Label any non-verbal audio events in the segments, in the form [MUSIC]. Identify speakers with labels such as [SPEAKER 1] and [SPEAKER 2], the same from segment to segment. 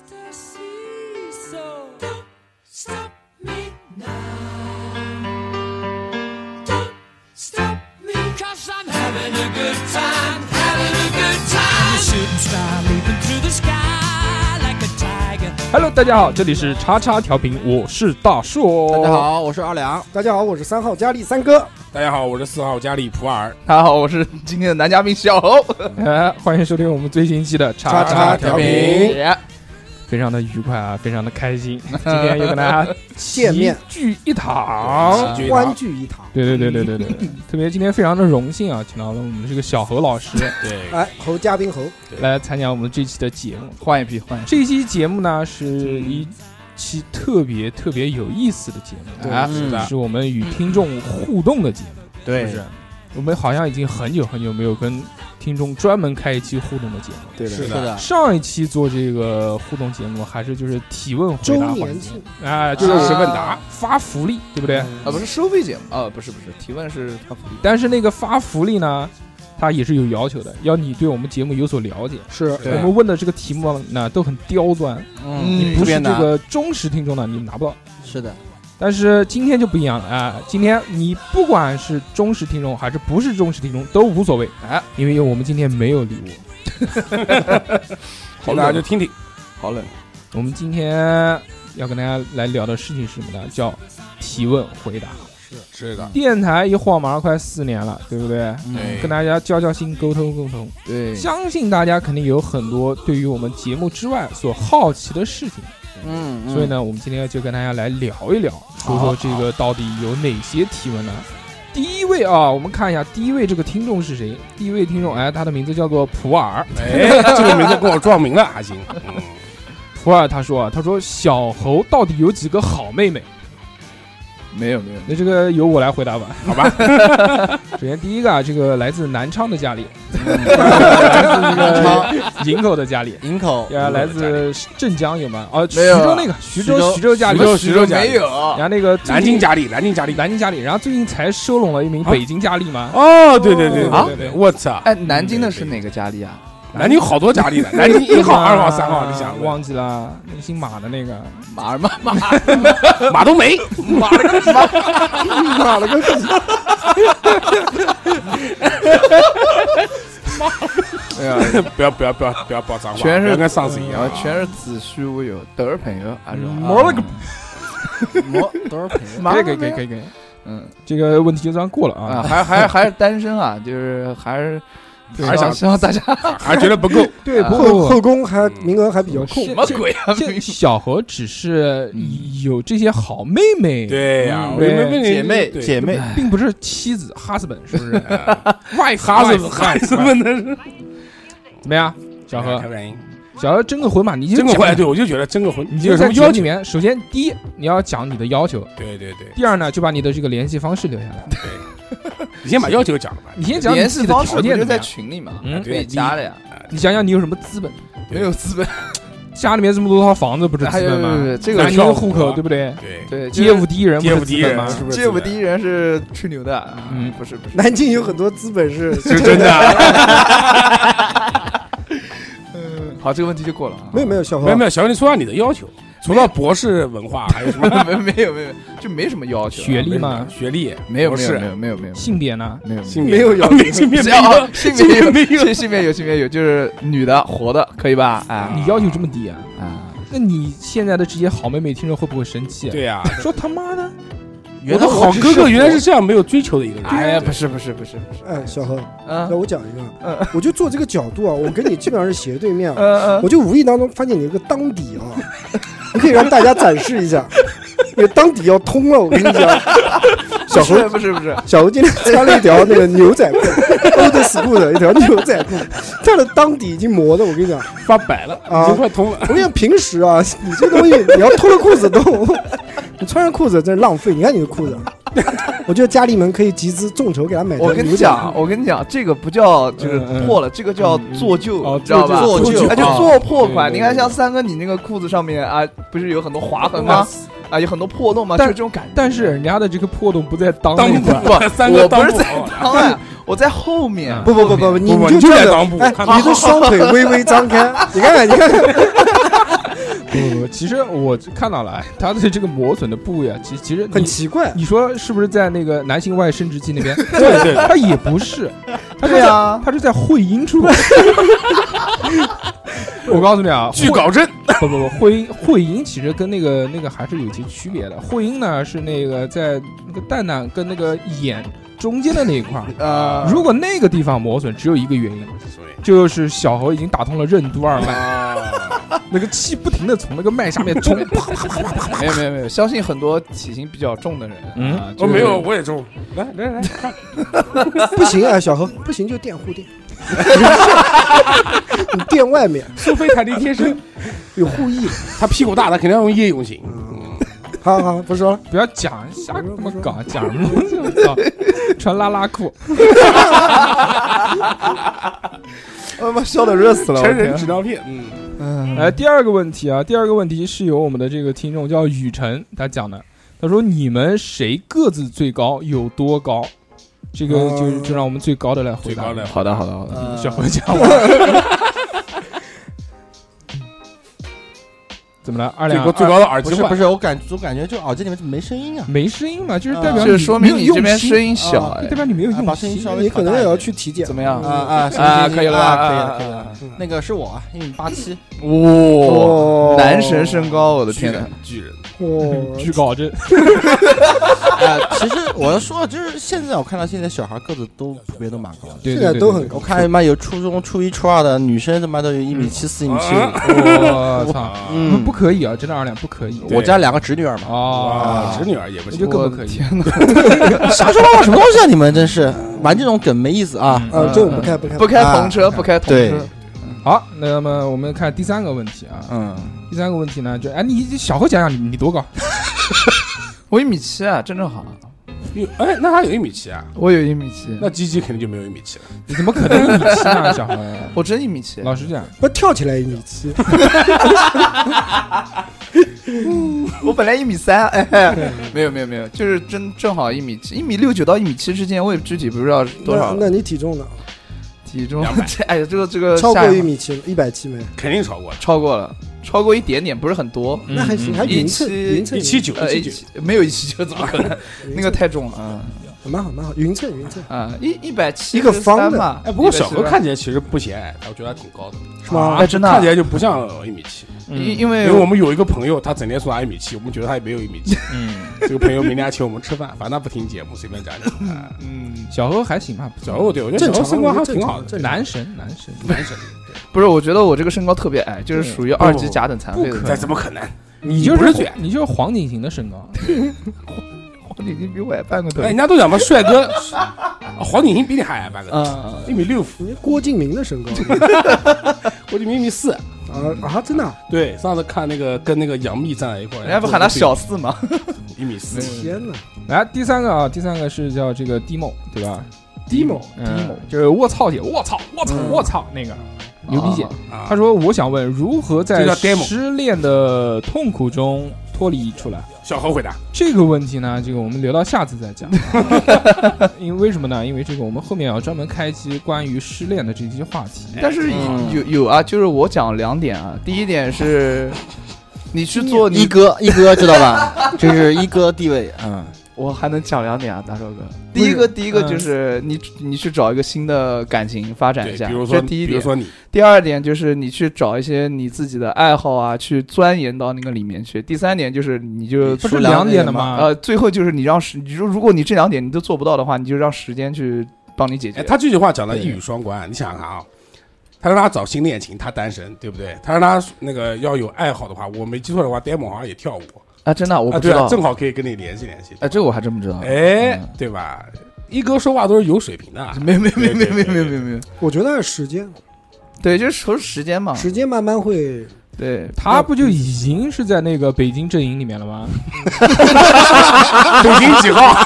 [SPEAKER 1] Stacy, so don't stop me now. Don't stop me, cause I'm having a good time, having a good time. A shooting star leaping through the sky like a tiger.
[SPEAKER 2] Hello，大家好，这里是叉叉调频，我是大硕。
[SPEAKER 3] 大家，好，我是阿良。
[SPEAKER 4] 大家好，我是三号佳丽三哥。
[SPEAKER 5] 大家好，我是四号加里普尔。
[SPEAKER 3] 大家好，我是今天的男嘉宾小猴。
[SPEAKER 2] 哎，欢迎收听我们最新一期的叉
[SPEAKER 4] 叉
[SPEAKER 2] 调
[SPEAKER 4] 调频，
[SPEAKER 2] 非常的愉快啊，非常的开心，今天又跟大家
[SPEAKER 4] 见面
[SPEAKER 2] 齐聚一堂。
[SPEAKER 5] 喜剧
[SPEAKER 4] 欢
[SPEAKER 5] 堂
[SPEAKER 4] 聚一堂。
[SPEAKER 2] 对对对对对对，对特别今天非常的荣幸啊，请到了我们这个小何老师
[SPEAKER 5] 对，
[SPEAKER 4] 哎，侯嘉宾侯，
[SPEAKER 2] 来参加我们这期的节目。
[SPEAKER 3] 换一批，换一批。
[SPEAKER 2] 这一期节目呢是一期特别特别有意思的节目，
[SPEAKER 3] 对
[SPEAKER 2] 啊
[SPEAKER 3] 嗯是的
[SPEAKER 2] 是我们与听众互动的节目。
[SPEAKER 3] 对
[SPEAKER 2] 是不是？我们好像已经很久很久没有跟听众专门开一期互动的节目。
[SPEAKER 4] 对
[SPEAKER 5] 是
[SPEAKER 3] 是
[SPEAKER 5] 的，
[SPEAKER 3] 的，
[SPEAKER 2] 上一期做这个互动节目还是就是提问回
[SPEAKER 4] 周
[SPEAKER 2] 答环
[SPEAKER 4] 年
[SPEAKER 2] 节
[SPEAKER 4] 庆，
[SPEAKER 2] 啊，就是
[SPEAKER 3] 啊
[SPEAKER 2] 问答发福利，对不对？
[SPEAKER 3] 啊，不是收费节目啊，不是不是，提问是他福利
[SPEAKER 2] 但是那个发福利呢，它也是有要求的，要你对我们节目有所了解。
[SPEAKER 4] 是
[SPEAKER 5] 对
[SPEAKER 2] 我们问的这个题目呢都很刁钻，
[SPEAKER 3] 嗯
[SPEAKER 2] 不是这个忠实听众呢你拿不到。
[SPEAKER 3] 是的，
[SPEAKER 2] 但是今天就不一样了啊！今天你不管是忠实听众还是不是忠实听众都无所谓
[SPEAKER 3] 哎，
[SPEAKER 2] 因为我们今天没有礼物，
[SPEAKER 5] 好，大家就听听。
[SPEAKER 3] 好冷，
[SPEAKER 2] 我们今天要跟大家来聊的事情是什么呢？叫提问回答。
[SPEAKER 5] 是的，
[SPEAKER 2] 电台一晃马上快四年了，对不对？
[SPEAKER 3] 嗯
[SPEAKER 5] 对
[SPEAKER 2] 跟大家交交心，沟通沟通。
[SPEAKER 3] 对，
[SPEAKER 2] 相信大家肯定有很多对于我们节目之外所好奇的事情，
[SPEAKER 3] 嗯
[SPEAKER 2] 所以，呢，我们今天就跟大家来聊一聊，说说这个到底有哪些提问呢？第一位啊，我们看一下第一位这个听众是谁？第一位听众，哎，他的名字叫做普洱。
[SPEAKER 5] 哎，这个名字跟我撞名了，还行。嗯，
[SPEAKER 2] 普洱他说啊，他说小猴到底有几个好妹妹？
[SPEAKER 3] 没有没有，
[SPEAKER 2] 那这个由我来回答吧。
[SPEAKER 5] 好吧，
[SPEAKER 2] [LAUGHS] 首先第一个啊，这个来自南昌的家里，
[SPEAKER 3] 南昌
[SPEAKER 2] 营口的家里，
[SPEAKER 3] 营口
[SPEAKER 2] 呀，来自镇江有吗？啊，徐
[SPEAKER 3] 没有
[SPEAKER 2] 州那个，徐州徐州家里，
[SPEAKER 5] 徐州
[SPEAKER 3] 徐州没有，
[SPEAKER 2] 然后那个最
[SPEAKER 5] 南京
[SPEAKER 2] 近
[SPEAKER 5] 加里，南京加里。
[SPEAKER 2] 南京家里，然后最近才收拢了一名
[SPEAKER 5] 啊
[SPEAKER 2] 北京家里嘛。
[SPEAKER 5] 哦，对对对
[SPEAKER 2] 啊
[SPEAKER 5] 对对，我操！
[SPEAKER 3] 哎，南京的是哪个家里啊？
[SPEAKER 5] 南京好多加里的，南京一号、
[SPEAKER 2] 啊
[SPEAKER 5] 二号、三号，你想
[SPEAKER 2] 忘记了那个姓马的那个，
[SPEAKER 3] 马儿马马
[SPEAKER 5] 马冬梅，
[SPEAKER 3] 马儿个 [LAUGHS] 马，
[SPEAKER 4] 骂了个
[SPEAKER 3] [LAUGHS]
[SPEAKER 4] 屁，
[SPEAKER 3] 哎呀，
[SPEAKER 5] 不要不要不要不要报脏话，
[SPEAKER 3] 全是
[SPEAKER 5] 不要跟上次一
[SPEAKER 3] 然
[SPEAKER 5] 样
[SPEAKER 3] 后
[SPEAKER 5] 啊，
[SPEAKER 3] 全是子虚乌有，都是朋友啊，是吧？
[SPEAKER 2] 毛了个
[SPEAKER 3] 毛都是朋友，
[SPEAKER 2] 可以可以可以可以可以，
[SPEAKER 3] 嗯
[SPEAKER 2] 这个问题就算过了
[SPEAKER 3] 啊，
[SPEAKER 2] 啊。
[SPEAKER 3] 还还还是单身啊，就是还是
[SPEAKER 2] 对
[SPEAKER 3] 还是想希望大家
[SPEAKER 5] 还觉得不够。
[SPEAKER 4] 对，
[SPEAKER 3] 啊
[SPEAKER 2] 嗯
[SPEAKER 4] 后
[SPEAKER 5] [LAUGHS]
[SPEAKER 4] 后宫还名额还比较空
[SPEAKER 2] 是，
[SPEAKER 3] 什么鬼啊？
[SPEAKER 2] 这小何只是有这些好妹妹，，
[SPEAKER 5] 嗯对呀，
[SPEAKER 2] 嗯
[SPEAKER 5] 我就没问你
[SPEAKER 6] 姐妹
[SPEAKER 5] 对
[SPEAKER 6] 姐妹，
[SPEAKER 2] 并不是妻子哈斯本，是不是？
[SPEAKER 5] 外哈子哈子不能
[SPEAKER 2] 怎么样，啊小何
[SPEAKER 5] 开？玩笑
[SPEAKER 2] 小何争个魂吧，你就
[SPEAKER 5] 哎真个
[SPEAKER 2] 讲
[SPEAKER 5] 混，对我就觉得真个混，
[SPEAKER 2] 你就
[SPEAKER 5] 有什
[SPEAKER 2] 在
[SPEAKER 5] 么
[SPEAKER 2] 节目
[SPEAKER 5] 要
[SPEAKER 2] 里
[SPEAKER 5] 求？
[SPEAKER 2] 面，首先第一你要讲你的要求，
[SPEAKER 5] 对对对，
[SPEAKER 2] 第二呢就把你的这个联系方式留下来。
[SPEAKER 5] 你先把要求讲了吧。
[SPEAKER 2] 你先讲你
[SPEAKER 3] 联
[SPEAKER 2] 自己
[SPEAKER 3] 系
[SPEAKER 2] 的
[SPEAKER 3] 方
[SPEAKER 2] 条
[SPEAKER 3] 式不
[SPEAKER 2] 件
[SPEAKER 3] 就
[SPEAKER 2] 怎么
[SPEAKER 3] 在
[SPEAKER 2] 样？
[SPEAKER 3] 群里嘛，
[SPEAKER 2] 嗯，
[SPEAKER 3] 可以加的呀，
[SPEAKER 2] 你想想你有什么资本？
[SPEAKER 3] 没有资本，
[SPEAKER 2] 家里面这么多套房子不是
[SPEAKER 3] 还
[SPEAKER 2] 资
[SPEAKER 3] 有
[SPEAKER 2] 本吗？
[SPEAKER 3] 这
[SPEAKER 2] 南
[SPEAKER 3] 个
[SPEAKER 2] 京
[SPEAKER 5] 跳
[SPEAKER 2] 的
[SPEAKER 5] 舞
[SPEAKER 2] 户口对不对？
[SPEAKER 5] 对
[SPEAKER 3] 对
[SPEAKER 2] 街舞第一人不是
[SPEAKER 5] 街舞
[SPEAKER 2] 资
[SPEAKER 5] 第一
[SPEAKER 2] 本
[SPEAKER 5] 人
[SPEAKER 2] 吗？
[SPEAKER 5] 是不是？
[SPEAKER 3] 街舞第一人是吹牛的，
[SPEAKER 2] 嗯
[SPEAKER 3] 不是不是，
[SPEAKER 4] 南京有很多资本是
[SPEAKER 5] 是真的，
[SPEAKER 3] 好，这个问题就过了啊，
[SPEAKER 4] 没有没有小何
[SPEAKER 5] 没有没有，小何，你说下你的要求，除了博士文化还有什么
[SPEAKER 3] [LAUGHS] 没有没有没有，就没什么要求，
[SPEAKER 2] 学历嘛，
[SPEAKER 5] 学历？
[SPEAKER 3] 没有
[SPEAKER 5] 博
[SPEAKER 3] 没有没
[SPEAKER 5] 士，
[SPEAKER 3] 有没有没有
[SPEAKER 2] 性别呢？
[SPEAKER 3] 没有
[SPEAKER 5] 性
[SPEAKER 4] 没有要求
[SPEAKER 5] [LAUGHS] 没性别
[SPEAKER 3] 只
[SPEAKER 5] 没
[SPEAKER 3] 要
[SPEAKER 5] 有
[SPEAKER 3] 啊，性
[SPEAKER 5] 性
[SPEAKER 3] 别
[SPEAKER 5] 别
[SPEAKER 3] 有
[SPEAKER 5] 没有，
[SPEAKER 3] 性性别有性别有，就是女的活的可以吧？啊
[SPEAKER 2] 你要求这么低啊？
[SPEAKER 3] 啊，
[SPEAKER 2] 那你现在的这些好妹妹听着会不会生气？啊
[SPEAKER 5] 对呀，
[SPEAKER 2] 说他妈的，
[SPEAKER 5] 我的好哥哥原来是这样没有追求的一个人。
[SPEAKER 3] 哎呀，不是不是不是不是，
[SPEAKER 4] 哎，小何，那
[SPEAKER 3] 嗯
[SPEAKER 4] 我讲一个
[SPEAKER 3] 嗯
[SPEAKER 4] 啊，我就做这个角度啊，我跟你基本上是斜对面啊，
[SPEAKER 3] 嗯
[SPEAKER 4] 我就无意当中发现你有个裆底啊，你可以让大家展示一下，你的裆底要通了，我跟你讲，小何
[SPEAKER 3] 不是不是，
[SPEAKER 4] 小吴今天穿了一条那个牛仔裤，old school 的一条牛仔裤，他的裆底已经磨的，我跟你讲，
[SPEAKER 5] 发白了，
[SPEAKER 4] 啊
[SPEAKER 5] 已经快通了。
[SPEAKER 4] [LAUGHS] 我跟你讲，平时啊，你这东西你要脱了裤子都， [LAUGHS] 你穿上裤子真是浪费。你看你的裤子， [LAUGHS] 我觉得家里们可以集资众筹给他买条
[SPEAKER 3] 我跟你
[SPEAKER 4] 牛仔
[SPEAKER 3] 讲，
[SPEAKER 4] 裤。
[SPEAKER 3] 我跟你讲，这个不叫就是破了，这个叫做
[SPEAKER 2] 嗯哦
[SPEAKER 3] 旧，你知道吧？
[SPEAKER 2] 做
[SPEAKER 4] 旧做旧
[SPEAKER 3] 哎，就
[SPEAKER 2] 啊
[SPEAKER 3] 做破款。
[SPEAKER 2] 对对
[SPEAKER 3] 你看，像三哥你那个裤子上面啊，不是有很多划痕吗？啊，有很多破洞吗？就
[SPEAKER 2] 但
[SPEAKER 3] 这种感觉。
[SPEAKER 2] 但是人家的这个破洞不在裆
[SPEAKER 5] 当
[SPEAKER 2] 里
[SPEAKER 5] 不
[SPEAKER 2] 面，
[SPEAKER 3] 不，
[SPEAKER 5] [LAUGHS] 三哥
[SPEAKER 3] 我不
[SPEAKER 5] 当
[SPEAKER 3] 是
[SPEAKER 5] 不
[SPEAKER 3] 在 [LAUGHS]
[SPEAKER 5] 好
[SPEAKER 3] 裆啊，我在后面。
[SPEAKER 4] 不不不不，不，你
[SPEAKER 5] 不不
[SPEAKER 4] 就
[SPEAKER 5] 你就
[SPEAKER 4] 这
[SPEAKER 5] 在
[SPEAKER 4] 样
[SPEAKER 5] 裆部
[SPEAKER 4] 哎，
[SPEAKER 5] 看到
[SPEAKER 4] 你的双腿微微张开，你看看，你看看，
[SPEAKER 2] [LAUGHS] 不不，其实我看到了，哎他的这个磨损的部位啊，其其实
[SPEAKER 4] 很
[SPEAKER 2] 你
[SPEAKER 4] 奇怪。
[SPEAKER 2] 你说是不是在那个男性外生殖器那边？
[SPEAKER 5] [LAUGHS] 对对，
[SPEAKER 2] 他也不是，他是
[SPEAKER 3] 对
[SPEAKER 2] 在
[SPEAKER 3] 啊，
[SPEAKER 2] 他是在会阴处。 [LAUGHS] 我告诉你啊，
[SPEAKER 5] 据
[SPEAKER 2] 会
[SPEAKER 5] 稿证，
[SPEAKER 2] 不不不，会阴会阴其实跟那个那个还是有一些区别的。会阴呢是那个在那个蛋蛋跟那个眼中间的那一块儿，
[SPEAKER 3] 呃，
[SPEAKER 2] 如果那个地方磨损，只有一个原因，
[SPEAKER 5] 所以
[SPEAKER 2] 就是小猴已经打通了任督二脉，
[SPEAKER 5] 啊，
[SPEAKER 2] [LAUGHS] 那个气不停的从那个脉下面冲。
[SPEAKER 3] 没有没有没有，相信很多体型比较重的人，
[SPEAKER 2] 嗯
[SPEAKER 3] 啊
[SPEAKER 5] 我哦没有，，我也中，来来来，
[SPEAKER 4] 不行啊，小何，不行就垫护垫， [LAUGHS] 你垫外面
[SPEAKER 5] 苏菲弹力贴身，
[SPEAKER 4] 有护翼。
[SPEAKER 5] 他屁股大，他肯定要用夜用型。
[SPEAKER 4] 好好，不说了，
[SPEAKER 2] 不要讲瞎他妈搞，讲什么东西？我操，穿拉拉裤，
[SPEAKER 3] 我他妈笑的热死了，
[SPEAKER 5] 成人纸
[SPEAKER 3] 知道，
[SPEAKER 5] 尿片，嗯，
[SPEAKER 3] 嗯，
[SPEAKER 2] 来，呃第二个问题啊，第二个问题是由我们的这个听众叫雨辰他讲的，他说你们谁个子最高，有多高？这个就是就让我们最高的来回
[SPEAKER 5] 最
[SPEAKER 2] 答。
[SPEAKER 5] 高
[SPEAKER 3] [LAUGHS]
[SPEAKER 5] 的
[SPEAKER 3] 好的好的好的，
[SPEAKER 2] 嗯，
[SPEAKER 3] 呃
[SPEAKER 2] 小何讲完。 [LAUGHS] 怎么了？二
[SPEAKER 5] 最
[SPEAKER 2] 两
[SPEAKER 5] 高最高的耳
[SPEAKER 6] 不
[SPEAKER 5] 机
[SPEAKER 6] 是不
[SPEAKER 5] 换，
[SPEAKER 6] 是，我感总感觉就耳机里面怎么没声音啊？
[SPEAKER 2] 没声音嘛，就是代表
[SPEAKER 3] 就
[SPEAKER 2] 你
[SPEAKER 3] 呃是说明
[SPEAKER 2] 没
[SPEAKER 3] 你
[SPEAKER 2] 有
[SPEAKER 3] 这边
[SPEAKER 2] 用心
[SPEAKER 3] 声音小，
[SPEAKER 6] 啊
[SPEAKER 3] 哎
[SPEAKER 2] 代表你没有
[SPEAKER 6] 啊
[SPEAKER 2] 用
[SPEAKER 6] 把声音稍
[SPEAKER 2] 心。
[SPEAKER 6] 微
[SPEAKER 4] 你可能也要去体检
[SPEAKER 3] 怎。么样
[SPEAKER 6] 啊？啊行
[SPEAKER 3] 啊
[SPEAKER 6] 行
[SPEAKER 3] 可以了
[SPEAKER 6] 行
[SPEAKER 3] 吧
[SPEAKER 6] 啊可以
[SPEAKER 3] 啊
[SPEAKER 6] 了可以了。嗯那个是我啊，一米八七，
[SPEAKER 3] 哇，
[SPEAKER 4] 哦
[SPEAKER 3] 男神身高，我的
[SPEAKER 5] 巨
[SPEAKER 3] 天哪！
[SPEAKER 5] 人巨人，
[SPEAKER 2] [LAUGHS]
[SPEAKER 4] 哦，
[SPEAKER 2] 巨高这
[SPEAKER 6] [LAUGHS] 啊，其实我要说，就是现在我看到现在小孩个子都普遍都蛮高的。
[SPEAKER 2] 对
[SPEAKER 4] 现在都很
[SPEAKER 6] 我看他妈有初中初一初二的女生，他妈都有一米七四、一米七五。
[SPEAKER 2] 嗯 [LAUGHS] 我操，
[SPEAKER 6] 嗯
[SPEAKER 2] 不可以啊！真的二两不可以
[SPEAKER 5] 对
[SPEAKER 6] 我家两个侄女儿嘛，
[SPEAKER 2] 啊
[SPEAKER 5] 啊，！侄女儿也不
[SPEAKER 2] 我
[SPEAKER 5] 行
[SPEAKER 2] 就，更不可以。
[SPEAKER 6] 瞎说八道什么东西啊！你们真是 [LAUGHS] 玩这种梗没意思啊！
[SPEAKER 2] 嗯
[SPEAKER 4] 啊，这我不开不开
[SPEAKER 3] 不开篷车，不开篷
[SPEAKER 6] 对
[SPEAKER 3] 车，
[SPEAKER 2] 好，那么我们看第三个问题啊，
[SPEAKER 3] 嗯，
[SPEAKER 2] 第三个问题呢，就哎，你小何讲讲你你多高？
[SPEAKER 3] 我一米七啊，正正好，
[SPEAKER 5] 哟哎，那他有一米七啊，
[SPEAKER 3] 我有一米七，
[SPEAKER 5] 那鸡鸡肯定就没有一米七了，
[SPEAKER 2] 你怎么可能一米七呢？小何，
[SPEAKER 3] 我真一米七，
[SPEAKER 2] 老实讲，
[SPEAKER 4] 不跳起来一米七，
[SPEAKER 3] 我本来一米三，哎， [LAUGHS] 没有没有没有，就是真正好一米七，一米六九到一米七之间，我也具体不知道多少
[SPEAKER 4] 那那你体重呢？
[SPEAKER 3] 体重
[SPEAKER 5] 200。
[SPEAKER 3] 哎 [LAUGHS] 呀，这个这个
[SPEAKER 4] 超
[SPEAKER 3] 吓
[SPEAKER 4] 过
[SPEAKER 3] 人
[SPEAKER 4] 一米七了，一百七没？
[SPEAKER 5] 肯定超过了，
[SPEAKER 3] 超过了，超过一点点，不是很多。
[SPEAKER 4] 那还行，还匀称，
[SPEAKER 3] 一七
[SPEAKER 4] 匀称，
[SPEAKER 5] 一七九
[SPEAKER 3] 呃，
[SPEAKER 5] 一
[SPEAKER 3] 一
[SPEAKER 5] 七九，
[SPEAKER 3] 起没有一七九，怎么可能？
[SPEAKER 4] 匀称
[SPEAKER 3] 那个太重了啊
[SPEAKER 4] 蛮好蛮好，匀称匀称，
[SPEAKER 3] 啊！一一百七
[SPEAKER 4] 一个方的
[SPEAKER 3] 嘛。
[SPEAKER 5] 哎，不过小
[SPEAKER 3] 173
[SPEAKER 5] 何看起来其实不显矮，我觉得他挺高的，
[SPEAKER 4] 是吗？
[SPEAKER 3] 哎真的啊哎
[SPEAKER 5] 看起来就不像一米七。
[SPEAKER 2] 嗯
[SPEAKER 3] 因因
[SPEAKER 5] 因
[SPEAKER 3] 为
[SPEAKER 5] 为我们有一个朋友，他整天说他一米七，我们觉得他也没有
[SPEAKER 3] [LAUGHS]
[SPEAKER 5] 一米七。
[SPEAKER 2] 嗯，
[SPEAKER 5] 这个朋友明天还请我们吃饭，反正他不听节目，随便讲讲。哎
[SPEAKER 3] 嗯，
[SPEAKER 2] 小何还行吧，
[SPEAKER 5] 小何，对我觉得
[SPEAKER 4] 正常
[SPEAKER 5] 小何身高还挺好
[SPEAKER 4] 正
[SPEAKER 5] 的，
[SPEAKER 4] 常
[SPEAKER 2] 男神男神，
[SPEAKER 5] 男神
[SPEAKER 3] 不是，我觉得我这个身高特别矮，就是属于二级甲等残废
[SPEAKER 2] 不可
[SPEAKER 5] 这
[SPEAKER 3] 的。
[SPEAKER 5] 怎么可能？
[SPEAKER 2] 你就
[SPEAKER 5] 不
[SPEAKER 2] 是
[SPEAKER 5] 是最矮
[SPEAKER 2] 你就是黄景行的身高， [LAUGHS]
[SPEAKER 3] [LAUGHS] 黄景行比我矮半个头
[SPEAKER 5] 哎，。人家都讲嘛，
[SPEAKER 3] [LAUGHS]
[SPEAKER 5] 帅哥，啊黄景行比你还矮半个，
[SPEAKER 3] 嗯，
[SPEAKER 5] 一米六五，
[SPEAKER 4] 你郭敬明的身高
[SPEAKER 5] 我就一米四。
[SPEAKER 4] 啊啊，真的啊？
[SPEAKER 5] 对，上次看那个跟那个杨幂站在一块儿，
[SPEAKER 3] 人家不喊他小四吗？
[SPEAKER 5] 一米四，
[SPEAKER 4] 天哪！
[SPEAKER 2] 来第三个啊，第三个是叫这个 Dimo 对吧？Dimo
[SPEAKER 3] Dimo
[SPEAKER 2] 就是我操姐，我操我操我操那个牛逼姐，
[SPEAKER 3] 嗯
[SPEAKER 5] 啊
[SPEAKER 2] 她说我想问如何在
[SPEAKER 5] 这叫 Demo
[SPEAKER 2] 失恋的痛苦中脱离出来。
[SPEAKER 5] 小何回答，
[SPEAKER 2] 这个问题呢，这个我们留到下次再讲，因为为什么呢？因为这个我们后面要专门开一期关于失恋的这期话题。
[SPEAKER 3] 但是
[SPEAKER 6] 嗯
[SPEAKER 3] 有有啊，就是我讲两点啊。第一点是，你去做
[SPEAKER 6] 一
[SPEAKER 3] 你，
[SPEAKER 6] 哥，一哥知道吧？这是一哥地位，嗯，
[SPEAKER 3] 我还能讲两点啊，大寿哥。第一个，第一个就是你你去找一个新的感情发展
[SPEAKER 5] 对
[SPEAKER 3] 一，下，
[SPEAKER 5] 比如
[SPEAKER 3] 这
[SPEAKER 5] 说，
[SPEAKER 3] 是第一
[SPEAKER 5] 比如
[SPEAKER 3] 点。
[SPEAKER 5] 说你，
[SPEAKER 3] 第二点就是你去找一些你自己的爱好啊，去钻研到那个里面去。第三点就是你就
[SPEAKER 2] 不是
[SPEAKER 6] 说两
[SPEAKER 2] 两点
[SPEAKER 6] 点
[SPEAKER 2] 的吗？
[SPEAKER 3] 呃，最后就是你让时，你说如果你这两点你都做不到的话，你就让时间去帮你解决。
[SPEAKER 5] 哎，他这句话讲的一语双关，你想想看啊。他让他找新恋情，他单身，对不对？他让他那个要有爱好的话，我没记错的话，demo 好像也跳舞，
[SPEAKER 3] 啊，真的我
[SPEAKER 5] 啊，
[SPEAKER 3] 不
[SPEAKER 5] 对
[SPEAKER 3] 知道
[SPEAKER 5] 啊，，正好可以跟你联系联系。
[SPEAKER 3] 哎，这个我还真不知道。
[SPEAKER 5] 哎
[SPEAKER 3] 嗯，
[SPEAKER 5] 对吧？一哥说话都是有水平的啊，
[SPEAKER 3] 没有没有没有没有没有没
[SPEAKER 5] 对对对
[SPEAKER 3] 有没有没有，
[SPEAKER 4] 我觉得时间，
[SPEAKER 3] 对，就是说时间嘛，
[SPEAKER 4] 时间慢慢会，
[SPEAKER 3] 对，
[SPEAKER 2] 他不就已经是在那个北京阵营里面了吗？
[SPEAKER 5] 北京几 [LAUGHS] 号？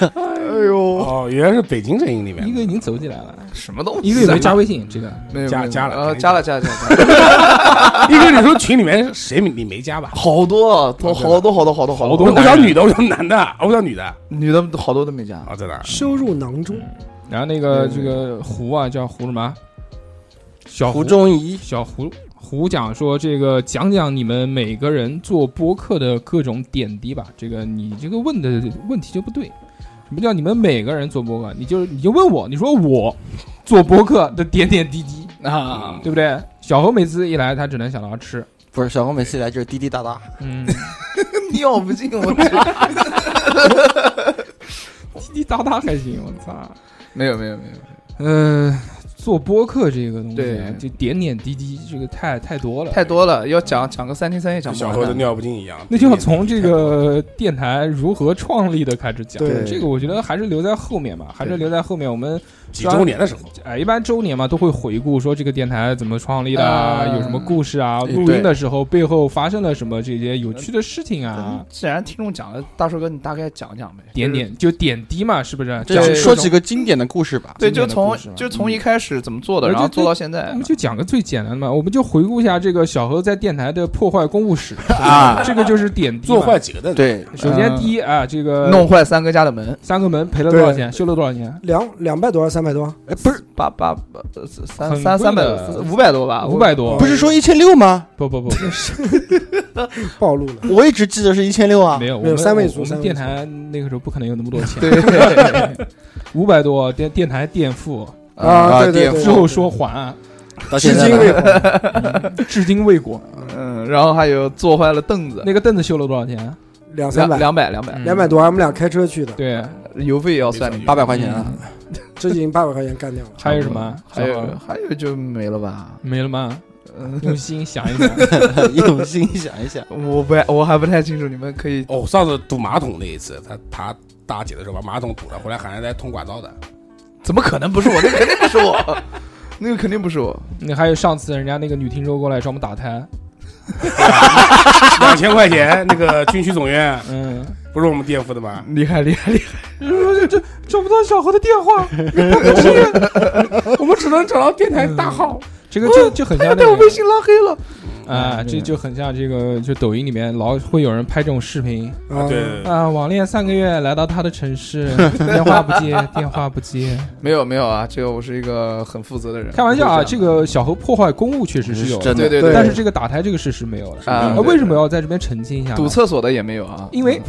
[SPEAKER 3] 哎呦，
[SPEAKER 5] 哦，原来是北京阵营里面
[SPEAKER 2] 一个已经走起来了，
[SPEAKER 3] 什么东西啊？
[SPEAKER 2] 一个也没加微信，这个
[SPEAKER 3] 没有，
[SPEAKER 5] 加
[SPEAKER 3] 没有
[SPEAKER 5] 加了
[SPEAKER 3] 呃，
[SPEAKER 5] 肯定
[SPEAKER 3] 加了加了加了，加了
[SPEAKER 5] 一哥，你说群里面谁你没加吧？
[SPEAKER 3] [LAUGHS] 好多啊都好多好多好多好
[SPEAKER 5] 我
[SPEAKER 3] 多
[SPEAKER 5] 不想女的，我想男的，我想女的。
[SPEAKER 3] 女的好多都没 [LAUGHS] 加，
[SPEAKER 5] 哦，在哪？
[SPEAKER 4] 收入囊中。
[SPEAKER 2] 然后那个
[SPEAKER 3] 对
[SPEAKER 2] 这个胡啊，叫胡什么？小
[SPEAKER 6] [LAUGHS] 胡中仪，
[SPEAKER 2] 小胡胡讲说这个讲讲你们每个人做播客的各种点滴吧。这个你这个问的问题就不对，什么叫你们每个人做播客？你就你就问我，你说我做播客的点点滴滴，
[SPEAKER 3] 啊，
[SPEAKER 5] 嗯
[SPEAKER 2] 对不对？小侯每次一来，他只能想到吃，
[SPEAKER 6] 不是小红每次来就是滴滴答答，
[SPEAKER 2] 嗯，
[SPEAKER 3] 尿不尽我这。
[SPEAKER 2] [LAUGHS] 滴滴答答还行，我操，
[SPEAKER 3] [LAUGHS] 没有没有没有，
[SPEAKER 2] 嗯、做播客这个东西啊
[SPEAKER 3] 对，
[SPEAKER 2] 就点点滴滴，这个太太多了，
[SPEAKER 3] 太多了，要讲讲个三天三夜讲不
[SPEAKER 5] 小猴子
[SPEAKER 3] 完的。
[SPEAKER 5] 尿不尽一样。
[SPEAKER 2] 那就要从这个电台如何创立的开始讲。
[SPEAKER 4] 对
[SPEAKER 2] 这个我觉得还是留在后面吧，还是留在后面。我们
[SPEAKER 5] 几周年的时候，
[SPEAKER 2] 哎，一般周年嘛，都会回顾说这个电台怎么创立的啊，
[SPEAKER 3] 嗯
[SPEAKER 2] 有什么故事啊，
[SPEAKER 3] 对
[SPEAKER 2] 录音的时候背后发生了什么这些有趣的事情啊，
[SPEAKER 3] 既然听众讲了，大叔哥你大概讲讲呗，
[SPEAKER 2] 点点就点滴嘛，是不是？
[SPEAKER 6] 这
[SPEAKER 2] 讲
[SPEAKER 6] 是
[SPEAKER 3] 对
[SPEAKER 6] 说几个经典的故事嗯吧。
[SPEAKER 3] 对，
[SPEAKER 2] 经
[SPEAKER 3] 就
[SPEAKER 2] 典的
[SPEAKER 3] 从
[SPEAKER 2] 故事嘛
[SPEAKER 3] 就从一开始怎么做的，
[SPEAKER 2] 而且
[SPEAKER 3] 然后
[SPEAKER 2] 这
[SPEAKER 3] 做到现在
[SPEAKER 2] 我们就讲个最简单的嘛，我们就回顾一下这个小何在电台的破坏公务史，
[SPEAKER 6] 啊，
[SPEAKER 2] 这个就是点滴嘛。
[SPEAKER 5] 做坏几个凳子，
[SPEAKER 6] 对，
[SPEAKER 2] 首先
[SPEAKER 3] 嗯
[SPEAKER 2] 第一啊，这个
[SPEAKER 3] 弄坏三哥家的门，
[SPEAKER 2] 三个门赔了多少
[SPEAKER 4] 对
[SPEAKER 2] 钱？修了多少钱？
[SPEAKER 4] 两两百多还是三百多？
[SPEAKER 3] 哎，不是八八八呃三
[SPEAKER 2] 很
[SPEAKER 3] 三
[SPEAKER 2] 贵
[SPEAKER 3] 三百
[SPEAKER 2] 的
[SPEAKER 3] 四五百多吧，
[SPEAKER 2] 五百多？
[SPEAKER 6] 不是说一千六吗？
[SPEAKER 2] 不不不，
[SPEAKER 4] 暴露了。
[SPEAKER 6] 我一直记得是一千六啊
[SPEAKER 2] 没。有，我
[SPEAKER 4] 没有
[SPEAKER 2] 们
[SPEAKER 4] 三位
[SPEAKER 2] 我
[SPEAKER 4] 数
[SPEAKER 2] 我
[SPEAKER 4] 三
[SPEAKER 2] 们
[SPEAKER 4] 位
[SPEAKER 2] 电
[SPEAKER 4] 数
[SPEAKER 2] 台那个时候不可能有那
[SPEAKER 4] [LAUGHS]
[SPEAKER 2] 么多钱，
[SPEAKER 3] 对， [LAUGHS]
[SPEAKER 2] 五百多电电台垫付，
[SPEAKER 6] 啊
[SPEAKER 4] 对对
[SPEAKER 6] 点
[SPEAKER 4] 对，
[SPEAKER 2] 之后说还，
[SPEAKER 6] 到
[SPEAKER 4] 至
[SPEAKER 6] 现在
[SPEAKER 4] 今未
[SPEAKER 6] 了
[SPEAKER 4] 还。
[SPEAKER 2] 至今未果。
[SPEAKER 3] 嗯，然后还有坐坏了凳子，
[SPEAKER 2] 那个凳子修了多少钱？
[SPEAKER 4] 两三
[SPEAKER 3] 两
[SPEAKER 4] 百，
[SPEAKER 3] 两百两百，
[SPEAKER 2] 嗯
[SPEAKER 4] 两百多，我们俩开车去的，
[SPEAKER 2] 对，
[SPEAKER 3] 邮费也要算进去。
[SPEAKER 6] 八百块钱啊，
[SPEAKER 4] 这已经八百块钱干掉了。
[SPEAKER 2] 还有什么？
[SPEAKER 3] 嗯还
[SPEAKER 2] 小
[SPEAKER 3] 有
[SPEAKER 2] 何
[SPEAKER 3] 还有就没了吧？
[SPEAKER 2] 没了吗？
[SPEAKER 4] 呃
[SPEAKER 3] 嗯，
[SPEAKER 2] 用心想一想，
[SPEAKER 4] [LAUGHS]
[SPEAKER 6] 用心想一想。
[SPEAKER 3] 我不太我还不太清楚，你们可以
[SPEAKER 5] 哦，上次堵马桶那一次，他他大姐的时候把马桶堵了，回来喊人来通管道 [LAUGHS] 的，
[SPEAKER 3] 怎么可能不是我？那个肯定不是我， [LAUGHS] 那个肯定不是我。
[SPEAKER 2] 那还有上次人家那个女听众过来找我们打胎，
[SPEAKER 5] 两千块钱，那个军区总院
[SPEAKER 2] 嗯，
[SPEAKER 5] 不是我们垫付的吗？
[SPEAKER 3] 厉害厉害厉害！
[SPEAKER 4] 嗯
[SPEAKER 2] 找不到小何的电话，
[SPEAKER 4] [LAUGHS]
[SPEAKER 5] 我们只能找到电台大号，
[SPEAKER 4] 嗯
[SPEAKER 2] 这个就就很像那
[SPEAKER 3] 被我
[SPEAKER 2] 个
[SPEAKER 3] 微信拉黑了。
[SPEAKER 2] 啊，这就很像这个，就抖音里面老会有人拍这种视频，
[SPEAKER 4] 啊，
[SPEAKER 5] 对，
[SPEAKER 2] 啊，网恋三个月来到他的城市，电话不接，电话不接。
[SPEAKER 3] 没有没有啊，这个我是一个很负责的人。
[SPEAKER 2] 开玩笑啊，
[SPEAKER 3] 我
[SPEAKER 2] 这
[SPEAKER 3] 就
[SPEAKER 2] 个小何破坏公务确实是有的，
[SPEAKER 6] 真
[SPEAKER 3] 对
[SPEAKER 6] 的
[SPEAKER 3] 对
[SPEAKER 4] 对
[SPEAKER 2] 但是这个打胎这个事是没有的。
[SPEAKER 3] 啊
[SPEAKER 2] 啊，，为什么要在这边澄清一下呢？
[SPEAKER 3] 堵厕所的也没有啊？
[SPEAKER 2] 因为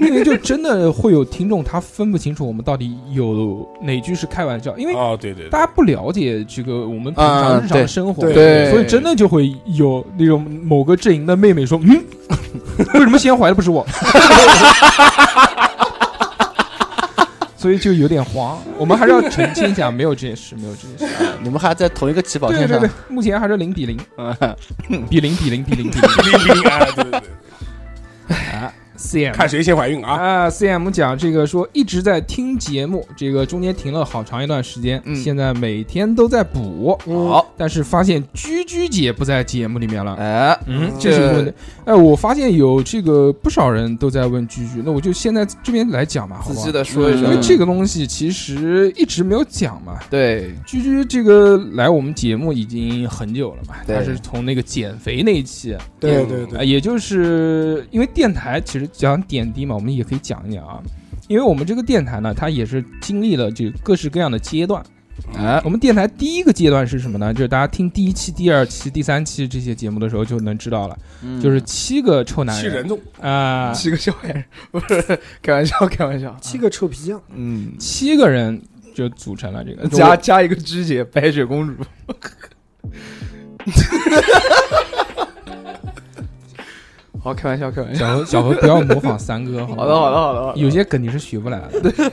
[SPEAKER 2] 因为就真的会有听众他分不清楚我们到底有哪句是开玩笑，因为
[SPEAKER 5] 哦，对对，对
[SPEAKER 2] 大家不了解这个我们平常
[SPEAKER 6] 啊
[SPEAKER 2] 日常的生活，
[SPEAKER 4] 对
[SPEAKER 3] 对
[SPEAKER 2] 所以真的就会有那种某个阵营的妹妹说，嗯，为什么先怀的不是我？ [LAUGHS] 所以就有点慌，我们还是要澄清一下，没有这件事，没有这件事。
[SPEAKER 6] 你们还在同一个起跑
[SPEAKER 2] 对
[SPEAKER 6] 线
[SPEAKER 2] 对
[SPEAKER 6] 上
[SPEAKER 2] 对，，目前还是零比零，比零比零比零比
[SPEAKER 5] 叮叮哎对 [LAUGHS] 对对，
[SPEAKER 2] 零啊！CM
[SPEAKER 5] 看谁先怀孕啊？
[SPEAKER 2] 啊，CM 讲这个说一直在听节目，这个中间停了好长一段时间，
[SPEAKER 3] 嗯
[SPEAKER 2] 现在每天都在补，
[SPEAKER 3] 好，
[SPEAKER 2] 但是发现居居姐不在节目里面了。
[SPEAKER 3] 哎，
[SPEAKER 2] 嗯，这是一个问题。哎，我发现有这个不少人都在问居居，那我就现在这边来讲嘛，好
[SPEAKER 3] 仔
[SPEAKER 2] 吧
[SPEAKER 3] 细？的说一
[SPEAKER 2] 因为
[SPEAKER 3] 说
[SPEAKER 2] 这个东西其实一直没有讲嘛。
[SPEAKER 3] 对，
[SPEAKER 2] 居居这个来我们节目已经很久了嘛，
[SPEAKER 3] 对
[SPEAKER 2] 他是从那个减肥那一期，
[SPEAKER 4] 对对
[SPEAKER 2] 啊，
[SPEAKER 5] 嗯哎
[SPEAKER 4] 对，
[SPEAKER 2] 也就是因为电台其实讲点滴嘛，我们也可以讲一讲啊。因为我们这个电台呢，它也是经历了就各式各样的阶段。
[SPEAKER 3] 哎，
[SPEAKER 2] 我们电台第一个阶段是什么呢？就是大家听第一期、第二期、第三期这些节目的时候就能知道了，就是七个臭男
[SPEAKER 5] 七人众，
[SPEAKER 2] 啊、
[SPEAKER 3] 嗯七个小矮人， [LAUGHS] 不是开玩笑，开玩笑。
[SPEAKER 4] 七个臭皮匠，
[SPEAKER 3] 嗯，
[SPEAKER 2] 七个人就组成了这个
[SPEAKER 3] 加加一个知姐，白雪公主。 [LAUGHS] 好，开玩笑，开玩笑。
[SPEAKER 2] 小何，小何不要模仿三哥，好吧
[SPEAKER 3] 好的，好的，，好的，好的。
[SPEAKER 2] 有些梗你是学不来的。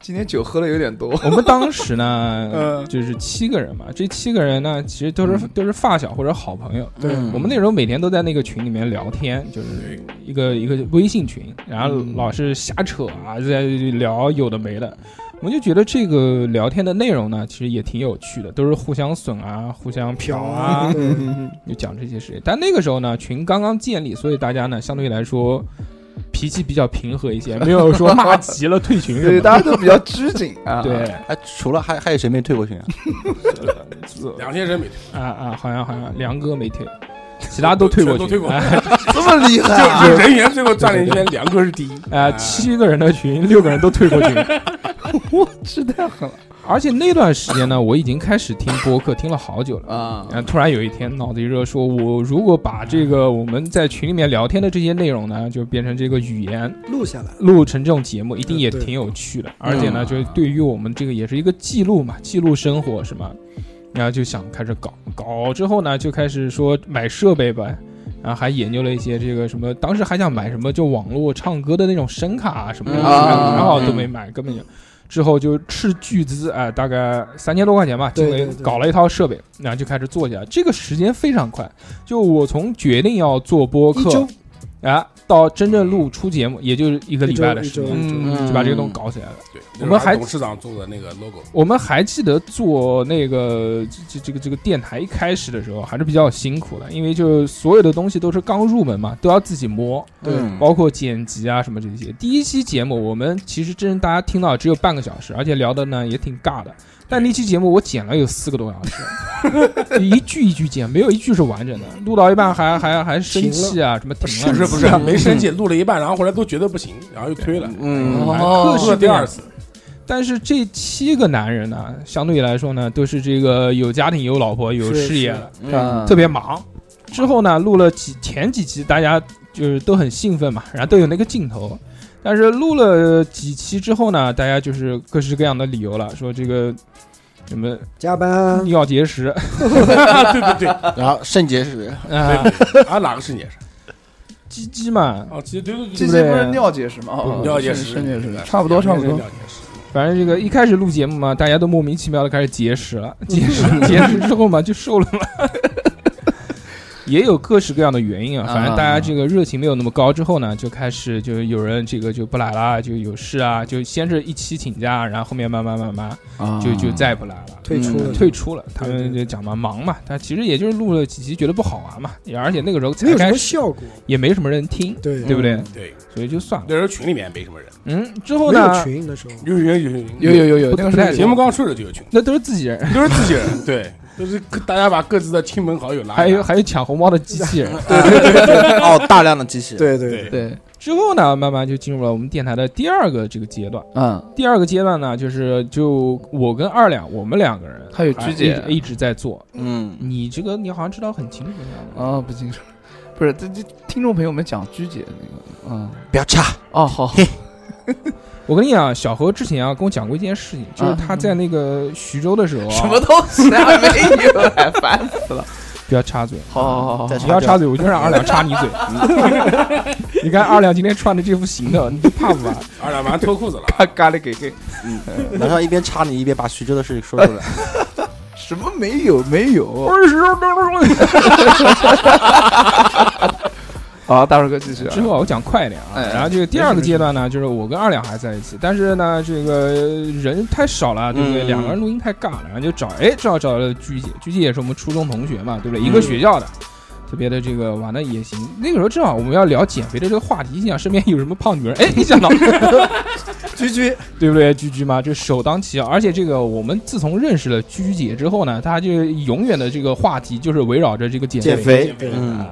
[SPEAKER 3] 今天酒喝的有点多，
[SPEAKER 2] [LAUGHS] 我们当时呢
[SPEAKER 3] 嗯，
[SPEAKER 2] 就是七个人嘛，这七个人呢，其实都是都是发小或者好朋友。
[SPEAKER 4] 对
[SPEAKER 6] 嗯
[SPEAKER 2] 我们那时候每天都在那个群里面聊天，就是一个一个微信群，然后
[SPEAKER 3] 嗯
[SPEAKER 2] 老是瞎扯啊，在聊有的没的。我们就觉得这个聊天的内容呢，其实也挺有趣的，都是互相损啊，互相嫖啊，
[SPEAKER 3] 嗯
[SPEAKER 2] [LAUGHS]
[SPEAKER 4] 对
[SPEAKER 2] 就讲这些事情。但那个时候呢，群刚刚建立，所以大家呢相对来说脾气比较平和一些，没有说骂急了退群什
[SPEAKER 3] 对，
[SPEAKER 2] 么
[SPEAKER 3] 大
[SPEAKER 2] 的。
[SPEAKER 3] 家都比较拘谨啊。
[SPEAKER 2] 对，
[SPEAKER 6] 哎，除了还还有谁没退过群啊？
[SPEAKER 5] 两千人每天 [LAUGHS]
[SPEAKER 2] 啊啊，好像好像梁哥没退， [LAUGHS] 其他都推过
[SPEAKER 5] 全都
[SPEAKER 2] 去，
[SPEAKER 5] 推过去
[SPEAKER 2] 哎
[SPEAKER 3] 这么厉害啊
[SPEAKER 5] 就就人员最后转了一圈，梁哥是第一。
[SPEAKER 2] [LAUGHS] 哎，
[SPEAKER 5] 啊
[SPEAKER 2] 七个人的群， [LAUGHS] 六个人都退过去。
[SPEAKER 3] 我这太狠了
[SPEAKER 2] 而且那段时间呢，我已经开始听播客，听了好久了。
[SPEAKER 3] 啊！
[SPEAKER 2] 然后突然有一天脑子一热，说我如果把这个我们在群里面聊天的这些内容呢，就变成这个语言
[SPEAKER 4] 录下来，
[SPEAKER 2] 录成这种节目，一定也
[SPEAKER 4] 呃对
[SPEAKER 2] 挺有趣的。而且呢，就是对于我们这个也是一个记录嘛，记录生活是吗？然后就想开始搞，搞之后呢，就开始说买设备吧，然后还研究了一些这个什么，当时还想买什么，就网络唱歌的那种声卡啊什么的，
[SPEAKER 6] 嗯
[SPEAKER 2] 然后
[SPEAKER 3] 啊
[SPEAKER 2] 都没买，根本就。之后就斥巨资啊、大概三千多块钱吧，
[SPEAKER 4] 对
[SPEAKER 2] 进了
[SPEAKER 4] 对对
[SPEAKER 2] 搞了一套设备，然后就开始做起来。这个时间非常快，就我从决定要做播
[SPEAKER 4] 一周
[SPEAKER 2] 客啊，到真正录出节目，也就是一个礼拜的
[SPEAKER 4] 一
[SPEAKER 2] 时
[SPEAKER 4] 周
[SPEAKER 2] 间，
[SPEAKER 3] 嗯
[SPEAKER 2] 就把这个东西搞起来了。
[SPEAKER 5] 对，
[SPEAKER 2] 我们还
[SPEAKER 5] 董事长做的那个 logo，
[SPEAKER 2] 我们还记得做那个这这这个这个电台一开始的时候还是比较辛苦的，因为就是所有的东西都是刚入门嘛，都要自己摸，
[SPEAKER 3] 对
[SPEAKER 5] 嗯
[SPEAKER 2] 包括剪辑啊什么这些。第一期节目我们其实真正大家听到只有半个小时，而且聊的呢也挺尬的。但那期节目我剪了有四个多小时，
[SPEAKER 4] [LAUGHS]
[SPEAKER 2] 一句一句剪，没有一句是完整的。录到一半还还还生气啊，什么停
[SPEAKER 5] 不
[SPEAKER 2] 了，
[SPEAKER 5] 是不是嗯没生气，录了一半，然后后来都觉得不行，然后又推了，
[SPEAKER 6] 嗯，
[SPEAKER 4] 啊
[SPEAKER 2] 哎
[SPEAKER 3] 哦
[SPEAKER 2] 克
[SPEAKER 5] 录了
[SPEAKER 2] 是
[SPEAKER 5] 第二次，
[SPEAKER 2] 但是这七个男人呢，相对来说呢，都是这个有家庭、有老婆、有
[SPEAKER 4] 是
[SPEAKER 2] 事业
[SPEAKER 4] 是
[SPEAKER 2] 的，嗯
[SPEAKER 6] 嗯
[SPEAKER 3] 啊
[SPEAKER 2] 特别忙。之后呢，录了几前几期，大家就是都很兴奋嘛，然后都有那个劲头。但是录了几期之后呢，大家就是各式各样的理由了，说这个什么
[SPEAKER 4] 加班，
[SPEAKER 2] 尿结石啊、
[SPEAKER 5] [LAUGHS] 对 [LAUGHS] 对对，
[SPEAKER 6] 然后肾结 [LAUGHS] 石，
[SPEAKER 5] 啊哪个是你？
[SPEAKER 2] 鸡鸡嘛，
[SPEAKER 5] 哦，其实对对对
[SPEAKER 3] 这些不是尿结石吗？哦
[SPEAKER 5] 尿结
[SPEAKER 3] 是
[SPEAKER 5] 石
[SPEAKER 3] 是尿结石，差不多差不多
[SPEAKER 5] 尿。结石，
[SPEAKER 2] 反正这个一开始录节目嘛，大家都莫名其妙的开始节食
[SPEAKER 3] [LAUGHS]
[SPEAKER 2] 了，节食节食之后嘛就瘦了嘛， [LAUGHS] 也有各式各样的原因啊。反正大家这个热情没有那么高之后呢，就开始就有人这个就不来啦，就有事啊，就先是一期请假，然后后面慢慢慢慢
[SPEAKER 3] 啊
[SPEAKER 2] 就就再也不来了。
[SPEAKER 4] 退出了，
[SPEAKER 2] 嗯退出了，他
[SPEAKER 4] 对对
[SPEAKER 2] 们就讲嘛忙嘛，他其实也就是录了几集，觉得不好玩嘛，也而且那个时候
[SPEAKER 4] 没
[SPEAKER 2] 才
[SPEAKER 4] 有什
[SPEAKER 2] 开
[SPEAKER 4] 么
[SPEAKER 2] 始，
[SPEAKER 4] 效果，
[SPEAKER 2] 也没什么人听，
[SPEAKER 3] 嗯
[SPEAKER 4] 对
[SPEAKER 2] 对不对？
[SPEAKER 5] 对，
[SPEAKER 2] 所以就算了。
[SPEAKER 5] 那时候群里面没什么人，
[SPEAKER 2] 嗯，之后
[SPEAKER 4] 没
[SPEAKER 2] 呢，
[SPEAKER 4] 有群的时候，
[SPEAKER 5] 有有有有
[SPEAKER 3] 有有有有，
[SPEAKER 2] 不
[SPEAKER 3] 那个
[SPEAKER 2] 不太
[SPEAKER 3] 是
[SPEAKER 5] 节目刚出的就有群，
[SPEAKER 2] 那都是自己人，
[SPEAKER 5] 都是自己人， [LAUGHS] 对，都是各大家把各自的亲朋好友拉，
[SPEAKER 3] 哎
[SPEAKER 2] 还有还有抢红包的机器人。
[SPEAKER 3] [LAUGHS]
[SPEAKER 6] 哦，大量的机器，
[SPEAKER 4] 对对
[SPEAKER 5] 对，
[SPEAKER 3] 对，
[SPEAKER 2] 之后呢，慢慢就进入了我们电台的第二个这个阶段。
[SPEAKER 3] 嗯，
[SPEAKER 2] 第二个阶段呢，就是就我跟二两，我们两个人，
[SPEAKER 3] 还有鞠姐
[SPEAKER 2] 啊一一直在做。
[SPEAKER 6] 嗯，
[SPEAKER 2] 你这个你好像知道很清楚一样
[SPEAKER 3] 哦，不清楚，不是这这听众朋友们讲鞠姐那个，嗯，
[SPEAKER 6] 不要差，
[SPEAKER 3] 哦，好，好
[SPEAKER 2] 我跟你讲，小何之前啊跟我讲过一件事情，就是他在那个徐州的时候啊，
[SPEAKER 3] 啊什么东西啊？没有，哎烦死了。
[SPEAKER 2] 不要插嘴，
[SPEAKER 3] [LAUGHS] 好好好好
[SPEAKER 6] 再
[SPEAKER 2] 你要
[SPEAKER 6] 差
[SPEAKER 2] 插嘴，我就让二两插你嘴。
[SPEAKER 3] [LAUGHS]
[SPEAKER 2] [LAUGHS] 你看二两今天穿的这副行头，你怕不怕？
[SPEAKER 5] 二两完脱裤子了，
[SPEAKER 3] 好，咖喱给给，
[SPEAKER 6] 马上一边插你一边把徐州的事情说出来，
[SPEAKER 3] 什么没有没有？
[SPEAKER 2] 二十
[SPEAKER 3] 好，大帅哥继续啊
[SPEAKER 2] 之。后啊我讲快一点啊，
[SPEAKER 3] 哎哎
[SPEAKER 2] 然后这个第二个阶段呢，就是我跟二两还在一起，但是呢，这个人太少了，对不对？
[SPEAKER 6] 嗯
[SPEAKER 2] 两个人录音太尬了，然后就找，哎，正好找到了鞠姐，鞠姐也是我们初中同学嘛，对不
[SPEAKER 3] 嗯
[SPEAKER 2] 对？一个学校的，特别的这个玩的也行。那个时候正好我们要聊减肥的这个话题，心想身边有什么胖女人，哎，一想到 [LAUGHS]
[SPEAKER 4] 居居
[SPEAKER 2] 对不对？居居嘛，就首当其要。而且这个我们自从认识了居姐之后呢，她就永远的这个话题就是围绕着这个减
[SPEAKER 6] 减
[SPEAKER 2] 肥
[SPEAKER 6] 肥，
[SPEAKER 5] 对
[SPEAKER 6] [LAUGHS] 嗯，
[SPEAKER 2] 啊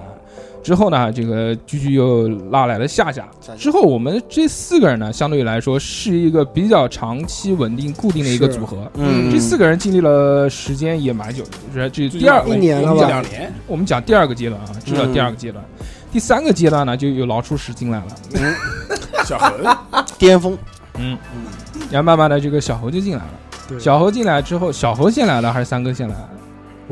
[SPEAKER 2] 之后呢，这个居居又拉来了夏夏
[SPEAKER 6] 夏夏。
[SPEAKER 2] 之后，我们这四个人呢，相对来说是一个比较长期、稳定、固定的一个
[SPEAKER 4] 是
[SPEAKER 2] 组合。
[SPEAKER 6] 嗯
[SPEAKER 2] 这四个人经历了时间也蛮久的，就是这第二
[SPEAKER 4] 一年了吧
[SPEAKER 5] 这两年，
[SPEAKER 2] 我们讲第二个阶段啊，知道
[SPEAKER 6] 嗯
[SPEAKER 2] 第二个阶段。第三个阶段呢，就有老鼠屎进来了，
[SPEAKER 5] 小何
[SPEAKER 6] 巅峰，
[SPEAKER 2] 然后慢慢的这个小猴就进来了。
[SPEAKER 4] 对
[SPEAKER 2] 小猴进来之后，小猴先来的还是三哥先来的？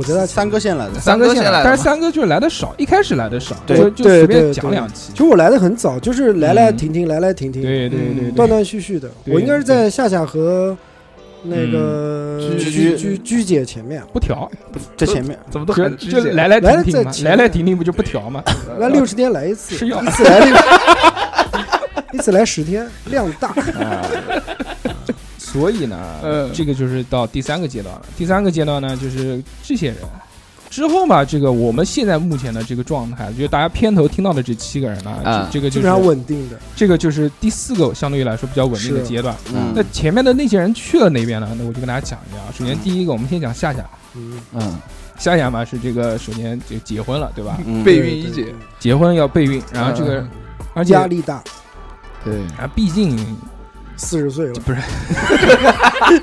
[SPEAKER 4] 我觉得
[SPEAKER 6] 三哥先来的，
[SPEAKER 2] 三
[SPEAKER 3] 三
[SPEAKER 2] 哥
[SPEAKER 3] 哥
[SPEAKER 2] 先
[SPEAKER 3] 先来
[SPEAKER 2] 来，
[SPEAKER 3] 的
[SPEAKER 2] 但是三哥就是来的少，一开始来的少，
[SPEAKER 6] 对
[SPEAKER 2] 就就
[SPEAKER 4] 对
[SPEAKER 2] 随便
[SPEAKER 4] 对
[SPEAKER 2] 讲
[SPEAKER 4] 对
[SPEAKER 2] 两期
[SPEAKER 4] 其。实我来的很早，就是来来停停，来来停停，
[SPEAKER 2] 对对对对，
[SPEAKER 4] 断断续续的。
[SPEAKER 2] 对
[SPEAKER 4] 我应该是在夏夏和那个
[SPEAKER 3] 嗯
[SPEAKER 4] 居
[SPEAKER 6] 居
[SPEAKER 4] 居居姐前面，
[SPEAKER 2] 不调，
[SPEAKER 6] 在前面，
[SPEAKER 3] 怎么都
[SPEAKER 2] 就
[SPEAKER 3] 很鞠
[SPEAKER 2] 就
[SPEAKER 3] 姐？
[SPEAKER 2] 来来
[SPEAKER 4] 来
[SPEAKER 2] 停
[SPEAKER 4] 了
[SPEAKER 2] 停
[SPEAKER 4] 再
[SPEAKER 2] 嘛，
[SPEAKER 4] 提
[SPEAKER 2] 来来停停不就不调嘛？
[SPEAKER 4] 那六十天来一次，
[SPEAKER 2] 吃药
[SPEAKER 4] 一次来六， [LAUGHS] 一次来十天，量大。
[SPEAKER 2] [LAUGHS] 所以呢，
[SPEAKER 3] 嗯
[SPEAKER 2] 这个就是到第三个阶段了。第三个阶段呢，就是这些人之后嘛，这个我们现在目前的这个状态，就是大家片头听到的这七个人呢，
[SPEAKER 3] 啊
[SPEAKER 2] 这这个
[SPEAKER 4] 基
[SPEAKER 2] 就
[SPEAKER 4] 本上
[SPEAKER 2] 是
[SPEAKER 4] 稳定的，
[SPEAKER 2] 这个就是第四个相对于来说比较稳定的
[SPEAKER 4] 是
[SPEAKER 2] 阶段。
[SPEAKER 6] 嗯
[SPEAKER 2] 那，前面的那些人去了哪边呢？那我就跟大家讲一下啊。首先第一个，我们先讲夏夏。
[SPEAKER 4] 嗯，
[SPEAKER 3] 嗯，
[SPEAKER 2] 夏亚嘛是这个首先就结婚了，对吧？
[SPEAKER 6] 嗯
[SPEAKER 3] 备孕一姐，
[SPEAKER 2] 结婚要备孕，然后这个而且
[SPEAKER 4] 压
[SPEAKER 2] 啊，
[SPEAKER 4] 力大，
[SPEAKER 3] 对，
[SPEAKER 2] 毕竟
[SPEAKER 4] 四十岁了，
[SPEAKER 2] 不是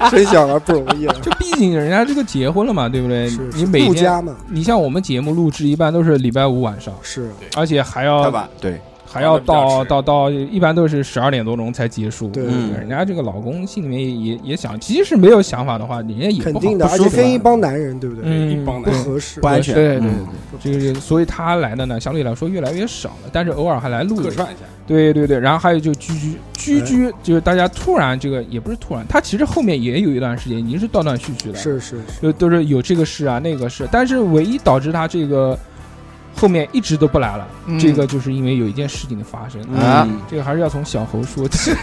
[SPEAKER 4] 生小孩不容
[SPEAKER 2] [LAUGHS]
[SPEAKER 4] 易了，啊
[SPEAKER 2] 就毕竟人家这个结婚了嘛，对不对？
[SPEAKER 4] 是
[SPEAKER 2] 嗯你
[SPEAKER 4] 是
[SPEAKER 2] 每
[SPEAKER 4] 陆
[SPEAKER 2] 天
[SPEAKER 4] 家嘛，
[SPEAKER 2] 你像我们节目录制一般都是礼拜五晚上，
[SPEAKER 4] 是
[SPEAKER 2] 而且还
[SPEAKER 6] 太
[SPEAKER 2] 要
[SPEAKER 6] 晚，对，
[SPEAKER 2] 还要
[SPEAKER 5] 晚
[SPEAKER 2] 到
[SPEAKER 5] 上比较迟
[SPEAKER 2] 到到，一般都是十二点多钟才结束。
[SPEAKER 4] 对
[SPEAKER 6] 嗯
[SPEAKER 2] 人家这个老公心里面也也也想，即使没有想法的话，人家也
[SPEAKER 4] 肯
[SPEAKER 2] 不好
[SPEAKER 4] 定的，
[SPEAKER 2] 不
[SPEAKER 4] 而
[SPEAKER 2] 舒
[SPEAKER 4] 且
[SPEAKER 2] 服
[SPEAKER 4] 跟
[SPEAKER 2] 啊
[SPEAKER 4] 一帮男人对不对？
[SPEAKER 2] 嗯
[SPEAKER 5] 一帮
[SPEAKER 4] 不
[SPEAKER 5] 男人
[SPEAKER 4] 合适
[SPEAKER 6] 不，安全。
[SPEAKER 2] 对对
[SPEAKER 6] 嗯
[SPEAKER 2] 这个就，所以他来的呢，相对来说越来越少了，但是偶尔还来录
[SPEAKER 5] 客
[SPEAKER 2] 一下。
[SPEAKER 5] 串一下，
[SPEAKER 2] 对对对，然后还有就居居居
[SPEAKER 4] 哎
[SPEAKER 2] 居，就是大家突然这个也不是突然，他其实后面也有一段时间已经是断断续续的，
[SPEAKER 4] 是是是，
[SPEAKER 2] 就都是有这个事啊那个事，但是唯一导致他这个后面一直都不来了，
[SPEAKER 3] 嗯
[SPEAKER 2] 这个就是因为有一件事情的发生。
[SPEAKER 6] 嗯
[SPEAKER 3] 啊
[SPEAKER 2] 这个还是要从小猴说起，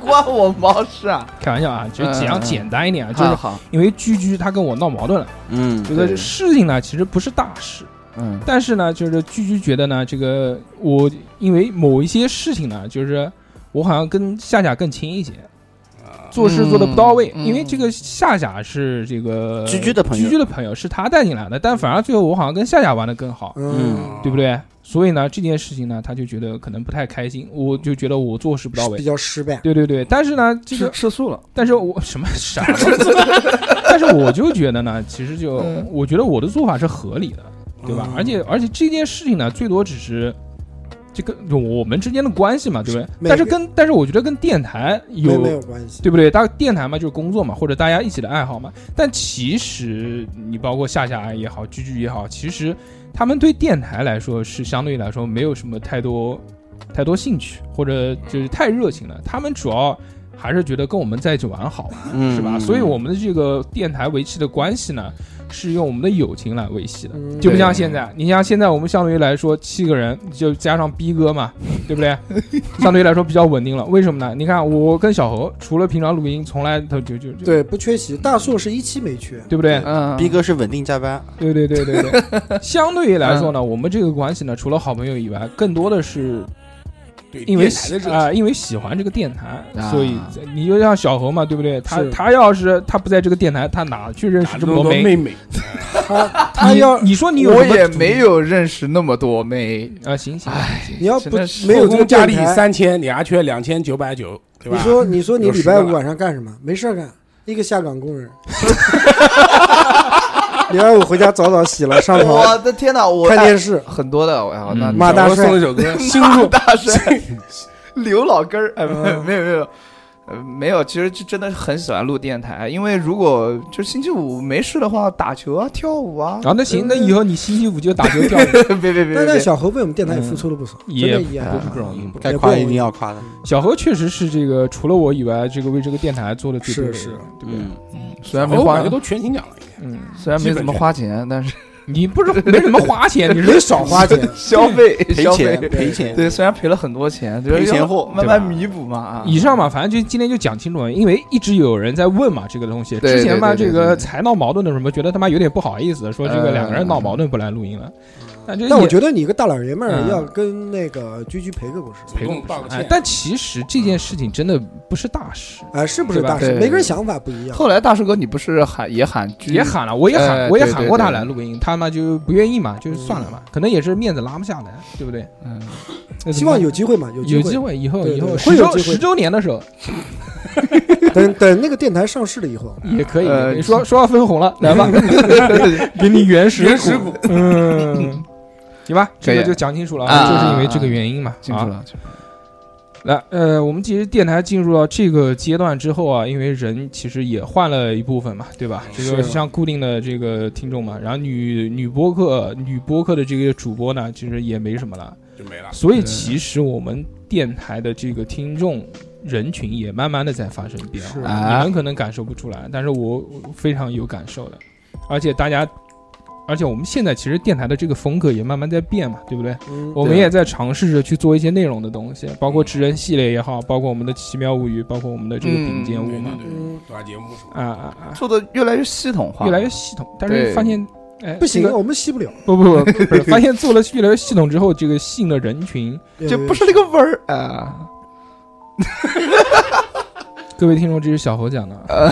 [SPEAKER 3] 关我毛事啊！
[SPEAKER 2] 开玩笑啊，就是尽量简单一点啊，就
[SPEAKER 3] 好
[SPEAKER 2] 是
[SPEAKER 3] 好，
[SPEAKER 2] 因为居居他跟我闹矛盾了，
[SPEAKER 6] 嗯
[SPEAKER 2] 觉得
[SPEAKER 3] 对
[SPEAKER 2] 事情呢其实不是大事，
[SPEAKER 3] 嗯
[SPEAKER 2] 但是呢，就是居居觉得呢，这个我因为某一些事情呢，就是我好像跟夏夏更亲一些，
[SPEAKER 6] 啊
[SPEAKER 2] 做事做的不到位，
[SPEAKER 3] 嗯
[SPEAKER 2] 因为这个夏夏是这个
[SPEAKER 6] 居居的朋友
[SPEAKER 2] 居居的朋友是他带进来的，但反而最后我好像跟夏夏玩的更
[SPEAKER 6] 啊
[SPEAKER 2] 好，
[SPEAKER 4] 嗯，
[SPEAKER 5] 啊
[SPEAKER 2] 对不对？所以呢，这件事情呢，他就觉得可能不太开心，我就觉得我做事不到
[SPEAKER 6] [LAUGHS]
[SPEAKER 4] 比
[SPEAKER 2] 位。
[SPEAKER 4] 较失败，
[SPEAKER 2] 对对对，但是呢，这
[SPEAKER 3] 吃
[SPEAKER 2] 个
[SPEAKER 3] 吃素了，
[SPEAKER 2] 但是我什么傻，但是我就觉得呢，其实就
[SPEAKER 3] 嗯
[SPEAKER 2] 我觉得我的做法是合理的，对
[SPEAKER 4] 嗯
[SPEAKER 2] 吧？而且而且这件事情呢，最多只是这个我们之间的关系嘛，对不对？
[SPEAKER 4] 每个
[SPEAKER 2] 但是跟但是我觉得跟电台
[SPEAKER 4] 没没
[SPEAKER 2] 有
[SPEAKER 4] 有关系，
[SPEAKER 2] 对不对？大电台嘛就是工作嘛，或者大家一起的爱好嘛。但其实你包括夏夏也好，居居也好，其实他们对电台来说是相对来说没有什么太多太多兴趣，或者就是太热情了。他们主要还是觉得跟我们在一起玩好玩。
[SPEAKER 6] 嗯
[SPEAKER 2] 是吧？所以我们的这个电台维系的关系呢，是用我们的友情来维系的，
[SPEAKER 4] 嗯
[SPEAKER 2] 就不像现在，你像现在我们相对于来说七个人，就加上逼哥嘛，对不对？相对于来说比较稳定了，为什么呢？你看我跟小侯，除了平常录音，从来都就就就
[SPEAKER 4] 对不缺席，大树是一期没缺，
[SPEAKER 2] 对不对？
[SPEAKER 3] 嗯
[SPEAKER 6] 逼哥是稳定加班，
[SPEAKER 2] 对对对对对。相对于来说呢，我们这个关系呢，除了好朋友以外，更多的是
[SPEAKER 5] 对，
[SPEAKER 2] 因为
[SPEAKER 5] 电台的
[SPEAKER 2] 喜
[SPEAKER 5] 热
[SPEAKER 2] 啊、因为喜欢这个电台，
[SPEAKER 3] 啊
[SPEAKER 2] 所以你就像小侯嘛，对不对？他
[SPEAKER 4] 是
[SPEAKER 2] 他要是他不在这个电台，他哪去认识
[SPEAKER 5] 打
[SPEAKER 2] 这
[SPEAKER 5] 这
[SPEAKER 2] 么
[SPEAKER 5] 么
[SPEAKER 2] 多
[SPEAKER 5] 多
[SPEAKER 2] 妹
[SPEAKER 5] 妹妹，
[SPEAKER 4] 他他要
[SPEAKER 2] 你说你有
[SPEAKER 3] 我
[SPEAKER 2] 什么
[SPEAKER 3] 也
[SPEAKER 2] 主
[SPEAKER 3] 没有哎认识那么多妹，
[SPEAKER 2] 啊，行行，
[SPEAKER 4] 你要
[SPEAKER 3] 真
[SPEAKER 4] 不
[SPEAKER 3] 的是
[SPEAKER 4] 没有
[SPEAKER 5] 后
[SPEAKER 4] 这个
[SPEAKER 5] 宫佳丽
[SPEAKER 4] 电台
[SPEAKER 5] 三千，你还缺两千九百九，对吧？
[SPEAKER 4] 你说，你说你
[SPEAKER 5] 有
[SPEAKER 4] 礼
[SPEAKER 5] 十
[SPEAKER 4] 拜
[SPEAKER 5] 个
[SPEAKER 4] 五
[SPEAKER 5] 了
[SPEAKER 4] 晚上干什么？没事儿干，一个下岗工人。礼拜五回家早早洗了，上
[SPEAKER 3] 我
[SPEAKER 4] 床
[SPEAKER 3] 的天哪，我
[SPEAKER 4] 看电
[SPEAKER 3] 哎
[SPEAKER 4] 视，
[SPEAKER 3] 很多的，我靠，那
[SPEAKER 2] 嗯
[SPEAKER 4] 马大
[SPEAKER 5] 我送
[SPEAKER 4] 帅
[SPEAKER 5] 一首歌，
[SPEAKER 2] 心入
[SPEAKER 3] 大帅 [LAUGHS] 刘老根儿，哎，没有
[SPEAKER 4] 嗯
[SPEAKER 3] 没有没有，呃，没有，其实就真的很喜欢录电台，因为如果就星期五没事的话，打球啊，跳舞啊，
[SPEAKER 2] 啊，那行，那以后你星期五就打球跳舞，
[SPEAKER 3] [LAUGHS] 别别别别
[SPEAKER 4] 但但
[SPEAKER 3] 别，
[SPEAKER 4] 小侯为我们电台也付出了不少，真
[SPEAKER 2] 也啊不
[SPEAKER 4] 的也
[SPEAKER 2] 是不容易。
[SPEAKER 6] 该夸一定要夸的，
[SPEAKER 2] 小何确实是这个，除了我以外，这个为这个电台做的最多的
[SPEAKER 4] 是是
[SPEAKER 2] 人，对不对？
[SPEAKER 6] 嗯，
[SPEAKER 3] 虽然没
[SPEAKER 5] 我
[SPEAKER 3] 花
[SPEAKER 5] 感觉，都全勤奖了，应
[SPEAKER 2] 嗯，
[SPEAKER 3] 虽然没怎么花钱，但是，
[SPEAKER 2] 你不是没怎么花钱，你是
[SPEAKER 4] 没少花钱
[SPEAKER 3] 消费
[SPEAKER 6] 赔
[SPEAKER 3] 消
[SPEAKER 6] 钱
[SPEAKER 3] 费，
[SPEAKER 6] 赔
[SPEAKER 3] [LAUGHS]
[SPEAKER 6] 钱，
[SPEAKER 3] 对，虽然赔了很多钱，就是
[SPEAKER 6] 赔钱
[SPEAKER 3] 要
[SPEAKER 6] 货
[SPEAKER 3] 慢慢弥补嘛啊。
[SPEAKER 2] [LAUGHS] 以上嘛，反正就今天就讲清楚了，因为一直有人在问嘛这个东西。
[SPEAKER 3] 对
[SPEAKER 2] 之前嘛，
[SPEAKER 3] 对
[SPEAKER 2] 这
[SPEAKER 3] 对
[SPEAKER 2] 个
[SPEAKER 3] 对对
[SPEAKER 2] 才闹矛盾的什么，觉得他妈有点不好意思，说这
[SPEAKER 4] 嗯
[SPEAKER 2] 个两个人闹矛盾不来录音了。但这
[SPEAKER 4] 但嗯我
[SPEAKER 2] 也
[SPEAKER 4] 觉得你一个大老爷们儿
[SPEAKER 2] 嗯
[SPEAKER 4] 要跟那个居居赔个不是，
[SPEAKER 5] 该主动道个
[SPEAKER 2] 哎
[SPEAKER 5] 歉，。
[SPEAKER 2] 但其实这件事情真的不是大事，
[SPEAKER 4] 啊，是不是
[SPEAKER 2] 对吧
[SPEAKER 4] 大事？
[SPEAKER 3] 对
[SPEAKER 4] 每个人想法不一样。
[SPEAKER 3] 后来大树哥，你不是喊也喊
[SPEAKER 4] 嗯
[SPEAKER 3] 狙
[SPEAKER 2] 也喊了，我也喊，
[SPEAKER 3] 哎
[SPEAKER 2] 我也
[SPEAKER 3] 对
[SPEAKER 2] 喊
[SPEAKER 3] 对
[SPEAKER 2] 过他
[SPEAKER 3] 对
[SPEAKER 2] 来录音，他嘛就不愿意嘛，
[SPEAKER 4] 嗯
[SPEAKER 2] 就是算了嘛，可能也是面子拉不下来，对不对？
[SPEAKER 3] 嗯
[SPEAKER 2] 那怎么
[SPEAKER 4] 希望
[SPEAKER 2] 办
[SPEAKER 4] 有机会嘛，有
[SPEAKER 2] 有
[SPEAKER 4] 机
[SPEAKER 2] 机
[SPEAKER 4] 会。
[SPEAKER 2] 会，以后
[SPEAKER 4] 对
[SPEAKER 2] 以后
[SPEAKER 4] 对
[SPEAKER 2] 十
[SPEAKER 4] 会有
[SPEAKER 2] 周
[SPEAKER 4] 机会
[SPEAKER 2] 十周年的时候
[SPEAKER 4] 等等那个电台上市了以后，
[SPEAKER 2] 也可以
[SPEAKER 3] 呃。
[SPEAKER 2] 你说说要分红 [LAUGHS] 了，来吧，给你原始
[SPEAKER 5] 原始股，
[SPEAKER 2] 嗯， [LAUGHS] 行吧，这个
[SPEAKER 3] 可以
[SPEAKER 2] 就讲清楚了，
[SPEAKER 3] 啊
[SPEAKER 2] 就是因为这个原因嘛。
[SPEAKER 3] 清楚
[SPEAKER 2] 啊，
[SPEAKER 3] 了，清楚了
[SPEAKER 2] 来，呃，我们其实电台进入到这个阶段之后啊，因为人其实也换了一部分嘛，对吧？这个
[SPEAKER 4] 是
[SPEAKER 2] 像固定的这个听众嘛，然后女女播客女播客的这个主播呢，其实也没什么了，
[SPEAKER 5] 就没了。
[SPEAKER 2] 所以其实我们电台的这个听众人群也慢慢的在发生变化，
[SPEAKER 4] 是
[SPEAKER 2] 你们可能感受不出来，但是我我非常有感受的，而且大家，而且我们现在其实电台的这个风格也慢慢在变嘛，对不对？
[SPEAKER 4] 嗯，
[SPEAKER 2] 我们也在尝试着去做一些内容的东西，包括职人系列也好，包括我们的奇妙物语，包括我们的这个
[SPEAKER 3] 嗯
[SPEAKER 2] 顶尖物
[SPEAKER 5] 对
[SPEAKER 2] 嘛
[SPEAKER 5] 对，对，短节目什么的？
[SPEAKER 2] 啊啊啊，
[SPEAKER 3] 做的越来越系统化，
[SPEAKER 2] 越来越系统，但是
[SPEAKER 3] 对
[SPEAKER 2] 发现。哎，
[SPEAKER 4] 不行
[SPEAKER 2] 这，个
[SPEAKER 4] 我们吸
[SPEAKER 2] [LAUGHS]
[SPEAKER 4] 不了，
[SPEAKER 2] 不不不，不是发现做了越来越系统之后，这个吸引的人群，
[SPEAKER 3] 就
[SPEAKER 4] 呃
[SPEAKER 3] 不是那个味儿啊。
[SPEAKER 2] 各位听众，这是小侯讲的啊，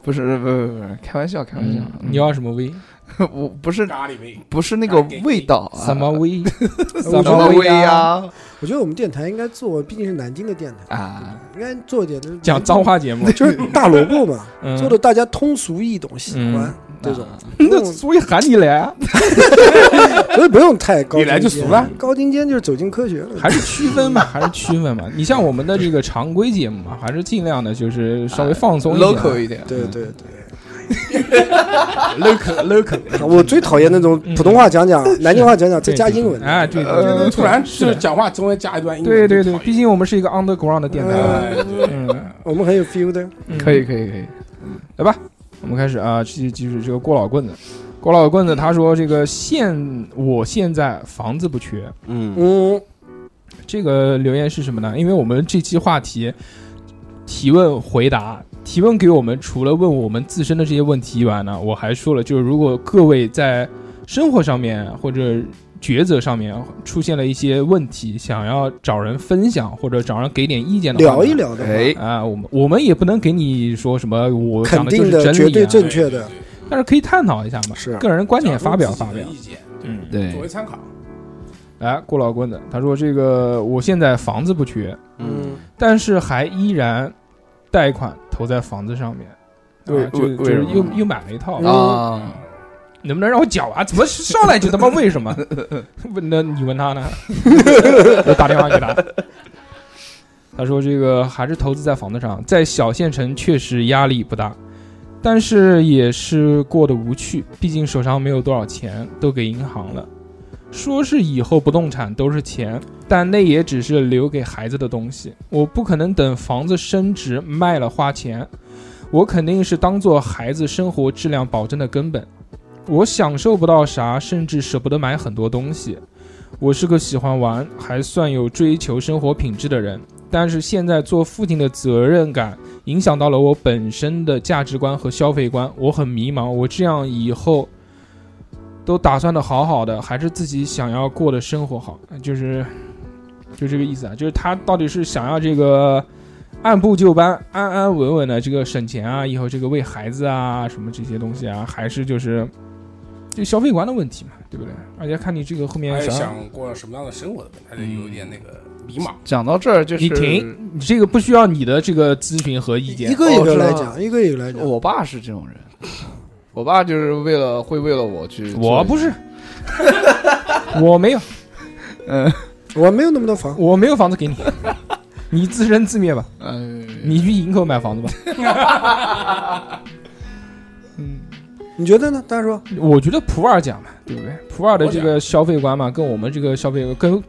[SPEAKER 3] 不是不是不是，开玩笑开玩笑，
[SPEAKER 2] 嗯你要什么 V？
[SPEAKER 3] [LAUGHS] 我不是
[SPEAKER 5] 咖喱味，
[SPEAKER 3] 不是那个味道啊，
[SPEAKER 2] 什么 V？
[SPEAKER 4] 我
[SPEAKER 2] 什
[SPEAKER 4] 觉
[SPEAKER 3] 什
[SPEAKER 4] 得
[SPEAKER 3] 么
[SPEAKER 2] 么
[SPEAKER 3] 味
[SPEAKER 2] V 啊？
[SPEAKER 3] 呀
[SPEAKER 4] 我觉得我们电台应该做，毕竟是南京的电台，
[SPEAKER 3] 啊？
[SPEAKER 4] 应该做一点就
[SPEAKER 2] [LAUGHS]
[SPEAKER 4] 是
[SPEAKER 2] 讲脏，话节目，
[SPEAKER 4] [LAUGHS] 就是大萝卜嘛，
[SPEAKER 2] 嗯
[SPEAKER 4] 做的大家通俗易懂，喜欢
[SPEAKER 2] 嗯
[SPEAKER 4] 这种。
[SPEAKER 2] [LAUGHS] 那所以喊你来啊，
[SPEAKER 4] 所以不用太高精尖，
[SPEAKER 5] 你来就俗了
[SPEAKER 4] 高精尖就是走进科学了。
[SPEAKER 2] 还是区分嘛， [LAUGHS] 还是区分嘛。你像我们的这个常规节目嘛，还是尽量的，就是稍微放松一点啊。
[SPEAKER 3] local 一点，
[SPEAKER 4] 对对
[SPEAKER 2] [LAUGHS]
[SPEAKER 4] 对，
[SPEAKER 5] local local，
[SPEAKER 4] 我最讨厌那种普通话讲讲，南京话讲讲，再
[SPEAKER 2] 嗯对
[SPEAKER 4] 加
[SPEAKER 2] 对对
[SPEAKER 4] 英文的。
[SPEAKER 2] 哎，对，对
[SPEAKER 3] 呃
[SPEAKER 2] 对
[SPEAKER 5] 突然就是讲话中间加一段英
[SPEAKER 2] 对
[SPEAKER 5] 文，
[SPEAKER 2] 对
[SPEAKER 5] 就
[SPEAKER 2] 对，
[SPEAKER 5] 讨厌
[SPEAKER 2] 毕竟我们是一个 underground 的电台，
[SPEAKER 5] 哎对
[SPEAKER 2] 嗯，
[SPEAKER 4] 我们很有 feel 的，
[SPEAKER 2] 嗯
[SPEAKER 3] 可以可以可以，
[SPEAKER 2] 来吧，我们开始啊，继继续这个郭老棍子。郭老棍子他说：“这个现我现在房子不缺。
[SPEAKER 6] 嗯，
[SPEAKER 4] 嗯，”
[SPEAKER 2] 这个留言是什么呢？因为我们这期话题提问回答提问给我们，除了问我们自身的这些问题以外呢，我还说了，就是如果各位在生活上面或者抉择上面出现了一些问题，想要找人分享或者找人给点意见的话呢，
[SPEAKER 4] 聊一聊的话，
[SPEAKER 3] 哎，
[SPEAKER 2] 啊，我们我们也不能给你说什么，我
[SPEAKER 4] 肯
[SPEAKER 2] 讲的就
[SPEAKER 4] 定
[SPEAKER 2] 是真理、啊，
[SPEAKER 4] 绝对正确的，
[SPEAKER 2] 但是可以探讨一下嘛，
[SPEAKER 4] 是
[SPEAKER 2] 个人观点发表
[SPEAKER 5] 讲
[SPEAKER 2] 发
[SPEAKER 5] 出自己
[SPEAKER 2] 表
[SPEAKER 5] 的。意见，
[SPEAKER 2] 嗯，
[SPEAKER 3] 对
[SPEAKER 5] 作为参考。
[SPEAKER 2] 来，郭老棍子他说：“这个我现在房子不缺，
[SPEAKER 6] 嗯，
[SPEAKER 2] 但是还依然贷款投在房子上面，
[SPEAKER 3] 为
[SPEAKER 2] 啊就
[SPEAKER 3] 为
[SPEAKER 2] 就
[SPEAKER 3] 为什
[SPEAKER 2] 是
[SPEAKER 3] 么
[SPEAKER 2] 又又买了一套，
[SPEAKER 3] 啊，
[SPEAKER 2] 能不能让我讲啊？怎么上来就他妈为什么？ [LAUGHS] 问那你问 [LAUGHS] 他呢？我打电话给他，他说这个还是投资在房子上，在小县城确实压力不大，但是也是过得无趣，毕竟手上没有多少钱，都给银行了。说是以后不动产都是钱，但那也只是留给孩子的东西。我不可能等房子升值卖了花钱，我肯定是当做孩子生活质量保证的根本。我享受不到啥，甚至舍不得买很多东西。我是个喜欢玩，还算有追求生活品质的人，但是现在做父亲的责任感影响到了我本身的价值观和消费观，我很迷茫。我这样以后都打算的好好的，还是自己想要过的生活好，就是就这个意思啊，就是他到底是想要这个。按部就班、安安稳稳的这个省钱啊，以后这个为孩子啊什么这些东西啊，还是就是就消费观的问题嘛，对不对？而且看你这个后面
[SPEAKER 5] 还
[SPEAKER 2] 想嗯
[SPEAKER 5] 想过什么样的生活的问题，他就有点那个迷茫。
[SPEAKER 3] 讲到这儿就是
[SPEAKER 2] 你停，你这个不需要你的这个咨询和意见
[SPEAKER 4] 一。个一个来
[SPEAKER 3] 哦是吗
[SPEAKER 4] 讲，一个一个来讲。
[SPEAKER 3] 我爸是这种人，我爸就是为了会为了我去，
[SPEAKER 2] 我不，是， [LAUGHS] 我没有，
[SPEAKER 3] 嗯
[SPEAKER 4] 我没有那么多房，
[SPEAKER 2] 我没有房子给你，你自生自灭吧，
[SPEAKER 3] 嗯，
[SPEAKER 2] 你去营口买房子吧。 [LAUGHS] 嗯，
[SPEAKER 4] 你觉得呢？大家说，
[SPEAKER 2] 我觉得普洱讲嘛，对不对？普洱的这个消费观嘛，跟我们这个消费跟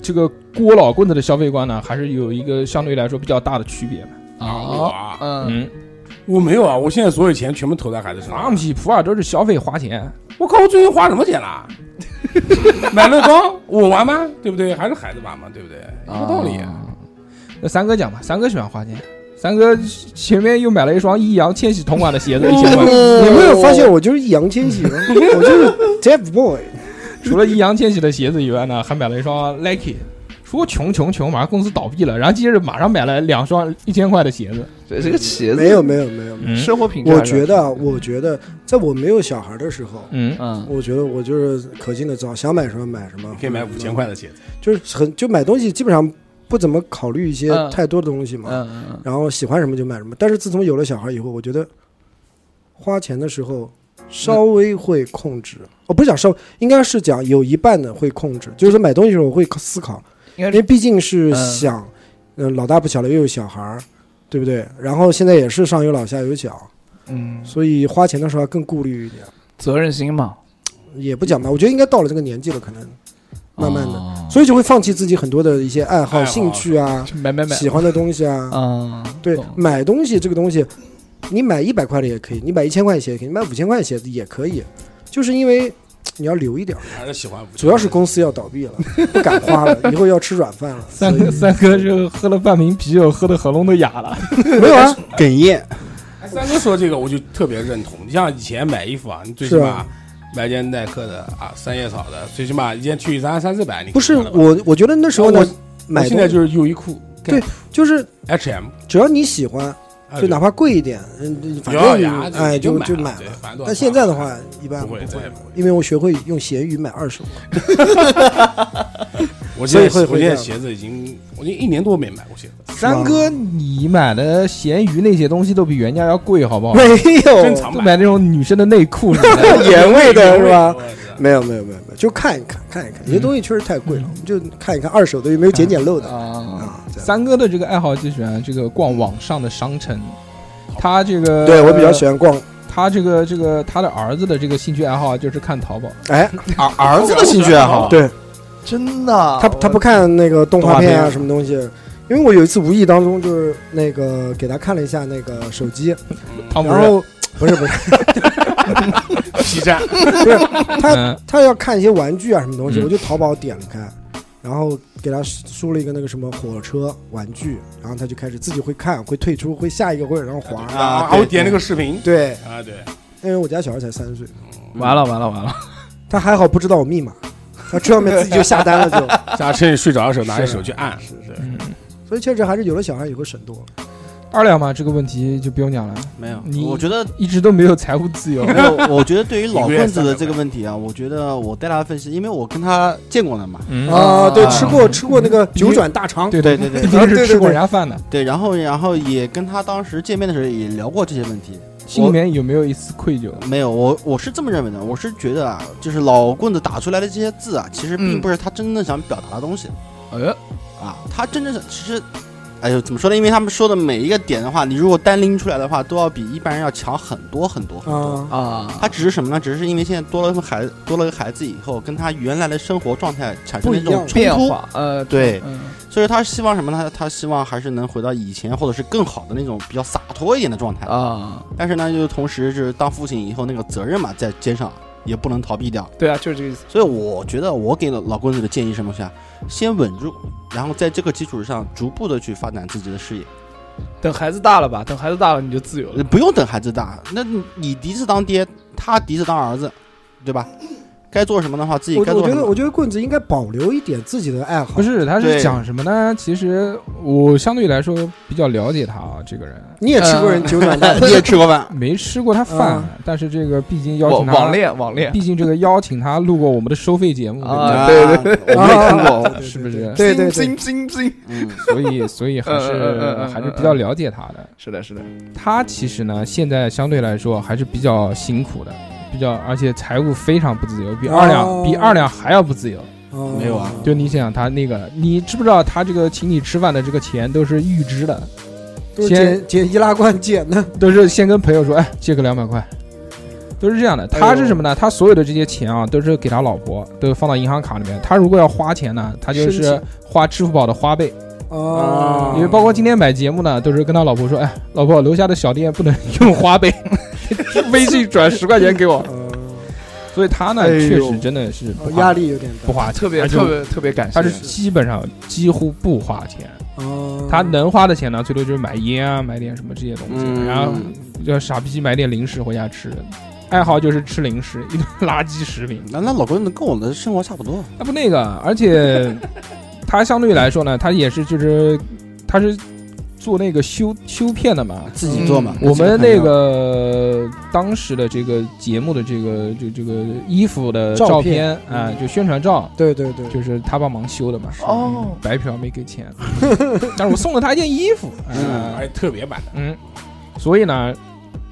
[SPEAKER 2] 这个郭老棍子的消费观呢，还是有一个相对来说比较大的区别嘛。
[SPEAKER 5] 啊
[SPEAKER 3] 啊，嗯，
[SPEAKER 2] 嗯，
[SPEAKER 5] 我没有啊，我现在所有钱全部投在孩子身
[SPEAKER 2] 放
[SPEAKER 5] 上。
[SPEAKER 2] 屁，普洱都是消费花钱，
[SPEAKER 5] 我靠，我最近花什么钱啦？ [LAUGHS] 买乐高，我玩吗？对不对？还是孩子玩嘛？对不对？一个道理。
[SPEAKER 3] 啊
[SPEAKER 2] 那三哥讲吧，三哥喜欢花钱。三哥前面又买了一双易烊千玺同款的鞋子，一千块。
[SPEAKER 4] 你没有发现我就是易烊千玺吗？我就是 Dev Boy，
[SPEAKER 2] 除了易烊千玺的鞋子以外呢，还买了一双 Nike。说穷穷穷，马上公司倒闭了，然后接着马上买了两双一千块的鞋子。
[SPEAKER 3] 对这个鞋子
[SPEAKER 4] 没有没有没有。没
[SPEAKER 2] 嗯
[SPEAKER 4] 有
[SPEAKER 3] 生活品质，
[SPEAKER 4] 我觉得啊，，我觉得在我没有小孩的时候，
[SPEAKER 2] 嗯，
[SPEAKER 3] 嗯，
[SPEAKER 4] 我觉得我就是可劲的造，想买什么买什么，嗯
[SPEAKER 5] 可以买五千，块的鞋子，
[SPEAKER 4] 就是很就买东西基本上不怎么考虑一些
[SPEAKER 3] 嗯
[SPEAKER 4] 太多的东西嘛。
[SPEAKER 3] 嗯嗯
[SPEAKER 4] 然后喜欢什么就买什么。但是自从有了小孩以后，我觉得花钱的时候稍微会控制，我、不是讲稍，应该是讲有一半的会控制，就是说买东西的时候我会思考，
[SPEAKER 3] 应该
[SPEAKER 4] 因
[SPEAKER 3] 是
[SPEAKER 4] 为毕竟是
[SPEAKER 3] 嗯
[SPEAKER 4] 想，嗯、老大不小了，又有小孩儿，对不对？然后现在也是上有老下有小，
[SPEAKER 3] 嗯，
[SPEAKER 4] 所以花钱的时候要更顾虑一点。
[SPEAKER 3] 责任心嘛，
[SPEAKER 4] 也不讲吧，我觉得应该到了这个年纪了，可能慢慢的，
[SPEAKER 3] 的
[SPEAKER 4] 所以就会放弃自己很多的一些爱好、
[SPEAKER 5] 爱好
[SPEAKER 4] 兴趣啊、
[SPEAKER 3] 买买买，
[SPEAKER 4] 喜欢的东西啊。
[SPEAKER 3] 啊，
[SPEAKER 4] 对
[SPEAKER 3] 懂，
[SPEAKER 4] 买东西这个东西，你买一百块的也可以，你买一千块的鞋也可以，你买五千块的鞋也可以，就是因为你要留一点儿，
[SPEAKER 5] 还是喜欢五千。
[SPEAKER 4] 主要是公司要倒闭了，不敢花了，以后要吃软饭了。
[SPEAKER 2] 三哥三哥是喝了半瓶啤酒，喝的喉咙都哑了。
[SPEAKER 4] 没有啊，哽咽。
[SPEAKER 5] 三哥说这个，我就特别认同。你像以前买衣服啊，你最起
[SPEAKER 4] 是
[SPEAKER 5] 码
[SPEAKER 4] 啊
[SPEAKER 5] 买件耐克的啊，三叶草的，最起码一件 T 恤衫三四百，你
[SPEAKER 4] 不是
[SPEAKER 5] 可以看到吧
[SPEAKER 4] 我，我觉得那时候呢
[SPEAKER 5] 啊，
[SPEAKER 4] 买
[SPEAKER 5] 我现在
[SPEAKER 4] 东西
[SPEAKER 5] 就是优衣库
[SPEAKER 4] 对，就是
[SPEAKER 5] ，H M，
[SPEAKER 4] 只要你喜欢，
[SPEAKER 5] 啊
[SPEAKER 4] 就哪怕贵一点，嗯，反
[SPEAKER 5] 咬咬牙
[SPEAKER 4] 正哎
[SPEAKER 5] 就
[SPEAKER 4] 就
[SPEAKER 5] 就
[SPEAKER 4] 买
[SPEAKER 5] 了对
[SPEAKER 4] 了。
[SPEAKER 5] 反正多少
[SPEAKER 4] 但现在的
[SPEAKER 5] 钱
[SPEAKER 4] 话，一般
[SPEAKER 5] 不会，再也不会。
[SPEAKER 4] 因为我学会用闲鱼买二手，
[SPEAKER 5] 我现在
[SPEAKER 4] 所以会
[SPEAKER 5] 我现
[SPEAKER 4] 会这
[SPEAKER 5] 在鞋子已经，我已经一年多没买过鞋子，
[SPEAKER 2] 三哥，
[SPEAKER 3] 嗯
[SPEAKER 2] 你买的咸鱼那些东西都比原价要贵，好不好？
[SPEAKER 4] 没
[SPEAKER 5] 珍
[SPEAKER 4] 有
[SPEAKER 5] 藏
[SPEAKER 2] 就
[SPEAKER 5] 版
[SPEAKER 2] 买那种女生的内裤什么的。
[SPEAKER 5] [LAUGHS]
[SPEAKER 4] 原味哦的是吧？
[SPEAKER 5] 我操
[SPEAKER 4] 没有没有没有没有，就看一看看一看，有些东西确实太贵了，我们就看一看二手的有没有捡捡漏的
[SPEAKER 2] 啊，
[SPEAKER 4] 啊。这
[SPEAKER 2] [LAUGHS]
[SPEAKER 4] 样
[SPEAKER 2] 三哥的这个爱好就喜欢这个逛网上的商城，他这个
[SPEAKER 4] 对我比较喜欢逛，
[SPEAKER 2] 他这个这个他的儿子的这个兴趣爱好啊就是看淘宝，
[SPEAKER 4] 哎，
[SPEAKER 6] 儿啊儿子的兴趣爱好，
[SPEAKER 4] 对
[SPEAKER 3] 真的，
[SPEAKER 4] 他他不看那个动画片
[SPEAKER 6] 动画
[SPEAKER 4] 啊
[SPEAKER 6] 片
[SPEAKER 4] 什么东西，因为我有一次无意当中就是那个给他看了一下那个手机，
[SPEAKER 3] 啊
[SPEAKER 2] 汤姆
[SPEAKER 4] 然后哦不是不是 [LAUGHS]
[SPEAKER 5] P 站，
[SPEAKER 4] 不是他
[SPEAKER 2] 嗯
[SPEAKER 4] 他要看一些玩具啊什么东西，
[SPEAKER 2] 嗯
[SPEAKER 4] 我就淘宝点了开。然后给他输了一个那个什么火车玩具，然后他就开始自己会看，会退出，会下一个，会然后滑。
[SPEAKER 5] 啊，
[SPEAKER 6] 啊
[SPEAKER 5] 还会
[SPEAKER 6] 对
[SPEAKER 5] 点那个视频
[SPEAKER 4] 对，
[SPEAKER 5] 啊，对，
[SPEAKER 4] 因为我家小孩才三岁，
[SPEAKER 2] 完了完了完了，
[SPEAKER 4] 他还好不知道我密码，他知道没自己就下单了就，
[SPEAKER 5] [LAUGHS] 下趁睡着的时候拿着手去按，对，
[SPEAKER 4] 所以确实还是有了小孩以后省多了。
[SPEAKER 2] 二两嘛，这个问题就不用讲了，
[SPEAKER 6] 没有
[SPEAKER 2] 你
[SPEAKER 6] 我觉得。
[SPEAKER 2] 一直都没有财务自
[SPEAKER 3] [LAUGHS]
[SPEAKER 2] 由
[SPEAKER 6] 没有，哦我觉得对于老棍子的这个问题啊，我觉得我带他分析，因为我跟他见过了嘛。
[SPEAKER 2] 嗯
[SPEAKER 4] 啊，对，
[SPEAKER 6] 啊
[SPEAKER 4] 吃过吃过那个九转大肠，
[SPEAKER 2] 对
[SPEAKER 6] 对对对
[SPEAKER 2] 毕竟是吃过人家饭的，
[SPEAKER 6] 对，然后然后也跟他当时见面的时候也聊过这些问题。
[SPEAKER 2] 心里面有没有一丝愧疚？
[SPEAKER 6] 没有，我我是这么认为的，我是觉得啊，就是老棍子打出来的这些字啊，其实并
[SPEAKER 3] 嗯
[SPEAKER 6] 不是他真正想表达的东西、
[SPEAKER 2] 呃，
[SPEAKER 6] 啊，他真正是其实。哎呦，怎么说呢？因为他们说的每一个点的话，你如果单拎出来的话，都要比一般人要强很多很多很多。
[SPEAKER 4] 啊，
[SPEAKER 3] 啊，
[SPEAKER 6] 他只是什么呢？只是因为现在多了个孩子，多了个孩子以后，跟他原来的生活状态产生了一
[SPEAKER 4] 不一样
[SPEAKER 6] 种冲
[SPEAKER 3] 变
[SPEAKER 6] 突。
[SPEAKER 3] 化，呃，
[SPEAKER 6] 对，
[SPEAKER 3] 嗯
[SPEAKER 6] 所以他希望什么呢？他他希望还是能回到以前，或者是更好的那种比较洒脱一点的状态。
[SPEAKER 3] 啊，
[SPEAKER 6] 但是呢，就是同时就是呃当父亲以后那个责任嘛，在肩上也不能逃避掉。
[SPEAKER 3] 对啊，就是这个意思。
[SPEAKER 6] 所以我觉得我给老棍子的建议是什么东西啊？先稳住，然后在这个基础上逐步的去发展自己的事业。
[SPEAKER 3] 等孩子大了吧，等孩子大了你就自由
[SPEAKER 6] 呃
[SPEAKER 3] 了。
[SPEAKER 6] 不用等孩子大，那你你第一次当爹，他第一次当儿子，对吧？该做什么的话，自己
[SPEAKER 4] 我
[SPEAKER 6] 该
[SPEAKER 4] 我觉
[SPEAKER 6] 做什
[SPEAKER 4] 得
[SPEAKER 6] 么
[SPEAKER 4] [LAUGHS] 我。觉得棍子应该保留一点自己的爱好，
[SPEAKER 2] 不是，他是
[SPEAKER 6] 对
[SPEAKER 2] 讲什么呢？其实我相对来说比较了解他啊，这个人
[SPEAKER 4] 你也吃过人九转大啊肠，
[SPEAKER 6] [LAUGHS]
[SPEAKER 4] [LAUGHS]
[SPEAKER 6] 你也吃过饭，
[SPEAKER 2] 没吃过他饭
[SPEAKER 4] 啊，
[SPEAKER 2] 但是这个毕竟邀
[SPEAKER 3] 网
[SPEAKER 2] 请他
[SPEAKER 3] 网恋，网恋
[SPEAKER 2] 毕竟这个邀请他录过我们的收费节目，对不对
[SPEAKER 3] 啊对
[SPEAKER 6] 对，我没有看过，
[SPEAKER 4] 对
[SPEAKER 2] 是不是
[SPEAKER 4] 对对对
[SPEAKER 3] 叮，叮叮叮
[SPEAKER 6] 嗯，
[SPEAKER 2] 所以所以还
[SPEAKER 3] 嗯嗯嗯
[SPEAKER 2] 是
[SPEAKER 3] 嗯嗯
[SPEAKER 2] 还是比较了解他的。
[SPEAKER 3] 是的，是的，
[SPEAKER 2] 他其实呢，现在相对来说还是比较辛苦的，比较而且财务非常不自由，比
[SPEAKER 4] 哦
[SPEAKER 2] 二两比二两还要不自由。
[SPEAKER 4] 哦
[SPEAKER 6] 没有啊
[SPEAKER 2] 就你想想他那个，你知不知道他这个请你吃饭的这个钱都是预支的，
[SPEAKER 4] 都是
[SPEAKER 2] 先
[SPEAKER 4] 捡捡易拉罐捡的，
[SPEAKER 2] 都是先跟朋友说，哎，借个两百块，都是这样的。
[SPEAKER 4] 哎呦
[SPEAKER 2] 他是什么呢？他所有的这些钱啊，都是给他老婆，都放到银行卡里面。他如果要花钱呢，他就
[SPEAKER 4] 申
[SPEAKER 2] 是
[SPEAKER 4] 请
[SPEAKER 2] 花支付宝的花呗，
[SPEAKER 4] 哦，
[SPEAKER 2] 啊因为包括今天买节目呢，都是跟他老婆说，哎，老婆，楼下的小店不能 [LAUGHS] 用花呗， [LAUGHS] 微信转十块钱给我。
[SPEAKER 4] 哦
[SPEAKER 2] 所以他呢，
[SPEAKER 3] 哎呦
[SPEAKER 2] 确实真的是不
[SPEAKER 4] 哦
[SPEAKER 2] 花
[SPEAKER 4] 压力有点
[SPEAKER 2] 不
[SPEAKER 4] 大，
[SPEAKER 2] 花钱，
[SPEAKER 3] 特别
[SPEAKER 2] 而且
[SPEAKER 3] 特别特别感谢
[SPEAKER 2] 他是。基本上几乎不花钱，
[SPEAKER 4] 哦，
[SPEAKER 2] 他能花的钱呢，最多就是买烟啊，买点什么这些东西，
[SPEAKER 6] 嗯
[SPEAKER 2] 然后就傻逼买点零食回家吃。爱好就是吃零食，一顿垃圾食品。
[SPEAKER 6] 那那老棍子跟我的生活差不多，
[SPEAKER 2] 那不那个，而且他相对来说呢，他也是就是他是做那个修修片的嘛。
[SPEAKER 6] 自己做嘛。
[SPEAKER 2] 我们
[SPEAKER 6] 自己
[SPEAKER 2] 那
[SPEAKER 6] 看着
[SPEAKER 2] 个当时的这个节目的这个这这个衣服的
[SPEAKER 4] 照
[SPEAKER 2] 照片
[SPEAKER 4] 片
[SPEAKER 2] 啊、
[SPEAKER 4] 嗯
[SPEAKER 2] 就宣传照，
[SPEAKER 4] 对对对，
[SPEAKER 2] 就是他帮忙修的嘛。
[SPEAKER 3] 哦
[SPEAKER 2] 白嫖没给钱， [LAUGHS] 但是我送了他一件衣
[SPEAKER 5] [LAUGHS]
[SPEAKER 2] 服。
[SPEAKER 6] 嗯
[SPEAKER 2] 啊
[SPEAKER 5] 而且特别版的，
[SPEAKER 2] 嗯，所以呢，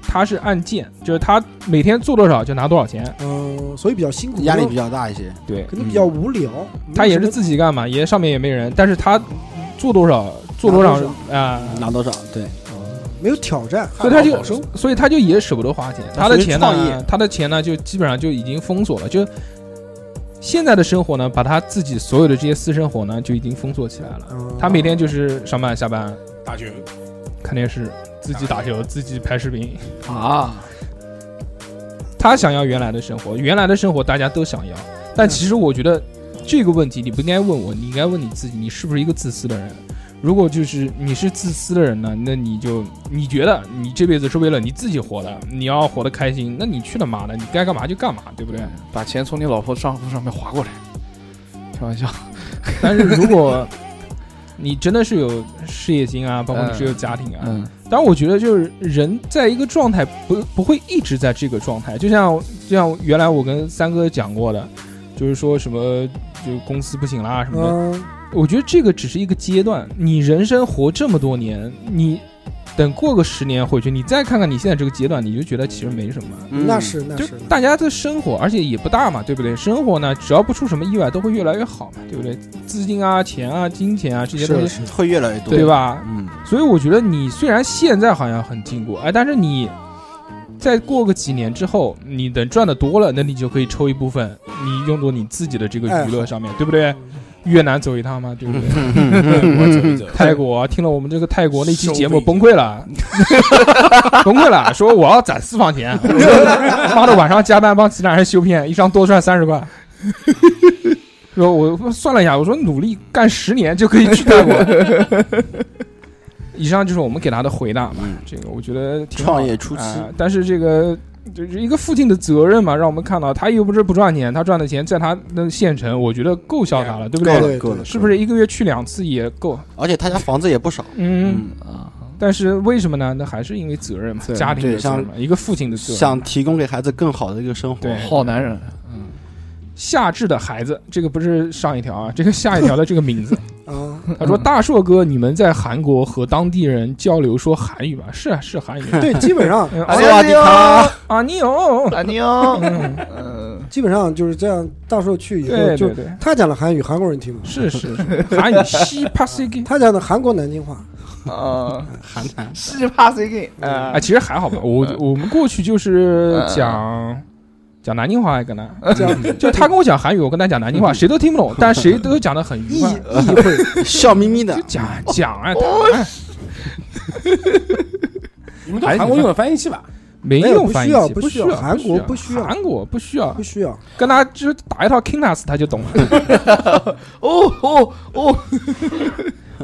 [SPEAKER 2] 他是按件，就是他每天做多少就拿多少钱。
[SPEAKER 4] 嗯，所以比较辛苦，
[SPEAKER 6] 压力比较大一些。
[SPEAKER 2] 对
[SPEAKER 4] 可能比较无聊，
[SPEAKER 2] 他也是
[SPEAKER 4] 没有什
[SPEAKER 2] 自
[SPEAKER 4] 么
[SPEAKER 2] 己干嘛，也上面也没人，但是他做多少做多少
[SPEAKER 4] 拿多
[SPEAKER 2] 啊。
[SPEAKER 6] 拿多少？对，
[SPEAKER 4] 没有挑战，
[SPEAKER 2] 所以他
[SPEAKER 5] 汉堡好
[SPEAKER 2] 就
[SPEAKER 5] 收，
[SPEAKER 2] 所以他就也舍不得花钱，
[SPEAKER 6] 他
[SPEAKER 2] 他的
[SPEAKER 6] 属于
[SPEAKER 2] 钱
[SPEAKER 6] 创
[SPEAKER 2] 呢
[SPEAKER 6] 业，
[SPEAKER 2] 他的钱呢就基本上就已经封锁了，就现在的生活呢，把他自己所有的这些私生活呢就已经封锁起来了。
[SPEAKER 4] 嗯
[SPEAKER 2] 他每天就是上班下班
[SPEAKER 5] 大学
[SPEAKER 2] 看电视，自己打球，自己拍视频，
[SPEAKER 3] 啊，
[SPEAKER 2] 他想要原来的生活，原来的生活大家都想要，但其实我觉得这个问题你不应该问我，你应该问你自己，你是不是一个自私的人？如果就是你是自私的人呢，那你就你觉得你这辈子是为了你自己活的，你要活得开心，那你去他妈的，你该干嘛就干嘛，对不对？
[SPEAKER 3] 把钱从你老婆账户上面划过来，开玩笑，
[SPEAKER 2] [LAUGHS] 但是如果你真的是有事业心啊，包括你是有家庭啊。
[SPEAKER 3] 嗯，
[SPEAKER 2] 当然，我觉得就是人在一个状态不不会一直在这个状态，就像就像原来我跟三哥讲过的，就是说什么就公司不行啦什么的。
[SPEAKER 4] 嗯，
[SPEAKER 2] 我觉得这个只是一个阶段，你人生活这么多年，你等过个十年回去，你再看看你现在这个阶段，你就觉得其实没什么。
[SPEAKER 6] 嗯
[SPEAKER 4] 那是那，
[SPEAKER 2] 嗯就是大家的生活，而且也不大嘛，对不对？生活呢，只要不出什么意外，都会越来越好嘛，对不对？资金啊、钱啊、金钱啊这些东西，
[SPEAKER 4] 是
[SPEAKER 6] 会越来越多，
[SPEAKER 2] 对？吧？
[SPEAKER 6] 嗯，
[SPEAKER 2] 所以我觉得你虽然现在好像很进步，哎，但是你再过个几年之后，你等赚的多了，那你就可以抽一部分，你用作你自己的这个娱乐上面，对不对？越南走一趟嘛，对不对？
[SPEAKER 5] 嗯 [LAUGHS] 我走一走。
[SPEAKER 2] 泰国听了我们这个泰国那期节目
[SPEAKER 5] 收费
[SPEAKER 2] 崩溃了， [LAUGHS] 崩溃了，说我要攒私房
[SPEAKER 6] [LAUGHS]
[SPEAKER 2] 钱，我说妈的晚上加班帮其他人修片，一张多赚三十块。说我算了一下，我说努力干十年就可以去泰国。
[SPEAKER 6] [LAUGHS]
[SPEAKER 2] 以上就是我们给他的回答嘛，
[SPEAKER 6] 嗯
[SPEAKER 2] 这个我觉得挺好的
[SPEAKER 6] 创业初期，
[SPEAKER 2] 啊但是这个就是一个父亲的责任嘛，让我们看到他又不是不赚钱，他赚的钱在他的县城，我觉得够潇洒了，对不
[SPEAKER 6] 够
[SPEAKER 2] 对？
[SPEAKER 6] 了够了，
[SPEAKER 2] 是不是一个月去两次也够？
[SPEAKER 6] 而且他家房子也不少，
[SPEAKER 2] 嗯，
[SPEAKER 6] 嗯，
[SPEAKER 2] 但是为什么呢？那还是因为责任嘛，
[SPEAKER 3] 责任
[SPEAKER 2] 家庭的
[SPEAKER 6] 对
[SPEAKER 2] 责
[SPEAKER 6] 像
[SPEAKER 2] 任嘛，一个父亲的责任。
[SPEAKER 6] 想提供给孩子更好的一个生活，
[SPEAKER 2] 对
[SPEAKER 3] 嗯好男人，
[SPEAKER 2] 夏至的孩子，这个不是上一条啊，这 [LAUGHS] 个下一条的这个名
[SPEAKER 6] [LAUGHS]
[SPEAKER 2] 字，
[SPEAKER 4] 啊，
[SPEAKER 2] 他
[SPEAKER 6] 嗯
[SPEAKER 2] 说：“大硕哥，你们在韩国和当地人交流说韩语吧？是啊，是韩语。
[SPEAKER 4] 对，基本上
[SPEAKER 2] 嗯
[SPEAKER 3] 阿
[SPEAKER 6] 哎
[SPEAKER 2] 啊
[SPEAKER 3] 尼亚迪卡，
[SPEAKER 2] 啊，你有，
[SPEAKER 3] 阿尼奥，
[SPEAKER 2] 嗯，
[SPEAKER 3] 嗯，
[SPEAKER 4] 基本上就是这样。到时候去以后
[SPEAKER 2] 对
[SPEAKER 4] 就
[SPEAKER 2] 对对，
[SPEAKER 4] 他讲了韩语，韩国人听不懂；
[SPEAKER 2] 是是是，韩语西帕西
[SPEAKER 6] [LAUGHS]
[SPEAKER 2] 给
[SPEAKER 4] 他讲的韩国南京
[SPEAKER 2] [LAUGHS]
[SPEAKER 4] 话，
[SPEAKER 3] [LAUGHS] 啊，
[SPEAKER 6] 韩寒
[SPEAKER 3] 是怕谁给？啊
[SPEAKER 2] 啊，，其实还好吧。我
[SPEAKER 6] 嗯
[SPEAKER 2] 我们过去就是讲讲南京话，还跟他
[SPEAKER 6] 嗯
[SPEAKER 4] 讲
[SPEAKER 2] 就他跟我讲韩语，我跟他讲南
[SPEAKER 6] [LAUGHS]
[SPEAKER 2] 京话，谁都听不懂，但谁都讲的很愉
[SPEAKER 4] 意
[SPEAKER 2] 快。”
[SPEAKER 4] 意会。
[SPEAKER 6] 笑眯眯的
[SPEAKER 2] 就，讲啊讲啊，打啊
[SPEAKER 5] 你们到韩国用的翻译器吧？
[SPEAKER 2] 没
[SPEAKER 4] 没有
[SPEAKER 2] 用
[SPEAKER 4] 不
[SPEAKER 2] 翻
[SPEAKER 4] 需
[SPEAKER 2] 译
[SPEAKER 4] 要
[SPEAKER 2] 器，
[SPEAKER 4] 不
[SPEAKER 2] 不
[SPEAKER 4] 需要韩国不需要
[SPEAKER 2] 韩国不需要
[SPEAKER 4] 不，需要，
[SPEAKER 2] 跟他就是打一套 Kingas 他就懂
[SPEAKER 4] [LAUGHS]
[SPEAKER 2] 了。
[SPEAKER 3] 哦哦哦，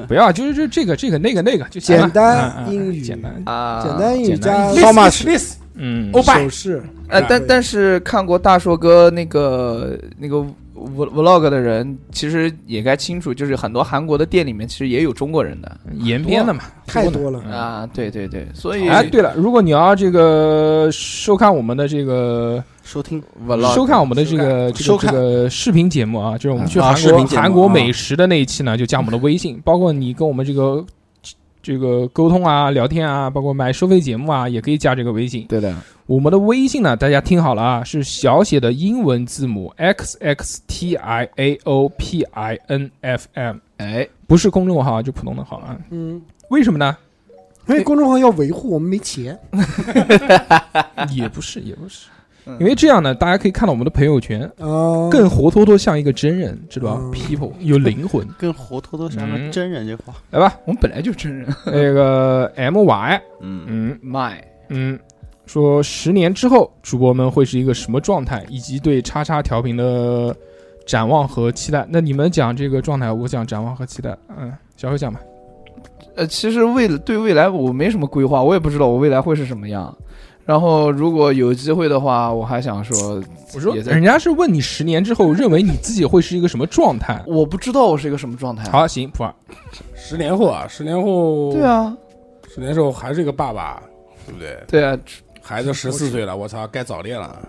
[SPEAKER 2] 不要，就是就这个这个那个那个就行了
[SPEAKER 4] 简单
[SPEAKER 2] 嗯嗯嗯
[SPEAKER 4] 英语
[SPEAKER 2] 简单，
[SPEAKER 3] 啊，
[SPEAKER 4] 简单英语
[SPEAKER 2] 简单
[SPEAKER 4] 加
[SPEAKER 6] 语 How much？
[SPEAKER 5] this
[SPEAKER 2] 嗯，
[SPEAKER 5] 欧巴
[SPEAKER 4] 手势，
[SPEAKER 3] 呃，
[SPEAKER 5] 对
[SPEAKER 3] 但但是看过大硕哥那个那个 vlog vlog 的人，其实也该清楚，就是很多韩国的店里面其实也有中国人的
[SPEAKER 2] 延边的嘛，
[SPEAKER 4] 太
[SPEAKER 2] 多
[SPEAKER 4] 多
[SPEAKER 2] 呢
[SPEAKER 4] 了。
[SPEAKER 2] 嗯
[SPEAKER 3] 啊，对对对，所
[SPEAKER 4] 哦
[SPEAKER 3] 以
[SPEAKER 2] 哎，对了，如果你要这个收看我们的这个
[SPEAKER 6] 收听
[SPEAKER 3] vlog
[SPEAKER 2] 收看我们的这个这
[SPEAKER 6] 收
[SPEAKER 2] 个
[SPEAKER 6] 看
[SPEAKER 2] 这个视频节目啊，就是我们去
[SPEAKER 6] 啊
[SPEAKER 2] 韩
[SPEAKER 6] 视
[SPEAKER 2] 国
[SPEAKER 6] 频节目
[SPEAKER 2] 韩国
[SPEAKER 6] 啊
[SPEAKER 2] 美食的那一期呢，就加我们的微信，包括你跟我们这个这个沟通啊、聊天啊，包括买收费节目啊，也可以加这个微信。
[SPEAKER 3] 对的，
[SPEAKER 2] 我们的微信呢，大家听好了啊，是小写的英文字母 x x t i a o p i n f m，
[SPEAKER 3] 哎，
[SPEAKER 2] 不是公众号啊，就普通的号啊。
[SPEAKER 4] 嗯，
[SPEAKER 2] 为什么呢？
[SPEAKER 4] 因为公众号要维护，我们没钱。
[SPEAKER 2] 也不是，也不是
[SPEAKER 3] 嗯，
[SPEAKER 2] 因为这样呢，大家可以看到我们的朋友圈，
[SPEAKER 4] 啊，
[SPEAKER 2] 嗯更活脱脱像一个真人，知道吧
[SPEAKER 4] 嗯
[SPEAKER 2] ？People 有灵魂，
[SPEAKER 6] 跟活脱脱像个真人这话，
[SPEAKER 2] 来吧。
[SPEAKER 3] 我们本来就真人
[SPEAKER 2] 那个 M Y，
[SPEAKER 6] 嗯，
[SPEAKER 2] 嗯
[SPEAKER 3] my
[SPEAKER 2] 嗯，说十年之后主播们会是一个什么状态，以及对叉叉调频的展望和期待。那你们讲这个状态，我讲展望和期待。嗯，小何讲吧。
[SPEAKER 3] [LAUGHS] 呃，其实为了对未来我没什么规划，我也不知道我未来会是什么样。然后如果有机会的话，我还想说，
[SPEAKER 2] 我说，
[SPEAKER 3] 也在
[SPEAKER 2] 人家是问你十年之后认为你自己会是一个什么状态。
[SPEAKER 3] 我不知道我是一个什么状态。
[SPEAKER 2] 好，行，普洱，
[SPEAKER 5] 十年后啊，十年后，
[SPEAKER 3] 对，啊，
[SPEAKER 5] 十年后还是一个爸爸，对不对？
[SPEAKER 3] 对啊，
[SPEAKER 5] 孩子十四岁了，我操，该早恋了。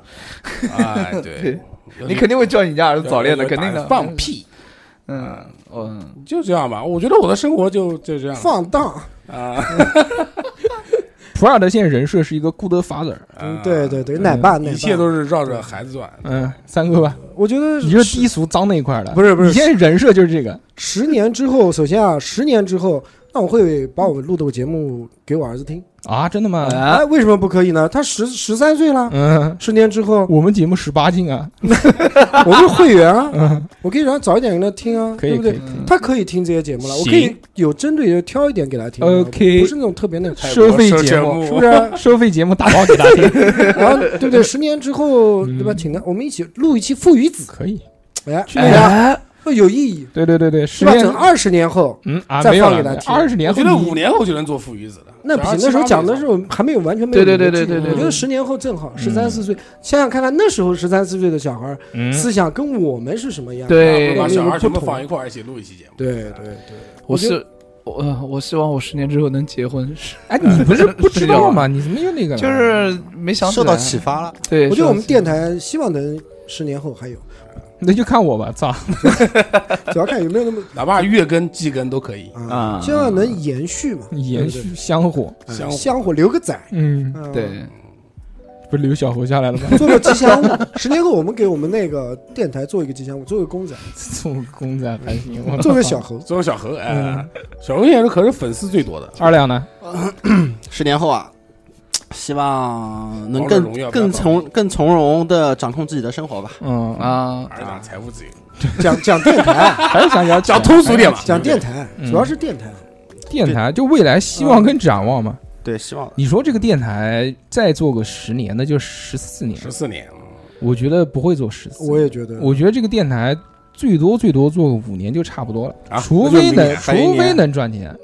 [SPEAKER 5] 哎，对，有
[SPEAKER 3] 你肯定会叫你家儿子早恋的，
[SPEAKER 5] 有
[SPEAKER 3] 肯定的。
[SPEAKER 5] 放屁，
[SPEAKER 3] 嗯，嗯，
[SPEAKER 5] 就这样吧。我觉得我的生活就就这样了
[SPEAKER 4] 放荡，
[SPEAKER 5] 啊。
[SPEAKER 2] 普洱的现在人设是一个 good father。
[SPEAKER 4] 嗯
[SPEAKER 5] 啊，
[SPEAKER 4] 对对，对，奶爸奶
[SPEAKER 5] 一切
[SPEAKER 4] 爸，
[SPEAKER 5] 都是绕着孩子转。
[SPEAKER 2] 嗯，三哥吧，
[SPEAKER 4] 我觉得
[SPEAKER 2] [LAUGHS] 你就是低俗脏那一块的。
[SPEAKER 4] 不是不是
[SPEAKER 2] 你现在人设就是这个。
[SPEAKER 4] 十年之后，首先啊，十年之后，那我会把我们录的节目给我儿子听。
[SPEAKER 2] 啊，真的吗？
[SPEAKER 3] 啊，
[SPEAKER 4] 哎，为什么不可以呢？他十十三岁了，
[SPEAKER 2] [LAUGHS] 嗯，
[SPEAKER 4] 十年之后，
[SPEAKER 2] 我们节目十八禁啊。
[SPEAKER 4] 我是会员啊，
[SPEAKER 2] 嗯，
[SPEAKER 4] 我可以让他早一点给他听啊，
[SPEAKER 2] 可以
[SPEAKER 4] 对不
[SPEAKER 2] 可
[SPEAKER 4] 对
[SPEAKER 2] 以？。
[SPEAKER 4] 他可以听这些节目了，我
[SPEAKER 2] 行
[SPEAKER 4] 可以有针对的挑一点给他听啊。
[SPEAKER 2] OK
[SPEAKER 4] 不是那种特别那，
[SPEAKER 5] 泰
[SPEAKER 2] 收
[SPEAKER 5] 国
[SPEAKER 2] 费
[SPEAKER 5] 收
[SPEAKER 2] 节目
[SPEAKER 5] 目
[SPEAKER 4] 是不是？
[SPEAKER 2] 收费节目打包给大 [LAUGHS] 家。
[SPEAKER 4] 然后对不对？十年之后，
[SPEAKER 2] 嗯
[SPEAKER 4] 对吧？请他，我们一起录一期《父与子
[SPEAKER 2] 可以，》，
[SPEAKER 4] 哎，
[SPEAKER 3] 哎，
[SPEAKER 4] 会有意义，
[SPEAKER 2] 对对对对，十
[SPEAKER 4] 是吧？
[SPEAKER 2] 年
[SPEAKER 4] 整二十年后，
[SPEAKER 2] 嗯啊
[SPEAKER 4] 再
[SPEAKER 2] 没有
[SPEAKER 4] 放给他
[SPEAKER 2] 了，
[SPEAKER 4] 听
[SPEAKER 2] 二十年
[SPEAKER 5] 我
[SPEAKER 2] 后
[SPEAKER 5] 觉得
[SPEAKER 2] 你
[SPEAKER 5] 五年后就能做父与子了。
[SPEAKER 4] 那不行，
[SPEAKER 5] 只
[SPEAKER 4] 那
[SPEAKER 5] 要
[SPEAKER 4] 时候
[SPEAKER 5] 七八
[SPEAKER 4] 讲的
[SPEAKER 5] 年
[SPEAKER 4] 是我们还没有完全没有
[SPEAKER 3] 对对
[SPEAKER 4] 逻辑
[SPEAKER 3] 对对对
[SPEAKER 4] 我觉得
[SPEAKER 3] 对
[SPEAKER 4] 十年后正好十三四岁，想想看看那时候十三四岁的小孩儿
[SPEAKER 2] 嗯，
[SPEAKER 4] 思想跟我们是什么样，
[SPEAKER 5] 我
[SPEAKER 3] 对
[SPEAKER 5] 们把小孩全部
[SPEAKER 4] 不同
[SPEAKER 5] 放一块儿一起录一期节目。
[SPEAKER 4] 对对
[SPEAKER 2] 啊
[SPEAKER 4] 对，
[SPEAKER 3] 我
[SPEAKER 4] 觉得
[SPEAKER 3] 是我呃我希望我十年之后能结婚，是
[SPEAKER 2] 哎，你不是不知
[SPEAKER 3] 是这
[SPEAKER 2] 道
[SPEAKER 3] 样
[SPEAKER 2] 吗？你怎么又那个了？
[SPEAKER 3] [LAUGHS] 就是没想起
[SPEAKER 6] 受
[SPEAKER 3] 来
[SPEAKER 6] 到启，发了。
[SPEAKER 3] 对，
[SPEAKER 4] 我觉得我们
[SPEAKER 3] 受到启
[SPEAKER 4] 电台希望能十年后还有，
[SPEAKER 2] 那就看我吧，操！
[SPEAKER 4] 主要看有没有那么
[SPEAKER 5] 哪怕月更、季更都可以。
[SPEAKER 4] 啊，
[SPEAKER 3] 啊，
[SPEAKER 4] 希望能延续嘛，
[SPEAKER 2] 延续香火，
[SPEAKER 4] 对不对
[SPEAKER 5] 香
[SPEAKER 4] 嗯
[SPEAKER 5] 火
[SPEAKER 4] 香火留个仔，
[SPEAKER 2] 嗯，
[SPEAKER 4] 嗯，
[SPEAKER 3] 对
[SPEAKER 2] 不是留小猴下来了吗？
[SPEAKER 4] 做个吉祥物。十年后我们给我们那个电台做一个吉祥物，做个
[SPEAKER 2] [LAUGHS]
[SPEAKER 4] 公仔，
[SPEAKER 2] 做公仔还行，我
[SPEAKER 4] 做个小猴。
[SPEAKER 5] 最后小何，哎
[SPEAKER 2] 嗯，
[SPEAKER 5] 小何现在可是粉丝最多的，
[SPEAKER 2] 二两呢？
[SPEAKER 6] 十年后啊，希望能
[SPEAKER 5] 王者荣耀不要
[SPEAKER 6] 更更
[SPEAKER 5] 搞
[SPEAKER 6] 从更从容的掌控自己的生活吧。
[SPEAKER 2] 嗯，
[SPEAKER 3] 啊，
[SPEAKER 5] 还是讲财富自由，
[SPEAKER 4] 讲讲电
[SPEAKER 2] [LAUGHS]
[SPEAKER 4] 台，啊
[SPEAKER 2] 还是想聊
[SPEAKER 5] 讲通俗点嘛，
[SPEAKER 4] 讲电台，啊
[SPEAKER 2] 嗯
[SPEAKER 4] 主要是电台。
[SPEAKER 2] 电台，就未来希望跟展望嘛。
[SPEAKER 6] 对，希望
[SPEAKER 2] 你说这个电台再做个十年，那就十四年
[SPEAKER 5] 十，四年，嗯
[SPEAKER 2] 我觉得不会做十四。
[SPEAKER 4] 我也觉得，
[SPEAKER 2] 嗯
[SPEAKER 4] [LAUGHS]
[SPEAKER 2] 我觉得这个电台最多最多做个五年就差不多了，
[SPEAKER 5] 啊
[SPEAKER 2] 除
[SPEAKER 5] 那就
[SPEAKER 2] 非
[SPEAKER 5] 明年嗯
[SPEAKER 2] 能除
[SPEAKER 6] 还有一年
[SPEAKER 2] 非能赚钱。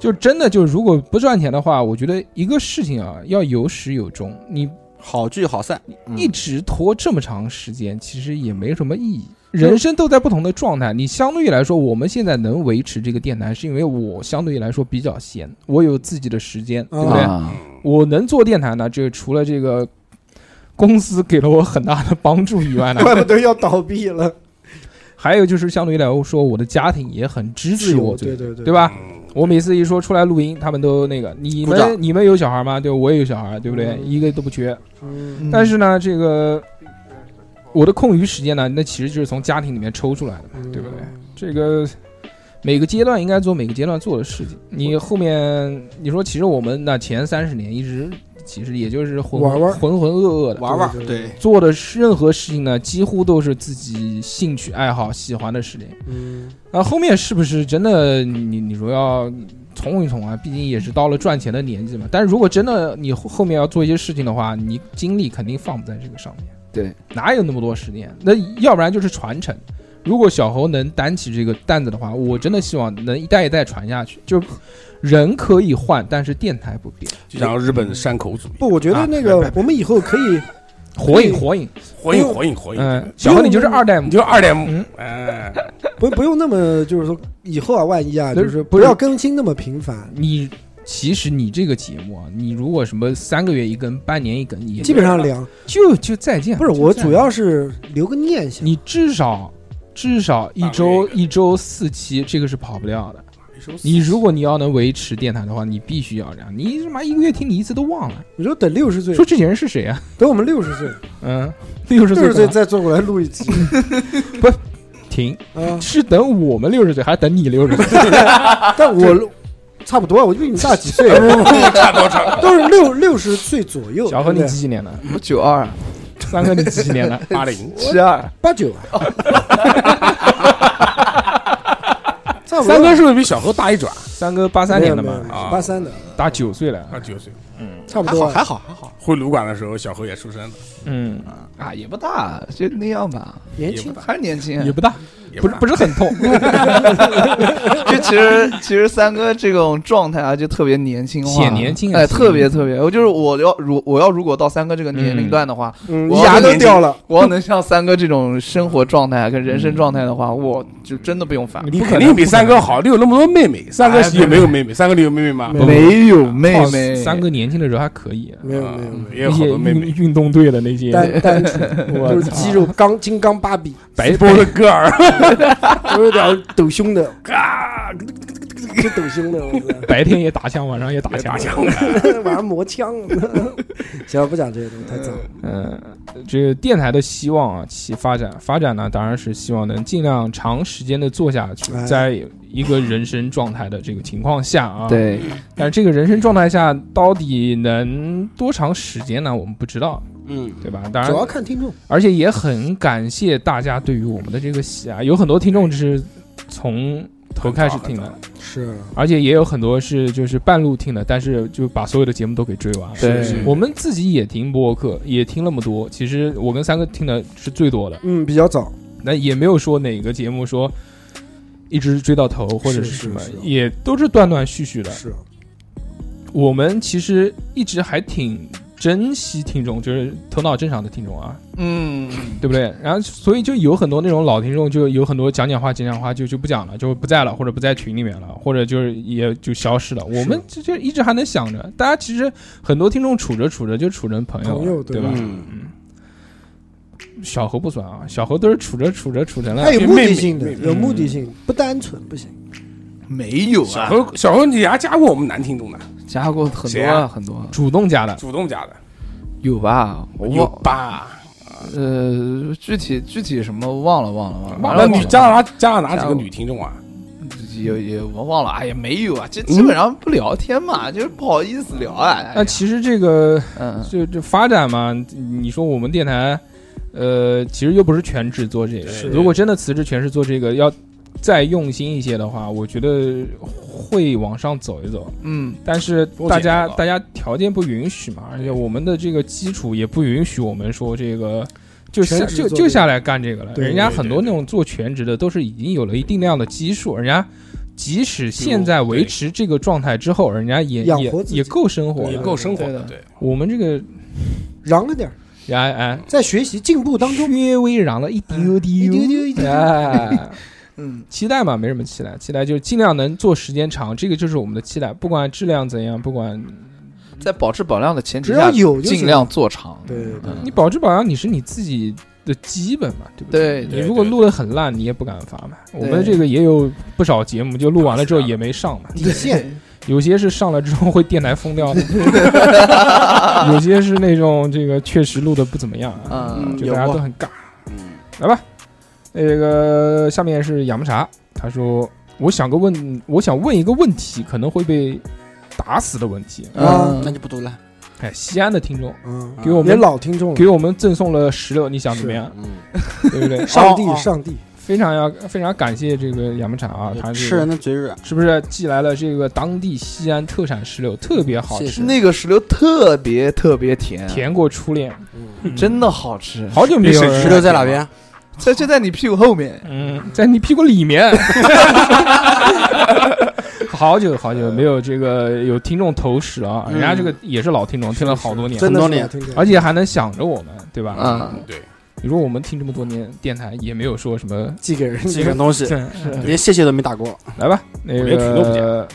[SPEAKER 2] 就真的就如果不赚钱的话，我觉得一个事情啊要有始有终，你
[SPEAKER 6] 好聚好散。嗯
[SPEAKER 2] 一直拖这么长时间，其实也没什么意义。人生都在不同的状态，你相对于来说，我们现在能维持这个电台，是因为我相对于来说比较闲，我有自己的时间，
[SPEAKER 5] 嗯
[SPEAKER 2] 对不对？
[SPEAKER 3] 啊
[SPEAKER 2] 我能做电台呢，这除了这个公司给了我很大的帮助以
[SPEAKER 5] [LAUGHS]
[SPEAKER 2] 外呢，
[SPEAKER 4] 怪不得要倒闭
[SPEAKER 2] [LAUGHS]
[SPEAKER 4] 了，
[SPEAKER 2] 还有就是相对于来说，我的家庭也很支持我，
[SPEAKER 4] 对对对
[SPEAKER 2] 对吧？
[SPEAKER 5] 嗯
[SPEAKER 2] 我每次一说出来录音，他们都那个，你
[SPEAKER 6] 鼓掌
[SPEAKER 2] 们你们有小孩吗？对，我也有小孩，对不对？
[SPEAKER 4] 嗯
[SPEAKER 2] 一个都不缺。
[SPEAKER 4] 嗯
[SPEAKER 2] 但是呢，这个我的空余时间呢，那其实就是从家庭里面抽出来的嘛，嗯
[SPEAKER 4] 嗯
[SPEAKER 2] 对不对？这个每个阶段应该做每个阶段做的事情。你后面你说，其实我们那前三十年一直其实也就是浑
[SPEAKER 4] 玩玩
[SPEAKER 2] 浑浑噩噩的
[SPEAKER 6] 玩玩
[SPEAKER 4] 对，对
[SPEAKER 6] 对，
[SPEAKER 2] 做的是任何事情呢，几乎都是自己兴趣爱好喜欢的事情。
[SPEAKER 4] 嗯，
[SPEAKER 2] 那后面是不是真的你你说要冲一冲啊？毕竟也是到了赚钱的年纪嘛。但是如果真的你后后面要做一些事情的话，你精力肯定放不在这个上面。
[SPEAKER 3] 对，
[SPEAKER 2] 哪有那么多时间？那要不然就是传承。如果小猴能担起这个担子的话，我真的希望能一代一代传下去。就人可以换，但是电台不变。
[SPEAKER 5] 就像日本山口组一样，
[SPEAKER 4] 不，我觉
[SPEAKER 2] 啊
[SPEAKER 4] 得那个我们以后可以，
[SPEAKER 2] 火影，火影，
[SPEAKER 5] 火影，火影，火影，
[SPEAKER 2] 嗯，小猴你就是二代目
[SPEAKER 5] 你，就二代目
[SPEAKER 2] 嗯，
[SPEAKER 5] 哎，
[SPEAKER 4] 不不用那么就是说以后啊，万一啊，
[SPEAKER 2] 那
[SPEAKER 4] 就是
[SPEAKER 2] 不
[SPEAKER 4] 不
[SPEAKER 2] 是
[SPEAKER 4] 要更新那么频繁，
[SPEAKER 2] 你其实你这个节目啊，你如果什么三个月一更、半年一更，也
[SPEAKER 4] 基本上凉。
[SPEAKER 2] 就就再见。
[SPEAKER 4] 不是，
[SPEAKER 2] 就
[SPEAKER 4] 我
[SPEAKER 2] 再见
[SPEAKER 4] 主要是留个念想。
[SPEAKER 2] 你至少至少一
[SPEAKER 5] 半
[SPEAKER 2] 周
[SPEAKER 5] 个月
[SPEAKER 2] 一周四期，这个是跑不掉的。你如果你要能维持电台的话，你必须要这样。你他妈一个月听你一次都忘了，
[SPEAKER 4] 你说等六十岁
[SPEAKER 2] 说，这些人是谁啊？
[SPEAKER 4] 等我们六十岁，
[SPEAKER 2] 嗯，六十
[SPEAKER 4] 六
[SPEAKER 2] 岁
[SPEAKER 4] 十岁
[SPEAKER 2] 干嘛
[SPEAKER 4] 再坐过来录
[SPEAKER 2] [LAUGHS]
[SPEAKER 4] 一期
[SPEAKER 2] 停，
[SPEAKER 4] 啊！
[SPEAKER 2] 是等我们六十岁，还是等你六十岁？
[SPEAKER 4] 但我差不多啊，我就比你大几岁，啊
[SPEAKER 2] [LAUGHS]
[SPEAKER 5] 差多长？
[SPEAKER 4] 都是六六十岁左右。
[SPEAKER 2] 小何，你
[SPEAKER 4] 对不
[SPEAKER 2] 几
[SPEAKER 4] 对
[SPEAKER 2] 几年的？
[SPEAKER 3] 我九二
[SPEAKER 2] 三哥，你几几年的？
[SPEAKER 5] 八零，
[SPEAKER 3] 七二，
[SPEAKER 4] 八九
[SPEAKER 2] [LAUGHS]
[SPEAKER 4] 啊，差不多
[SPEAKER 5] 三哥是不是比小何大一转？
[SPEAKER 2] 三哥八三年的
[SPEAKER 4] 没有
[SPEAKER 2] 嘛，
[SPEAKER 4] 没有
[SPEAKER 5] 啊
[SPEAKER 4] 八三的，
[SPEAKER 2] 大九岁了。
[SPEAKER 5] 他九岁，
[SPEAKER 4] 差不
[SPEAKER 6] 还
[SPEAKER 4] 多
[SPEAKER 6] 好
[SPEAKER 4] 啊。
[SPEAKER 6] 还好还好。
[SPEAKER 5] 回旅馆的时候，小何也出生了，
[SPEAKER 2] 嗯，
[SPEAKER 3] 啊，也不大，就那样吧，
[SPEAKER 4] 年轻，
[SPEAKER 3] 还是年轻啊
[SPEAKER 2] 也。不大，
[SPEAKER 5] 也
[SPEAKER 2] 不是
[SPEAKER 5] 大
[SPEAKER 2] 不是很痛。
[SPEAKER 3] 就其实其实三哥这种状态啊，就特别年轻化，
[SPEAKER 2] 显年轻啊
[SPEAKER 3] 哎，
[SPEAKER 2] 显
[SPEAKER 3] 特别特别。我就是我要如我要如果到三哥这个年龄段的话，
[SPEAKER 4] 嗯，
[SPEAKER 3] 我
[SPEAKER 4] 牙都
[SPEAKER 3] 年轻
[SPEAKER 4] 掉了，
[SPEAKER 3] 我要能像三哥这种生活状态啊跟人生状态的话，我就真的不用烦。
[SPEAKER 2] 你
[SPEAKER 5] 你
[SPEAKER 2] 不
[SPEAKER 5] 肯
[SPEAKER 2] 可
[SPEAKER 5] 定
[SPEAKER 2] 能
[SPEAKER 5] 比三哥好，你有那么多妹妹，三哥
[SPEAKER 2] 哎
[SPEAKER 5] 也没有妹妹，三哥你有妹妹吗？
[SPEAKER 3] 没有妹妹，
[SPEAKER 2] 三哥年轻的时候还可以，啊
[SPEAKER 4] 没有没有没
[SPEAKER 5] 嗯
[SPEAKER 4] 有，
[SPEAKER 5] 也
[SPEAKER 2] 那
[SPEAKER 5] 有好
[SPEAKER 2] 些
[SPEAKER 5] 多妹
[SPEAKER 2] 运
[SPEAKER 5] 妹，
[SPEAKER 2] 运动队的那些
[SPEAKER 4] 单
[SPEAKER 2] [LAUGHS]
[SPEAKER 4] 单纯
[SPEAKER 2] 我
[SPEAKER 4] 都
[SPEAKER 2] 操
[SPEAKER 4] 是肌肉刚金刚芭比，
[SPEAKER 2] 白
[SPEAKER 5] 波的歌儿，
[SPEAKER 4] 都有点抖胸的，嘎， [LAUGHS] 就抖胸的，我操
[SPEAKER 2] 白天也打枪，晚上也打枪。
[SPEAKER 5] 打枪
[SPEAKER 4] [LAUGHS] 晚上磨枪。行了，不讲这些东西，太脏。
[SPEAKER 2] 嗯，这个电台的希望啊，其发展发展呢，当然是希望能尽量长时间的做下去
[SPEAKER 4] 哎，
[SPEAKER 2] 在一个人生状态的这个情况下啊。。
[SPEAKER 3] 对
[SPEAKER 2] 但这个人生状态下到底能多长时间呢？我们不知道，
[SPEAKER 6] 嗯，
[SPEAKER 2] 对吧？当
[SPEAKER 4] 主要
[SPEAKER 2] 然，
[SPEAKER 4] 看听众，
[SPEAKER 2] 而且也很感谢大家对于我们的这个喜爱，有很多听众就是从头开始听的，
[SPEAKER 4] 是
[SPEAKER 2] 而且也有很多是就是半路听的，但是就把所有的节目都给追完了。
[SPEAKER 3] 对
[SPEAKER 5] 是
[SPEAKER 2] 我们自己也听播客，也听那么多。其实我跟三哥听的是最多的，
[SPEAKER 4] 嗯，比较早，
[SPEAKER 2] 那也没有说哪个节目说一直追到头或者
[SPEAKER 4] 是
[SPEAKER 2] 什么，
[SPEAKER 4] 是是
[SPEAKER 2] 也都是断断续续的。
[SPEAKER 4] 是
[SPEAKER 2] 我们其实一直还挺珍惜听众，就是头脑正常的听众啊，
[SPEAKER 3] 嗯，
[SPEAKER 2] 对不对？然后所以就有很多那种老听众，就有很多讲讲话讲讲话就就不讲了，就不在了，或者不在群里面了，或者就是也就消失了。我们就就一直还能想着，大家其实很多听众处着处着就处成朋友了，
[SPEAKER 4] 朋友
[SPEAKER 2] 对
[SPEAKER 4] 对
[SPEAKER 2] 吧
[SPEAKER 4] 吧？
[SPEAKER 6] 嗯，
[SPEAKER 2] 小何不算啊，小何都是处着处着处成了
[SPEAKER 3] 哎
[SPEAKER 4] 它。有
[SPEAKER 5] 变
[SPEAKER 4] 目
[SPEAKER 5] 妹
[SPEAKER 4] 的
[SPEAKER 5] 妹
[SPEAKER 4] 性的
[SPEAKER 5] 妹，妹
[SPEAKER 4] 有目的性，不单纯不行。
[SPEAKER 3] 没有
[SPEAKER 5] 小
[SPEAKER 3] 啊，
[SPEAKER 5] 何，小何，你还加过我们男听众的，
[SPEAKER 3] 加过很多
[SPEAKER 5] 谁啊
[SPEAKER 3] 啊，很多啊
[SPEAKER 2] 主动加的，
[SPEAKER 5] 主动加的，
[SPEAKER 3] 有吧？我
[SPEAKER 5] 有
[SPEAKER 3] 忘
[SPEAKER 5] 吧？
[SPEAKER 3] 呃，具体具体什么忘了忘了忘了，
[SPEAKER 5] 忘
[SPEAKER 3] 反
[SPEAKER 5] 了
[SPEAKER 3] 正我
[SPEAKER 5] 你加了哪加了哪几
[SPEAKER 3] 加
[SPEAKER 5] 个
[SPEAKER 3] 我
[SPEAKER 5] 女听众啊？
[SPEAKER 3] 也也我忘了，哎呀没有啊，这基本上不聊天嘛，就是不好意思聊啊。哎呀
[SPEAKER 2] 那其实这个
[SPEAKER 3] 嗯，嗯
[SPEAKER 2] 就就发展嘛，你说我们电台，呃，其实又不是全职做这个
[SPEAKER 5] 是。
[SPEAKER 2] 如果真的辞职全职做这个，要再用心一些的话，我觉得会往上走一走。
[SPEAKER 3] 嗯，
[SPEAKER 2] 但是
[SPEAKER 5] 风
[SPEAKER 2] 大
[SPEAKER 5] 险
[SPEAKER 2] 家
[SPEAKER 5] 很高
[SPEAKER 2] 大家条件不允许嘛，而且我们的这个基础也不允许我们说这个。就下
[SPEAKER 4] 全职
[SPEAKER 2] 就
[SPEAKER 4] 做
[SPEAKER 2] 就下来干这个了，
[SPEAKER 4] 对
[SPEAKER 2] 人家
[SPEAKER 5] 对
[SPEAKER 2] 很
[SPEAKER 5] 对
[SPEAKER 2] 多那
[SPEAKER 5] 对
[SPEAKER 2] 种做全职的都是已经有了一定量的基数，人家即使现在维
[SPEAKER 5] 对
[SPEAKER 2] 持这个状态之后，人家也
[SPEAKER 4] 养
[SPEAKER 2] 也
[SPEAKER 4] 活自己
[SPEAKER 2] 也够生活
[SPEAKER 5] 也
[SPEAKER 2] 了。
[SPEAKER 5] 够生活的，
[SPEAKER 3] 对
[SPEAKER 5] 对，
[SPEAKER 2] 我们这个
[SPEAKER 4] 嚷了点儿，
[SPEAKER 2] 哎哎，
[SPEAKER 4] 在学习进步当中，
[SPEAKER 2] 略微嚷了一丢丢
[SPEAKER 4] 一丢丢一丢丢 [LAUGHS]
[SPEAKER 2] 哎，
[SPEAKER 3] 嗯，
[SPEAKER 2] 期待嘛，没什么期待，期待就是尽量能做时间长，这个就是我们的期待。不管质量怎样，不管
[SPEAKER 3] 在保质保量的前提
[SPEAKER 4] 只
[SPEAKER 3] 下
[SPEAKER 4] 要，有就行
[SPEAKER 3] 尽量做长。
[SPEAKER 4] 对对对
[SPEAKER 3] 嗯
[SPEAKER 2] 你保质保量，你是你自己的基本嘛，对不
[SPEAKER 3] 对
[SPEAKER 2] 你
[SPEAKER 5] 对
[SPEAKER 2] 如果录的很烂，你也不敢发嘛。我们
[SPEAKER 3] 对
[SPEAKER 2] 这个也有不少节目，就录完了之后也没上嘛，
[SPEAKER 4] 底线
[SPEAKER 2] [LAUGHS] 有些是上了之后会电台封
[SPEAKER 4] [LAUGHS]
[SPEAKER 2] 掉的，有些是那种这个确实录的不怎么样啊，
[SPEAKER 3] [LAUGHS] 嗯
[SPEAKER 6] 嗯，
[SPEAKER 2] 就大家
[SPEAKER 6] 有
[SPEAKER 2] 都
[SPEAKER 6] 过
[SPEAKER 2] 很尬。
[SPEAKER 6] 嗯，
[SPEAKER 2] 来吧，那个下面是雅木茶，他说：“我想个问，我想问一个问题，可能会被打死的问题。
[SPEAKER 4] 啊
[SPEAKER 6] 那就不读了，
[SPEAKER 2] 哎，西安的听众
[SPEAKER 4] 嗯，
[SPEAKER 2] 给我
[SPEAKER 4] 也
[SPEAKER 2] 们、
[SPEAKER 4] 老听众了？
[SPEAKER 2] 给，我们赠送了石榴，你想怎么样？
[SPEAKER 6] 嗯，
[SPEAKER 2] 对
[SPEAKER 6] [LAUGHS]
[SPEAKER 2] 不对
[SPEAKER 4] 上帝
[SPEAKER 6] 哦哦
[SPEAKER 4] 上帝，
[SPEAKER 2] 非常要非常感谢这个雅木茶啊，他
[SPEAKER 6] 吃
[SPEAKER 2] 这
[SPEAKER 6] 人
[SPEAKER 2] 个
[SPEAKER 6] 的嘴软，
[SPEAKER 2] 是不是寄来了这个当地西安特产石榴，特别好
[SPEAKER 6] 谢
[SPEAKER 2] 吃，
[SPEAKER 6] 谢。
[SPEAKER 3] 那个石榴特别特别甜，
[SPEAKER 2] 甜过初恋，
[SPEAKER 6] 嗯
[SPEAKER 3] 真的好吃，
[SPEAKER 2] 好久没有
[SPEAKER 5] 比水
[SPEAKER 6] 石
[SPEAKER 5] 石
[SPEAKER 2] 人。”
[SPEAKER 6] 榴在哪边？
[SPEAKER 3] 这就在你屁股后面。
[SPEAKER 2] 嗯，在你屁股里面。 [LAUGHS] 好久好久没有这个有听众投食啊，
[SPEAKER 6] 嗯
[SPEAKER 2] 人家这个也是老听众，听了好多年，啊
[SPEAKER 6] 真
[SPEAKER 4] 真的
[SPEAKER 6] 的是
[SPEAKER 4] 是
[SPEAKER 6] 老
[SPEAKER 4] 老听众，
[SPEAKER 2] 而且还能想着我们，对吧？
[SPEAKER 3] 嗯，
[SPEAKER 5] 对，
[SPEAKER 2] 你说我们听这么多年电台，也没有说什么。
[SPEAKER 4] 寄给人
[SPEAKER 6] 几
[SPEAKER 4] 家
[SPEAKER 6] 个东西，
[SPEAKER 2] 对
[SPEAKER 6] 连谢谢都没打过。
[SPEAKER 2] 来吧，那
[SPEAKER 5] 连群都不
[SPEAKER 2] 个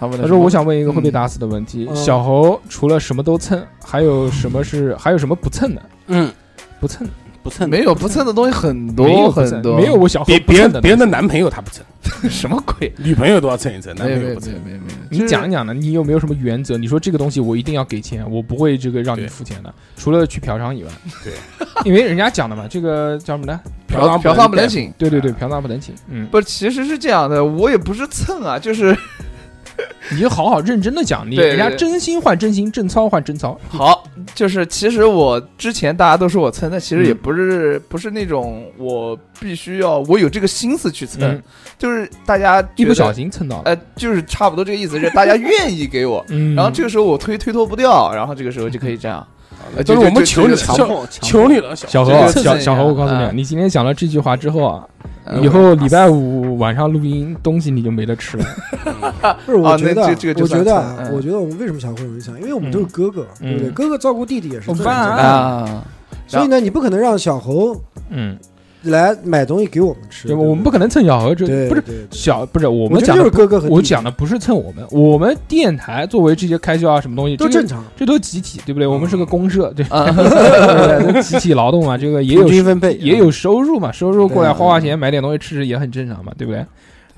[SPEAKER 3] 他问
[SPEAKER 2] 他
[SPEAKER 3] 了
[SPEAKER 2] 说：“我
[SPEAKER 3] 什么
[SPEAKER 2] 想问一个会被打死的问题，
[SPEAKER 4] 嗯
[SPEAKER 2] 小猴除了什么都蹭，还有什么是还有什么不蹭的？
[SPEAKER 6] 嗯，
[SPEAKER 2] 不蹭，
[SPEAKER 6] 不蹭，
[SPEAKER 3] 没有不蹭的东西很
[SPEAKER 2] 没有
[SPEAKER 3] 多
[SPEAKER 2] 不
[SPEAKER 3] 很
[SPEAKER 2] 蹭，
[SPEAKER 3] 多，
[SPEAKER 2] 没有我小猴
[SPEAKER 5] 别
[SPEAKER 2] 不
[SPEAKER 5] 别
[SPEAKER 2] 蹭
[SPEAKER 5] 人
[SPEAKER 2] 的。
[SPEAKER 5] 别人的男朋友他不蹭，
[SPEAKER 3] 什么鬼，
[SPEAKER 5] 女朋友都要蹭一蹭，男
[SPEAKER 3] 没有
[SPEAKER 5] 朋
[SPEAKER 3] 没有
[SPEAKER 5] 友不
[SPEAKER 3] 没
[SPEAKER 5] 蹭
[SPEAKER 3] 有。没有没有，
[SPEAKER 2] 你讲一讲呢？你有没有什么原则？你说这个东西我一定要给钱，我不会这个让你
[SPEAKER 5] 对
[SPEAKER 2] 付钱的，除了去嫖娼以外。
[SPEAKER 5] 对，
[SPEAKER 2] [LAUGHS] 因为人家讲的嘛，这个叫什
[SPEAKER 3] [LAUGHS]
[SPEAKER 2] 么呢？
[SPEAKER 5] 嫖
[SPEAKER 3] 嫖
[SPEAKER 5] 娼
[SPEAKER 3] 嫖
[SPEAKER 5] 娼
[SPEAKER 3] 娼不能请。
[SPEAKER 2] 对对对，嫖娼不能请。嗯，
[SPEAKER 3] 不，其实是这样的，我也不是蹭啊， [LAUGHS] 就是
[SPEAKER 2] 你就好好认真的讲，你
[SPEAKER 3] 对
[SPEAKER 2] 人
[SPEAKER 3] 对
[SPEAKER 2] 家
[SPEAKER 3] 对。
[SPEAKER 2] 真心换真心，真操换真操
[SPEAKER 3] 好，就是其实我之前大家都说我蹭，但其实也不是、不是那种我必须要我有这个心思去蹭，
[SPEAKER 2] 嗯，
[SPEAKER 3] 就是大家
[SPEAKER 2] 一不小
[SPEAKER 3] 心，
[SPEAKER 2] 心蹭到了。，
[SPEAKER 3] 呃，就是差不多这个意思，就是大家愿意给我
[SPEAKER 2] 嗯，
[SPEAKER 3] 然后这个时候我推推脱不掉，然后这个时候就可以这样，呃
[SPEAKER 5] 都是我们求
[SPEAKER 3] 就
[SPEAKER 5] 你
[SPEAKER 3] 就就
[SPEAKER 5] 强迫，求你了，小
[SPEAKER 2] 小
[SPEAKER 5] 何
[SPEAKER 2] 何
[SPEAKER 3] 这个，蹭
[SPEAKER 2] 小
[SPEAKER 3] 一
[SPEAKER 2] 小
[SPEAKER 3] 下
[SPEAKER 2] 何，我告诉你啊，
[SPEAKER 3] 嗯
[SPEAKER 2] 你今天讲了这句话之后啊，
[SPEAKER 3] 呃
[SPEAKER 2] 以后礼拜五晚上录音，东西你就没得吃了。
[SPEAKER 4] 不是，
[SPEAKER 3] 啊
[SPEAKER 4] 我
[SPEAKER 3] 那
[SPEAKER 4] 觉得啊，
[SPEAKER 3] 这这个就
[SPEAKER 4] 我觉得
[SPEAKER 3] 算
[SPEAKER 4] 啊
[SPEAKER 3] 蹭，嗯
[SPEAKER 4] 我觉得我们为什么想会有影响？因为我们
[SPEAKER 2] 嗯
[SPEAKER 4] 都是哥哥，对不对？
[SPEAKER 2] 嗯
[SPEAKER 4] 哥哥照顾弟弟也是
[SPEAKER 2] 我
[SPEAKER 4] 最
[SPEAKER 2] 办
[SPEAKER 4] 重要的
[SPEAKER 2] 啊
[SPEAKER 3] 啊， [LAUGHS]
[SPEAKER 4] 所以呢，你不可能让小猴
[SPEAKER 2] 嗯，
[SPEAKER 4] 来买东西给我们吃，
[SPEAKER 2] 对吧？
[SPEAKER 4] 对
[SPEAKER 2] 我们不可能蹭小何，这
[SPEAKER 4] 对，
[SPEAKER 2] 不是
[SPEAKER 4] 对，对对
[SPEAKER 2] 小，不是我
[SPEAKER 4] 我
[SPEAKER 2] 们
[SPEAKER 4] 觉得
[SPEAKER 2] 讲
[SPEAKER 4] 就
[SPEAKER 2] 的
[SPEAKER 4] 是哥哥和弟弟
[SPEAKER 2] 我讲的不是蹭我们，我们电台作为这些开销啊什么东西，
[SPEAKER 4] 都
[SPEAKER 2] 这
[SPEAKER 4] 正
[SPEAKER 2] 个
[SPEAKER 4] 常，
[SPEAKER 2] 这都集体，对不对？我们是个公社，对，
[SPEAKER 3] 啊， [LAUGHS]
[SPEAKER 4] [LAUGHS]
[SPEAKER 2] 都集体劳动嘛，这个也有
[SPEAKER 6] 平均分配，
[SPEAKER 2] 也
[SPEAKER 3] 啊
[SPEAKER 2] 有收入嘛，收入过来
[SPEAKER 4] 啊对啊
[SPEAKER 2] 花花钱买点东西吃吃也很正常嘛，对不对？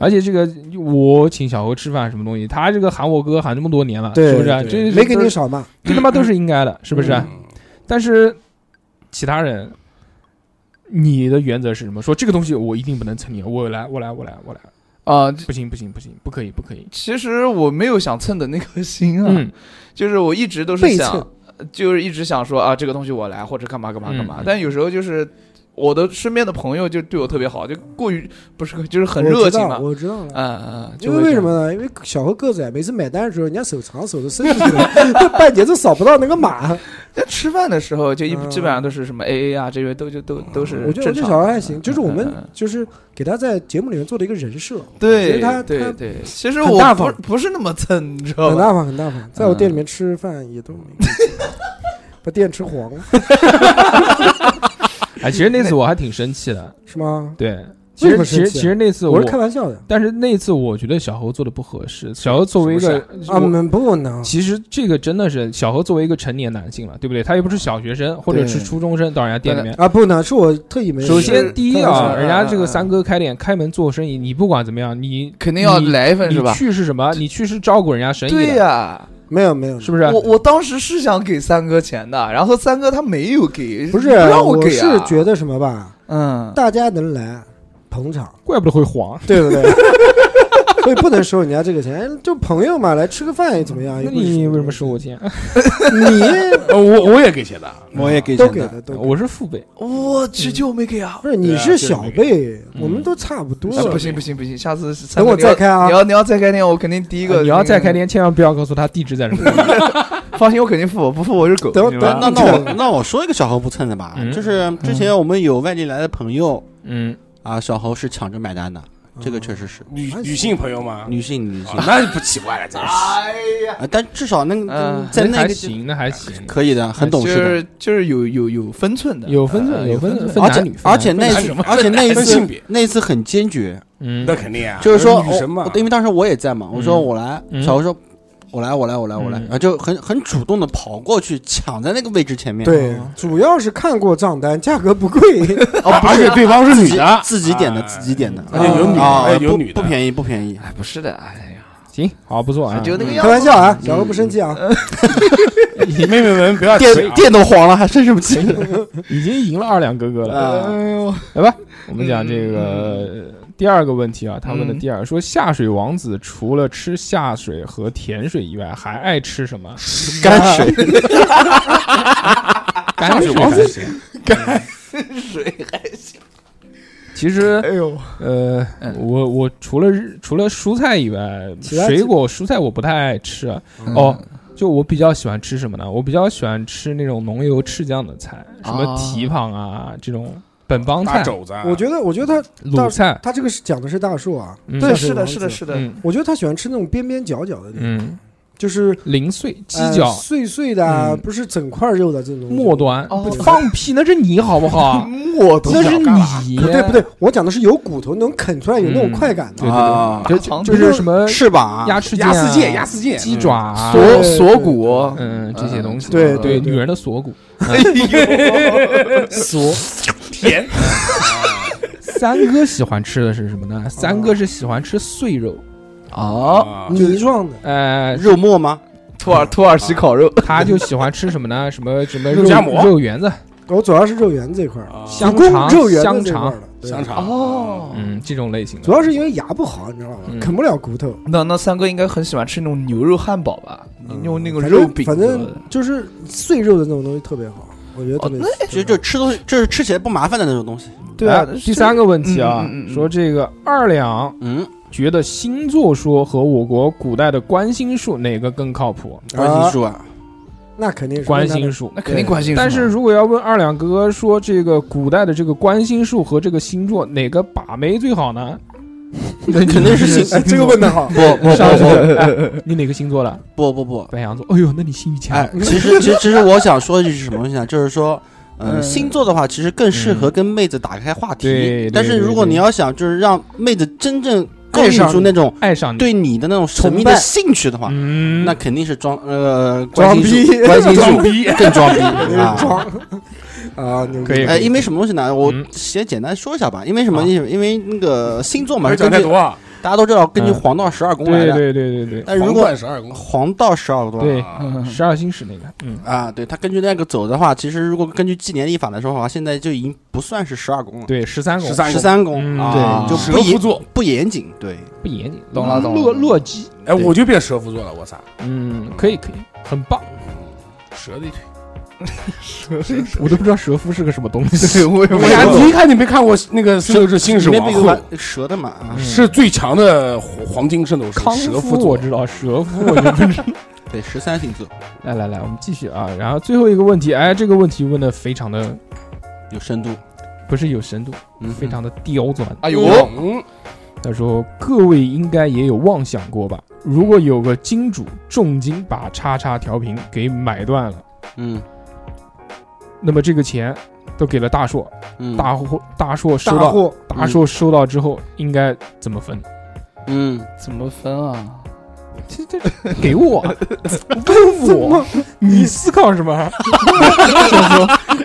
[SPEAKER 2] 而且这个我请小侯吃饭什么东西，他这个喊我哥喊这么多年了，
[SPEAKER 4] 对
[SPEAKER 2] 是不是啊？
[SPEAKER 5] 对
[SPEAKER 2] 这
[SPEAKER 4] 没给你
[SPEAKER 2] 这
[SPEAKER 4] 少嘛，
[SPEAKER 2] 这他妈都是应该的，是不是啊？
[SPEAKER 5] 嗯
[SPEAKER 2] 但是其他人，你的原则是什么？说这个东西我一定不能蹭你，我来，我来，我来，我来，
[SPEAKER 3] 啊， [LAUGHS]
[SPEAKER 2] 不行，不行，不行，不可以，不可以。
[SPEAKER 3] 其实我没有想蹭的那颗心啊，
[SPEAKER 2] 嗯，
[SPEAKER 3] 就是我一直都是
[SPEAKER 4] 被
[SPEAKER 3] 想
[SPEAKER 4] 蹭，
[SPEAKER 3] 就是一直想说啊，这个东西我来或者干嘛干嘛干嘛，
[SPEAKER 2] 嗯嗯
[SPEAKER 3] 但有时候就是我的身边的朋友就对我特别好，就过于不是就是很
[SPEAKER 4] 我
[SPEAKER 3] 热
[SPEAKER 4] 知
[SPEAKER 3] 情
[SPEAKER 4] 道
[SPEAKER 3] 嘛，
[SPEAKER 4] 我知道了。
[SPEAKER 3] 啊啊，就
[SPEAKER 4] 因为
[SPEAKER 3] 会
[SPEAKER 4] 为
[SPEAKER 3] 这样
[SPEAKER 4] 什么呢？因为小何个子矮，每次买单的时候，人家手长手都伸进去了， [LAUGHS] 半截子扫不到那个码。
[SPEAKER 3] 在吃饭的时候，就一
[SPEAKER 4] 嗯
[SPEAKER 3] 基本上都是什么 AA 啊，这些都就都都是
[SPEAKER 4] 我觉得我
[SPEAKER 3] 正
[SPEAKER 4] 这
[SPEAKER 3] 常
[SPEAKER 4] 小
[SPEAKER 3] 的
[SPEAKER 4] 孩还行，就是我们
[SPEAKER 3] 嗯嗯嗯
[SPEAKER 4] 就是给他在节目里面做的一个人设，其
[SPEAKER 3] 对
[SPEAKER 4] 实他他
[SPEAKER 3] 对对，其实
[SPEAKER 4] 很
[SPEAKER 3] 我
[SPEAKER 4] 大
[SPEAKER 3] 不
[SPEAKER 4] 方
[SPEAKER 3] 不是那么蹭，你知道
[SPEAKER 4] 很
[SPEAKER 3] 吧？嗯
[SPEAKER 4] 大方很大方，在我店里面吃饭也都没把店吃黄了，
[SPEAKER 2] [LAUGHS] 哎，其实那次我还挺生气的，
[SPEAKER 4] 是吗？
[SPEAKER 2] 对，其
[SPEAKER 4] 为
[SPEAKER 2] 实
[SPEAKER 4] 什么
[SPEAKER 2] 其
[SPEAKER 4] 生
[SPEAKER 2] 实
[SPEAKER 4] 气
[SPEAKER 2] 其实那次
[SPEAKER 4] 我是开玩笑的
[SPEAKER 2] 但是那次我觉得小侯做的不合适。小侯作为一个，
[SPEAKER 4] 啊，
[SPEAKER 2] 我
[SPEAKER 4] 们不能，
[SPEAKER 2] 其实这个真的是小侯作为一个成年男性了，对不对？他又不是小学生或者是
[SPEAKER 3] 对
[SPEAKER 2] 初中生到人家店里面。
[SPEAKER 4] 啊，不能，是我特意没有。
[SPEAKER 2] [LAUGHS] 首先第一啊，
[SPEAKER 3] 嗯
[SPEAKER 2] 人家这个三哥开店开门做生意，你不管怎么样，你
[SPEAKER 3] 肯定要
[SPEAKER 2] 你
[SPEAKER 3] 来一份是
[SPEAKER 2] 你
[SPEAKER 3] 吧？
[SPEAKER 2] 去是什么？你去是照顾人家生意
[SPEAKER 3] 对
[SPEAKER 2] 的，
[SPEAKER 3] 呀，
[SPEAKER 4] 没有没有，
[SPEAKER 2] 是不是？
[SPEAKER 3] 我我当时是想给三哥钱的，然后三哥他没有给，
[SPEAKER 4] 不是？
[SPEAKER 3] 不让给
[SPEAKER 4] 是
[SPEAKER 3] 啊。
[SPEAKER 4] 觉得什么吧，
[SPEAKER 3] 嗯，
[SPEAKER 4] 大家能来捧场，
[SPEAKER 2] 怪不得会黄。
[SPEAKER 4] 对不对？所以不能收人家这个钱，就朋友嘛，来吃个饭也怎么样？
[SPEAKER 2] 那
[SPEAKER 4] 又不是
[SPEAKER 2] 你为什么收
[SPEAKER 4] 收
[SPEAKER 2] 我钱？
[SPEAKER 4] 你
[SPEAKER 5] 呃我我也给钱的，
[SPEAKER 6] 我也给
[SPEAKER 4] 都
[SPEAKER 6] 钱
[SPEAKER 4] 给
[SPEAKER 6] 的，
[SPEAKER 4] 了，都给了
[SPEAKER 2] 我是父辈，
[SPEAKER 3] 我去就没给啊！
[SPEAKER 4] 不是你
[SPEAKER 5] 对
[SPEAKER 4] 是
[SPEAKER 5] 啊
[SPEAKER 4] 小
[SPEAKER 5] 就是
[SPEAKER 4] 辈，
[SPEAKER 2] 嗯
[SPEAKER 4] 我们都差不多
[SPEAKER 3] 啊
[SPEAKER 4] 了。
[SPEAKER 3] 不行不行不行，下次三
[SPEAKER 4] 嗯
[SPEAKER 3] 哥
[SPEAKER 4] 等我
[SPEAKER 3] 你要
[SPEAKER 4] 再开啊
[SPEAKER 3] 你要你要再开店，我肯定第一个。
[SPEAKER 2] 呃你要再开，店，千万不要告诉他地址在什么。
[SPEAKER 3] 放心，我肯定付，我不付我是狗。
[SPEAKER 4] 等
[SPEAKER 3] 你
[SPEAKER 4] 等
[SPEAKER 3] 吧
[SPEAKER 6] 那那我那我说一个小猴不蹭的吧
[SPEAKER 2] 嗯，
[SPEAKER 6] 就是之前我们有外地来的朋友
[SPEAKER 2] 嗯，
[SPEAKER 6] 啊，小猴是抢着买单的，这个确实是
[SPEAKER 5] 女女性朋友吗？
[SPEAKER 6] 女性女性
[SPEAKER 5] 啊，那就不奇怪了，真是。
[SPEAKER 3] 哎呀，
[SPEAKER 6] 啊，但至少那个
[SPEAKER 3] 嗯
[SPEAKER 6] 在
[SPEAKER 2] 那
[SPEAKER 6] 那
[SPEAKER 2] 还
[SPEAKER 6] 个
[SPEAKER 2] 行，那还
[SPEAKER 6] [LAUGHS]
[SPEAKER 2] 行，
[SPEAKER 6] 可以的，很懂
[SPEAKER 3] 就
[SPEAKER 6] 事的。
[SPEAKER 3] 是就是有有有分寸的，
[SPEAKER 2] 有分寸
[SPEAKER 3] 呃
[SPEAKER 2] 有
[SPEAKER 3] 有
[SPEAKER 2] 分寸
[SPEAKER 3] 寸。
[SPEAKER 2] 分
[SPEAKER 6] 而
[SPEAKER 2] 男女
[SPEAKER 6] 且而且
[SPEAKER 2] 分
[SPEAKER 6] 那
[SPEAKER 5] 男
[SPEAKER 6] 次
[SPEAKER 5] 女
[SPEAKER 6] 而且那一
[SPEAKER 5] 分性
[SPEAKER 6] 次
[SPEAKER 5] 别
[SPEAKER 6] 那一次很坚决，
[SPEAKER 2] 嗯
[SPEAKER 5] 那，肯定啊，
[SPEAKER 6] [LAUGHS] 就是说哦
[SPEAKER 5] 女神嘛
[SPEAKER 6] 我，因为当时我也在嘛，我说
[SPEAKER 2] 嗯
[SPEAKER 6] 我来，
[SPEAKER 2] 嗯
[SPEAKER 6] 小猴说我来我来我来我来，
[SPEAKER 2] 嗯
[SPEAKER 6] 然后就很很主动的跑过去抢在那个位置前面，
[SPEAKER 4] 对，主要是看过账单，价格不贵，
[SPEAKER 5] 啊 [LAUGHS] 而且对方是女的，
[SPEAKER 6] 自己点的
[SPEAKER 5] 哎
[SPEAKER 6] 自己点的，
[SPEAKER 5] 而且有女的
[SPEAKER 6] 啊
[SPEAKER 5] 哎有
[SPEAKER 6] 不
[SPEAKER 5] 女的
[SPEAKER 6] 不便宜不便宜，
[SPEAKER 3] 哎，不是的，哎呀，
[SPEAKER 2] 行，好，不错啊， [LAUGHS]
[SPEAKER 3] 就那个样
[SPEAKER 4] 开
[SPEAKER 3] 子。
[SPEAKER 4] 玩笑啊，小何不生气啊。
[SPEAKER 5] 妹妹们不要
[SPEAKER 6] 店店都黄了还生什么气？
[SPEAKER 2] 已经赢了二两哥哥
[SPEAKER 6] [LAUGHS]
[SPEAKER 2] 了。
[SPEAKER 6] 啊，
[SPEAKER 3] 哎呦，
[SPEAKER 2] 来吧，我们讲这
[SPEAKER 6] 嗯
[SPEAKER 2] 个呃第二个问题啊，他问的第二说下水王子除了吃下水和甜水以外，还爱吃什么？
[SPEAKER 6] 泔水。
[SPEAKER 2] 泔水
[SPEAKER 5] 王子
[SPEAKER 6] [LAUGHS]
[SPEAKER 2] 其实
[SPEAKER 3] 哎呦，
[SPEAKER 2] 呃，
[SPEAKER 3] 嗯
[SPEAKER 2] 我我除了日除了蔬菜以外，
[SPEAKER 4] 其他
[SPEAKER 2] 水果蔬菜我不太爱吃啊。
[SPEAKER 3] 嗯
[SPEAKER 2] 哦，就我比较喜欢吃什么呢？我比较喜欢吃那种浓油赤酱的菜，什么
[SPEAKER 3] 啊
[SPEAKER 2] 蹄膀啊这种本帮菜
[SPEAKER 5] 大、肘子啊，
[SPEAKER 4] 我觉得，我觉得他
[SPEAKER 2] 鲁菜。
[SPEAKER 4] 他这个是讲的是大树啊，
[SPEAKER 2] 嗯
[SPEAKER 3] 对，
[SPEAKER 4] 像是
[SPEAKER 3] 是的，
[SPEAKER 4] 王
[SPEAKER 3] 是的，
[SPEAKER 4] 子
[SPEAKER 3] 是的，
[SPEAKER 2] 嗯
[SPEAKER 4] 我觉得他喜欢吃那种边边角角的，
[SPEAKER 2] 嗯，
[SPEAKER 4] 就是
[SPEAKER 2] 零碎鸡
[SPEAKER 4] 呃
[SPEAKER 2] 脚
[SPEAKER 4] 碎碎的啊，
[SPEAKER 2] 嗯
[SPEAKER 4] 不是整块肉的这种东西。
[SPEAKER 2] 末端
[SPEAKER 3] 哦，
[SPEAKER 2] 放屁，那是你好不
[SPEAKER 4] [LAUGHS]
[SPEAKER 2] 好？
[SPEAKER 3] 嗯我都
[SPEAKER 2] 那是你，
[SPEAKER 4] 不 [LAUGHS] 对不对，我讲的是有骨头能啃出来有那种
[SPEAKER 2] 嗯
[SPEAKER 4] 快感的
[SPEAKER 2] 对对对
[SPEAKER 6] 啊
[SPEAKER 2] 就
[SPEAKER 3] 大肠
[SPEAKER 2] 就是什么
[SPEAKER 6] 翅膀啊，
[SPEAKER 2] 鸭翅
[SPEAKER 5] 鸭丝
[SPEAKER 2] 腱
[SPEAKER 5] 腱，
[SPEAKER 2] 啊、
[SPEAKER 5] 鸭丝腱，
[SPEAKER 2] 鸡爪啊、
[SPEAKER 3] 锁
[SPEAKER 4] 对
[SPEAKER 3] 锁骨，
[SPEAKER 2] 嗯，这些东西，
[SPEAKER 4] 对
[SPEAKER 2] 对，
[SPEAKER 4] 对
[SPEAKER 2] 女
[SPEAKER 4] 对
[SPEAKER 2] 人的锁骨。
[SPEAKER 4] 嗦。
[SPEAKER 5] 甜，
[SPEAKER 6] [LAUGHS]
[SPEAKER 2] 三哥喜欢吃的是什么呢？三哥是喜欢吃碎肉，
[SPEAKER 3] 哦，
[SPEAKER 5] 啊
[SPEAKER 4] 泥状的，
[SPEAKER 2] 呃，
[SPEAKER 6] [LAUGHS] 肉末吗？
[SPEAKER 3] 土耳土耳其烤肉，
[SPEAKER 2] 他就喜欢吃什么呢？什么什么
[SPEAKER 5] 肉
[SPEAKER 2] 肉
[SPEAKER 5] 夹馍
[SPEAKER 2] 肉圆子，
[SPEAKER 4] 我主要是肉圆这一块儿，
[SPEAKER 5] 啊
[SPEAKER 2] 香
[SPEAKER 4] 主攻
[SPEAKER 2] 肠
[SPEAKER 4] 肉圆
[SPEAKER 2] 香
[SPEAKER 4] 的这一块
[SPEAKER 2] 肠
[SPEAKER 4] 儿的对
[SPEAKER 6] 啊
[SPEAKER 5] 香肠啊
[SPEAKER 3] 哦
[SPEAKER 2] 嗯，这种类型
[SPEAKER 4] 主
[SPEAKER 2] 的。
[SPEAKER 4] 要是因为牙不好，你知道吧
[SPEAKER 2] 嗯，
[SPEAKER 4] 啃不了骨头。
[SPEAKER 3] 那那三哥应该很喜欢吃那种牛肉汉堡吧？你用那个
[SPEAKER 4] 嗯反
[SPEAKER 3] 肉
[SPEAKER 4] 正
[SPEAKER 3] 饼，
[SPEAKER 4] 反正就是碎肉的那种东西特别好，我觉得特别
[SPEAKER 3] 哦
[SPEAKER 4] 香。
[SPEAKER 6] 哎其实就吃东西，就是吃起来不麻烦的那种东西。
[SPEAKER 3] 对啊
[SPEAKER 2] 哎，第三
[SPEAKER 3] 个
[SPEAKER 2] 个问题啊
[SPEAKER 3] 嗯嗯嗯，嗯
[SPEAKER 2] 说这个二两
[SPEAKER 6] 嗯，
[SPEAKER 2] 觉得星座说和我国古代的观星术哪个更靠谱？
[SPEAKER 6] 关心术啊，
[SPEAKER 4] 那肯定是
[SPEAKER 2] 观
[SPEAKER 4] 那
[SPEAKER 2] 星术
[SPEAKER 3] 那。肯定关心，
[SPEAKER 2] 但是如果要问二两哥哥说这个古代的这个观星术和这个星座哪个把妹最好呢？
[SPEAKER 6] 那肯定是
[SPEAKER 4] 哎，
[SPEAKER 6] 星。
[SPEAKER 4] 这个问的好，
[SPEAKER 6] 不不
[SPEAKER 2] 上去
[SPEAKER 6] 不
[SPEAKER 2] 哎你哪个星座的？
[SPEAKER 6] 不不 [LAUGHS] 不，
[SPEAKER 2] 白羊座。哎呦，那你性欲强。
[SPEAKER 6] 哎，其实其实其实我想说的是什么东西呢？就是说。呃，
[SPEAKER 3] 嗯
[SPEAKER 6] 星座的话，其实更适合跟妹子打开话
[SPEAKER 2] 对
[SPEAKER 6] 题。但是
[SPEAKER 2] 对对
[SPEAKER 6] 如果
[SPEAKER 2] 对
[SPEAKER 6] 你要想就是让妹子真正勾
[SPEAKER 4] 爱
[SPEAKER 6] 引
[SPEAKER 4] 上
[SPEAKER 6] 出那种
[SPEAKER 2] 爱上你，
[SPEAKER 6] 对你的那种神秘
[SPEAKER 4] 崇拜
[SPEAKER 6] 的兴趣的话，
[SPEAKER 2] 嗯，
[SPEAKER 6] 那肯定是装呃
[SPEAKER 4] 装
[SPEAKER 6] 关
[SPEAKER 4] 逼
[SPEAKER 6] 心术，关心
[SPEAKER 5] 装
[SPEAKER 6] 术
[SPEAKER 5] 逼，
[SPEAKER 6] 更 [LAUGHS] 装 [LAUGHS] 逼
[SPEAKER 4] 那
[SPEAKER 6] 啊
[SPEAKER 4] 是！装 [LAUGHS] 啊，牛逼
[SPEAKER 2] 可以
[SPEAKER 6] 哎，因为什么东西呢？我
[SPEAKER 2] 嗯
[SPEAKER 6] 先简单说一下吧。因为什么？
[SPEAKER 2] 好
[SPEAKER 6] 因为因为那个星座嘛，
[SPEAKER 5] 没
[SPEAKER 6] 是
[SPEAKER 5] 讲
[SPEAKER 6] 根
[SPEAKER 5] 太
[SPEAKER 6] 据
[SPEAKER 5] 多啊，
[SPEAKER 6] 大家都知道根据
[SPEAKER 2] 嗯
[SPEAKER 6] 黄道十二宫来
[SPEAKER 2] 对
[SPEAKER 6] 的。
[SPEAKER 2] 对对对
[SPEAKER 6] 但如
[SPEAKER 5] 皇
[SPEAKER 6] 果
[SPEAKER 5] 冠十二宫，
[SPEAKER 6] 黄道十二
[SPEAKER 5] [LAUGHS]
[SPEAKER 6] 宫
[SPEAKER 2] 对
[SPEAKER 5] 啊
[SPEAKER 3] 嗯
[SPEAKER 2] 对，十二星矢那个，嗯，
[SPEAKER 6] 啊，对它根据那个走的话，其实如果根据纪年历法来说的话，现在就已经不算是十二宫了，
[SPEAKER 2] 对，十三宫
[SPEAKER 5] 13宫
[SPEAKER 6] 十三
[SPEAKER 2] 嗯
[SPEAKER 6] 宫啊，
[SPEAKER 2] 对
[SPEAKER 6] 就
[SPEAKER 5] 蛇
[SPEAKER 6] 不
[SPEAKER 5] 夫
[SPEAKER 6] 严
[SPEAKER 5] 座。
[SPEAKER 6] 不严谨。对，
[SPEAKER 2] 不严谨，嗯
[SPEAKER 3] 懂了懂了
[SPEAKER 2] 洛洛基，
[SPEAKER 5] 哎，我就变蛇夫座了，我操，
[SPEAKER 2] 嗯，可以可以，很棒。
[SPEAKER 5] 蛇的一腿，
[SPEAKER 2] [LAUGHS] 我都不知道蛇夫是个什么东西。[LAUGHS]
[SPEAKER 3] [LAUGHS] 对，我也
[SPEAKER 5] 为啥？你一看你没看过那个《圣斗士星矢
[SPEAKER 6] 里面
[SPEAKER 5] 王
[SPEAKER 6] 不
[SPEAKER 5] 后
[SPEAKER 6] 有》个蛇的嘛？啊
[SPEAKER 5] 是最强的黄金圣斗士
[SPEAKER 2] 康
[SPEAKER 5] 蛇
[SPEAKER 2] 夫
[SPEAKER 5] 夫
[SPEAKER 2] 我
[SPEAKER 5] 座，
[SPEAKER 2] 知道，蛇夫我就不知道。 [LAUGHS]
[SPEAKER 6] 对，十三星座
[SPEAKER 2] 来来来，我们继续啊。然后最后一个问题，哎，这个问题问的非常的
[SPEAKER 6] 有深度，
[SPEAKER 2] 不是有深度，
[SPEAKER 6] 嗯，
[SPEAKER 2] 非常的刁钻。
[SPEAKER 3] 哎呦，
[SPEAKER 5] 嗯，
[SPEAKER 2] 他说：“各位应该也有妄想过吧？如果有个金主重金把叉叉调频给买断了，
[SPEAKER 6] 嗯
[SPEAKER 2] 那么这个钱都给了大硕，
[SPEAKER 6] 嗯
[SPEAKER 2] 大货大硕收
[SPEAKER 4] 大
[SPEAKER 2] 到
[SPEAKER 4] 货
[SPEAKER 2] 大硕收到之后应该怎么分？
[SPEAKER 6] 嗯，
[SPEAKER 3] 怎么分啊？
[SPEAKER 2] 这这给我 [LAUGHS] 问我，你思考什么？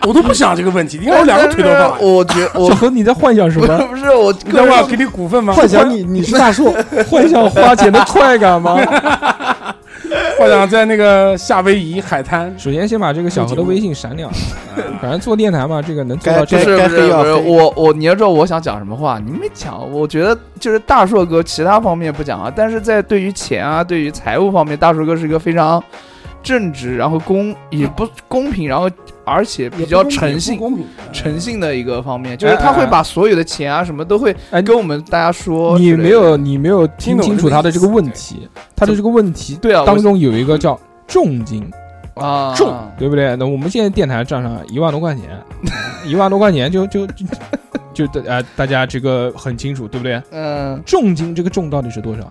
[SPEAKER 5] 我都不想这个问题。你看我两个腿都
[SPEAKER 3] 但
[SPEAKER 5] 放
[SPEAKER 3] 是
[SPEAKER 5] 了，
[SPEAKER 3] 我觉我
[SPEAKER 2] 小何你在幻想什
[SPEAKER 3] [LAUGHS]
[SPEAKER 2] 么？
[SPEAKER 3] 不是我
[SPEAKER 5] 你
[SPEAKER 3] 哎个
[SPEAKER 5] 知道我
[SPEAKER 3] 人
[SPEAKER 5] 要给你股份吗？
[SPEAKER 4] 幻想你你是大树，
[SPEAKER 2] 幻想花钱的快感吗？
[SPEAKER 5] 幻想在那个夏威夷海滩，
[SPEAKER 2] 首先先把这个小何的微信删掉，反正做电台嘛，这个能做
[SPEAKER 6] 该
[SPEAKER 2] 到
[SPEAKER 3] 不
[SPEAKER 2] 这
[SPEAKER 6] 该
[SPEAKER 2] 个
[SPEAKER 3] 是
[SPEAKER 6] 该
[SPEAKER 3] 不
[SPEAKER 6] 黑
[SPEAKER 3] 是
[SPEAKER 6] 要
[SPEAKER 3] 不是
[SPEAKER 6] 黑
[SPEAKER 3] 我我你要知道我想讲什么话，你没讲。我觉得就是大硕哥其他方面不讲啊，但是在对于钱啊，对于财务方面，大硕哥是一个非常正直，然后公也不公平，然后而且比较诚信。
[SPEAKER 5] 公平。
[SPEAKER 3] 诚信的一个方面，就是
[SPEAKER 2] 哎
[SPEAKER 3] 他会
[SPEAKER 2] 哎哎
[SPEAKER 3] 把所有的钱啊什么都会
[SPEAKER 2] 哎
[SPEAKER 3] 跟我们大家说之
[SPEAKER 2] 你
[SPEAKER 3] 类的。
[SPEAKER 2] 没有你没有听
[SPEAKER 5] 听懂
[SPEAKER 2] 清楚
[SPEAKER 5] 这个
[SPEAKER 2] 他的
[SPEAKER 5] 意
[SPEAKER 2] 这
[SPEAKER 5] 思
[SPEAKER 2] 个问题，他的这个问题
[SPEAKER 3] 对啊我
[SPEAKER 2] 当中有一个叫重金，
[SPEAKER 3] 啊
[SPEAKER 5] 重
[SPEAKER 2] 对不对？那我们现在电台账上一万多块钱，一万多块钱就就就就大啊、大家这个很清楚，对不对？
[SPEAKER 3] 嗯，
[SPEAKER 2] 重金这个重到底是多少？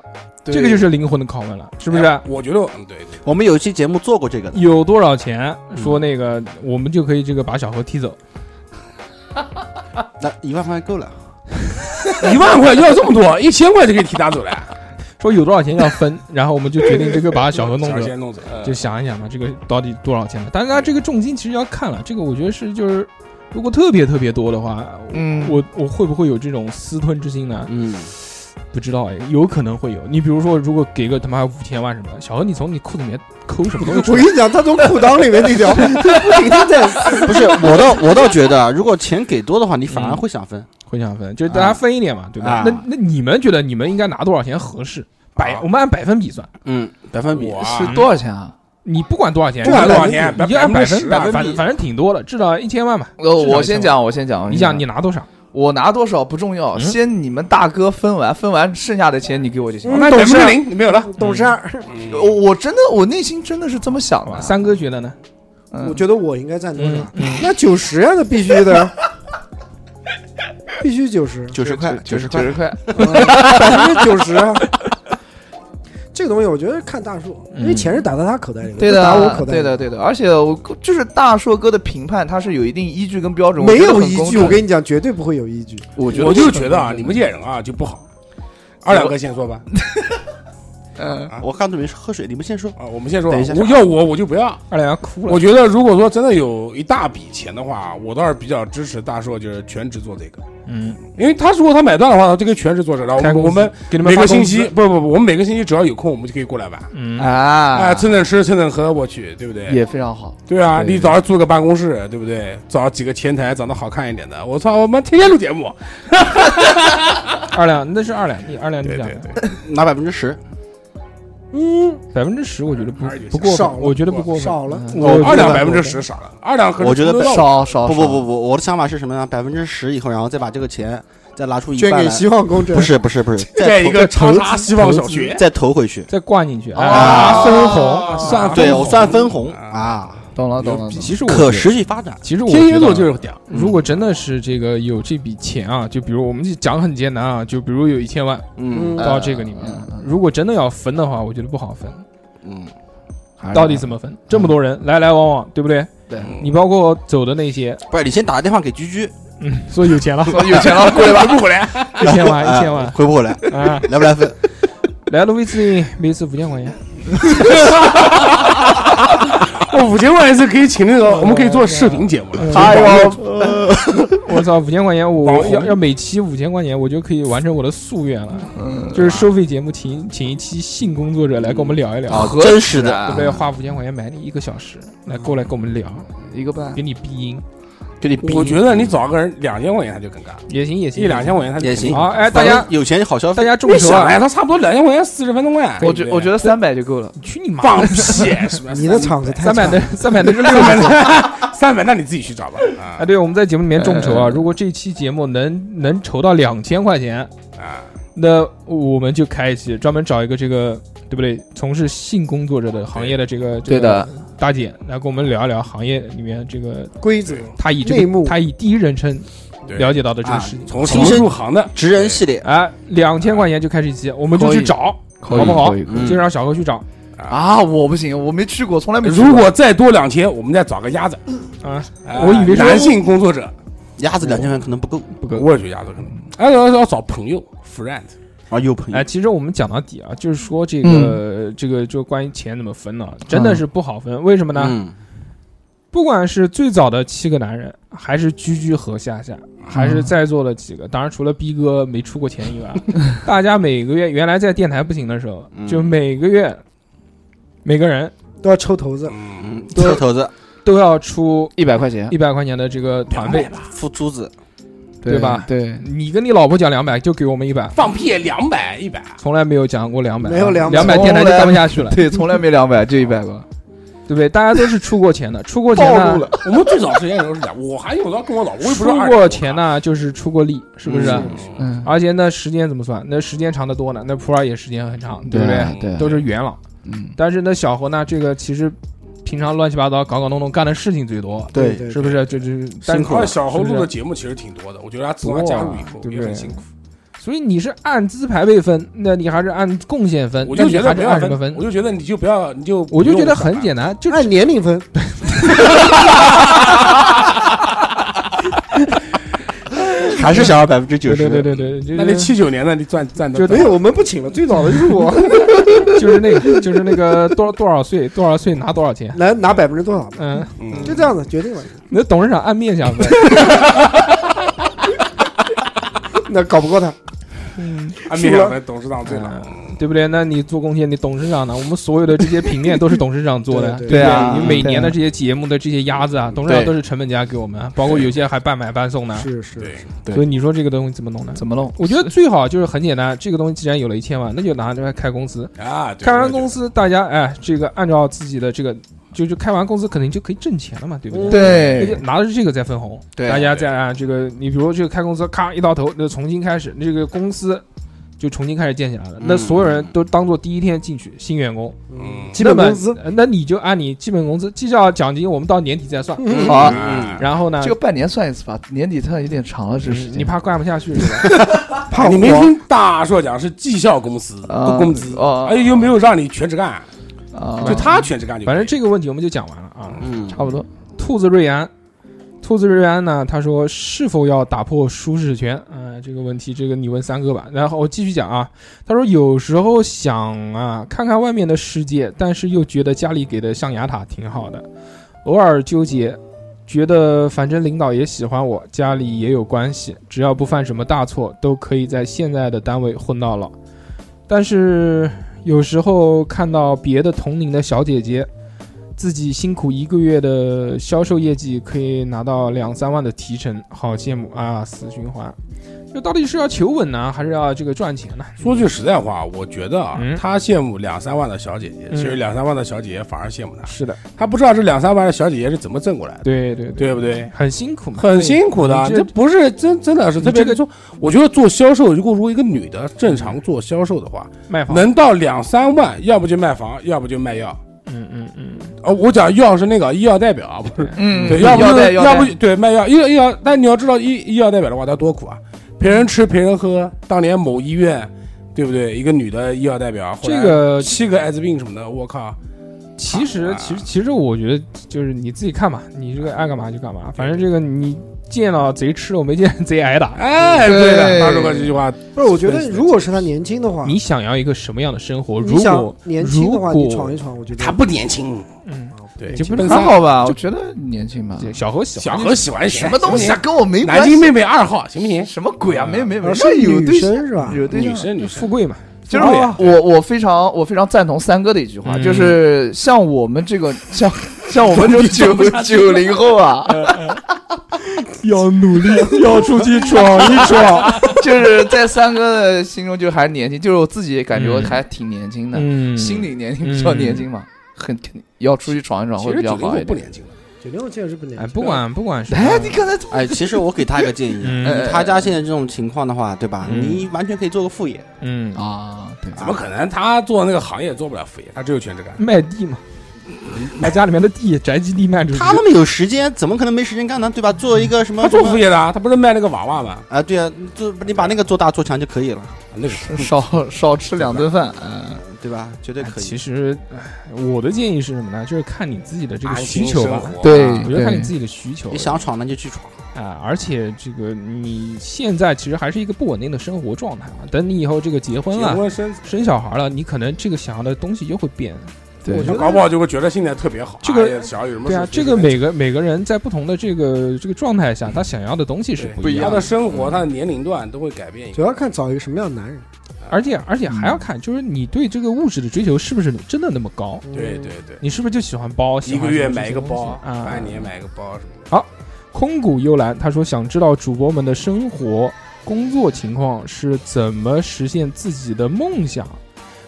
[SPEAKER 5] 对
[SPEAKER 2] 这个就是灵魂的拷问了，是
[SPEAKER 5] 是
[SPEAKER 2] 不是？
[SPEAKER 5] 我觉得我，嗯，对对，
[SPEAKER 6] 我们有一期节目做过这个的，
[SPEAKER 2] 有多少钱？说那个我们就可以这个把小何踢走，
[SPEAKER 6] 那一万块够了，
[SPEAKER 5] 一万块要这么多，一千块就可以提打走了，
[SPEAKER 2] 说有多少钱要分，然后我们就决定这个把小何弄
[SPEAKER 5] 小
[SPEAKER 2] 走。
[SPEAKER 5] [LAUGHS] 先弄走，呃
[SPEAKER 2] 就想一想嘛，这个到底多少钱吧。但是它这个重金其实要看了，这个我觉得是就是，如果特别特别多的话，
[SPEAKER 3] 嗯
[SPEAKER 2] 我我会不会有这种私吞之心呢？
[SPEAKER 6] 嗯，
[SPEAKER 2] 不知道哎，有可能会有。你比如说，如果给个他妈五千万什么的，小何你从你裤子里面抠什么东西出
[SPEAKER 4] 我
[SPEAKER 2] 来
[SPEAKER 4] 跟？你讲，他从裤裆里面那条不停的在撕，
[SPEAKER 6] [LAUGHS] 不是，我倒我倒觉得啊，如果钱给多的话，你反而
[SPEAKER 2] 嗯
[SPEAKER 6] 会想分，
[SPEAKER 2] 会想分， [LAUGHS] 就是大家分一点嘛，对吧
[SPEAKER 6] 啊？
[SPEAKER 2] 那那你们觉得你们应该拿多少钱合适？百，
[SPEAKER 5] 啊
[SPEAKER 2] 我们按百分比算，
[SPEAKER 6] 嗯，百分比，
[SPEAKER 5] 哇
[SPEAKER 3] 是多少钱啊？
[SPEAKER 2] 你不管多少钱，
[SPEAKER 5] 不管多少
[SPEAKER 2] 你就
[SPEAKER 5] 钱
[SPEAKER 2] 你就按百
[SPEAKER 5] 百
[SPEAKER 2] 分
[SPEAKER 5] 分
[SPEAKER 2] 比
[SPEAKER 5] 之
[SPEAKER 2] 吧，
[SPEAKER 5] 啊百分
[SPEAKER 2] 反
[SPEAKER 5] 比
[SPEAKER 2] 反正挺多了，至少一千万吧。
[SPEAKER 3] 呃，
[SPEAKER 2] 至少
[SPEAKER 3] 我
[SPEAKER 2] 一千
[SPEAKER 3] 先
[SPEAKER 2] 万。
[SPEAKER 3] 讲，我先讲。
[SPEAKER 2] 你想你拿多少？
[SPEAKER 3] 我拿多少不重要，
[SPEAKER 2] 嗯
[SPEAKER 3] 先你们大哥分完，分完剩下的钱你给我就行。
[SPEAKER 5] 那
[SPEAKER 4] 懂
[SPEAKER 5] 百分
[SPEAKER 4] 事
[SPEAKER 5] 之
[SPEAKER 4] 儿
[SPEAKER 5] 零没有了，
[SPEAKER 4] 懂事儿。
[SPEAKER 5] 嗯
[SPEAKER 3] 我我真的，我内心真的是这么想的。
[SPEAKER 2] 三哥觉得呢？
[SPEAKER 3] 嗯，
[SPEAKER 4] 我觉得我应该占多
[SPEAKER 2] 嗯
[SPEAKER 4] 少？那九十呀，那必须
[SPEAKER 3] [LAUGHS]
[SPEAKER 4] 的，必须九十，
[SPEAKER 6] 九十块，
[SPEAKER 3] 九
[SPEAKER 6] 十
[SPEAKER 3] 九
[SPEAKER 6] 块，
[SPEAKER 3] 十块，
[SPEAKER 4] 百分之九十啊。这个东西我觉得看大数，因为钱是打在他口袋里，
[SPEAKER 3] 嗯对
[SPEAKER 4] 不
[SPEAKER 3] 的
[SPEAKER 4] 打我
[SPEAKER 3] 啊，
[SPEAKER 4] 口袋
[SPEAKER 3] 对
[SPEAKER 4] 里。
[SPEAKER 3] 的，对的。而且我就是大硕哥的评判，他是有一定依据跟标准，
[SPEAKER 4] 没有
[SPEAKER 3] 我觉得很
[SPEAKER 4] 依
[SPEAKER 3] 公
[SPEAKER 4] 据，
[SPEAKER 3] 正
[SPEAKER 4] 我跟你讲，绝对不会有依据。
[SPEAKER 3] 我觉得
[SPEAKER 5] 我就觉得啊，你们这些人啊就不好。二两哥先说吧，
[SPEAKER 3] 嗯，
[SPEAKER 6] 我刚准备喝水，你们先说，
[SPEAKER 5] 啊，我们先说啊，
[SPEAKER 6] 等一下
[SPEAKER 5] 我要我我就不要。
[SPEAKER 2] 二两要哭了
[SPEAKER 5] 我。觉得如果说真的有一大笔钱的话，我倒是比较支持大硕就是全职做这个，
[SPEAKER 2] 嗯，
[SPEAKER 5] 因为他如果他买断的话，这个全职做这个，
[SPEAKER 2] 开
[SPEAKER 5] 然后
[SPEAKER 2] 工
[SPEAKER 5] 我们
[SPEAKER 2] 资给你们
[SPEAKER 5] 每
[SPEAKER 2] 发
[SPEAKER 5] 个
[SPEAKER 2] 工
[SPEAKER 5] 星
[SPEAKER 2] 资
[SPEAKER 5] 期不不不，我们每个星期只要有空，我们就可以过来玩，
[SPEAKER 2] 嗯，
[SPEAKER 5] 哎，
[SPEAKER 3] 啊，
[SPEAKER 5] 蹭蹭吃蹭蹭喝，我去，对不对？
[SPEAKER 3] 也非常好。
[SPEAKER 5] 对啊，
[SPEAKER 3] 对
[SPEAKER 5] 你早上租个办公室，对不对？找几个前台长得好看一点的，我操，我们天天录节目。
[SPEAKER 2] 二两那是二两，你二两你
[SPEAKER 5] 对
[SPEAKER 2] 讲
[SPEAKER 5] 对
[SPEAKER 2] 的。
[SPEAKER 5] 对，
[SPEAKER 6] 拿百分之十，
[SPEAKER 4] 嗯，
[SPEAKER 2] 百分之十，我觉得不
[SPEAKER 5] 还是有
[SPEAKER 2] 不
[SPEAKER 5] 些
[SPEAKER 2] 过
[SPEAKER 4] 少
[SPEAKER 2] 分，
[SPEAKER 4] 了
[SPEAKER 2] 我觉得不过分，
[SPEAKER 4] 少了
[SPEAKER 2] 嗯
[SPEAKER 4] 我觉得
[SPEAKER 5] 哦二两百分之十少了，二两可是
[SPEAKER 6] 我觉得
[SPEAKER 5] 不知道
[SPEAKER 3] 少少
[SPEAKER 6] 不不不，不，我的想法是什么呢？百分之十以后，然后再把这个钱再拿出一
[SPEAKER 4] 捐
[SPEAKER 6] 半
[SPEAKER 4] 给
[SPEAKER 6] 来，
[SPEAKER 4] 希望工程
[SPEAKER 6] 不，是不是不是，
[SPEAKER 5] 盖
[SPEAKER 6] 再
[SPEAKER 5] 一
[SPEAKER 6] 投
[SPEAKER 5] 个叉叉
[SPEAKER 4] 投资
[SPEAKER 5] 希望小
[SPEAKER 4] 投资
[SPEAKER 5] 学，
[SPEAKER 6] 再投回去，
[SPEAKER 2] 再灌进去
[SPEAKER 3] 啊
[SPEAKER 2] 分红算分
[SPEAKER 6] 对
[SPEAKER 2] 红
[SPEAKER 6] 我算分红啊，
[SPEAKER 3] 懂了懂了。懂了
[SPEAKER 2] 其实我
[SPEAKER 6] 可
[SPEAKER 2] 觉得，
[SPEAKER 6] 持续发展，
[SPEAKER 2] 其实我
[SPEAKER 5] 天蝎座
[SPEAKER 2] 觉得啊
[SPEAKER 5] 就是屌，
[SPEAKER 2] 如果真的是这个有这笔钱啊，就比如我们就讲很艰难啊，就比如有一千万
[SPEAKER 6] 嗯
[SPEAKER 2] 到这个里面
[SPEAKER 3] 嗯嗯， [LAUGHS]
[SPEAKER 2] 如果真的要分的话，我觉得不好分，
[SPEAKER 6] 嗯，
[SPEAKER 2] 到底怎么分？这么多人来来往往，对不对？
[SPEAKER 3] 对
[SPEAKER 2] 你包括走的那些，
[SPEAKER 6] 不是，你先打个电话给居居，
[SPEAKER 2] 嗯，说有钱了，
[SPEAKER 3] 有钱了，过来吧，过来。
[SPEAKER 2] [LAUGHS] 一千万，
[SPEAKER 6] 哎
[SPEAKER 2] 一千万
[SPEAKER 6] 回不回来，
[SPEAKER 2] 啊，
[SPEAKER 6] 来不来分？
[SPEAKER 2] 来了微信，每次五千块钱，
[SPEAKER 5] 我哦五千万一次可以请那个，我们可以做视频节目了。
[SPEAKER 3] 哎呦， [LAUGHS]
[SPEAKER 2] 我操，五千块钱，
[SPEAKER 5] 网
[SPEAKER 2] 我
[SPEAKER 5] 红
[SPEAKER 2] 要要每期五千块钱，我就可以完成我的夙愿了。
[SPEAKER 3] 嗯
[SPEAKER 2] 就是收费节目请，请一期性工作者来跟我们聊一聊，
[SPEAKER 6] 啊，
[SPEAKER 3] 合
[SPEAKER 6] 真实
[SPEAKER 3] 适
[SPEAKER 6] 的
[SPEAKER 3] 啊
[SPEAKER 2] 对不对？花五千块钱买你一个小时，来过来跟我们聊，
[SPEAKER 3] 一个半
[SPEAKER 2] 给。你逼音，
[SPEAKER 6] 给你逼。
[SPEAKER 5] 我觉得你找个人两千块钱他就肯干，
[SPEAKER 2] 也行也行，
[SPEAKER 5] 一两千块钱他就
[SPEAKER 6] 也行
[SPEAKER 2] 好，哎，大
[SPEAKER 6] 反正
[SPEAKER 2] 家
[SPEAKER 6] 有钱就好消
[SPEAKER 2] 大
[SPEAKER 6] 费，
[SPEAKER 2] 家众
[SPEAKER 5] 你
[SPEAKER 2] 筹
[SPEAKER 5] 想
[SPEAKER 2] 啊，
[SPEAKER 5] 哎，他差不多两千块钱四十分钟哎，
[SPEAKER 3] 我觉我觉得三百就够了。
[SPEAKER 2] 你去你妈
[SPEAKER 5] 放
[SPEAKER 2] 的！
[SPEAKER 5] 屁是吧？
[SPEAKER 4] 你的场子太
[SPEAKER 2] 三百
[SPEAKER 4] 差
[SPEAKER 2] 的三百的是六
[SPEAKER 5] 三
[SPEAKER 2] 百
[SPEAKER 5] 百的三百，那你自己去找吧
[SPEAKER 2] 啊！
[SPEAKER 5] 啊
[SPEAKER 2] 对，我们在节目里面众筹啊，
[SPEAKER 3] 呃
[SPEAKER 2] 如果这期节目能能筹到两千块钱，
[SPEAKER 5] 啊！
[SPEAKER 2] 那我们就开一期专门找一个这个对不对？从事性工作者的行业的这个这
[SPEAKER 3] 对的，
[SPEAKER 2] 个大姐来跟我们聊一聊行业里面这个
[SPEAKER 4] 规则，
[SPEAKER 2] 她以
[SPEAKER 4] 内
[SPEAKER 2] 这
[SPEAKER 4] 幕
[SPEAKER 2] 个她以第一人称
[SPEAKER 5] 对
[SPEAKER 2] 了解到的这个
[SPEAKER 6] 啊
[SPEAKER 2] 事情。
[SPEAKER 5] 从什么入行的？
[SPEAKER 6] 职人系列
[SPEAKER 2] 哎，两千块钱就开始一期，我们就
[SPEAKER 3] 可
[SPEAKER 2] 去
[SPEAKER 3] 以
[SPEAKER 2] 找，
[SPEAKER 3] 可以
[SPEAKER 2] 好不好
[SPEAKER 3] 可以可？嗯
[SPEAKER 6] 以
[SPEAKER 2] 就让小何去找
[SPEAKER 3] 啊，我不行，我没去过，从来没去过。
[SPEAKER 5] 如果再多两千，我们再找个鸭子。
[SPEAKER 2] 啊！
[SPEAKER 5] 啊
[SPEAKER 2] 我以为是
[SPEAKER 5] 男性工作者，
[SPEAKER 6] 鸭子两千块可能不够
[SPEAKER 2] 不够。
[SPEAKER 5] 我也觉得鸭子可
[SPEAKER 2] 嗯
[SPEAKER 5] 能。哎，要要找朋友，friend，
[SPEAKER 6] 啊，有
[SPEAKER 3] 嗯
[SPEAKER 6] 朋
[SPEAKER 2] 哎，
[SPEAKER 6] 友
[SPEAKER 2] 其实我们讲到底啊，就是说这个、这个就关于钱怎么分呢、真的是不好分。为什么呢？
[SPEAKER 6] 嗯，
[SPEAKER 2] 不管是最早的七个男人，还是居居和夏夏，
[SPEAKER 3] 嗯
[SPEAKER 2] 还是在座的几个，当然除了逼哥没出过钱以
[SPEAKER 3] [LAUGHS]
[SPEAKER 2] 外，大家每个月原来在电台不行的时候，
[SPEAKER 6] 嗯
[SPEAKER 2] 就每个月每个人
[SPEAKER 4] 都要抽头子，
[SPEAKER 5] 嗯，
[SPEAKER 6] 嗯，车头子、
[SPEAKER 2] 都要出
[SPEAKER 3] 一百块钱，
[SPEAKER 2] 一百块钱的这个团费。
[SPEAKER 6] 付珠子，
[SPEAKER 2] 对吧
[SPEAKER 3] 对，
[SPEAKER 2] 你跟你老婆讲两百，就给我们一百，
[SPEAKER 5] 放屁，两百一百，
[SPEAKER 2] 从来没有讲过两百，
[SPEAKER 4] 没有
[SPEAKER 2] 两
[SPEAKER 4] 200
[SPEAKER 2] 百电台就干不下去了，
[SPEAKER 3] 对，从来没两百，就一百个。
[SPEAKER 2] 对不对？大家都是出过钱的，出过钱呢，
[SPEAKER 3] 了，
[SPEAKER 5] 我们最早之前也都是这样，我还有时候跟我老婆，我也不
[SPEAKER 2] 出
[SPEAKER 5] 知道二十
[SPEAKER 2] 过钱呢，就是出过力，是不是？
[SPEAKER 6] 嗯
[SPEAKER 3] 嗯，
[SPEAKER 2] 而且那时间怎么算？那时间长得多呢，那普洱也时间很长，对不对？
[SPEAKER 3] 啊对啊，
[SPEAKER 2] 都是元老。
[SPEAKER 3] 嗯，
[SPEAKER 2] 但是那小何呢，这个其实平常乱七八糟、搞搞弄弄干的事情最多，
[SPEAKER 4] 对
[SPEAKER 6] 对，
[SPEAKER 4] 对
[SPEAKER 2] 是不是？就就是
[SPEAKER 5] 但
[SPEAKER 2] 但
[SPEAKER 5] 是小猴录
[SPEAKER 2] 是不
[SPEAKER 5] 的
[SPEAKER 2] 是
[SPEAKER 5] 节目其实挺多的，我觉得他自从他加入以后
[SPEAKER 2] 多啊
[SPEAKER 5] 也很辛苦，
[SPEAKER 2] 所以你是按资排辈分，那你还是按贡献分，
[SPEAKER 5] 我就
[SPEAKER 2] 那你
[SPEAKER 5] 觉得
[SPEAKER 2] 还
[SPEAKER 5] 不
[SPEAKER 2] 是
[SPEAKER 5] 要
[SPEAKER 2] 按什么分
[SPEAKER 5] 我？就觉得你就不要，你就
[SPEAKER 2] 我就觉得
[SPEAKER 5] 不用
[SPEAKER 2] 很简单，就
[SPEAKER 4] 按年龄分，
[SPEAKER 6] 还是想要百分之九
[SPEAKER 2] 对
[SPEAKER 6] 十，
[SPEAKER 2] 对对对对，就
[SPEAKER 5] 上班。那你七九年的你赚赚
[SPEAKER 2] 就
[SPEAKER 5] 的
[SPEAKER 4] 没有，我们不请了，最早的就是
[SPEAKER 3] [LAUGHS]
[SPEAKER 4] 我，
[SPEAKER 2] [LAUGHS] 就是那个就是那个多少多少岁多少岁拿多少钱，
[SPEAKER 4] 来拿百分之多少嘛，
[SPEAKER 2] 嗯，
[SPEAKER 5] 嗯，
[SPEAKER 4] 就这样子决定了，
[SPEAKER 2] 那董事长按面相分，
[SPEAKER 4] 那搞不过他，
[SPEAKER 2] 嗯，
[SPEAKER 5] 安排两分董事长最难。
[SPEAKER 2] 对不对？那你做贡献，你董事长呢？我们所有的这些平面都是董事长做的，
[SPEAKER 4] 对
[SPEAKER 2] 不
[SPEAKER 3] 对啊
[SPEAKER 2] 你每
[SPEAKER 3] 对啊
[SPEAKER 2] 年的这些节目的这些鸭子啊，董事长都是成本价给我们，啊包括有些还半买半
[SPEAKER 3] 嗯
[SPEAKER 2] 送呢。
[SPEAKER 4] 是是，
[SPEAKER 5] 对，
[SPEAKER 6] 对
[SPEAKER 2] 所以你说这个东西怎么弄呢？
[SPEAKER 3] 怎么弄？
[SPEAKER 2] 我觉得最好就是很简单，这个东西既然有了一千万，那就拿出来开公司。
[SPEAKER 5] 啊，对
[SPEAKER 2] 开完公，司，大家哎，这个按照自己的这个，就就开完公司肯定就可以挣钱了嘛，对不对？那就
[SPEAKER 3] 对
[SPEAKER 2] 拿的是这个再分红，
[SPEAKER 3] 对
[SPEAKER 2] 大家再按这个，你比如这个开公司，咔一到头，那重新开始，那这个公司就重新开始建起来了。那
[SPEAKER 6] 嗯
[SPEAKER 2] 所有人都当做第一天进去，新员工，
[SPEAKER 5] 嗯，
[SPEAKER 4] 基本工资
[SPEAKER 2] 那么，呃那你就按你基本工资，绩效奖金我们到年底再算。
[SPEAKER 3] 好啊，
[SPEAKER 5] 嗯，
[SPEAKER 2] 然后呢嗯
[SPEAKER 3] 这，个半年算一次吧，年底算有点长了，这是
[SPEAKER 2] 哎你怕干不下去是吧？
[SPEAKER 4] 怕
[SPEAKER 5] 你没
[SPEAKER 4] 黄
[SPEAKER 5] 听大硕讲是绩效公司
[SPEAKER 2] 啊
[SPEAKER 5] 不工资，
[SPEAKER 3] 哦，
[SPEAKER 5] 哎，又没有让你全职干，
[SPEAKER 3] 啊，
[SPEAKER 5] 就他全职干就可以
[SPEAKER 2] 反正这个问题我们就讲完了啊，
[SPEAKER 6] 嗯，
[SPEAKER 2] 差不多。兔子瑞安，兔子瑞安呢，他说是否要打破舒适圈？嗯、这个问题，这个你问三哥吧。然后我继续讲啊，他说有时候想啊，看看外面的世界，但是又觉得家里给的象牙塔挺好的，偶尔纠结。觉得反正领导也喜欢我，家里也有关系，只要不犯什么大错，都可以在现在的单位混到老。但是有时候看到别的同龄的小姐姐，自己辛苦一个月的销售业绩可以拿到两三万的提成，好羡慕啊！死循环，这到底是要求稳呢，还是要这个赚钱呢？
[SPEAKER 5] 说句实在话，我觉得啊
[SPEAKER 2] 嗯，
[SPEAKER 5] 他羡慕两三万的小姐姐，
[SPEAKER 2] 嗯
[SPEAKER 5] 其实两三万的小姐姐反而羡慕他，
[SPEAKER 2] 是的，
[SPEAKER 5] 他不知道这两三万的小姐姐是怎么挣过来的，
[SPEAKER 2] 对对对，
[SPEAKER 5] 对不对？
[SPEAKER 2] 很辛苦嘛，
[SPEAKER 5] 很辛苦的，啊
[SPEAKER 2] 你
[SPEAKER 5] 这
[SPEAKER 2] 这
[SPEAKER 5] 不是真真的是
[SPEAKER 2] 你
[SPEAKER 5] 特别
[SPEAKER 2] 这个
[SPEAKER 5] 说，我觉得做销售，如果说一个女的正常做销售的话，
[SPEAKER 2] 卖房，
[SPEAKER 5] 能到两三万，要不就卖房，要不就卖药。
[SPEAKER 2] 嗯嗯嗯，
[SPEAKER 5] 哦，我讲药是那个医药代表啊，不是，
[SPEAKER 3] 嗯
[SPEAKER 5] 对，
[SPEAKER 3] 要
[SPEAKER 5] 不
[SPEAKER 3] 带
[SPEAKER 5] 就要
[SPEAKER 3] 要
[SPEAKER 5] 不对卖药，医药医药，但你要知道医医药代表的话，他多苦啊，陪人吃陪人喝。当年某医院，对不对？一个女的医药代表，后来
[SPEAKER 2] 这个
[SPEAKER 5] 七个艾滋病什么的，我靠，
[SPEAKER 2] 其实
[SPEAKER 5] 啊
[SPEAKER 2] 其实其实我觉得就是你自己看吧，你这个爱干嘛就干嘛，反正这个你见了贼吃肉，没见 [LAUGHS] 贼挨打。
[SPEAKER 5] 哎，
[SPEAKER 3] 对
[SPEAKER 5] 对的，大叔哥这句话，
[SPEAKER 4] 不是，我觉得如果是他年轻的话，
[SPEAKER 2] 你想要一个什么样的生活？
[SPEAKER 4] 啊你
[SPEAKER 2] 如
[SPEAKER 4] 想
[SPEAKER 2] 果
[SPEAKER 4] 年轻的话，
[SPEAKER 2] 如果
[SPEAKER 4] 你闯一闯，我觉得啊
[SPEAKER 5] 他不年轻，
[SPEAKER 2] 嗯，
[SPEAKER 5] 对，
[SPEAKER 2] 就不是
[SPEAKER 5] 奔
[SPEAKER 3] 还
[SPEAKER 5] 三
[SPEAKER 3] 好吧？我觉得年轻吧，
[SPEAKER 2] 小何喜
[SPEAKER 5] 小
[SPEAKER 2] 欢
[SPEAKER 5] 何喜欢谁
[SPEAKER 3] 什么东西啊，？跟我
[SPEAKER 2] 哎
[SPEAKER 3] 没
[SPEAKER 5] 南
[SPEAKER 3] 关
[SPEAKER 5] 京
[SPEAKER 3] 系。
[SPEAKER 5] 妹妹二号行不行？
[SPEAKER 3] 什么鬼啊？没有没有没有，
[SPEAKER 4] 而是
[SPEAKER 3] 有
[SPEAKER 4] 女
[SPEAKER 3] 对象
[SPEAKER 4] 生是吧？
[SPEAKER 3] 有对象
[SPEAKER 5] 女。生女生
[SPEAKER 2] 富贵嘛，
[SPEAKER 3] 就是
[SPEAKER 5] 啊
[SPEAKER 3] 我我非常我非常赞同三哥的一句话，
[SPEAKER 2] 嗯
[SPEAKER 3] 就是
[SPEAKER 5] [LAUGHS] 嗯
[SPEAKER 3] 像我们这个像像我们这种九九零后啊，
[SPEAKER 2] 要努力，要出去闯一闯。
[SPEAKER 3] [LAUGHS] 就是在三哥的心中就还年轻，就是我自己感觉我
[SPEAKER 2] 嗯
[SPEAKER 3] 还挺年轻的，
[SPEAKER 2] [LAUGHS] 嗯
[SPEAKER 3] 心理年龄比较年轻嘛，很肯定要出去闯一闯
[SPEAKER 5] 嗯其
[SPEAKER 3] 会
[SPEAKER 5] 实
[SPEAKER 3] 比较
[SPEAKER 5] 九零
[SPEAKER 3] 好
[SPEAKER 5] 后
[SPEAKER 3] 一
[SPEAKER 5] 不
[SPEAKER 3] 点。
[SPEAKER 5] 年啊轻了，
[SPEAKER 4] 九零后确实不年
[SPEAKER 2] 哎，
[SPEAKER 4] 轻，
[SPEAKER 2] 不管不管是
[SPEAKER 3] 哎，你刚才
[SPEAKER 6] 哎，其实我给他一个建议，啊
[SPEAKER 2] 嗯
[SPEAKER 6] 以他家现在这种情况的话，对吧？
[SPEAKER 2] 嗯
[SPEAKER 6] 你完全可以做个副业，
[SPEAKER 2] 嗯
[SPEAKER 3] 啊，对，
[SPEAKER 5] 怎么可能？他做那个行业做不了副业，他只有全职干。
[SPEAKER 2] 卖地嘛，把家里面的地宅基地卖出去。
[SPEAKER 6] 他那么有时间，怎么可能没时间干呢？对吧？做一个什么
[SPEAKER 5] 他做
[SPEAKER 6] 什么
[SPEAKER 5] 副业的啊，他不是卖那个娃娃吗？
[SPEAKER 6] 啊，对啊，就你把那个做大做强就可以了，
[SPEAKER 5] 那个
[SPEAKER 3] 少少吃两顿饭，嗯，
[SPEAKER 6] 对吧？绝对
[SPEAKER 2] 哎
[SPEAKER 6] 可以
[SPEAKER 2] 其。实，哎我的建议是什么呢？就是看你自己的
[SPEAKER 5] 啊
[SPEAKER 2] 这个需求吧。，
[SPEAKER 3] 对
[SPEAKER 2] 我觉得看你自己的需求
[SPEAKER 6] 你想闯那就去闯，
[SPEAKER 2] 啊，而且这个你现在其实还是一个不稳定的生活状态嘛。等你以后这个结婚
[SPEAKER 5] 结
[SPEAKER 2] 了、
[SPEAKER 5] 婚生子，
[SPEAKER 2] 生小孩了，你可能这个想要的东西就会变。
[SPEAKER 3] 对
[SPEAKER 4] 我觉得
[SPEAKER 5] 搞不好就会觉得现在特别好。
[SPEAKER 2] 这个
[SPEAKER 5] 哎呀小孩有什么
[SPEAKER 2] 对啊
[SPEAKER 5] 事，
[SPEAKER 2] 这个每个每个人在不同的这个这个状态下，他想要的东西是
[SPEAKER 5] 嗯对
[SPEAKER 2] 不一样
[SPEAKER 5] 他
[SPEAKER 2] 的嗯
[SPEAKER 5] 的。生活，他的年龄段都会改变一
[SPEAKER 4] 主
[SPEAKER 5] 个。
[SPEAKER 4] 要看找一个什么样的男人。
[SPEAKER 2] 而且而且
[SPEAKER 5] 嗯
[SPEAKER 2] 还要看，就是你对这个物质的追求是不是真的那么高？
[SPEAKER 5] 对对对，
[SPEAKER 2] 你是不是就喜欢包？喜
[SPEAKER 5] 一
[SPEAKER 2] 欢
[SPEAKER 5] 个月
[SPEAKER 2] 嗯什么
[SPEAKER 5] 买一个
[SPEAKER 2] 这些东西
[SPEAKER 5] 包，
[SPEAKER 2] 啊，
[SPEAKER 5] 半年买一个包什么的。
[SPEAKER 2] 空谷幽兰他说想知道主播们的生活、工作情况是怎么实现自己的梦想，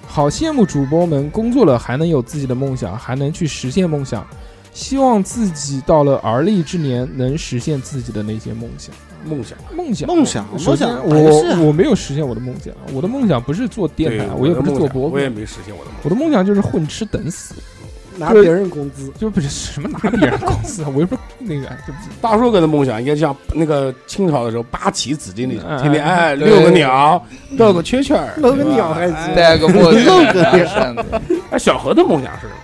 [SPEAKER 2] 好羡慕主播们工作了还能有自己的梦想，还能去实现梦想。希望自己到了而立之年能实现自己的那些梦想。
[SPEAKER 5] 梦想，
[SPEAKER 2] 梦想，
[SPEAKER 6] 梦想
[SPEAKER 2] 首先
[SPEAKER 6] 梦想本来是啊
[SPEAKER 2] 我我没有实现我的梦想，我的梦想不是做电
[SPEAKER 5] 对
[SPEAKER 2] 台，，
[SPEAKER 5] 我
[SPEAKER 2] 也
[SPEAKER 5] 的
[SPEAKER 2] 不是
[SPEAKER 5] 梦
[SPEAKER 2] 做
[SPEAKER 5] 想
[SPEAKER 2] 博
[SPEAKER 5] 我也
[SPEAKER 2] 主，
[SPEAKER 5] 没实现我的梦
[SPEAKER 2] 我的梦想就是混吃等死，
[SPEAKER 4] 拿别人工资，
[SPEAKER 2] 就不是什么拿别人公司，啊我又不是那个，就
[SPEAKER 5] 想。大硕哥的梦想应该像那个清朝的时候八旗紫禁那
[SPEAKER 2] 嗯
[SPEAKER 5] 种，天
[SPEAKER 2] 嗯
[SPEAKER 5] 天哎
[SPEAKER 3] 对
[SPEAKER 5] 遛个鸟，逗个蛐蛐儿，
[SPEAKER 4] 露个
[SPEAKER 5] 对吧
[SPEAKER 4] 鸟还行
[SPEAKER 5] 哎
[SPEAKER 3] 带个墨镜，扇子
[SPEAKER 5] 哎，小何的梦想是什么？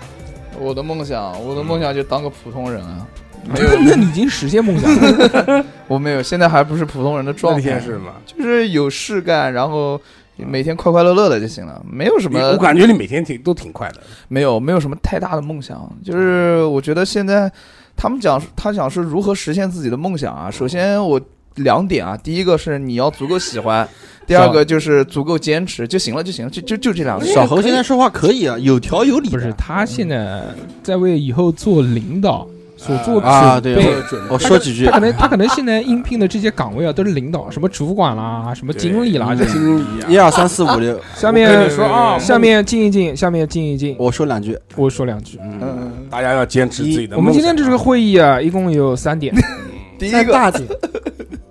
[SPEAKER 3] 我的梦想，我的梦想就当个普通人啊，没有
[SPEAKER 2] 那那你已经实现梦想了。
[SPEAKER 3] 我没有，现在还不是普通人的
[SPEAKER 5] 那
[SPEAKER 3] 状态
[SPEAKER 5] 天，是什么？
[SPEAKER 3] 就是有事干，然后每天快快乐乐的就行了，没有什
[SPEAKER 5] 你
[SPEAKER 3] 么
[SPEAKER 5] 我感觉你每天挺都挺快的，
[SPEAKER 3] 没有没有什么太大的梦想，就是我觉得现在他们讲他讲是如何实现自己的梦想啊。首先我两点啊，第一个是你要足够喜欢，第二个就是足够坚持就行了就行了，就就就这两个。
[SPEAKER 6] 小侯现在说话可以啊，有条有理的。
[SPEAKER 2] 不是，他现在在为以后做领导
[SPEAKER 5] 嗯
[SPEAKER 2] 所做
[SPEAKER 6] 啊
[SPEAKER 2] 准
[SPEAKER 6] 对
[SPEAKER 2] 备。
[SPEAKER 5] 准
[SPEAKER 6] 我说几句
[SPEAKER 2] 他，可能他可能现在应聘的这些岗位啊，都是领导，什么主管啦，什么经理啦。
[SPEAKER 5] 对
[SPEAKER 2] 这些
[SPEAKER 5] 经理啊
[SPEAKER 6] 一二三四五六，
[SPEAKER 2] 下
[SPEAKER 5] 我跟
[SPEAKER 2] 面
[SPEAKER 5] 你说啊
[SPEAKER 2] 下面静一静，下面静一静，
[SPEAKER 6] 我说两句。
[SPEAKER 2] 我说两句。
[SPEAKER 6] 嗯，
[SPEAKER 3] 嗯，
[SPEAKER 5] 大家要坚持自己的
[SPEAKER 2] 我
[SPEAKER 5] 梦想。
[SPEAKER 2] 们今天这个会议啊，一共有三
[SPEAKER 5] [LAUGHS]
[SPEAKER 2] 点。
[SPEAKER 3] 第一
[SPEAKER 4] 三
[SPEAKER 3] 个
[SPEAKER 4] 大姐，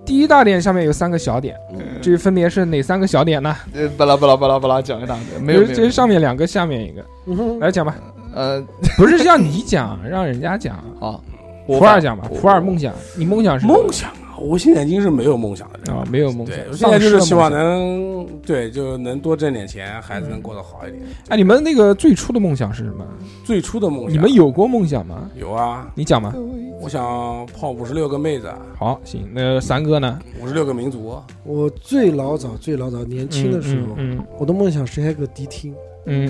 [SPEAKER 2] 第一大点下面有三个小点，
[SPEAKER 5] 嗯
[SPEAKER 2] 这分别是哪三个小点呢？
[SPEAKER 3] 呃巴拉巴拉巴拉巴拉讲一大堆，没有没
[SPEAKER 2] 这
[SPEAKER 3] 有
[SPEAKER 2] 上面两个，下面一个，
[SPEAKER 4] 嗯
[SPEAKER 5] 嗯
[SPEAKER 2] 来讲吧。
[SPEAKER 3] 呃
[SPEAKER 2] 不是让你讲，让人家
[SPEAKER 5] [LAUGHS]
[SPEAKER 2] 讲。
[SPEAKER 3] 好，
[SPEAKER 2] 普洱讲吧，普洱梦想，你梦想是什么
[SPEAKER 5] 梦想啊，我现在已经是没有梦想的人
[SPEAKER 2] 啊
[SPEAKER 5] 了。，
[SPEAKER 2] 没有梦想
[SPEAKER 5] 对，，我现
[SPEAKER 2] 丧
[SPEAKER 5] 在
[SPEAKER 2] 失
[SPEAKER 5] 就是
[SPEAKER 2] 了
[SPEAKER 5] 希
[SPEAKER 2] 梦
[SPEAKER 5] 望
[SPEAKER 2] 想
[SPEAKER 5] 能对，就能多挣点钱，孩子能过得好一点。
[SPEAKER 2] 哎，你们那个最初的梦想是什么？
[SPEAKER 5] 最初的梦想，
[SPEAKER 2] 你们有过梦想吗？
[SPEAKER 5] 有啊？
[SPEAKER 2] 你讲吧。
[SPEAKER 5] 我想泡五十六个妹子，啊
[SPEAKER 2] 好，行，那三哥呢？
[SPEAKER 5] 五十六个民族，啊
[SPEAKER 4] 我最老早最老早年轻的时候，
[SPEAKER 2] 嗯
[SPEAKER 4] 我的梦想是开个迪厅，
[SPEAKER 2] 嗯嗯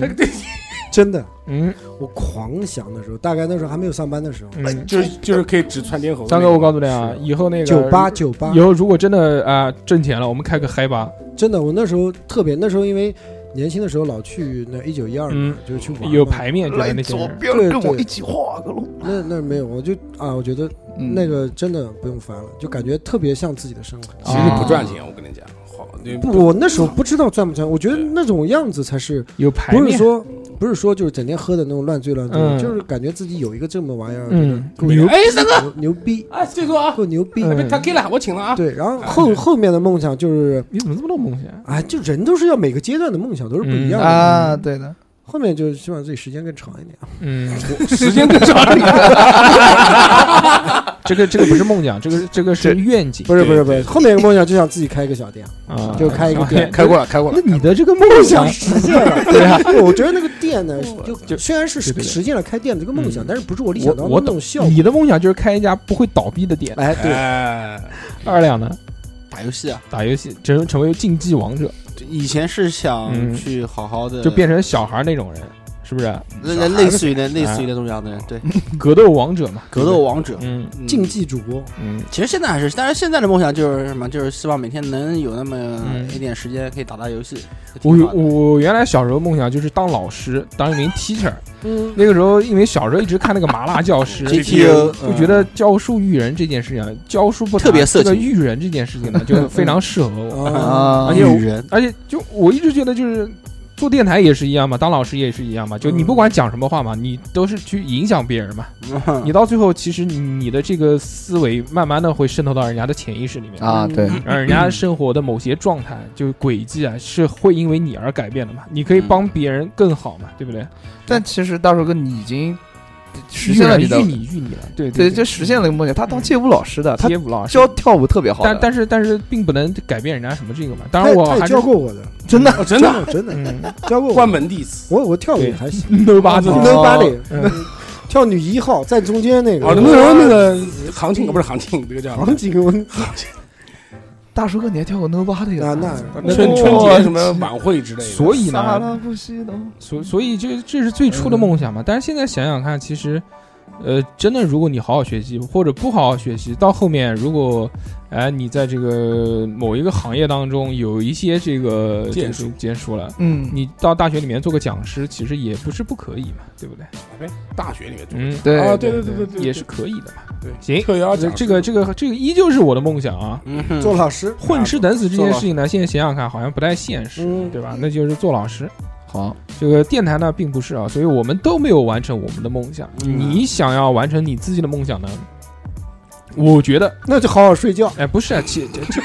[SPEAKER 4] 真的，
[SPEAKER 2] 嗯
[SPEAKER 4] 我狂想的时候，大概那时候还没有上班的时候，
[SPEAKER 2] 嗯。
[SPEAKER 5] 就是就是可以只窜天猴。
[SPEAKER 2] 三哥，我告诉你啊
[SPEAKER 5] 是，
[SPEAKER 2] 以后那个
[SPEAKER 4] 酒吧，酒吧
[SPEAKER 2] 以，后如果真的啊挣钱了，我们开个嗨吧。
[SPEAKER 4] 真的，我那时候特别，那时候因为年轻的时候老去那一九一二，
[SPEAKER 2] 嗯，
[SPEAKER 4] 就是去玩嘛，
[SPEAKER 2] 有牌面，就是那些
[SPEAKER 3] 左
[SPEAKER 2] 人。
[SPEAKER 3] 边
[SPEAKER 4] 对
[SPEAKER 3] 跟我
[SPEAKER 4] 对
[SPEAKER 3] 一起画个龙，
[SPEAKER 4] 那那没有，我就啊，我觉得
[SPEAKER 3] 嗯
[SPEAKER 4] 那个真的不用烦了，就感觉特别像自己的生活。
[SPEAKER 2] 嗯
[SPEAKER 5] 其实不赚钱，我跟你讲，好，你
[SPEAKER 4] 不，我那时候不知道赚不赚，我觉得那种样子才是，
[SPEAKER 2] 有牌
[SPEAKER 4] 不是
[SPEAKER 2] 面。
[SPEAKER 4] 说不是说就是整天喝的那种乱醉乱醉，
[SPEAKER 2] 嗯
[SPEAKER 4] 就是感觉自己有一个这么玩意儿，
[SPEAKER 2] 嗯，
[SPEAKER 4] 够
[SPEAKER 5] 没
[SPEAKER 4] 牛
[SPEAKER 5] 哎，三哥，
[SPEAKER 4] 牛牛逼，
[SPEAKER 5] 哎，最多啊，
[SPEAKER 4] 够牛逼。
[SPEAKER 2] 嗯
[SPEAKER 5] 他给了，我请了啊。
[SPEAKER 4] 对，然后后后面的梦想就是，
[SPEAKER 2] 你怎么这么多梦想？
[SPEAKER 4] 啊，就人都是要每个阶段的梦想都是不一样的。
[SPEAKER 3] 啊，对的，
[SPEAKER 4] 后面就是希望自己时间更长
[SPEAKER 2] [LAUGHS]
[SPEAKER 4] 一点。
[SPEAKER 2] 嗯，
[SPEAKER 5] 时间更长
[SPEAKER 2] [LAUGHS]
[SPEAKER 5] 一点，
[SPEAKER 2] 这个这个不是梦想，这个这个是愿景
[SPEAKER 4] 不是不是
[SPEAKER 5] 对
[SPEAKER 4] 不是，
[SPEAKER 5] 对
[SPEAKER 4] 后面一个梦想就想自己开一个小店，
[SPEAKER 2] 啊，
[SPEAKER 4] 就开一个店。
[SPEAKER 5] 开过了，开过了
[SPEAKER 2] 那。你的这个 [LAUGHS] 梦
[SPEAKER 4] 梦
[SPEAKER 2] 想
[SPEAKER 4] 想实现了， [LAUGHS] 对啊，我觉得那个店
[SPEAKER 2] [LAUGHS]
[SPEAKER 4] 呢，就就虽然是
[SPEAKER 2] 对对对
[SPEAKER 4] 实现了开店这个梦想，
[SPEAKER 2] 嗯
[SPEAKER 4] 但是不是我理
[SPEAKER 2] 我
[SPEAKER 4] 想当中
[SPEAKER 2] 我
[SPEAKER 4] 的那种效
[SPEAKER 2] 懂，
[SPEAKER 4] 果。
[SPEAKER 2] 你的梦想就是开一家不会倒闭的店。
[SPEAKER 4] 哎，对，
[SPEAKER 5] 哎，
[SPEAKER 2] 二两呢？
[SPEAKER 6] 打游戏啊，
[SPEAKER 2] 打游戏成成为竞技王者，
[SPEAKER 6] 以前是想
[SPEAKER 2] 嗯
[SPEAKER 6] 去好好的，
[SPEAKER 2] 就变成小孩那种人，是不是？
[SPEAKER 6] 类类类似于的类
[SPEAKER 2] 哎
[SPEAKER 6] 似于那种样的人，对，
[SPEAKER 2] 格斗王者嘛，
[SPEAKER 6] 格斗王者，
[SPEAKER 2] 嗯
[SPEAKER 6] 嗯
[SPEAKER 4] 竞技主播，
[SPEAKER 2] 嗯，
[SPEAKER 6] 其实现在还是，但是现在的梦想就是什么？就是希望每天能有那么
[SPEAKER 2] 嗯
[SPEAKER 6] 一点时间可以打打游戏。
[SPEAKER 2] 我
[SPEAKER 6] 挺好的
[SPEAKER 2] 我原来小时候梦想就是当老师，当一名 teacher。
[SPEAKER 4] 嗯，
[SPEAKER 2] 那个时候因为小时候一直看那个麻辣教师，
[SPEAKER 6] GTO
[SPEAKER 2] 就觉得教书育人这件事情啊，教书不难
[SPEAKER 6] 嗯特别色
[SPEAKER 2] 这
[SPEAKER 6] 情哦
[SPEAKER 2] 个育人这件事情呢，就非常适合
[SPEAKER 6] [LAUGHS]
[SPEAKER 2] 我。
[SPEAKER 4] 啊，
[SPEAKER 3] 啊
[SPEAKER 2] 而且
[SPEAKER 5] 哎
[SPEAKER 2] 我
[SPEAKER 6] 女人，
[SPEAKER 2] 而且就我一直觉得就是。做电台也是一样嘛，当老师也是一样嘛，就你不管
[SPEAKER 3] 嗯
[SPEAKER 2] 讲什么话嘛，你都是去影响别人嘛。你到最后，其实你的这个思维慢慢的会渗透到人家的潜意识里面，
[SPEAKER 3] 啊，对，
[SPEAKER 2] 然后人家生活的某些状态，就是轨迹啊，是会因为你而改变的
[SPEAKER 3] 嗯
[SPEAKER 2] 嘛。你可以帮别人更好嘛，对不对？
[SPEAKER 3] 但其实大硕哥你已经实
[SPEAKER 2] 遇
[SPEAKER 3] 现了
[SPEAKER 2] 你
[SPEAKER 3] 你的，
[SPEAKER 2] 遇你遇你了，对
[SPEAKER 3] 对，
[SPEAKER 2] 对，
[SPEAKER 3] 就实现了一个梦想。他当街舞老师的，
[SPEAKER 2] 嗯
[SPEAKER 3] 他
[SPEAKER 2] 街舞老师
[SPEAKER 3] 教跳舞特别好的，
[SPEAKER 2] 但但是但是并不能改变人家什么这个嘛。当
[SPEAKER 4] 他
[SPEAKER 2] 然
[SPEAKER 4] 也
[SPEAKER 2] 我
[SPEAKER 4] 他也
[SPEAKER 2] 还是
[SPEAKER 4] 教过我的，
[SPEAKER 3] 真的
[SPEAKER 5] 哦
[SPEAKER 4] 真
[SPEAKER 5] 真的
[SPEAKER 4] 的真的
[SPEAKER 2] 嗯
[SPEAKER 3] [LAUGHS]
[SPEAKER 4] 教过
[SPEAKER 5] 关
[SPEAKER 4] 我，
[SPEAKER 5] 门弟子
[SPEAKER 4] 我我跳舞
[SPEAKER 2] 对
[SPEAKER 4] 还行
[SPEAKER 2] no 八字
[SPEAKER 3] 哦
[SPEAKER 4] ，nobody，
[SPEAKER 2] 嗯
[SPEAKER 4] 跳女一号在中间那个，
[SPEAKER 5] 哦，那时候那个嗯哦行情不是行情，这个叫
[SPEAKER 4] 王景文
[SPEAKER 3] 大叔哥你还跳过 Nobody
[SPEAKER 4] 啊，
[SPEAKER 3] 的，
[SPEAKER 4] 那
[SPEAKER 5] 春春节什么晚会之类的。
[SPEAKER 2] 所以
[SPEAKER 3] 萨
[SPEAKER 2] 呢，
[SPEAKER 3] 拉不西东，
[SPEAKER 2] 所所以这这是最初的梦想嘛。但是现在想想看，其实，呃，真的，如果你好好学习，或者不好好学习，到后面如果，哎、你在这个某一个行业当中有一些这个
[SPEAKER 5] 建树
[SPEAKER 2] 就是建树了。
[SPEAKER 3] 嗯，
[SPEAKER 2] 你到大学里面做个讲师，其实也不是不可以嘛，对不对？
[SPEAKER 5] 大学里面做
[SPEAKER 2] 嗯，
[SPEAKER 3] 对
[SPEAKER 5] 啊，对对对对对，
[SPEAKER 2] 也是可以的嘛。
[SPEAKER 5] 对
[SPEAKER 2] 行，
[SPEAKER 5] 特邀讲
[SPEAKER 2] 这个这个这个依旧是我的梦想啊。
[SPEAKER 6] 嗯哼
[SPEAKER 4] 做老师，
[SPEAKER 2] 混吃等死这件事情呢，现在想想看好像不太现实，
[SPEAKER 4] 嗯，
[SPEAKER 2] 对吧？那就是做老师。
[SPEAKER 3] 好，
[SPEAKER 2] 这个电台呢，并不是啊，所以我们都没有完成我们的梦想。
[SPEAKER 6] 嗯
[SPEAKER 2] 你想要完成你自己的梦想呢？我觉得，
[SPEAKER 4] 那就好好睡觉，
[SPEAKER 2] 哎，不是啊，其其其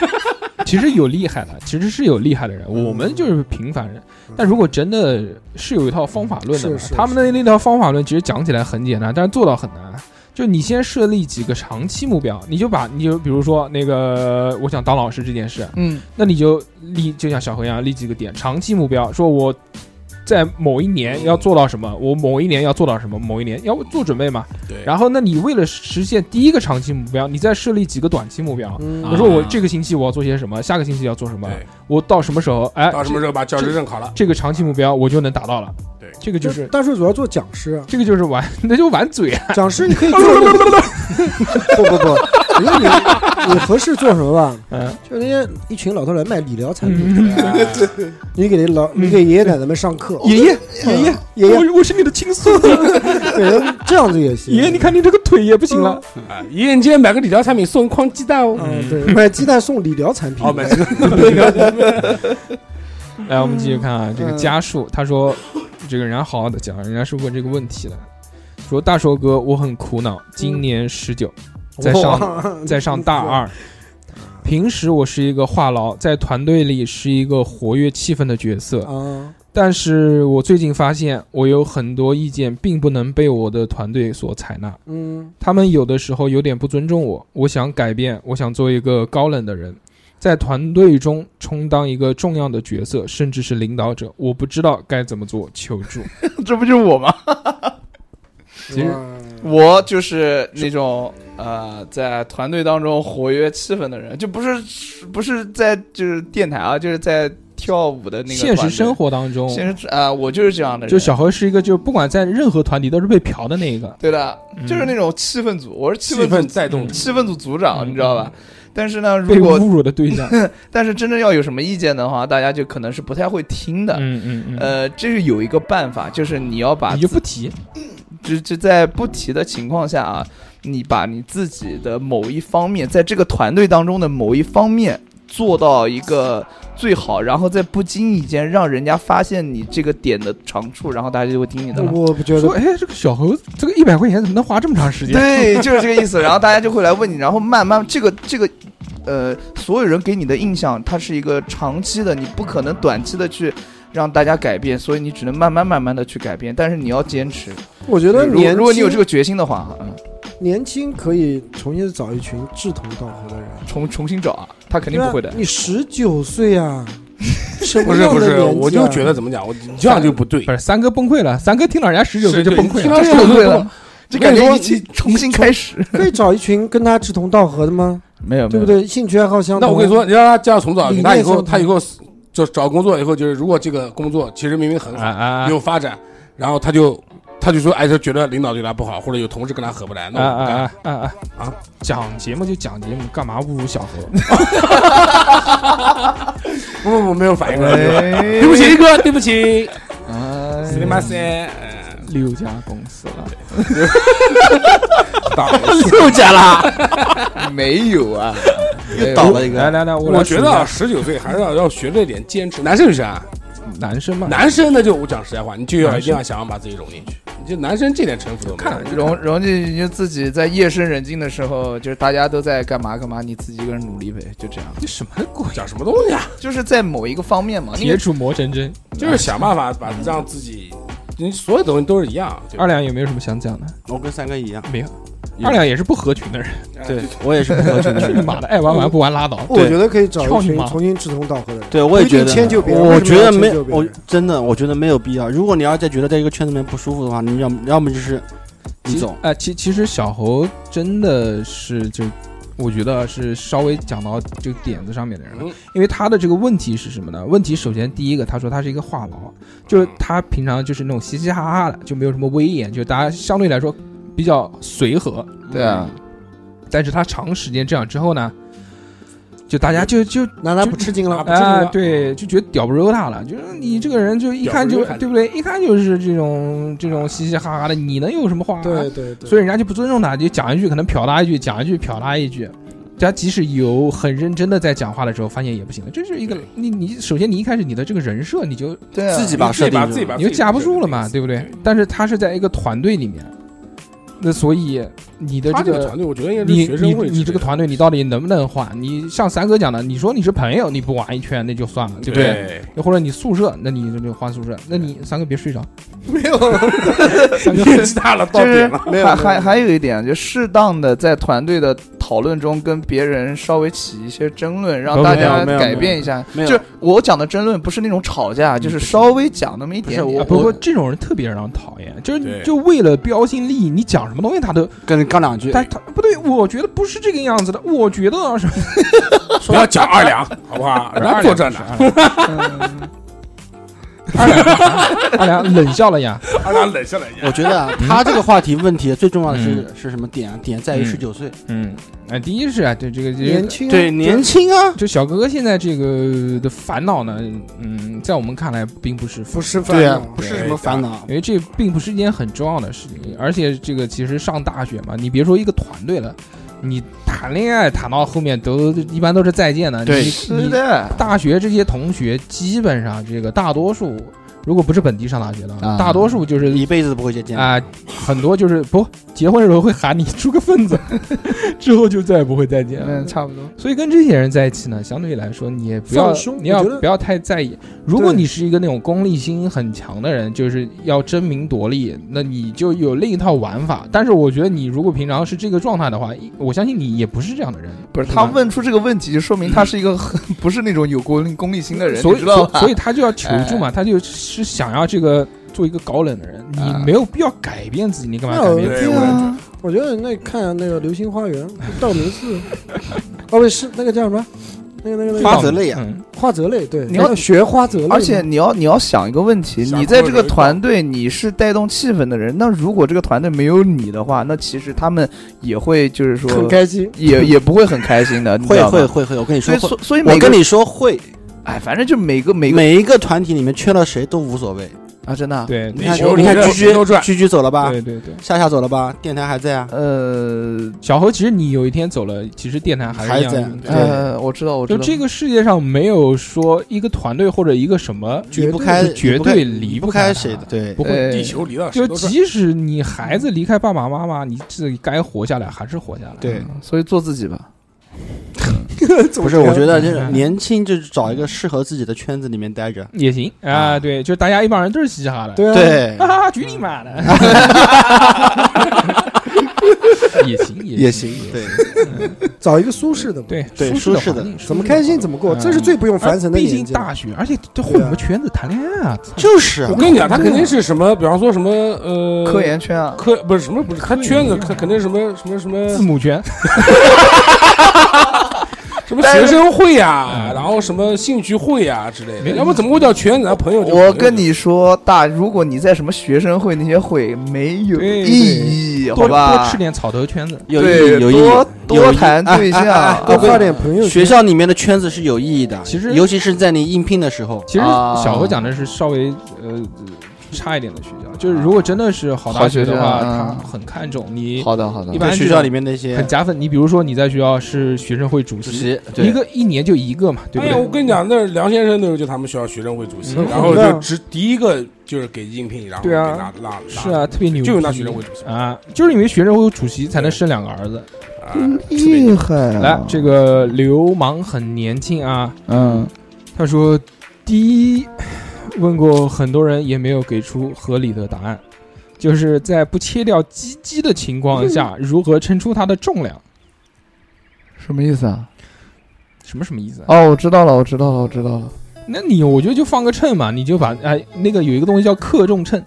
[SPEAKER 2] 其实有厉害的，其实是有厉害的人，我
[SPEAKER 4] 嗯
[SPEAKER 2] 们就是平凡人。但如果真的是有一套方法论的嘛
[SPEAKER 4] 是是
[SPEAKER 2] 他们的那套方法论其实讲起来很简单，但是做到很难。就你先设立几个长期目标，你就把你就比如说那个我想当老师这件事， [LAUGHS]
[SPEAKER 3] 嗯，
[SPEAKER 2] 那你就立，就像小何一样立几个点，长期目标，说我在某一年要做到什么，我某一年要做到什么，某一年要做准备嘛。
[SPEAKER 5] 对，
[SPEAKER 2] 然后，那你为了实现第一个长期目标，你再设立几个短期目标。
[SPEAKER 4] 嗯
[SPEAKER 2] 比如说我这个星期我要做些什么，下个星期要做什么，
[SPEAKER 5] 啊对
[SPEAKER 2] 我到什么时候，哎，
[SPEAKER 5] 到什么时候把教师证考了
[SPEAKER 2] 这？这个长期目标我就能达到了。
[SPEAKER 5] 对
[SPEAKER 2] 这个就是
[SPEAKER 4] 但是主要做讲师啊，
[SPEAKER 2] 这个就是玩， [LAUGHS] 那就玩嘴啊。
[SPEAKER 4] 讲师你可以做，不不不，我觉得你你合适做什么吧？
[SPEAKER 2] 嗯，
[SPEAKER 4] 就那些一群老头来卖理疗产品，
[SPEAKER 2] 嗯
[SPEAKER 4] 你给那老你给爷爷奶奶们上课，
[SPEAKER 2] 爷爷
[SPEAKER 4] 爷爷哦爷爷 [LAUGHS]
[SPEAKER 2] 我我是你的亲孙子，
[SPEAKER 4] 对嗯这样子也行。
[SPEAKER 2] 爷爷你看你这个腿也不行了。
[SPEAKER 5] 啊， [LAUGHS] 爷爷，你今天买个理疗产品送一筐鸡蛋哦。
[SPEAKER 4] 嗯，对，买鸡蛋送理疗产品
[SPEAKER 5] 哦，，买这个
[SPEAKER 2] 来，我们继续看啊，这个家树，他说，这个人家好好的讲，人家是问这个问题的，说大硕哥，我很苦恼，今年十九，在
[SPEAKER 4] [LAUGHS]
[SPEAKER 2] 上在上大二，平时我是一个话痨，在团队里是一个活跃气氛的角色，
[SPEAKER 4] 啊，
[SPEAKER 2] 但是我最近发现，我有很多意见并不能被我的团队所采纳，
[SPEAKER 4] 嗯
[SPEAKER 2] 他们有的时候有点不尊重我，我想改变，我想做一个高冷的人，在团队中充当一个重要的角色，甚至是领导者。我不知道该怎么做，求助。
[SPEAKER 3] 这不就是我吗？
[SPEAKER 2] 其实
[SPEAKER 4] 哇
[SPEAKER 3] 我就是那种呃，在团队当中活跃气氛的人，就不是不是在就是电台啊，就是在跳舞 [LAUGHS] 的那个
[SPEAKER 2] 现实生
[SPEAKER 3] 活，
[SPEAKER 2] 活当中，
[SPEAKER 3] 现实啊、我就是这样的人，
[SPEAKER 2] 就小何是一个，就不管在任何团体都是被嫖的那一个。
[SPEAKER 3] 对的，
[SPEAKER 2] 嗯
[SPEAKER 3] 就是那种气氛组，我是气
[SPEAKER 5] [LAUGHS] 气
[SPEAKER 3] 氛
[SPEAKER 5] 氛
[SPEAKER 3] 组
[SPEAKER 5] 带动
[SPEAKER 2] 嗯，
[SPEAKER 3] 气氛组组长，
[SPEAKER 2] 嗯
[SPEAKER 3] 你知道吧？但是呢，
[SPEAKER 2] 被
[SPEAKER 3] 如果嗯
[SPEAKER 2] 侮辱的对
[SPEAKER 3] [LAUGHS]
[SPEAKER 2] 象，
[SPEAKER 3] 但是真正要有什么意见的话，大家就可能是不太会听的。
[SPEAKER 2] 嗯嗯嗯，
[SPEAKER 3] 呃，这是有一个办法，就是你要把
[SPEAKER 2] 你就不提，
[SPEAKER 3] 就就在不提的情况下啊，你把你自己的某一方面，在这个团队当中的某一方面做到一个最好，然后在不经意间让人家发现你这个点的长处，然后大家就会听你的了。
[SPEAKER 4] 我不觉
[SPEAKER 2] 说
[SPEAKER 4] 得，
[SPEAKER 2] 哎，这个小何这个一百块钱怎么能花这么长时间？
[SPEAKER 3] 对，就是这
[SPEAKER 2] [LAUGHS]
[SPEAKER 3] 个意思。然后大家就会来问你，然后慢慢这个这个，呃，所有人给你的印象，它是一个长期的，你不可能短期的去让大家改变，所以你只能慢慢慢慢的去改变，但是你要坚持。
[SPEAKER 4] 我觉得
[SPEAKER 3] 如果
[SPEAKER 4] 年
[SPEAKER 3] 如果你有这
[SPEAKER 4] 个
[SPEAKER 3] 个决心的话，嗯，
[SPEAKER 4] 年轻可以重新找一群志同道合的人，
[SPEAKER 3] 重重新找啊，他肯定不会的
[SPEAKER 4] 对吧。你十九岁啊，什
[SPEAKER 5] 不
[SPEAKER 4] 么
[SPEAKER 5] 是
[SPEAKER 4] 样
[SPEAKER 5] 不
[SPEAKER 4] 的
[SPEAKER 5] 是，
[SPEAKER 4] 年纪啊
[SPEAKER 5] 我就觉得怎么讲，我你这样就不对
[SPEAKER 2] 不。是三哥崩溃了，三哥听到人家十九岁
[SPEAKER 5] 是
[SPEAKER 2] 就
[SPEAKER 5] 对
[SPEAKER 2] 崩溃
[SPEAKER 5] 听
[SPEAKER 2] 了
[SPEAKER 5] 到。
[SPEAKER 3] 这样对了，就感觉
[SPEAKER 5] 我
[SPEAKER 3] 一
[SPEAKER 5] 跟你说
[SPEAKER 3] 起重新开
[SPEAKER 4] [LAUGHS]
[SPEAKER 3] 始，
[SPEAKER 4] 可以找一群跟他志同道合的吗？
[SPEAKER 3] 没有
[SPEAKER 4] 对不？对？兴趣爱好相同。
[SPEAKER 5] 那我跟你，说，你让他这样重找
[SPEAKER 4] 理，念
[SPEAKER 5] 他以
[SPEAKER 4] 相
[SPEAKER 5] 后
[SPEAKER 4] 同
[SPEAKER 5] 他以后就找工作以后，就是如果这个工作其实明明很
[SPEAKER 2] 啊
[SPEAKER 5] 好，
[SPEAKER 2] 啊！啊
[SPEAKER 5] 有发展，然后他就他就说，哎，他觉得领导对他不好，或者有同事跟他合不来，那
[SPEAKER 2] 啊
[SPEAKER 5] 我不
[SPEAKER 2] 啊
[SPEAKER 5] 干。
[SPEAKER 2] 啊啊啊啊！讲节目就讲节目，干嘛侮辱小何？ [LAUGHS]
[SPEAKER 5] 不不不，没有反应过来。 [LAUGHS]
[SPEAKER 3] 哎
[SPEAKER 2] 对不起，哥，对不起。
[SPEAKER 5] 死你妈塞！
[SPEAKER 2] 六家公司了，
[SPEAKER 5] [LAUGHS] 倒
[SPEAKER 6] 又假啦，
[SPEAKER 3] 没有啊，
[SPEAKER 6] 又倒了一
[SPEAKER 2] 来
[SPEAKER 6] 个。
[SPEAKER 2] 来来，我来
[SPEAKER 5] 我觉
[SPEAKER 2] 数
[SPEAKER 5] 得
[SPEAKER 2] 一下
[SPEAKER 5] 啊，十九岁还是要要学着一点坚持。男生也是啊，
[SPEAKER 2] 男生嘛，
[SPEAKER 5] 男生呢就我讲实在话，你就要一定要想要把自己融进去。你就男生这点城府都没
[SPEAKER 3] [LAUGHS]
[SPEAKER 5] 有。
[SPEAKER 3] 容容啊进就自己在夜深人静的时候，就是大家都在干嘛干嘛，你自己一个人努力呗，就这样。
[SPEAKER 2] 你什么鬼？
[SPEAKER 5] 讲什么东西啊？
[SPEAKER 3] 就是在某一个方面嘛，
[SPEAKER 2] [LAUGHS]
[SPEAKER 3] 你
[SPEAKER 2] 铁杵磨成针。
[SPEAKER 5] 就是想办法把让自己，你所有东西都是一样。对吧
[SPEAKER 2] 二两有没有什么想讲的？
[SPEAKER 6] 我跟三哥一样，
[SPEAKER 2] 没有，
[SPEAKER 6] 有
[SPEAKER 2] 二两也是不合群 [LAUGHS] 的人。
[SPEAKER 6] 对我也是不合群的
[SPEAKER 2] 去你
[SPEAKER 6] 人。
[SPEAKER 2] 妈的，爱玩玩不玩拉倒。
[SPEAKER 4] 我觉得可以找
[SPEAKER 2] 跳
[SPEAKER 4] 一
[SPEAKER 2] 你
[SPEAKER 4] 群
[SPEAKER 2] 妈
[SPEAKER 4] 重新志同道合的人，
[SPEAKER 6] 对，我也觉
[SPEAKER 4] 不
[SPEAKER 6] 得
[SPEAKER 4] 一定迁就别人
[SPEAKER 6] 我
[SPEAKER 4] 为什么
[SPEAKER 6] 觉
[SPEAKER 4] 要
[SPEAKER 6] 得
[SPEAKER 4] 迁
[SPEAKER 6] 没
[SPEAKER 4] 就，别人
[SPEAKER 6] 我真的，我觉得没有必要。如果你要再觉得在一个圈子里面不舒服的话，你要要么就是你
[SPEAKER 2] 其
[SPEAKER 6] 走，
[SPEAKER 2] 哎、其其实小猴真的是就，我觉得是稍微讲到这个点子上面的人了，
[SPEAKER 5] 嗯
[SPEAKER 2] 因为他的这个问题是什么呢？问题首先第一个，他说他是一个话痨，
[SPEAKER 5] 嗯
[SPEAKER 2] 就是他平常就是那种嘻嘻哈哈的，就没有什么威严，就是大家相对来说比较随和，
[SPEAKER 5] 嗯
[SPEAKER 3] 对啊，
[SPEAKER 2] 但是他长时间这样之后呢，就大家就就
[SPEAKER 4] 男男不吃惊
[SPEAKER 5] 啊
[SPEAKER 4] 了
[SPEAKER 5] 不。是
[SPEAKER 2] 啊、
[SPEAKER 5] 吗
[SPEAKER 2] 对，就觉得屌不肉他了，就是你这个人就一看就
[SPEAKER 5] 屌不肉他
[SPEAKER 2] 对不对？一看就是这种这种嘻嘻哈哈的，你能有什么话、啊？
[SPEAKER 4] 对对对，
[SPEAKER 2] 所以人家就不尊重他，就讲一句可能瞟他一句，讲一句瞟他一句。他即使有很认真的在讲话的时候，发现也不行了。这是一个你你首先你一开始你的这个人设你就
[SPEAKER 3] 对啊，
[SPEAKER 6] 自己
[SPEAKER 5] 把
[SPEAKER 6] 把
[SPEAKER 5] 自
[SPEAKER 6] 设
[SPEAKER 5] 己
[SPEAKER 6] 定
[SPEAKER 5] 把
[SPEAKER 6] 住
[SPEAKER 5] 自己把
[SPEAKER 2] 你就架不住了嘛，对不对？但是他是在一个团队里面，那所以你的
[SPEAKER 5] 他
[SPEAKER 2] 这
[SPEAKER 5] 这
[SPEAKER 2] 个
[SPEAKER 5] 个团队，我觉得应该是
[SPEAKER 2] 你
[SPEAKER 5] 学
[SPEAKER 2] 你
[SPEAKER 5] 生会之类的。
[SPEAKER 2] 你这个团队，你到底能不能换？你像三哥讲的，你说你是朋友，你不玩一圈那就算了，对不对？
[SPEAKER 5] 对，
[SPEAKER 2] 或者你宿舍，那你就就换宿舍。那你三哥别睡着，
[SPEAKER 3] 没有。
[SPEAKER 2] 三哥
[SPEAKER 5] 年纪大了到
[SPEAKER 3] 就是
[SPEAKER 5] 点了，
[SPEAKER 4] 没有
[SPEAKER 3] 还
[SPEAKER 4] 没有
[SPEAKER 3] 还还有一点，就适当的在团队的讨论中跟别人稍微起一些争论，让大
[SPEAKER 6] 没
[SPEAKER 3] 家
[SPEAKER 6] 有没有
[SPEAKER 3] 改变一下。
[SPEAKER 6] 没有
[SPEAKER 3] 就我讲的争论不是那种吵架，就是稍微讲那么一点
[SPEAKER 6] 不
[SPEAKER 3] 点。
[SPEAKER 6] 是我
[SPEAKER 2] 啊不过这种人特别让人讨厌，就是你
[SPEAKER 5] 对
[SPEAKER 2] 就为了标新立异，你讲什么东西他都，
[SPEAKER 6] 跟你杠两句。
[SPEAKER 2] 但他不对，我觉得不是这个样子的，我觉得啊什么， [LAUGHS]
[SPEAKER 5] 不要讲二两，好不好？人家坐这呢，
[SPEAKER 2] 二两，二两冷笑了呀，
[SPEAKER 5] 二两冷下来一下。
[SPEAKER 6] 我觉得啊，他这个话题问题最重要的是是什么点啊？点在于十九岁，
[SPEAKER 2] 嗯，哎，第一是啊，对这个这
[SPEAKER 4] 年
[SPEAKER 2] 个。
[SPEAKER 4] 轻啊
[SPEAKER 6] 对，年轻啊，
[SPEAKER 2] 就小哥哥现在这个的烦恼呢，嗯，在我们看来并不是
[SPEAKER 4] 不是饭
[SPEAKER 6] 对啊
[SPEAKER 4] 啊，
[SPEAKER 6] 不是什么烦恼
[SPEAKER 2] 因。为这并不是一件很重要的事情，而且这个其实上大学嘛，你别说一个团队了，你谈恋爱谈到后面都一般都是再见的。
[SPEAKER 6] 对
[SPEAKER 2] 你
[SPEAKER 3] 是
[SPEAKER 2] 你
[SPEAKER 3] 的，
[SPEAKER 2] 大学这些同学基本上这个大多数，如果不是本地上大学的，
[SPEAKER 6] 啊
[SPEAKER 2] 大多数就是
[SPEAKER 6] 一辈子都不会再见。
[SPEAKER 2] 啊、很多就是不结婚的时候会喊你出个份子， [LAUGHS] 之后就再也不会再见了。
[SPEAKER 3] 嗯，差不多。
[SPEAKER 2] 所以跟这些人在一起呢，相对来说你也不要
[SPEAKER 4] 放松，
[SPEAKER 2] 你要
[SPEAKER 4] 我觉得
[SPEAKER 2] 不要太在意。如果
[SPEAKER 4] 对
[SPEAKER 2] 你是一个那种功利心很强的人，就是要争名夺利，那你就有另一套玩法。但是我觉得你如果平常是这个状态的话，一我相信你也不是这样的人。
[SPEAKER 3] 不是
[SPEAKER 2] 是吧
[SPEAKER 3] 他问出这个问题，就说明他是一个很 [LAUGHS] 不是那种有功利功利心的人，
[SPEAKER 2] 所
[SPEAKER 3] 你
[SPEAKER 2] 以，
[SPEAKER 3] 知道
[SPEAKER 2] 所以
[SPEAKER 3] 吧？
[SPEAKER 2] 所以他就要求助嘛，他就是想要这个做一个高冷的人。你
[SPEAKER 3] 啊
[SPEAKER 2] 没有必要改变自己，你干嘛
[SPEAKER 4] 那
[SPEAKER 2] 改
[SPEAKER 4] 我
[SPEAKER 2] 变自己？
[SPEAKER 5] 对
[SPEAKER 4] 对
[SPEAKER 5] 我也
[SPEAKER 4] 啊，我觉得那看那个《流星花园》道明寺，哦不是那个叫什么？那个那个那
[SPEAKER 6] 花
[SPEAKER 4] 个
[SPEAKER 6] 泽类啊
[SPEAKER 2] 嗯
[SPEAKER 4] 花泽类，对，
[SPEAKER 3] 你要
[SPEAKER 4] 学花泽类，
[SPEAKER 3] 而
[SPEAKER 4] [LAUGHS]
[SPEAKER 3] 且你要你要想一个问题，
[SPEAKER 5] 想
[SPEAKER 3] 你在这个团队你是带动气氛的人，那如果这个团队没有你的话，那其实他们也会就是说
[SPEAKER 4] 很开心。
[SPEAKER 3] 也也不会很开心的，你知
[SPEAKER 6] 会
[SPEAKER 3] 道吗
[SPEAKER 6] 会。会会，我跟你
[SPEAKER 3] 所
[SPEAKER 6] 说
[SPEAKER 3] 以
[SPEAKER 6] 会。
[SPEAKER 3] 所所以每
[SPEAKER 6] 我
[SPEAKER 3] 个
[SPEAKER 6] 跟你说会，
[SPEAKER 3] 哎，反正就每个每个
[SPEAKER 6] 每一个团体里面缺了谁都无所谓。
[SPEAKER 3] 啊，真的啊
[SPEAKER 2] 对
[SPEAKER 6] 你
[SPEAKER 2] 对
[SPEAKER 6] 看，
[SPEAKER 5] 地球
[SPEAKER 6] 你看
[SPEAKER 5] 人
[SPEAKER 6] 居
[SPEAKER 5] 都
[SPEAKER 6] 居
[SPEAKER 5] 转
[SPEAKER 6] 居居走了吧，
[SPEAKER 2] 对对对。
[SPEAKER 6] 夏夏走了吧，电台还在啊。
[SPEAKER 3] 呃
[SPEAKER 2] 小侯，其实你有一天走了，其实电台还
[SPEAKER 6] 还
[SPEAKER 2] 是一样
[SPEAKER 6] 在
[SPEAKER 2] 用的
[SPEAKER 6] 对
[SPEAKER 3] 呃，我知道，我知
[SPEAKER 2] 就
[SPEAKER 3] 道，
[SPEAKER 2] 这个世界上没没有说一个团队或者一个什么
[SPEAKER 6] 离不开，
[SPEAKER 2] 是绝
[SPEAKER 6] 离不开
[SPEAKER 2] 对离
[SPEAKER 6] 不
[SPEAKER 2] 不开
[SPEAKER 6] 开
[SPEAKER 2] 他
[SPEAKER 6] 谁的，对
[SPEAKER 2] 不会。
[SPEAKER 3] 呃
[SPEAKER 5] 地球离了谁
[SPEAKER 2] 就
[SPEAKER 5] 都转，
[SPEAKER 2] 即使你孩子离开爸爸妈妈，你自己该活下来还是活下来。
[SPEAKER 6] 对，
[SPEAKER 3] 所以做自己吧。
[SPEAKER 6] 不是，我觉得就
[SPEAKER 2] 嗯
[SPEAKER 6] 是年轻，就是找一个适合自己的圈子里面待着。
[SPEAKER 2] 也行啊，
[SPEAKER 6] 啊
[SPEAKER 2] 对，就大家一帮人都是嘻嘻哈哈的，
[SPEAKER 4] [LAUGHS] 对啊，
[SPEAKER 6] 对，
[SPEAKER 2] 哈哈，举你妈的， [LAUGHS] 也行
[SPEAKER 6] 也
[SPEAKER 2] 行
[SPEAKER 6] 行，，对，
[SPEAKER 4] 找一个舒适的嘛，
[SPEAKER 2] 对
[SPEAKER 6] 对
[SPEAKER 2] 舒
[SPEAKER 6] 舒适的
[SPEAKER 2] 环境
[SPEAKER 4] 怎么开心怎
[SPEAKER 2] 么
[SPEAKER 4] 么过，
[SPEAKER 2] 嗯
[SPEAKER 4] 这是最不用烦神的
[SPEAKER 2] 毕
[SPEAKER 4] 年
[SPEAKER 2] 竟
[SPEAKER 4] 纪。
[SPEAKER 2] 大学，而且这混什么圈子谈恋爱啊，操
[SPEAKER 6] 就是啊
[SPEAKER 5] 我跟你讲，他肯定是什么，比方说什么呃，
[SPEAKER 3] 科研圈啊，
[SPEAKER 5] 科不是什么不是，
[SPEAKER 6] 啊
[SPEAKER 5] 他圈子他肯定什么什么什么
[SPEAKER 2] 字母圈，
[SPEAKER 5] 什什么学生会呀、然后什么兴趣会呀、之类
[SPEAKER 2] 没
[SPEAKER 5] 的，
[SPEAKER 2] 有
[SPEAKER 5] 要不怎么会叫全男朋友交朋友？
[SPEAKER 3] 我跟你说，大，如果你在什么学生会那些会没有
[SPEAKER 2] 对
[SPEAKER 3] 意义，好
[SPEAKER 2] 多多
[SPEAKER 3] 吧
[SPEAKER 2] 吃？点草头圈子。
[SPEAKER 6] 有意
[SPEAKER 3] 对
[SPEAKER 6] 义，有意义
[SPEAKER 3] 多，
[SPEAKER 6] 有
[SPEAKER 3] 多
[SPEAKER 6] 意义
[SPEAKER 3] 谈对象，
[SPEAKER 4] 多
[SPEAKER 6] 啊
[SPEAKER 4] 发
[SPEAKER 6] 对
[SPEAKER 4] 点朋友圈。
[SPEAKER 6] 学校里面的圈子是有意义的，
[SPEAKER 2] 其实
[SPEAKER 6] 尤其是在你应聘的时候，
[SPEAKER 2] 其实
[SPEAKER 3] 啊
[SPEAKER 2] 小何讲的是稍微呃差一点的学校，就是如果真的是好大
[SPEAKER 3] 好
[SPEAKER 2] 学
[SPEAKER 3] 学
[SPEAKER 2] 的
[SPEAKER 3] 校
[SPEAKER 2] 话，他
[SPEAKER 3] 嗯
[SPEAKER 2] 很看重你。
[SPEAKER 3] 好的好的
[SPEAKER 2] 一，般
[SPEAKER 6] 在
[SPEAKER 2] 这种
[SPEAKER 6] 学校里面那
[SPEAKER 2] 很
[SPEAKER 6] 些
[SPEAKER 2] 加分。你比如说你在学校是学生会主
[SPEAKER 6] 主
[SPEAKER 2] 席，
[SPEAKER 6] 席，对
[SPEAKER 2] 一个一年就一个嘛，对不
[SPEAKER 5] 哎呀，我
[SPEAKER 2] 对？
[SPEAKER 5] 跟你讲，那梁先生那时候就他们学校学生会主席，
[SPEAKER 2] 嗯
[SPEAKER 5] 然后
[SPEAKER 4] 对啊
[SPEAKER 5] 就只第一个就是给应聘，然后给
[SPEAKER 2] 对啊
[SPEAKER 5] 拉拉
[SPEAKER 2] 是，啊，特别牛逼，
[SPEAKER 5] 就有那学生会主席
[SPEAKER 2] 啊，就是因为学生会主席才能生两个儿子。
[SPEAKER 5] 拉啊，特别
[SPEAKER 3] 厉害
[SPEAKER 5] 嗯
[SPEAKER 3] 啊！
[SPEAKER 2] 来，这个流氓很年轻啊，
[SPEAKER 3] 嗯，
[SPEAKER 2] 他说，第一，问过很多人也没有给出合理的答案，就是在不切掉鸡鸡的情况
[SPEAKER 5] 嗯
[SPEAKER 2] 下，如何称出它的重量？
[SPEAKER 3] 什么意思啊？
[SPEAKER 2] 什么什么意思啊？
[SPEAKER 3] 哦，我知道了，我知道了，我知道了。
[SPEAKER 2] 那你我觉得就放个秤嘛，你就把哎那个有一个东西叫克重秤，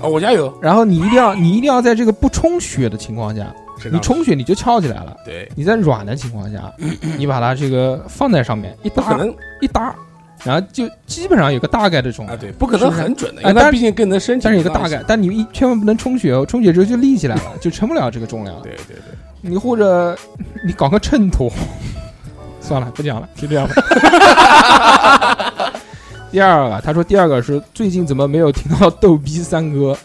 [SPEAKER 5] 哦，我家有，
[SPEAKER 2] 然后你一定要你一定要在这个不充血的情况下，
[SPEAKER 5] 知道
[SPEAKER 2] 你充血你就翘起来了。
[SPEAKER 5] 对，
[SPEAKER 2] 你在软的情况
[SPEAKER 5] [CLEARS THROAT]
[SPEAKER 2] 下，你把它这个放在上面一
[SPEAKER 5] 不可
[SPEAKER 2] 搭
[SPEAKER 5] 能
[SPEAKER 2] 一搭，然后就基本上有个大概的重
[SPEAKER 5] 啊，
[SPEAKER 2] 量，
[SPEAKER 5] 对，不可能很准的，因
[SPEAKER 2] 哎
[SPEAKER 5] 为
[SPEAKER 2] 但
[SPEAKER 5] 他
[SPEAKER 2] 是
[SPEAKER 5] 毕竟跟你的身体，
[SPEAKER 2] 但是有哎个大概，，但你一千万不能充血哦，充血之后就立起来了，就称不了这个重量了。
[SPEAKER 5] 对对对，
[SPEAKER 2] 你或者你搞个秤砣， [LAUGHS] 算了，不讲了，就这样吧。 [LAUGHS] 第二个，他说第二个是最近怎么没有听到逗逼三 [LAUGHS] 哥？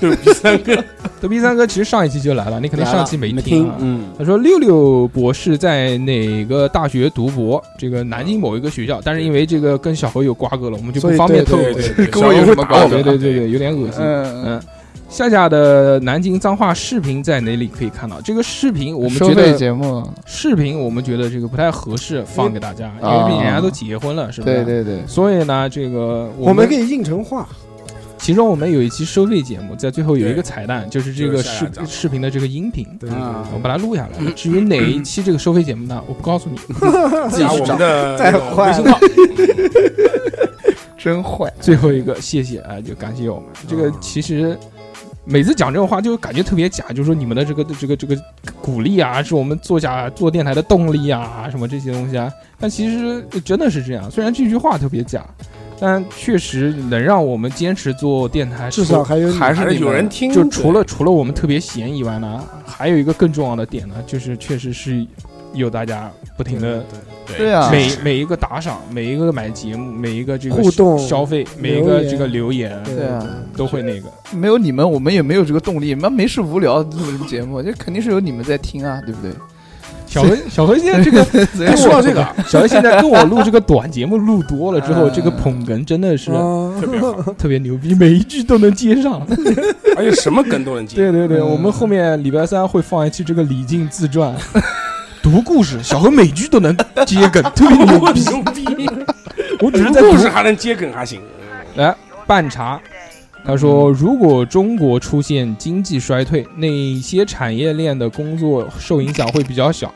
[SPEAKER 5] 对，第三个，
[SPEAKER 2] 逗逼三哥其实上一期就来了，你可能上期没
[SPEAKER 6] 没
[SPEAKER 2] 听、啊。
[SPEAKER 6] 嗯，
[SPEAKER 2] 他说六六博士在哪个大学读博？这个南京某一个学校，但是因为这个跟小何有瓜葛了，我们就
[SPEAKER 4] 所
[SPEAKER 2] 不
[SPEAKER 4] 以
[SPEAKER 2] 方便透露
[SPEAKER 5] 对。
[SPEAKER 2] [LAUGHS]
[SPEAKER 5] 对对，
[SPEAKER 3] 跟我有什么瓜葛
[SPEAKER 2] 对对
[SPEAKER 5] 对
[SPEAKER 2] 对对，有点恶心。
[SPEAKER 3] 嗯，
[SPEAKER 2] 嗯，夏夏的南京脏话视频在哪里可以看到？这个视频我们
[SPEAKER 3] 收
[SPEAKER 2] 觉
[SPEAKER 3] 费
[SPEAKER 2] 得
[SPEAKER 3] 节目，
[SPEAKER 2] 视频我们觉得这个不太合适放给大家，因为毕竟人家都结婚了，是不是？
[SPEAKER 3] 对。
[SPEAKER 5] 啊
[SPEAKER 3] 对对，
[SPEAKER 2] 所以呢，这个
[SPEAKER 4] 我
[SPEAKER 2] 们
[SPEAKER 4] 们可以印成画，
[SPEAKER 2] 其中我们有一期收费节目，在最后有一个彩蛋，就是这个
[SPEAKER 5] 就是夏
[SPEAKER 2] 视
[SPEAKER 5] 夏讲的
[SPEAKER 2] 视频的这个音频，
[SPEAKER 4] 对
[SPEAKER 6] 啊
[SPEAKER 2] 我把它录下来了。至于哪一期这个收费节目呢，我不告诉你。
[SPEAKER 6] 自己
[SPEAKER 5] 加
[SPEAKER 6] 去
[SPEAKER 5] 我们
[SPEAKER 6] 找，
[SPEAKER 5] 的
[SPEAKER 4] 太
[SPEAKER 5] 那个
[SPEAKER 4] 坏
[SPEAKER 5] 微信号，
[SPEAKER 3] 真坏。
[SPEAKER 2] 最后一个，谢谢啊，就感谢我们。
[SPEAKER 5] 嗯
[SPEAKER 2] 这个其实每次讲这种话，就感觉特别假，就是说你们的这个这个这个鼓励啊，是我们做下做电台的动力啊，什么这些东西啊。但其实真的是这样，虽然这句话特别假，但确实能让我们坚持做电台。
[SPEAKER 4] 至少还有你
[SPEAKER 3] 还
[SPEAKER 5] 还是有人听，
[SPEAKER 2] 就除了除了我们特别闲以外呢，还有一个更重要的点呢，就是确实是有大家不停的
[SPEAKER 5] 对
[SPEAKER 3] 对啊
[SPEAKER 2] 每每一个打赏，每一个买节目，每一个这个
[SPEAKER 4] 互动
[SPEAKER 2] 消费，每一个
[SPEAKER 4] 留言
[SPEAKER 2] 这个留言，
[SPEAKER 3] 对啊，
[SPEAKER 2] 都会那个。
[SPEAKER 3] 没有你们，我们也没有这个动力。妈没事无聊录什么节目，这肯定是有你们在听啊，对不对？
[SPEAKER 2] 小何，小何现在这 [LAUGHS] 个，啊
[SPEAKER 3] 所以
[SPEAKER 5] 哎
[SPEAKER 3] [LAUGHS] 我
[SPEAKER 5] 说到这个，
[SPEAKER 2] [LAUGHS] 小何现在跟我录这个短节目录多了之后，
[SPEAKER 3] 嗯
[SPEAKER 2] 这个捧哏真的是
[SPEAKER 4] 啊
[SPEAKER 5] 特别好，
[SPEAKER 2] 特别牛逼，每一句都能接上。
[SPEAKER 5] 而且什么梗都能接，
[SPEAKER 2] [LAUGHS] 对对对，
[SPEAKER 3] 嗯
[SPEAKER 2] 我们后面礼拜三会放一期这个李靖自传。 [LAUGHS] 读故事，小何每句都能接 [LAUGHS] 梗，特别牛
[SPEAKER 5] [LAUGHS] 我
[SPEAKER 2] 逼。
[SPEAKER 5] 牛逼，
[SPEAKER 2] 我只是在
[SPEAKER 5] 故
[SPEAKER 2] 读
[SPEAKER 5] 事还能接梗还行，
[SPEAKER 2] 来半茶，他
[SPEAKER 5] 嗯
[SPEAKER 2] 说，如果中国出现经济衰退，哪些产业链的工作受影响会比较小？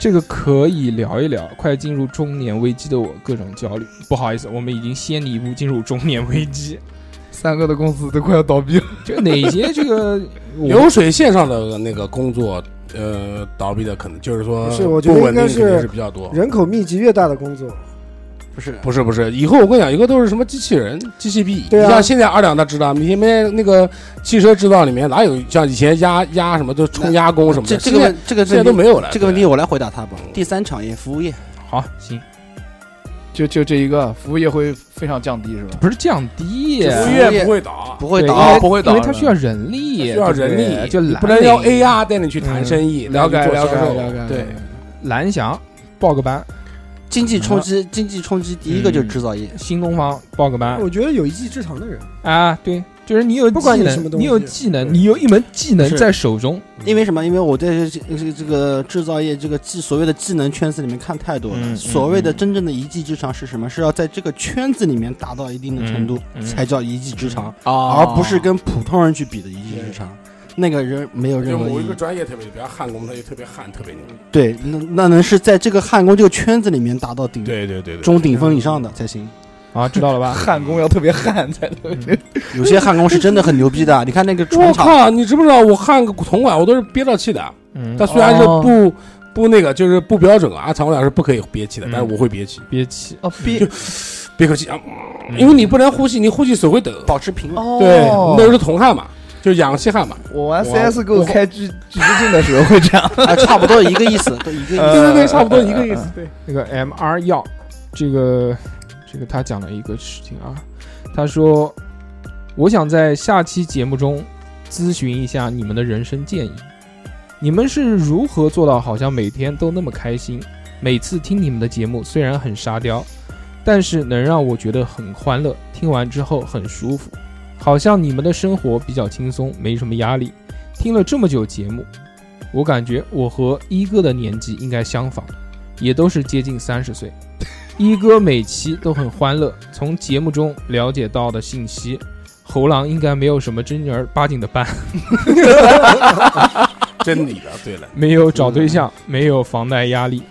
[SPEAKER 2] 这个可以聊一聊。快进入中年危机的我，各种焦虑。不好意思，我们已经先一步进入中年危机。
[SPEAKER 3] 三哥的公司都快要倒闭了。
[SPEAKER 2] 就哪些这
[SPEAKER 5] [LAUGHS]
[SPEAKER 2] 个
[SPEAKER 5] 流水线上的那个工作，呃，倒闭的可能就是说
[SPEAKER 4] 不是我觉得
[SPEAKER 5] 不稳
[SPEAKER 4] 应该
[SPEAKER 5] 定
[SPEAKER 4] 是
[SPEAKER 5] 肯定是比较多。
[SPEAKER 4] 人口密集越大的工作，
[SPEAKER 6] 不是
[SPEAKER 5] 不是不是，以后我跟你讲，以后都是什么机器人、机器臂。
[SPEAKER 4] 对啊
[SPEAKER 5] 你像现在二两他知道，你前那个汽车制造里面哪有像以前压压什么都冲压工什么
[SPEAKER 6] 这
[SPEAKER 5] 的，
[SPEAKER 6] 这个
[SPEAKER 5] 现
[SPEAKER 6] 问这个
[SPEAKER 5] 在现在都
[SPEAKER 6] 问题，
[SPEAKER 5] 没有了。
[SPEAKER 6] 这
[SPEAKER 5] 对
[SPEAKER 6] 个问题我来回答他吧。第三产业服务业，
[SPEAKER 2] 好行，
[SPEAKER 3] 就就这一个，服务业会非常降低，是吧？
[SPEAKER 2] 不是降低，
[SPEAKER 6] 就
[SPEAKER 5] 服
[SPEAKER 6] 服
[SPEAKER 5] 务
[SPEAKER 6] 务
[SPEAKER 5] 业
[SPEAKER 6] 业
[SPEAKER 5] 不会倒，
[SPEAKER 6] 不会
[SPEAKER 2] 对
[SPEAKER 3] 倒
[SPEAKER 2] 因为
[SPEAKER 3] 哦不会倒
[SPEAKER 2] 因为它
[SPEAKER 3] 是吧
[SPEAKER 2] 需要人力，
[SPEAKER 5] 需要
[SPEAKER 2] 对
[SPEAKER 5] 人
[SPEAKER 2] 不对
[SPEAKER 5] 力，
[SPEAKER 2] 就
[SPEAKER 5] 你
[SPEAKER 2] 蓝
[SPEAKER 5] 不能要
[SPEAKER 2] 领
[SPEAKER 5] AR 带你去谈生意，
[SPEAKER 3] 了解
[SPEAKER 5] 带你做
[SPEAKER 3] 了解
[SPEAKER 5] 销售
[SPEAKER 3] 了解
[SPEAKER 5] 对，
[SPEAKER 2] 蓝翔报个班，
[SPEAKER 6] 经济冲击，经济冲击第一个
[SPEAKER 2] 嗯
[SPEAKER 6] 就是制造业，
[SPEAKER 2] 新东方报个班
[SPEAKER 4] 我觉得有一技之长的人，
[SPEAKER 2] 啊，对。就是你有
[SPEAKER 4] 不
[SPEAKER 2] 技
[SPEAKER 4] 管你什么
[SPEAKER 2] 能，
[SPEAKER 4] 东西
[SPEAKER 2] 你有技能，
[SPEAKER 4] 对
[SPEAKER 2] 你有一门技能
[SPEAKER 6] 是
[SPEAKER 2] 在手中，
[SPEAKER 6] 因为什么？因为我在这这这个制造业这个技所谓的技能圈子里面看太多了。
[SPEAKER 2] 嗯嗯
[SPEAKER 6] 所谓的真正的一技之长是什么？是要在这个圈子里面达到一定的程度，
[SPEAKER 2] 嗯嗯
[SPEAKER 6] 才叫一技之长，
[SPEAKER 3] 啊
[SPEAKER 6] 而
[SPEAKER 2] 哦
[SPEAKER 6] 不是跟普通人去比的一技之长。那个人没有
[SPEAKER 5] 就
[SPEAKER 6] 任何
[SPEAKER 5] 某
[SPEAKER 6] 意
[SPEAKER 5] 一个
[SPEAKER 6] 义，
[SPEAKER 5] 专业特别，比如焊工，他就特别焊，特别牛。
[SPEAKER 6] 对，那那能是在这个焊工这个圈子里面达到顶
[SPEAKER 5] 对对对对，
[SPEAKER 6] 中顶峰以上的才行。
[SPEAKER 2] 啊，知道了吧？
[SPEAKER 3] 焊工要特别焊才能。
[SPEAKER 6] 有些焊工是真的很牛逼的， [LAUGHS] 你看那个
[SPEAKER 5] 我
[SPEAKER 6] 船厂，
[SPEAKER 5] 靠！你知不知道我焊个铜管，我都是憋到气的。
[SPEAKER 2] 嗯
[SPEAKER 5] 他虽然是不不那个就是不标准啊。阿长我俩是不可以憋气的，
[SPEAKER 2] 嗯
[SPEAKER 5] 但是我会憋气，
[SPEAKER 2] 憋气，
[SPEAKER 3] 哦，憋
[SPEAKER 5] 憋口气啊，嗯因为你不能呼吸，你呼吸手会抖。
[SPEAKER 6] 保持 [LAUGHS] 平稳。
[SPEAKER 3] 哦，
[SPEAKER 5] 对，那都是铜汗嘛，就是氧气汗嘛。
[SPEAKER 3] 我玩
[SPEAKER 5] 我
[SPEAKER 3] CSGO
[SPEAKER 5] 我
[SPEAKER 3] 开狙狙击镜的时候会这样，
[SPEAKER 6] 啊，差不多一个意 [LAUGHS] 思，都一个意
[SPEAKER 3] 呃
[SPEAKER 6] 思。
[SPEAKER 5] 对对对，差不多一个意思。对，
[SPEAKER 2] 那个 M R 药，这个这个他讲了一个事情啊，他说我想在下期节目中咨询一下你们的人生建议，你们是如何做到好像每天都那么开心？每次听你们的节目虽然很沙雕，但是能让我觉得很欢乐，听完之后很舒服，好像你们的生活比较轻松，没什么压力。听了这么久节目，我感觉我和一哥的年纪应该相仿。也都是接近三十岁。一哥每期都很欢乐，从节目中了解到的信息，猴狼应该没有什么正儿八经的班，
[SPEAKER 5] 真理的。对了，
[SPEAKER 2] [LAUGHS] 没有找对象，没有房贷压力，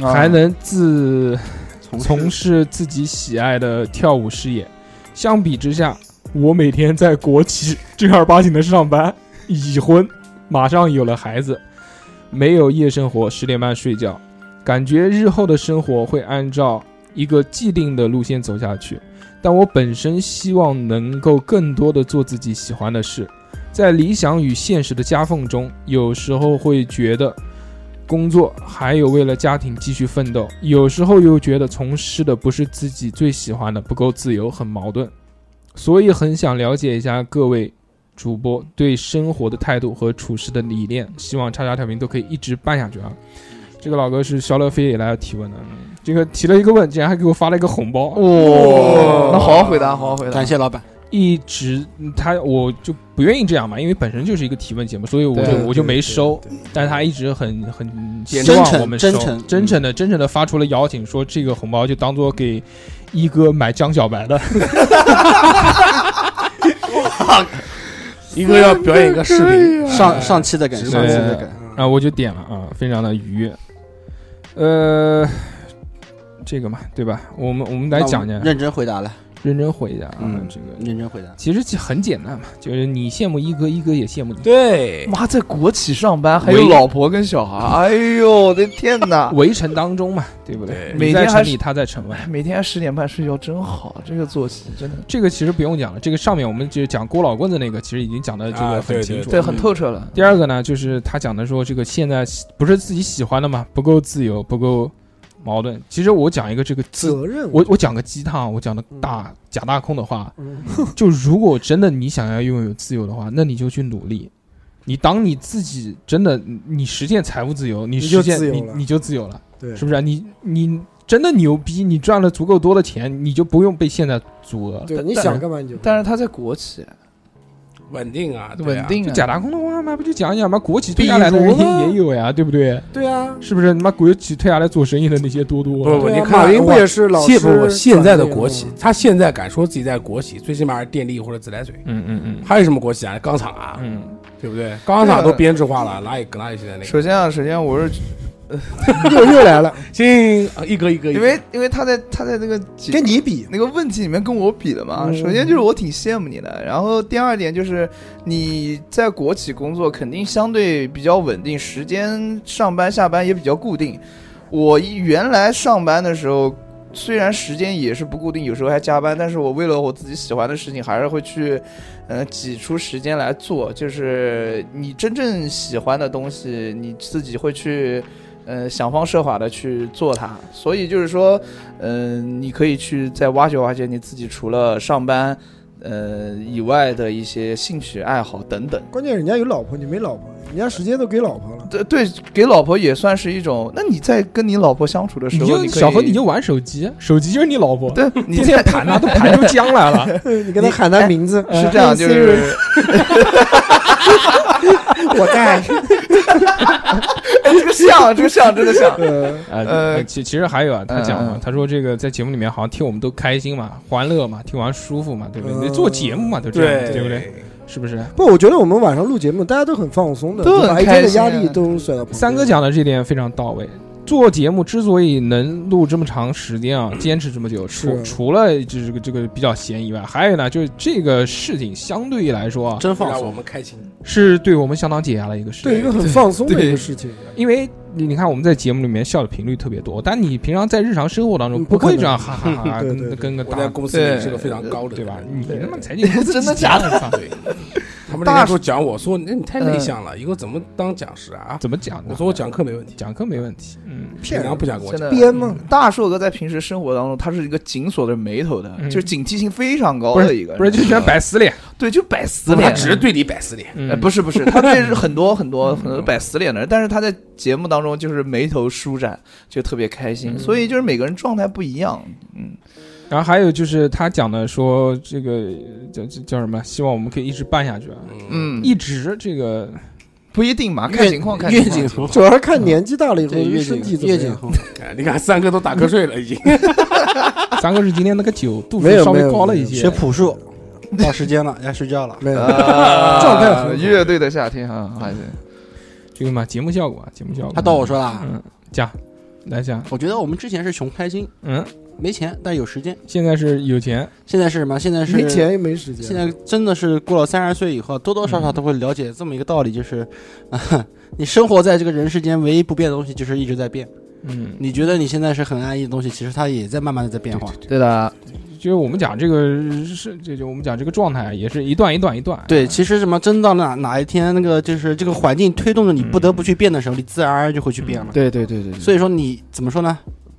[SPEAKER 3] 啊
[SPEAKER 2] 还能自
[SPEAKER 6] 从
[SPEAKER 2] 从事自己喜爱的跳舞事业。相比之下，我每天在国企 [LAUGHS] 正儿八经的上班，已婚，马上有了孩子，没有夜生活，十点半睡觉，感觉日后的生活会按照一个既定的路线走下去。但我本身希望能够更多的做自己喜欢的事，在理想与现实的夹缝中，有时候会觉得工作，还有为了家庭继续奋斗，有时候又觉得从事的不是自己最喜欢的，不够自由，很矛盾。所以很想了解一下各位主播对生活的态度和处事的理念，希望叉叉调频都可以一直办下去啊！这个老哥是肖乐飞也来提问的，嗯这个提了一个问，竟然还给我发了一个红包，
[SPEAKER 3] 哦，那好好回答，好好回答
[SPEAKER 6] 感。谢老板，
[SPEAKER 2] 一直嗯他我就不愿意这样嘛，因为本身就是一个提问节目，所以我
[SPEAKER 3] 对
[SPEAKER 2] 就我就没收
[SPEAKER 5] 对。对
[SPEAKER 2] 但是他一直很很
[SPEAKER 6] 真
[SPEAKER 2] 希望
[SPEAKER 6] 诚
[SPEAKER 2] 我们收
[SPEAKER 6] 真诚嗯
[SPEAKER 2] 真诚的真诚的发出了邀请，说这个红包就当做给一哥买江小白的。
[SPEAKER 5] 一个要表演一个
[SPEAKER 4] 啊
[SPEAKER 5] 视频，
[SPEAKER 6] 上上期的梗，
[SPEAKER 5] 直
[SPEAKER 6] 上期的
[SPEAKER 2] 对
[SPEAKER 6] 梗，
[SPEAKER 2] 然后我就点了啊，非常的愉悦。呃，这个嘛，对吧？我们我们来
[SPEAKER 6] 那我
[SPEAKER 2] 讲一下，
[SPEAKER 6] 认真回答了，
[SPEAKER 2] 认真回一下啊，
[SPEAKER 6] 嗯
[SPEAKER 2] 这个
[SPEAKER 6] 认真回答。
[SPEAKER 2] 其实很简单嘛，就是你羡慕一哥，一哥也羡慕你。
[SPEAKER 5] [LAUGHS] 对，
[SPEAKER 3] 妈在国企上班，还有
[SPEAKER 2] 喂
[SPEAKER 3] 老婆跟小孩，哎呦 [LAUGHS] 我的天哪！
[SPEAKER 2] 围城当中嘛，对不
[SPEAKER 5] 对
[SPEAKER 2] 你
[SPEAKER 3] 每
[SPEAKER 2] 在
[SPEAKER 3] 天还
[SPEAKER 2] 城
[SPEAKER 3] 是
[SPEAKER 2] 里，他在城外。
[SPEAKER 3] 每天十点半睡觉真好，这个作息真的
[SPEAKER 2] 这个其实不用讲了，这个上面我们就讲郭老棍子那个，其实已经讲的这个
[SPEAKER 5] 啊
[SPEAKER 2] 很
[SPEAKER 5] 对
[SPEAKER 2] 清
[SPEAKER 5] 对
[SPEAKER 2] 楚了。嗯
[SPEAKER 3] 对很透彻了。
[SPEAKER 2] 第二个呢，就是他讲的说，这个现在不是自己喜欢的嘛，不够自由，不够矛盾。其实我讲一个这个自，
[SPEAKER 4] 责任，啊
[SPEAKER 2] 我我讲个鸡汤，我讲的大假大空的话，
[SPEAKER 4] 嗯
[SPEAKER 2] 就如果真的你想要拥有自由的话，那你就去努力。你当你自己真的你实现财务自由，你
[SPEAKER 4] 你
[SPEAKER 2] 实
[SPEAKER 4] 就
[SPEAKER 2] 现
[SPEAKER 4] 自由
[SPEAKER 2] 你
[SPEAKER 4] 了
[SPEAKER 2] 你就自由了，[LAUGHS]
[SPEAKER 4] 对，
[SPEAKER 2] 是不是啊、你你真的牛逼，你赚了足够多的钱，你就不用被现在阻额了。
[SPEAKER 4] 对，你想干嘛你就，
[SPEAKER 3] 但是他在国企，
[SPEAKER 5] 稳定啊，对
[SPEAKER 3] 稳。
[SPEAKER 5] 啊
[SPEAKER 3] 定
[SPEAKER 2] 就
[SPEAKER 3] 啊，
[SPEAKER 2] 假大空的话嘛，不就讲一讲嘛？国企退下来的
[SPEAKER 3] 比
[SPEAKER 2] 人
[SPEAKER 3] 如呢
[SPEAKER 2] 也有 [LAUGHS] 呀，对不对？
[SPEAKER 4] 对啊，
[SPEAKER 2] 是不是？他妈国企退下来做生意的那些多多
[SPEAKER 5] 不
[SPEAKER 2] 了，
[SPEAKER 5] 不
[SPEAKER 4] 对
[SPEAKER 5] 你
[SPEAKER 4] 啊
[SPEAKER 5] 看
[SPEAKER 4] 马云不
[SPEAKER 5] 我
[SPEAKER 4] 也是老师转业
[SPEAKER 5] 现不
[SPEAKER 4] 的吗？
[SPEAKER 5] 不，现在的国企，他现在敢说自己在国企，最起码是电力或者自来水，
[SPEAKER 2] 嗯嗯嗯
[SPEAKER 5] 还有什么国企啊？钢厂啊，
[SPEAKER 2] 嗯，
[SPEAKER 5] 对不对？钢厂都编制化了，哪有哪有现在那个？
[SPEAKER 3] 首先啊，首先我是
[SPEAKER 4] [LAUGHS] 又又来了，
[SPEAKER 5] 行，啊一格一格，一格
[SPEAKER 3] 因为因为他在他在那个几
[SPEAKER 4] 跟你比，
[SPEAKER 3] 那个问题里面跟我比的嘛，首先就是我挺羡慕你的，然后第二点就是你在国企工作肯定相对比较稳定，时间上班下班也比较固定。我原来上班的时候，虽然时间也是不固定，有时候还加班，但是我为了我自己喜欢的事情，还是会去，呃，挤出时间来做。就是你真正喜欢的东西，你自己会去，呃，想方设法的去做它。所以就是说，嗯、你可以去再挖掘挖掘你自己除了上班，呃以外的一些兴趣爱好等等。
[SPEAKER 4] 关键人家有老婆，你没老婆，人家时间都给老婆了。
[SPEAKER 3] 对对，给老婆也算是一种。那你在跟你老婆相处的
[SPEAKER 2] 你
[SPEAKER 3] 时候，
[SPEAKER 2] 就
[SPEAKER 3] 可以
[SPEAKER 2] 小何你就玩手机，嗯啊手机就是你老婆，
[SPEAKER 3] 对，你
[SPEAKER 2] 天天
[SPEAKER 3] [LAUGHS]
[SPEAKER 2] 盘她都盘出浆来了，啊
[SPEAKER 4] 你跟他喊他名字，
[SPEAKER 3] 是这样，
[SPEAKER 2] 呃
[SPEAKER 3] 就是
[SPEAKER 4] [LAUGHS] 我在。 [LAUGHS]
[SPEAKER 3] 哎这个像，这个像，真的
[SPEAKER 4] [LAUGHS]
[SPEAKER 3] 像。
[SPEAKER 4] 呃，
[SPEAKER 2] 呃，
[SPEAKER 3] 呃
[SPEAKER 2] 其其实还有啊，他讲
[SPEAKER 3] 嗯
[SPEAKER 2] 嘛
[SPEAKER 3] 嗯，
[SPEAKER 2] 他说这个在节目里面好像听我们都开心嘛，欢乐嘛，听完舒服嘛，对不对？
[SPEAKER 4] 嗯
[SPEAKER 2] 你做节目嘛，都这样，对不对？
[SPEAKER 5] 对？
[SPEAKER 2] 是不是？
[SPEAKER 4] 不，我觉得我们晚上录节目，大家都很放松的，
[SPEAKER 3] 都很
[SPEAKER 4] 把一天
[SPEAKER 3] 开
[SPEAKER 4] 的
[SPEAKER 3] 心
[SPEAKER 4] 压力都甩到旁边
[SPEAKER 2] 三哥，讲的这点非常到位。做节目之所以能录这么长时间啊，坚持这么久，除
[SPEAKER 4] 是
[SPEAKER 2] 除了这个这个比较闲以外，还有呢，就是这个事情相对来说啊，
[SPEAKER 6] 真放
[SPEAKER 5] 让我
[SPEAKER 6] 松，
[SPEAKER 5] 们开心。
[SPEAKER 2] 是对我们相当解压的一个事情。
[SPEAKER 4] 对一个很放松的一
[SPEAKER 2] 对
[SPEAKER 4] 个事情。
[SPEAKER 2] 因为你你看我们在节目里面笑的频率特别多，但你平常在日常生活当中
[SPEAKER 4] 嗯不可
[SPEAKER 2] 会
[SPEAKER 4] 能
[SPEAKER 2] 这样哈哈哈哈，
[SPEAKER 4] [LAUGHS] 对
[SPEAKER 2] 跟
[SPEAKER 4] 对对
[SPEAKER 2] 跟个
[SPEAKER 5] 我
[SPEAKER 2] 大
[SPEAKER 5] 在公司里是个非常高的
[SPEAKER 2] 对吧？
[SPEAKER 5] 人
[SPEAKER 2] 你他妈才
[SPEAKER 5] [LAUGHS]
[SPEAKER 3] 真的假
[SPEAKER 2] 的？操
[SPEAKER 5] 对，他们那天都讲我说，那你太内向了，以后怎么当讲师啊？
[SPEAKER 2] [LAUGHS] 怎么讲呢？
[SPEAKER 5] 我说我讲课没问题，
[SPEAKER 2] 讲课没问题，嗯，
[SPEAKER 5] 平常不想跟我
[SPEAKER 3] 真
[SPEAKER 5] 讲。
[SPEAKER 3] 的嗯
[SPEAKER 4] 编吗？
[SPEAKER 3] 大硕哥在平时生活当中，他是一个紧锁着眉头的，
[SPEAKER 2] 嗯
[SPEAKER 3] 就是警惕性非常高
[SPEAKER 2] 不
[SPEAKER 3] 的一个
[SPEAKER 2] 是
[SPEAKER 3] 人，
[SPEAKER 2] 不是就全摆死脸，
[SPEAKER 3] 对，就摆死
[SPEAKER 5] 他
[SPEAKER 3] 脸，
[SPEAKER 5] 只是对你摆死脸，
[SPEAKER 2] 嗯
[SPEAKER 3] 哎，不是不是，他对很多很多很多摆死脸的人，但是他在节目当中就是眉头舒展，就特别开心，
[SPEAKER 2] 嗯
[SPEAKER 3] 所以就是每个人状态不一样，嗯，
[SPEAKER 2] 然后还有就是他讲的说这个叫叫叫什么？希望我们可以一直办下去啊，
[SPEAKER 5] 嗯，
[SPEAKER 3] 嗯，
[SPEAKER 2] 一直这个
[SPEAKER 3] 不一定嘛，看情况，看
[SPEAKER 6] 月
[SPEAKER 3] 情
[SPEAKER 6] 景
[SPEAKER 3] 况。
[SPEAKER 6] 红，
[SPEAKER 4] 主要是看年纪大了以后
[SPEAKER 6] 对啊月
[SPEAKER 4] 身体
[SPEAKER 6] 景
[SPEAKER 4] 怎么
[SPEAKER 6] 月景
[SPEAKER 4] 样。
[SPEAKER 6] 红，
[SPEAKER 5] 哎你看三哥都打瞌睡了，已 [LAUGHS] 经
[SPEAKER 2] 三哥是今天那个酒度数
[SPEAKER 4] 没有
[SPEAKER 2] 稍微
[SPEAKER 4] 没有
[SPEAKER 2] 高了一
[SPEAKER 4] 没有
[SPEAKER 2] 些
[SPEAKER 6] 学，朴树，到时间了，该 [LAUGHS] 睡觉了。
[SPEAKER 4] 没有，
[SPEAKER 3] 啊
[SPEAKER 4] 状态很好
[SPEAKER 3] 乐队的夏天啊，还是
[SPEAKER 2] 这个嘛节目效果啊，节目效果。
[SPEAKER 6] 他到我说了，
[SPEAKER 2] 嗯，讲来讲，
[SPEAKER 6] 我觉得我们之前是穷开心，
[SPEAKER 2] 嗯，
[SPEAKER 6] 没钱但有时间，
[SPEAKER 2] 现在是有钱，
[SPEAKER 6] 现在是什么？现在是
[SPEAKER 4] 没。钱也没时间。
[SPEAKER 6] 现在真的是过了三十岁以后，多多少少都会了解这么一个道理，就是， [LAUGHS] 啊，你生活在这个人世间，唯一不变的东西就是一直在变。
[SPEAKER 2] 嗯，
[SPEAKER 6] 你觉得你现在是很安逸的东西，其实它也在慢慢的在变化。
[SPEAKER 3] 对的，
[SPEAKER 2] 就是我们讲这个是，这就我们讲这个状态啊也是一段一段一段。
[SPEAKER 6] 对，其实什么，真到哪哪一天那个就是这个环境推动着你不得不去变的时候，你自然而然就会去变
[SPEAKER 4] 嗯
[SPEAKER 6] 了。
[SPEAKER 3] 对对对对，
[SPEAKER 6] 所以说你怎么说呢？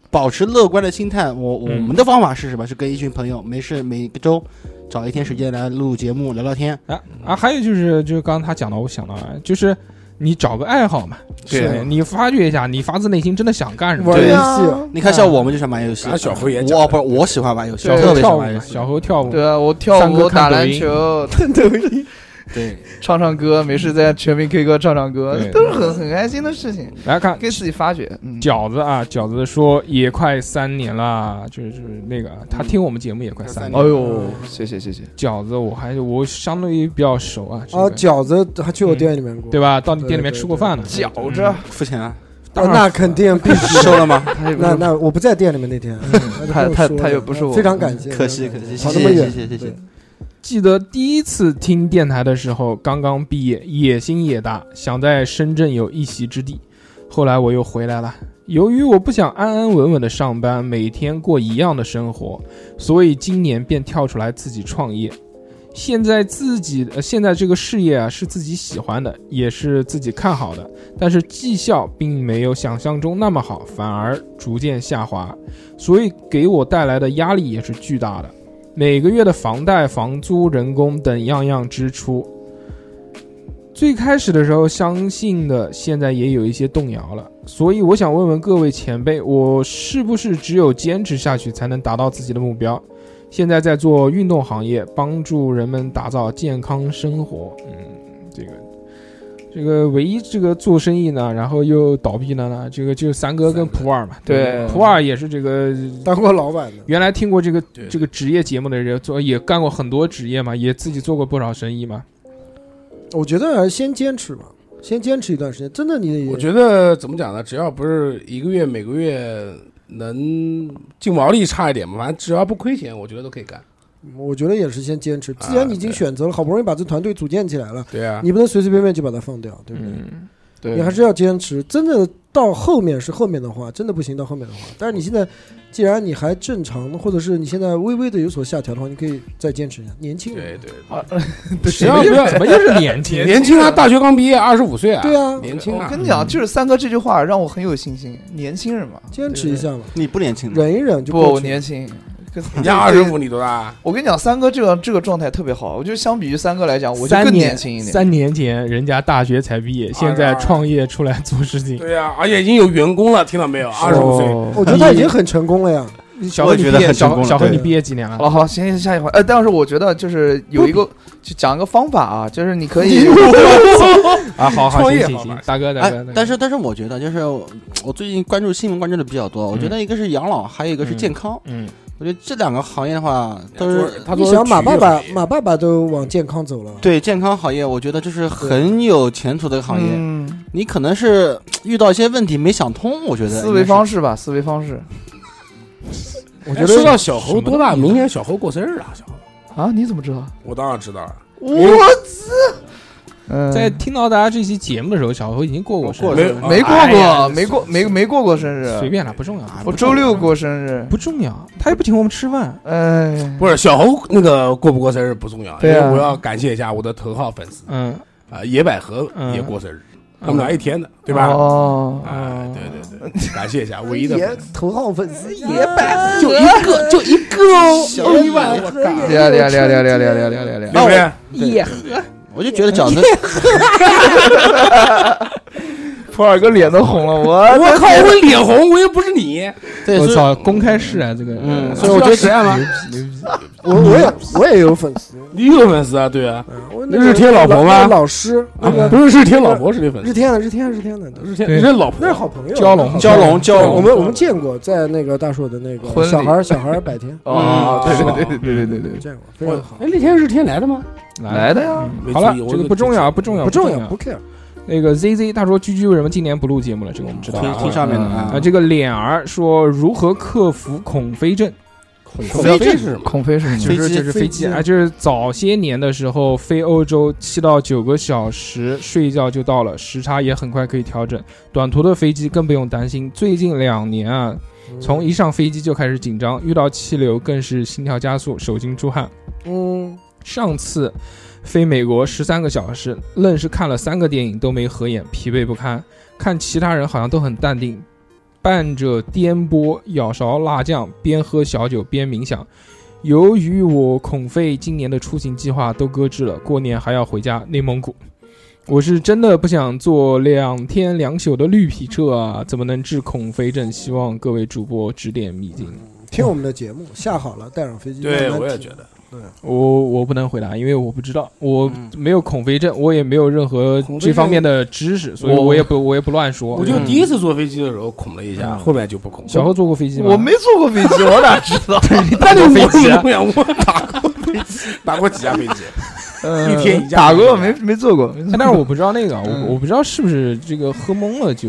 [SPEAKER 6] 保持乐观的心态，我我
[SPEAKER 2] 嗯
[SPEAKER 6] 们的方法是什么？是跟一群朋友没事每个周找一天时间来录节目聊聊天。
[SPEAKER 2] 啊啊，还有就是，就是刚刚他讲到，我想到啊，就是你找个爱好嘛，
[SPEAKER 5] 对
[SPEAKER 3] 啊
[SPEAKER 2] 是你发掘一下，你发自内心真的想干什么。
[SPEAKER 4] 玩
[SPEAKER 6] 对
[SPEAKER 4] 游
[SPEAKER 3] 呀
[SPEAKER 4] 戏，啊
[SPEAKER 6] 你看，像我们就想玩游戏
[SPEAKER 5] 啊，小辉也讲
[SPEAKER 6] 我不是我喜欢玩游戏，
[SPEAKER 2] 小
[SPEAKER 6] 我特
[SPEAKER 2] 猴
[SPEAKER 6] 别喜
[SPEAKER 2] 跳
[SPEAKER 6] 欢
[SPEAKER 2] 舞
[SPEAKER 6] 玩游
[SPEAKER 2] 嘛，
[SPEAKER 6] 戏。
[SPEAKER 2] 小猴跳舞，
[SPEAKER 3] 对啊，我跳
[SPEAKER 2] 三哥
[SPEAKER 3] 舞、打
[SPEAKER 2] 看抖
[SPEAKER 3] 篮
[SPEAKER 2] 音
[SPEAKER 3] 球、
[SPEAKER 4] 抖
[SPEAKER 3] [LAUGHS]
[SPEAKER 4] 音
[SPEAKER 6] 对，
[SPEAKER 3] 唱唱歌，没事在全民 K 歌唱唱歌
[SPEAKER 2] 对，
[SPEAKER 3] 都是很很开心的事情，
[SPEAKER 2] 来看
[SPEAKER 3] 给自己发掘。嗯，
[SPEAKER 2] 饺子啊，饺子说也快三年啦，就是就是那个他听我们节目也快三
[SPEAKER 3] 哎
[SPEAKER 2] 年。哦
[SPEAKER 3] 呦，谢谢谢谢，
[SPEAKER 2] 饺子，我还我相对于比较熟啊，这
[SPEAKER 4] 啊，
[SPEAKER 2] 个
[SPEAKER 4] 饺子还去我店里面过，啊
[SPEAKER 2] 对吧？
[SPEAKER 4] 吧？
[SPEAKER 2] 到你店里面吃过饭呢，
[SPEAKER 3] 饺子，
[SPEAKER 6] 付钱啊，
[SPEAKER 4] 那肯定必须
[SPEAKER 6] 收了吗？
[SPEAKER 3] 他也不
[SPEAKER 4] 那
[SPEAKER 3] 是
[SPEAKER 4] 那我不在店里面那天， [LAUGHS]
[SPEAKER 3] 他他
[SPEAKER 4] 那就不用说了
[SPEAKER 3] 他又不是我
[SPEAKER 4] 非常感谢，
[SPEAKER 6] [LAUGHS] 可惜
[SPEAKER 4] 非
[SPEAKER 6] 可
[SPEAKER 4] 常感
[SPEAKER 6] 惜，
[SPEAKER 4] 谢
[SPEAKER 6] 谢
[SPEAKER 4] 跑
[SPEAKER 6] 谢
[SPEAKER 4] 那么
[SPEAKER 6] 谢
[SPEAKER 4] 远，
[SPEAKER 6] 谢谢谢
[SPEAKER 4] 对。
[SPEAKER 2] 记得第一次听电台的时候，刚刚毕业，野心也大，想在深圳有一席之地。后来我又回来了，由于我不想安安稳稳的上班，每天过一样的生活，所以今年便跳出来自己创业。现在自己呃，现在这个事业啊是自己喜欢的，也是自己看好的，但是绩效并没有想象中那么好，反而逐渐下滑，所以给我带来的压力也是巨大的。每个月的房贷、房租、人工等样样支出。最开始的时候相信的，现在也有一些动摇了。所以我想问问各位前辈，我是不是只有坚持下去才能达到自己的目标？现在在做运动行业，帮助人们打造健康生活。嗯，这个。这个唯一这个做生意呢，然后又倒闭了呢，这个就三哥跟普洱嘛，
[SPEAKER 3] 对
[SPEAKER 2] 普洱也是这个
[SPEAKER 4] 当过老板的，
[SPEAKER 2] 原来听过这个
[SPEAKER 5] 对
[SPEAKER 2] 这个职业节目的人，做也干过很多职业嘛，也自己做过不少生意嘛。
[SPEAKER 4] 我觉得还是先坚持吧，先坚持一段时间，真的你
[SPEAKER 5] 我觉得怎么讲呢？只要不是一个月每个月能净毛利差一点嘛，反正只要不亏钱，我觉得都可以干。
[SPEAKER 4] 我觉得也是先坚持，既然你已经
[SPEAKER 5] 对
[SPEAKER 4] 选择了，好不容易把这团队组建起来了，
[SPEAKER 5] 对啊，
[SPEAKER 4] 你不能随随便便就把它放掉，对不对？
[SPEAKER 2] 嗯，
[SPEAKER 3] 对，
[SPEAKER 4] 你还是要坚持。真的到后面是后面的话，真的不行到后面的话，但是你现在既然你还正常，或者是你现在微微的有所下调的话，你可以再坚持一下。年轻
[SPEAKER 5] 对
[SPEAKER 4] 人，
[SPEAKER 5] 对，
[SPEAKER 3] 啊
[SPEAKER 5] 对只
[SPEAKER 2] 怎么
[SPEAKER 5] 要不
[SPEAKER 2] 又
[SPEAKER 5] 要
[SPEAKER 2] 怎么又是年轻？ [LAUGHS]
[SPEAKER 5] 年轻啊，大学刚毕业，二十五岁啊，
[SPEAKER 4] 对啊，
[SPEAKER 5] 年轻
[SPEAKER 3] 我
[SPEAKER 5] 啊，
[SPEAKER 3] 跟你讲，就是三哥这句话让我很有信心，年轻人嘛，
[SPEAKER 4] 坚持一下嘛，
[SPEAKER 6] 你嗯不年轻了，
[SPEAKER 4] 忍一忍就
[SPEAKER 3] 不，
[SPEAKER 4] 过去
[SPEAKER 3] 我年轻。跟
[SPEAKER 5] 人家二十五， [LAUGHS] 啊你多大？
[SPEAKER 3] 我跟你讲，三哥这个这个状态特别好。我觉得相比于三哥来讲，我就
[SPEAKER 2] 三
[SPEAKER 3] 更
[SPEAKER 2] 年
[SPEAKER 3] 年轻一点。
[SPEAKER 2] 三年前人家大学才毕业，现在创业出来做事情。哦
[SPEAKER 5] 对啊哎呀，而且已经有员工了，听到没有？二十五岁，
[SPEAKER 4] 我
[SPEAKER 2] 我
[SPEAKER 4] 觉得他已经很成功了呀。
[SPEAKER 2] 小何，
[SPEAKER 6] 我
[SPEAKER 2] 你
[SPEAKER 6] 也
[SPEAKER 2] 毕
[SPEAKER 6] 觉得
[SPEAKER 2] 业
[SPEAKER 6] 很成
[SPEAKER 2] 小
[SPEAKER 6] 功了
[SPEAKER 2] 小何，
[SPEAKER 4] 对
[SPEAKER 2] 你毕业几年
[SPEAKER 3] 好
[SPEAKER 2] 了？
[SPEAKER 3] 了好了，行，下一话。呃，但是我觉得就是有一个，就讲一个方法啊，就是你可 [LAUGHS] 以，
[SPEAKER 2] 啊，好好
[SPEAKER 5] 创
[SPEAKER 2] 行
[SPEAKER 5] 业
[SPEAKER 2] 行
[SPEAKER 5] 好
[SPEAKER 2] 行
[SPEAKER 5] 吧，
[SPEAKER 2] 大哥大
[SPEAKER 6] 哎
[SPEAKER 2] 哥，大哥，
[SPEAKER 6] 但是但是我觉得就是我我最近关注新闻关注的比较多，我觉得一个是养老，还有一个是健康。
[SPEAKER 2] 嗯，
[SPEAKER 6] 我觉得这两个行业的话，都是
[SPEAKER 5] 他
[SPEAKER 4] 你
[SPEAKER 5] 做
[SPEAKER 4] 想马爸爸
[SPEAKER 5] 体，育行业
[SPEAKER 4] 马爸爸都往健康走了，
[SPEAKER 6] 对健康行业，我觉得就是很有前途的一个行业。
[SPEAKER 3] 嗯，
[SPEAKER 6] 你可能是遇到一些问题没想通，我觉得
[SPEAKER 3] 思维方
[SPEAKER 6] 式
[SPEAKER 3] 式吧，思维方式
[SPEAKER 4] 我觉
[SPEAKER 5] 哎
[SPEAKER 4] 得
[SPEAKER 5] 说到小
[SPEAKER 2] 什
[SPEAKER 5] 猴
[SPEAKER 2] 么都
[SPEAKER 5] 多大？
[SPEAKER 2] 没有
[SPEAKER 5] 明啊年小猴过生日了，小猴，
[SPEAKER 3] 啊，你怎么知道？
[SPEAKER 5] 我当然知道了。
[SPEAKER 3] 我嗯，
[SPEAKER 2] 在听到大家这期节目的时候，小何已经过过生
[SPEAKER 6] 过
[SPEAKER 2] 日
[SPEAKER 5] 没
[SPEAKER 2] 了，
[SPEAKER 5] 有
[SPEAKER 3] 没过
[SPEAKER 5] 哎
[SPEAKER 3] 过，没过，没没过过生日。
[SPEAKER 2] 随便了，不重要。啊
[SPEAKER 3] 我周六过生日。
[SPEAKER 2] 不重要，他又不请我们吃饭，
[SPEAKER 3] 哎，
[SPEAKER 5] 不是小猴那个过不过生日不重要，因
[SPEAKER 3] 对啊
[SPEAKER 5] 为我要感谢一下我的头号粉丝
[SPEAKER 2] 嗯，
[SPEAKER 5] 啊，野百合
[SPEAKER 2] 嗯
[SPEAKER 5] 也过生日，他们俩一天的，对吧？
[SPEAKER 3] 哦，
[SPEAKER 5] 啊，对对
[SPEAKER 2] 哦
[SPEAKER 5] 对，感谢一下唯一的
[SPEAKER 4] 也
[SPEAKER 5] 粉丝。
[SPEAKER 4] 头号粉丝
[SPEAKER 3] 也百
[SPEAKER 4] 就一个，就一个哦，
[SPEAKER 6] 小
[SPEAKER 4] 一
[SPEAKER 6] 百
[SPEAKER 4] 合
[SPEAKER 3] 聊聊聊聊聊聊聊聊聊
[SPEAKER 5] 对
[SPEAKER 3] 聊。
[SPEAKER 5] 不对？
[SPEAKER 2] 耶，
[SPEAKER 6] 我就觉得饺子，
[SPEAKER 3] 普洱哥脸都红了，我
[SPEAKER 5] 我靠！我脸红，我又不是你。
[SPEAKER 6] 对，
[SPEAKER 2] 我
[SPEAKER 6] 所以
[SPEAKER 2] 操，公开示爱这个，
[SPEAKER 6] 嗯
[SPEAKER 2] 呃
[SPEAKER 5] 所以我觉得
[SPEAKER 2] 实爱吗？
[SPEAKER 4] 我我也我也有粉丝，
[SPEAKER 5] 你有粉丝啊？对啊，
[SPEAKER 4] 嗯我
[SPEAKER 5] 那是天老婆吗嗯
[SPEAKER 4] 那老师，那个
[SPEAKER 5] 不是是天老婆是你粉
[SPEAKER 4] 日
[SPEAKER 5] 丝，
[SPEAKER 4] 天的日天日天的，
[SPEAKER 5] 日天
[SPEAKER 2] 嗯对
[SPEAKER 5] 日天老婆
[SPEAKER 4] 那是好朋友，
[SPEAKER 2] 蛟
[SPEAKER 4] [LAUGHS]
[SPEAKER 2] 龙，
[SPEAKER 6] 蛟龙蛟
[SPEAKER 4] 我
[SPEAKER 6] 龙
[SPEAKER 4] 们我们见过，在那个大硕的那
[SPEAKER 3] 婚
[SPEAKER 4] 个
[SPEAKER 3] 礼
[SPEAKER 4] 小孩儿小孩儿百天
[SPEAKER 3] 哦，对
[SPEAKER 5] 是吧
[SPEAKER 3] 对对对对对对对，
[SPEAKER 4] 见过，非常好
[SPEAKER 5] 哎，，那天日天来的吗？
[SPEAKER 2] 来
[SPEAKER 3] 来的呀，
[SPEAKER 5] 没
[SPEAKER 2] 好了
[SPEAKER 5] 注意，我
[SPEAKER 2] 这个
[SPEAKER 5] 有
[SPEAKER 2] 不重要，不重要，
[SPEAKER 4] 不重要
[SPEAKER 2] 要
[SPEAKER 4] 不。care，
[SPEAKER 2] 那个 Z Z 他说居居为什么今年不录节目了？这个我们知道
[SPEAKER 6] 听
[SPEAKER 2] 啊。
[SPEAKER 6] 听上面的啊
[SPEAKER 2] 啊，，这个脸儿说如何克服恐飞症，
[SPEAKER 5] 孔飞是什么？
[SPEAKER 3] 孔飞
[SPEAKER 2] 就
[SPEAKER 3] 是你，
[SPEAKER 2] 是
[SPEAKER 6] 飞机
[SPEAKER 2] 就是
[SPEAKER 6] 飞
[SPEAKER 2] 飞机
[SPEAKER 6] 机
[SPEAKER 2] 啊，就是早些年的时候飞欧洲七到九个小时，睡一觉就到了，时差也很快可以调整。短途的飞机更不用担心。最近两年啊，
[SPEAKER 4] 嗯
[SPEAKER 2] 从一上飞机就开始紧张，遇到气流更是心跳加速，手心出汗。
[SPEAKER 4] 嗯，
[SPEAKER 2] 上次飞美国十三个小时，愣是看了三个电影都没合眼，疲惫不堪。看其他人好像都很淡定，伴着颠簸、舀勺辣酱，边喝小酒边冥想。由于我恐费今年的出行计划都搁置了，过年还要回家内蒙古。我是真的不想坐两天两宿的绿皮车啊，怎么能治恐飞症？希望各位主播指点迷津。
[SPEAKER 4] 听我们的节目，下好了带上飞机，
[SPEAKER 5] 对，
[SPEAKER 4] 慢慢
[SPEAKER 5] 我也
[SPEAKER 4] 听
[SPEAKER 5] 觉
[SPEAKER 2] 嗯
[SPEAKER 5] 得
[SPEAKER 2] 我我不能回答，因为我不知道，我
[SPEAKER 6] 嗯
[SPEAKER 2] 没有恐飞症，我也没有任何
[SPEAKER 5] 恐飞
[SPEAKER 2] 这
[SPEAKER 5] 症
[SPEAKER 2] 方面的知识，所以
[SPEAKER 3] 我
[SPEAKER 2] 我也不我也不乱说。
[SPEAKER 5] 我就第一次坐飞机的时候恐了一下，
[SPEAKER 2] 嗯
[SPEAKER 5] 后面就不恐了。
[SPEAKER 2] 小何坐过飞机吗？
[SPEAKER 3] 我没坐过飞机，我哪知道？
[SPEAKER 5] 那就
[SPEAKER 2] 飞机啊
[SPEAKER 5] 我想我打过飞机，打过几架飞机？
[SPEAKER 3] 嗯
[SPEAKER 5] 一天一架
[SPEAKER 3] 打过没没坐过，没
[SPEAKER 2] 哎，
[SPEAKER 3] 坐
[SPEAKER 2] 但是我不知道那个，
[SPEAKER 3] 嗯
[SPEAKER 2] 我我不知道是不是这个喝懵了就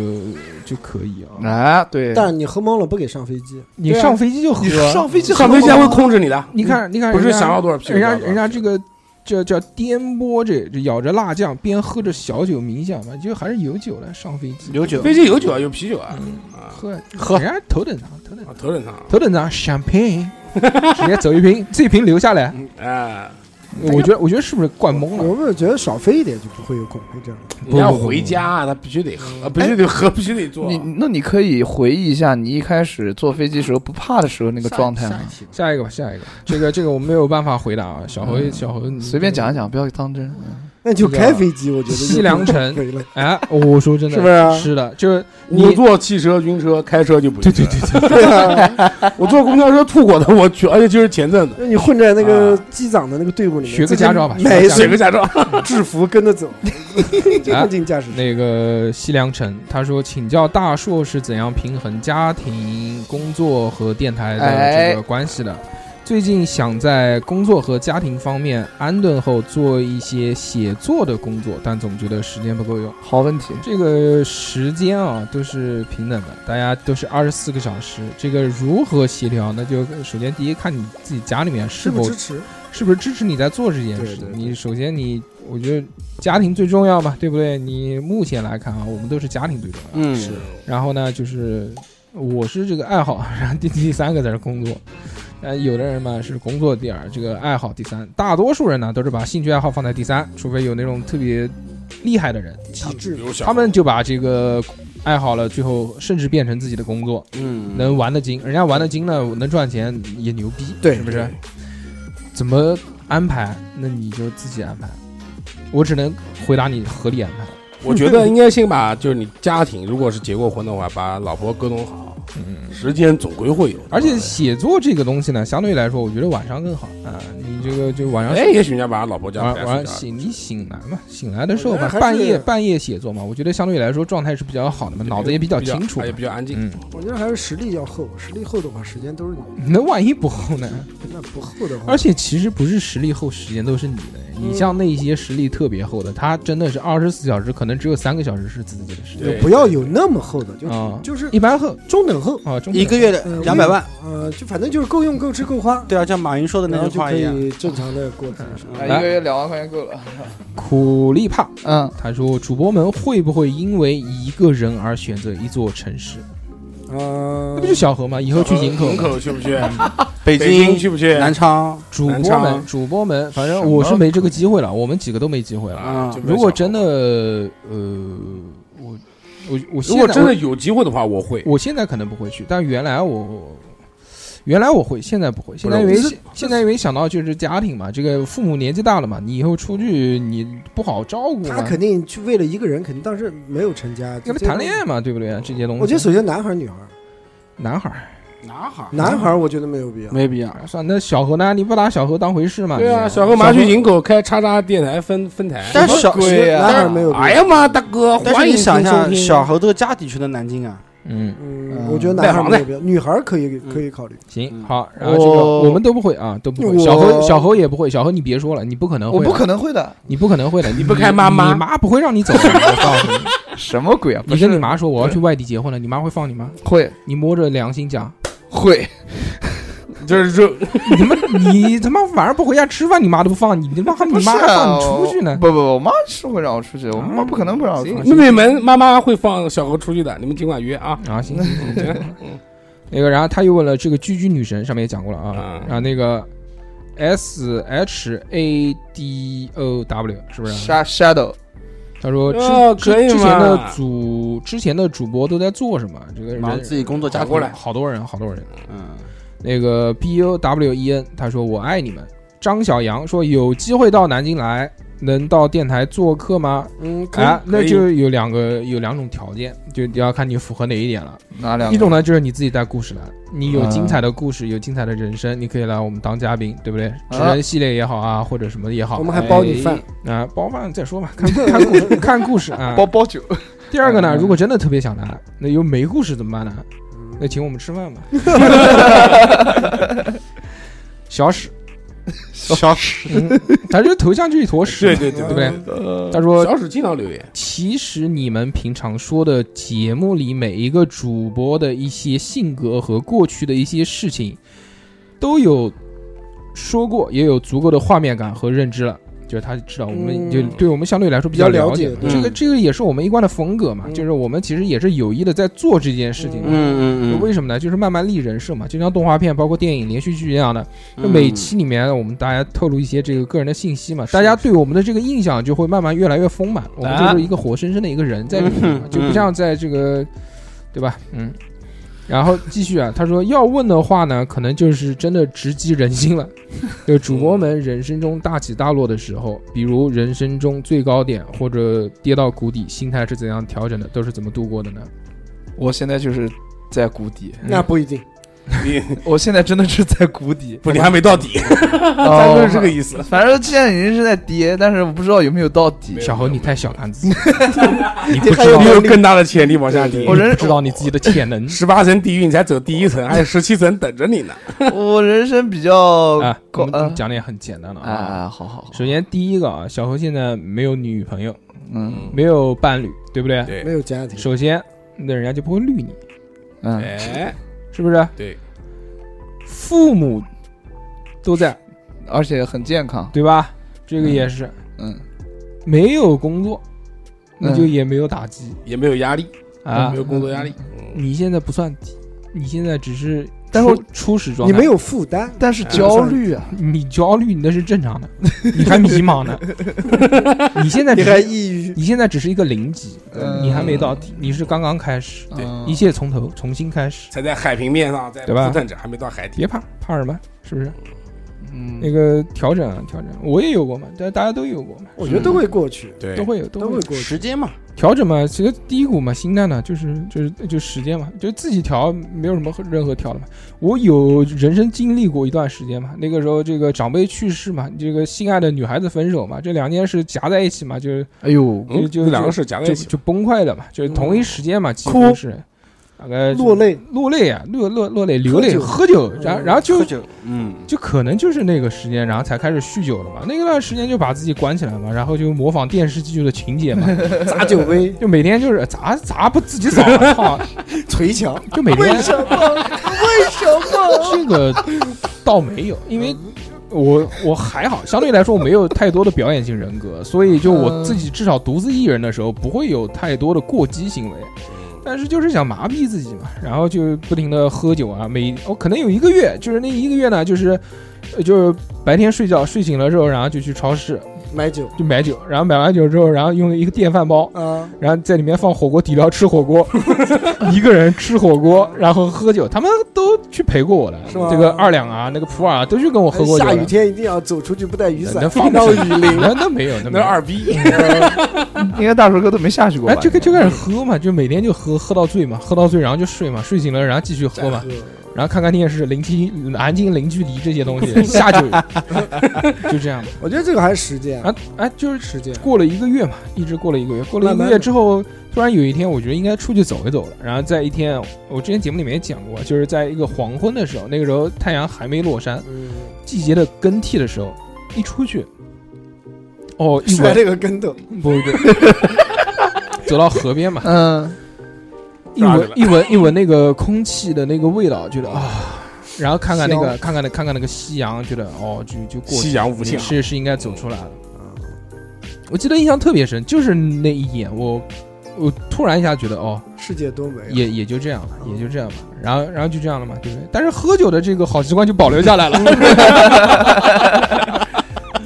[SPEAKER 2] 就可以
[SPEAKER 3] 过
[SPEAKER 2] 啊？
[SPEAKER 3] 啊，对，
[SPEAKER 4] 但是你喝懵了不给上飞机，
[SPEAKER 2] 你上飞机就喝啊
[SPEAKER 3] 你，上飞机
[SPEAKER 5] 上飞机还会控制你的，
[SPEAKER 2] 你看你看
[SPEAKER 5] 不
[SPEAKER 2] 人
[SPEAKER 5] 是
[SPEAKER 2] 家
[SPEAKER 5] 想要多少屁股
[SPEAKER 2] 人
[SPEAKER 5] 就要
[SPEAKER 2] 家
[SPEAKER 5] 多少
[SPEAKER 2] 人家这个叫叫颠簸着这咬着辣酱边喝着小酒冥想嘛，就还是有酒来上飞机，
[SPEAKER 6] 有酒
[SPEAKER 5] 飞机有酒啊，有啤酒啊，
[SPEAKER 2] 嗯
[SPEAKER 5] 啊，
[SPEAKER 2] 喝
[SPEAKER 6] 喝
[SPEAKER 2] 人家头等舱头等
[SPEAKER 5] 啊头等舱啊，
[SPEAKER 2] 头等舱 champagne，直接走一瓶，这瓶留下来。
[SPEAKER 5] 嗯哎，
[SPEAKER 2] 我觉得，我觉得是不是灌懵了？
[SPEAKER 4] 我们觉得少飞一点就不会有恐惧症了。
[SPEAKER 5] 你要回家啊他必须得喝，啊必须得
[SPEAKER 2] 哎
[SPEAKER 5] 喝，必须得坐。
[SPEAKER 3] 啊你那你可以回忆一下你一开始坐飞机时候不怕的时候那个状态吗？
[SPEAKER 2] 下一个吧，下一个，这个这个我没有办法回答啊。小侯，
[SPEAKER 3] 嗯
[SPEAKER 2] 小侯，你
[SPEAKER 3] 随便讲一。讲，不要当真。
[SPEAKER 4] 那就开飞机，我觉得就
[SPEAKER 2] 西凉城
[SPEAKER 4] 可以了，
[SPEAKER 2] 哎，我说真的，
[SPEAKER 4] 是不是啊
[SPEAKER 2] 是的，就是你
[SPEAKER 5] 我坐汽车、晕车、开车就不对对对，
[SPEAKER 4] 对啊，
[SPEAKER 5] 我坐公交车吐过的，我去，而且就是前阵子
[SPEAKER 4] 那你混在那个机长的那个队伍里面，
[SPEAKER 2] 啊学个
[SPEAKER 4] 自己
[SPEAKER 2] 驾照吧
[SPEAKER 4] 买一
[SPEAKER 2] 学
[SPEAKER 5] 写
[SPEAKER 4] 身
[SPEAKER 5] 个驾照，
[SPEAKER 4] 制服跟着走， [LAUGHS] 安静驾驶。
[SPEAKER 2] 那个西凉城，他说，请教大硕是怎样平衡家庭、工作和电台的这个关系的？最近想在工作和家庭方面安顿后做一些写作的工作，但总觉得时间不够用。
[SPEAKER 3] 好问题，
[SPEAKER 2] 这个时间啊都是平等的，大家都是二十四个小时。这个如何协调？那就首先第一看你自己家里面是
[SPEAKER 4] 支不
[SPEAKER 2] 否
[SPEAKER 4] 支持？
[SPEAKER 2] 是不是支持你在做这件
[SPEAKER 4] 对
[SPEAKER 2] 事
[SPEAKER 4] 对。对
[SPEAKER 2] 你首先你，我觉得家庭最重要嘛，对不对？你目前来看啊，我们都是家庭最重要。
[SPEAKER 6] 嗯，
[SPEAKER 2] 然后呢，就是我是这个爱好， [LAUGHS] 然后第第三个才是工作。呃，有的人嘛是工作第二，这个爱好第三。大多数人呢都是把兴趣爱好放在第三，除非有那种特别厉害的人，
[SPEAKER 4] 极致
[SPEAKER 5] 比如小
[SPEAKER 2] 他们就把这个爱好了，最后甚至变成自己的工作，
[SPEAKER 6] 嗯，
[SPEAKER 2] 能玩得精，人家玩得精呢，能赚钱也牛逼，
[SPEAKER 4] 对
[SPEAKER 2] 是不是？怎么安排？那你就自己安排。我只能回答你合理安排。
[SPEAKER 5] [LAUGHS] 我觉得应该先把就是你家庭，如果是结过婚的话，把老婆沟通好，
[SPEAKER 2] 嗯，
[SPEAKER 5] 时间总归会有。哎
[SPEAKER 2] 而且写作这个东西呢，相对来说，我觉得晚上更好啊。你这个就晚上
[SPEAKER 5] 嗯哎，也许人家把老婆叫
[SPEAKER 2] 晚
[SPEAKER 5] 来
[SPEAKER 2] 晚上
[SPEAKER 5] 睡觉
[SPEAKER 2] 醒，你醒来嘛，醒来的时候嘛
[SPEAKER 5] 还，是
[SPEAKER 2] 半夜半夜写作嘛，我觉得相对来说状态是比较好的嘛，脑子也比较
[SPEAKER 5] 比较哎
[SPEAKER 2] 清楚嘛
[SPEAKER 5] 也。比较安静。
[SPEAKER 2] 嗯，
[SPEAKER 4] 我觉得还是实力要厚，实力厚的话，时间都是你；
[SPEAKER 2] 那万一不厚呢？
[SPEAKER 4] 那不厚的话
[SPEAKER 2] 而，且其实不是实力厚，时间都是你的。
[SPEAKER 5] 嗯
[SPEAKER 2] 你像那些实力特别厚的，他真的是二十四小时，可能只有三个小时是自己的时间。
[SPEAKER 5] 对
[SPEAKER 4] 不要有那么厚的，就
[SPEAKER 2] 啊
[SPEAKER 4] 就是
[SPEAKER 2] 一般厚，
[SPEAKER 4] 中等很厚，
[SPEAKER 2] 啊，中国
[SPEAKER 6] 一个月的
[SPEAKER 4] 呃
[SPEAKER 6] 两百万，，
[SPEAKER 4] 呃，就反正就是够用、够吃、够花，
[SPEAKER 6] 对啊，像马云说的
[SPEAKER 4] 然
[SPEAKER 6] 那
[SPEAKER 4] 后
[SPEAKER 6] 句
[SPEAKER 4] 就
[SPEAKER 6] 话
[SPEAKER 4] 可
[SPEAKER 6] 一样。
[SPEAKER 4] 以正常的过自己的生 [LAUGHS] 活。
[SPEAKER 3] 啊一个月两万块钱够了。
[SPEAKER 2] 苦力怕，
[SPEAKER 3] 嗯，
[SPEAKER 2] 他说主播们会不会因为一个人而选择一座城市？
[SPEAKER 4] 嗯
[SPEAKER 2] 那不，就小何吗？以后去营口
[SPEAKER 5] 营
[SPEAKER 2] 吗。
[SPEAKER 5] 口去不去？北
[SPEAKER 6] 北
[SPEAKER 5] 京
[SPEAKER 6] 京、
[SPEAKER 5] 去不去？
[SPEAKER 6] 南昌，
[SPEAKER 2] 主
[SPEAKER 5] 南
[SPEAKER 2] 播们，
[SPEAKER 5] 昌啊
[SPEAKER 2] 主播们，反
[SPEAKER 3] 什
[SPEAKER 2] 正
[SPEAKER 3] 么
[SPEAKER 2] 我是没这个机会了，我们几个都没机会了。
[SPEAKER 5] 啊，就没有
[SPEAKER 2] 如果
[SPEAKER 5] 想
[SPEAKER 2] 真的，
[SPEAKER 5] 过，
[SPEAKER 2] 呃，我我我
[SPEAKER 5] 如
[SPEAKER 2] 现
[SPEAKER 5] 果
[SPEAKER 2] 在
[SPEAKER 5] 真的有机会的话，我会。
[SPEAKER 2] 我现在可能不会去，但原来我原来我会，现在不会。现在因为
[SPEAKER 5] 我是
[SPEAKER 2] 现在因为想到就是家庭嘛，这个父母年纪大了嘛，你以后出去你不好照顾
[SPEAKER 4] 他
[SPEAKER 2] 嘛，
[SPEAKER 4] 肯定去为了一个人，肯定当时没有成家，
[SPEAKER 2] 跟他谈恋爱嘛，对不对？这些东西，
[SPEAKER 4] 我觉得首先男孩儿女孩儿，
[SPEAKER 2] 男孩儿哎
[SPEAKER 5] 男孩，
[SPEAKER 4] 男孩儿我觉得没有必要。
[SPEAKER 6] 没必要。
[SPEAKER 2] 算那小何呢？你不拿小何当回事嘛？
[SPEAKER 5] 对啊，
[SPEAKER 2] 你
[SPEAKER 5] 小何麻去营口开叉叉电台分分台。
[SPEAKER 6] 但小
[SPEAKER 3] 什么鬼啊
[SPEAKER 4] 男孩儿没有必要。
[SPEAKER 5] 哎呀妈，大哥，
[SPEAKER 6] 但
[SPEAKER 5] 欢
[SPEAKER 6] 是
[SPEAKER 5] 迎
[SPEAKER 6] 你想一
[SPEAKER 5] 收
[SPEAKER 6] 下，
[SPEAKER 5] 听
[SPEAKER 6] 小何这个家底全在南京啊，
[SPEAKER 2] 嗯，
[SPEAKER 4] 嗯，
[SPEAKER 6] 嗯
[SPEAKER 4] 我觉得男孩儿没有必要，女孩儿可以可以考虑。
[SPEAKER 2] 行
[SPEAKER 6] 嗯
[SPEAKER 2] 好，然后这个
[SPEAKER 6] 我
[SPEAKER 2] 我们都不会啊，都不会。
[SPEAKER 4] 我
[SPEAKER 2] 小何小何也不会，小何你别说了，你不可能会
[SPEAKER 3] 我
[SPEAKER 2] 的，
[SPEAKER 3] 不可能会的。
[SPEAKER 2] 你不可能会的，你
[SPEAKER 5] 不开妈妈
[SPEAKER 2] 你妈不会让你走的，我告诉你，
[SPEAKER 3] 什么鬼啊？不
[SPEAKER 2] 你
[SPEAKER 3] 是
[SPEAKER 2] 跟你妈说我要去外地结婚了，你妈会放你吗？
[SPEAKER 3] 会
[SPEAKER 2] 你摸着良心讲，
[SPEAKER 3] 会，
[SPEAKER 5] 就是这
[SPEAKER 2] [LAUGHS] 你他妈你他妈晚上不回家吃饭，你妈都不放你，你妈
[SPEAKER 3] [LAUGHS] 不
[SPEAKER 2] 你
[SPEAKER 3] 是
[SPEAKER 2] 妈还
[SPEAKER 3] 啊
[SPEAKER 2] 放你出去呢。
[SPEAKER 3] 不不不，我妈是会让我出去，我妈不可能不让我出
[SPEAKER 2] 啊
[SPEAKER 3] 去。
[SPEAKER 5] 妹妹们妈妈会放小何出去的，你们尽管约啊。
[SPEAKER 2] 啊，行行行 [LAUGHS] 行，那个，然后他又问了这个居居女神，上面也讲过了啊
[SPEAKER 5] 嗯，
[SPEAKER 2] 然后那个 S H A D O W 是不是？啊
[SPEAKER 3] Sha- Shadow，
[SPEAKER 2] 他说之
[SPEAKER 5] 哦
[SPEAKER 2] 之
[SPEAKER 5] 可以
[SPEAKER 2] 之前
[SPEAKER 5] 嘛
[SPEAKER 2] 的主之前的主播都在做什么？这个
[SPEAKER 6] 忙
[SPEAKER 2] 人
[SPEAKER 6] 自己工作家
[SPEAKER 5] 打
[SPEAKER 6] 庭
[SPEAKER 5] 过。来，
[SPEAKER 2] 好多人，好多人。
[SPEAKER 6] 嗯，
[SPEAKER 2] 那个 B U W E N，他说我爱你们。张小杨说有机会到南京来，能到电台做客吗？
[SPEAKER 4] 嗯，可以
[SPEAKER 2] 啊，那
[SPEAKER 5] 可以
[SPEAKER 2] 就有两个有两种条件，就你要看你符合哪一点了。
[SPEAKER 3] 哪两个？
[SPEAKER 2] 一种呢就是你自己带故事来，你有精彩的故事，有精彩的人生，你可以来我们当嘉宾，对不对？职人系列也好啊，或者什么也好，
[SPEAKER 4] 我们还包你饭，
[SPEAKER 2] 哎啊，包饭再说吧，看看故事，看故事啊。
[SPEAKER 3] 包包酒，
[SPEAKER 2] 第二个呢，
[SPEAKER 3] 嗯
[SPEAKER 2] 如果真的特别想来，那又没故事怎么办呢？那请我们吃饭吧。小史，嗯
[SPEAKER 6] 小史
[SPEAKER 2] 他这头像就一坨
[SPEAKER 5] 对
[SPEAKER 2] 屎，
[SPEAKER 5] 对对
[SPEAKER 2] 对不对？他
[SPEAKER 5] 对，
[SPEAKER 2] 说
[SPEAKER 5] 小史经常留言，
[SPEAKER 2] 其实你们平常说的节目里每一个主播的一些性格和过去的一些事情，都有说过，也有足够的画面感和认知了。就是他知道我们，
[SPEAKER 4] 嗯
[SPEAKER 2] 就对我们相对来说比较
[SPEAKER 4] 比较了
[SPEAKER 2] 解
[SPEAKER 4] 解。
[SPEAKER 6] 对
[SPEAKER 2] 这个这个也是我们一贯的风格嘛，
[SPEAKER 4] 嗯
[SPEAKER 2] 就是我们其实也是有意的在做这件事情。
[SPEAKER 6] 嗯嗯嗯，
[SPEAKER 2] 为什么呢？就是慢慢立人设嘛，就像动画片、包括电影、连续剧一样的，那
[SPEAKER 6] 嗯
[SPEAKER 2] 每期里面我们大家透露一些这个个人的信息嘛，大家对我们的这个印象就会慢慢越来越丰满，我们就是一个活生生的一个人在里面嘛，
[SPEAKER 6] 嗯
[SPEAKER 2] 就不像在这个，对吧？嗯。然后继续啊，他说要问的话呢，可能就是真的直击人心
[SPEAKER 3] [LAUGHS]
[SPEAKER 2] 了。就主播们人生中大起大落的时候，比如人生中最高点或者跌到谷底，心态是怎样调整的，都是怎么度过的呢？
[SPEAKER 3] [LAUGHS] 我现在就是在
[SPEAKER 2] [LAUGHS]
[SPEAKER 3] 谷底，
[SPEAKER 4] 那不一定。
[SPEAKER 5] 你。
[SPEAKER 3] 我现在真的是在谷底
[SPEAKER 2] [LAUGHS]
[SPEAKER 5] 不你还没到底，大
[SPEAKER 3] 哦
[SPEAKER 5] 哥是这个意思。
[SPEAKER 3] 反正现在已经是在跌，但是我不知道有没有到底。
[SPEAKER 2] 小何，你太小看自己，你不
[SPEAKER 4] 这还
[SPEAKER 2] 知
[SPEAKER 4] 有
[SPEAKER 2] 道
[SPEAKER 5] 你有更大的潜力往下
[SPEAKER 4] 对
[SPEAKER 5] 跌
[SPEAKER 3] 我。人
[SPEAKER 2] 不知道你自己的潜
[SPEAKER 3] [LAUGHS]
[SPEAKER 2] 能。
[SPEAKER 5] 十八层地狱，你才走第一层，还有十七层等着你呢。
[SPEAKER 3] 我人生比较
[SPEAKER 2] 啊，我
[SPEAKER 3] 高
[SPEAKER 2] 们
[SPEAKER 3] 啊
[SPEAKER 2] 讲的也很简单了
[SPEAKER 3] 啊
[SPEAKER 2] 啊。
[SPEAKER 3] 啊，好好好，
[SPEAKER 2] 首先第一个啊，小何现在没有女朋友，
[SPEAKER 3] 嗯
[SPEAKER 2] 没有伴侣，对不对？
[SPEAKER 5] 对
[SPEAKER 4] 没有家庭，
[SPEAKER 2] 首先，那人家就不会绿你，
[SPEAKER 3] 嗯，
[SPEAKER 5] 哎，
[SPEAKER 2] 是不是？
[SPEAKER 5] 对，
[SPEAKER 2] 父母都在，
[SPEAKER 3] 而且很健康，
[SPEAKER 2] 对吧？这个也是
[SPEAKER 3] 嗯，
[SPEAKER 2] 没有工作，那
[SPEAKER 3] 嗯
[SPEAKER 2] 就也没有打击
[SPEAKER 5] 也没有压力，
[SPEAKER 2] 啊
[SPEAKER 5] 嗯没。有工作压力。
[SPEAKER 2] 你现在不算低，你现在只是初，
[SPEAKER 3] 但是我
[SPEAKER 2] 初始状
[SPEAKER 4] 你
[SPEAKER 2] 态，
[SPEAKER 4] 没有负担，
[SPEAKER 3] 但
[SPEAKER 2] 哎
[SPEAKER 3] 是焦虑啊，
[SPEAKER 2] 你焦虑，你那是正常的，你还迷茫呢，你现在只
[SPEAKER 4] 你还
[SPEAKER 2] 是
[SPEAKER 4] 抑郁，
[SPEAKER 2] 你现在只是一个零级，
[SPEAKER 5] 呃
[SPEAKER 3] 嗯
[SPEAKER 2] 你还没到底，你是刚刚开始。
[SPEAKER 5] 对
[SPEAKER 3] 嗯
[SPEAKER 2] 一切从头重新开始，
[SPEAKER 5] 才在海平面上在
[SPEAKER 2] 对吧
[SPEAKER 5] 扑腾着，还没到海底。
[SPEAKER 2] 别怕，怕什么？是不是？
[SPEAKER 3] 嗯
[SPEAKER 2] 那个调整啊，调整，我也有过嘛，但大家都有过嘛，
[SPEAKER 4] 我觉得都会过去，
[SPEAKER 5] 对
[SPEAKER 2] 都会有，
[SPEAKER 4] 都
[SPEAKER 2] 都会
[SPEAKER 4] 会
[SPEAKER 2] 有
[SPEAKER 4] 过去。
[SPEAKER 6] 时间嘛，
[SPEAKER 2] 调整嘛。其实低谷嘛，心态呢，就是就是就时间嘛，就自己调，没有什么任何调的嘛。我有人生经历过一段时间嘛，那个时候这个长辈去世嘛，这个心爱的女孩子分手嘛，这两件事夹在一起嘛，就是 [LAUGHS]
[SPEAKER 3] 哎呦，
[SPEAKER 5] 嗯，
[SPEAKER 2] 就
[SPEAKER 5] 就两个事夹在
[SPEAKER 2] 就
[SPEAKER 5] 一起，嗯
[SPEAKER 2] 就崩溃了嘛，就是同一时间嘛，几乎是。大概
[SPEAKER 4] 落泪，
[SPEAKER 2] 落泪啊，落落落泪，流
[SPEAKER 4] 喝
[SPEAKER 2] 泪，
[SPEAKER 4] 酒
[SPEAKER 2] 喝酒，然后然后就
[SPEAKER 6] 喝酒，嗯，
[SPEAKER 2] 就可能就是那个时间，然后才开始酗酒了嘛。那段时间就把自己关起来嘛，然后就模仿电视剧的情节嘛，
[SPEAKER 4] 砸酒 [LAUGHS] 杯，
[SPEAKER 2] 就每天就是咋咋不自己找啊，操
[SPEAKER 4] 捶墙，
[SPEAKER 2] 就每天
[SPEAKER 3] 什么？为什么？
[SPEAKER 2] 这个倒没有，因为我我还好，相对来说我没有太多的表演性人格，所以就我自己至少独自一人的时候不会有太多的过激行为。但是就是想麻痹自己嘛，然后就不停的喝酒啊，每我、可能有一个月，就是那一个月呢，就是呃就是白天睡觉，睡醒了之后，然后就去超市
[SPEAKER 4] 买酒
[SPEAKER 2] 就买酒，然后买完酒之后，然后用一个电饭煲，
[SPEAKER 4] 啊，
[SPEAKER 2] 然后在里面放火锅底料吃火
[SPEAKER 4] [LAUGHS]
[SPEAKER 2] 锅，一个人吃火锅，然后喝酒，他们都去陪过我了
[SPEAKER 4] 是吗。哎
[SPEAKER 2] 这个二两啊，那个普洱啊，都去跟我喝过酒
[SPEAKER 4] 下
[SPEAKER 2] 了。
[SPEAKER 4] 雨天一定要走出去，不带雨伞
[SPEAKER 2] 那，
[SPEAKER 4] 放
[SPEAKER 2] 放
[SPEAKER 4] 到
[SPEAKER 2] 不
[SPEAKER 4] 雨
[SPEAKER 2] 下
[SPEAKER 4] 林。
[SPEAKER 2] 那那没有，那没
[SPEAKER 5] 那
[SPEAKER 2] 有。
[SPEAKER 5] 二逼，
[SPEAKER 3] 应该大叔哥都没下去过吧？
[SPEAKER 2] 哎，就开就开始喝嘛，就每天就喝，喝到醉嘛，喝到醉，然后就睡嘛，睡醒了然后继续喝嘛，然后看看电视，邻居南京零距离这些东
[SPEAKER 4] [LAUGHS]
[SPEAKER 2] 西，下酒，就这样嘛。
[SPEAKER 4] 我觉得这个还是实践，
[SPEAKER 2] 啊哎，就是
[SPEAKER 4] 实践。
[SPEAKER 2] 过了一个月嘛，一直过了一个月，过了
[SPEAKER 4] 慢
[SPEAKER 2] 一
[SPEAKER 4] 慢
[SPEAKER 2] 个
[SPEAKER 4] 地
[SPEAKER 2] 月之后，突然有一天，我觉得应该出去走一走了。然后在一天，我之前节目里面也讲过，就是在一个黄昏的时候，那个时候太阳还没落山，
[SPEAKER 4] 嗯，
[SPEAKER 2] 季节的更替的时候，一出去，哦，一
[SPEAKER 4] 甩
[SPEAKER 2] 闻
[SPEAKER 4] 这个跟头，
[SPEAKER 2] 不对，走到河边嘛，
[SPEAKER 3] 嗯，
[SPEAKER 2] 一闻一闻一闻那个空气的那个味道，觉得啊。然后看看那个，看看那，看看那个夕阳，觉得哦，就就过去了
[SPEAKER 5] 夕阳无
[SPEAKER 6] 啊
[SPEAKER 5] 限好。
[SPEAKER 2] 是是应该走出来了。我记得印象特别深，就是那一眼，我我突然一下觉得，哦，
[SPEAKER 4] 世界多
[SPEAKER 6] 哎
[SPEAKER 4] 美啊。
[SPEAKER 2] 也也就这样了，也就这样吧。然后然后就这样了嘛，对不对？但是喝酒的这个好习惯就保留下来了。 [LAUGHS]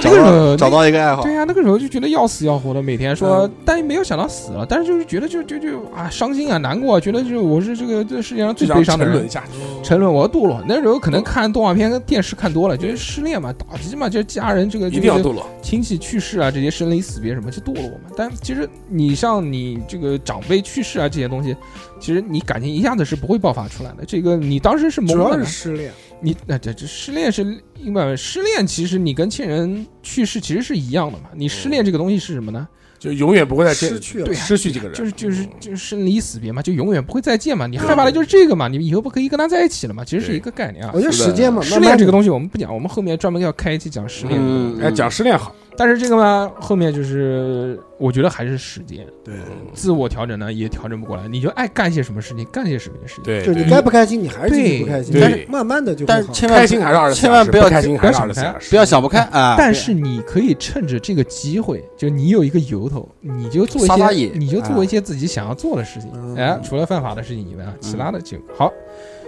[SPEAKER 2] 这
[SPEAKER 6] 找
[SPEAKER 2] 个时候
[SPEAKER 6] 到找到一个爱好
[SPEAKER 2] 对，呀、那个时候就觉得要死要活的，每天说，
[SPEAKER 4] 嗯
[SPEAKER 2] 但也没有想到死了，但是就是觉得就就就啊伤心啊难过啊，觉得就是我是这个这个世界上
[SPEAKER 5] 就
[SPEAKER 2] 最悲
[SPEAKER 5] 想
[SPEAKER 2] 伤的
[SPEAKER 5] 沉
[SPEAKER 2] 人
[SPEAKER 5] 沦，下去，
[SPEAKER 2] 沉沦，我要堕落。那时候可
[SPEAKER 5] 哦
[SPEAKER 2] 能看动画片、跟电视看多了，就是失恋嘛、打击嘛，就是家人这个
[SPEAKER 5] 一定要
[SPEAKER 2] 这个
[SPEAKER 5] 堕落。
[SPEAKER 2] 亲戚去世啊，这些生离死别什么，就堕落嘛。但其实你像你这个长辈去世啊，这些东西，其实你感情一下子是不会爆发出来的。这个你当时是懵
[SPEAKER 4] 主要
[SPEAKER 2] 的
[SPEAKER 4] 是
[SPEAKER 2] 嘛，
[SPEAKER 4] 失恋，
[SPEAKER 2] 你那这这失恋是因为失恋，其实你跟亲人去世其实是一样的嘛。你失
[SPEAKER 5] 嗯
[SPEAKER 2] 恋这个东西是什么呢？
[SPEAKER 5] 就永远不会再见
[SPEAKER 4] 失去了
[SPEAKER 5] 对，啊嗯失去这个人，
[SPEAKER 2] 就是就是就是生离死别嘛，就永远不会再见嘛。你害怕的就是这个嘛，你以后不可以跟他在一起了嘛，其实是一个概念啊
[SPEAKER 4] 我。觉得
[SPEAKER 6] 是的
[SPEAKER 4] 实践嘛，
[SPEAKER 2] 失
[SPEAKER 4] 慢
[SPEAKER 2] 恋
[SPEAKER 4] 慢
[SPEAKER 2] 这个东西我们不讲，我们后面专门要开一期讲失恋。
[SPEAKER 6] 嗯，
[SPEAKER 5] 哎，讲失恋好，
[SPEAKER 2] 但是这个嘛，后面就是我觉得还是时间，
[SPEAKER 4] 对
[SPEAKER 5] 嗯
[SPEAKER 2] 自我调整呢也调整不过来，你就爱干些什么事情，干些什么事情。
[SPEAKER 5] 对
[SPEAKER 4] 就你该不开心，你还是继续不开心，
[SPEAKER 5] 对
[SPEAKER 4] 但是慢慢的就会
[SPEAKER 6] 但是
[SPEAKER 4] 好
[SPEAKER 6] 千万
[SPEAKER 5] 开心还是二十四
[SPEAKER 6] 千
[SPEAKER 5] 小
[SPEAKER 6] 万
[SPEAKER 5] 时，
[SPEAKER 6] 不要
[SPEAKER 5] 开心还是
[SPEAKER 2] 不
[SPEAKER 5] 二
[SPEAKER 2] 要
[SPEAKER 5] 十四
[SPEAKER 2] 想
[SPEAKER 5] 小时，
[SPEAKER 6] 不要想不开啊，
[SPEAKER 2] 但是你可以趁着这个机会，就你有一个由头，你就做
[SPEAKER 6] 撒把
[SPEAKER 2] 一
[SPEAKER 6] 野啊
[SPEAKER 2] 些，你就做一些自己想要做的事情。
[SPEAKER 4] 嗯
[SPEAKER 2] 哎，除了犯法的事情以外，啊
[SPEAKER 6] 嗯
[SPEAKER 2] 其他的就好。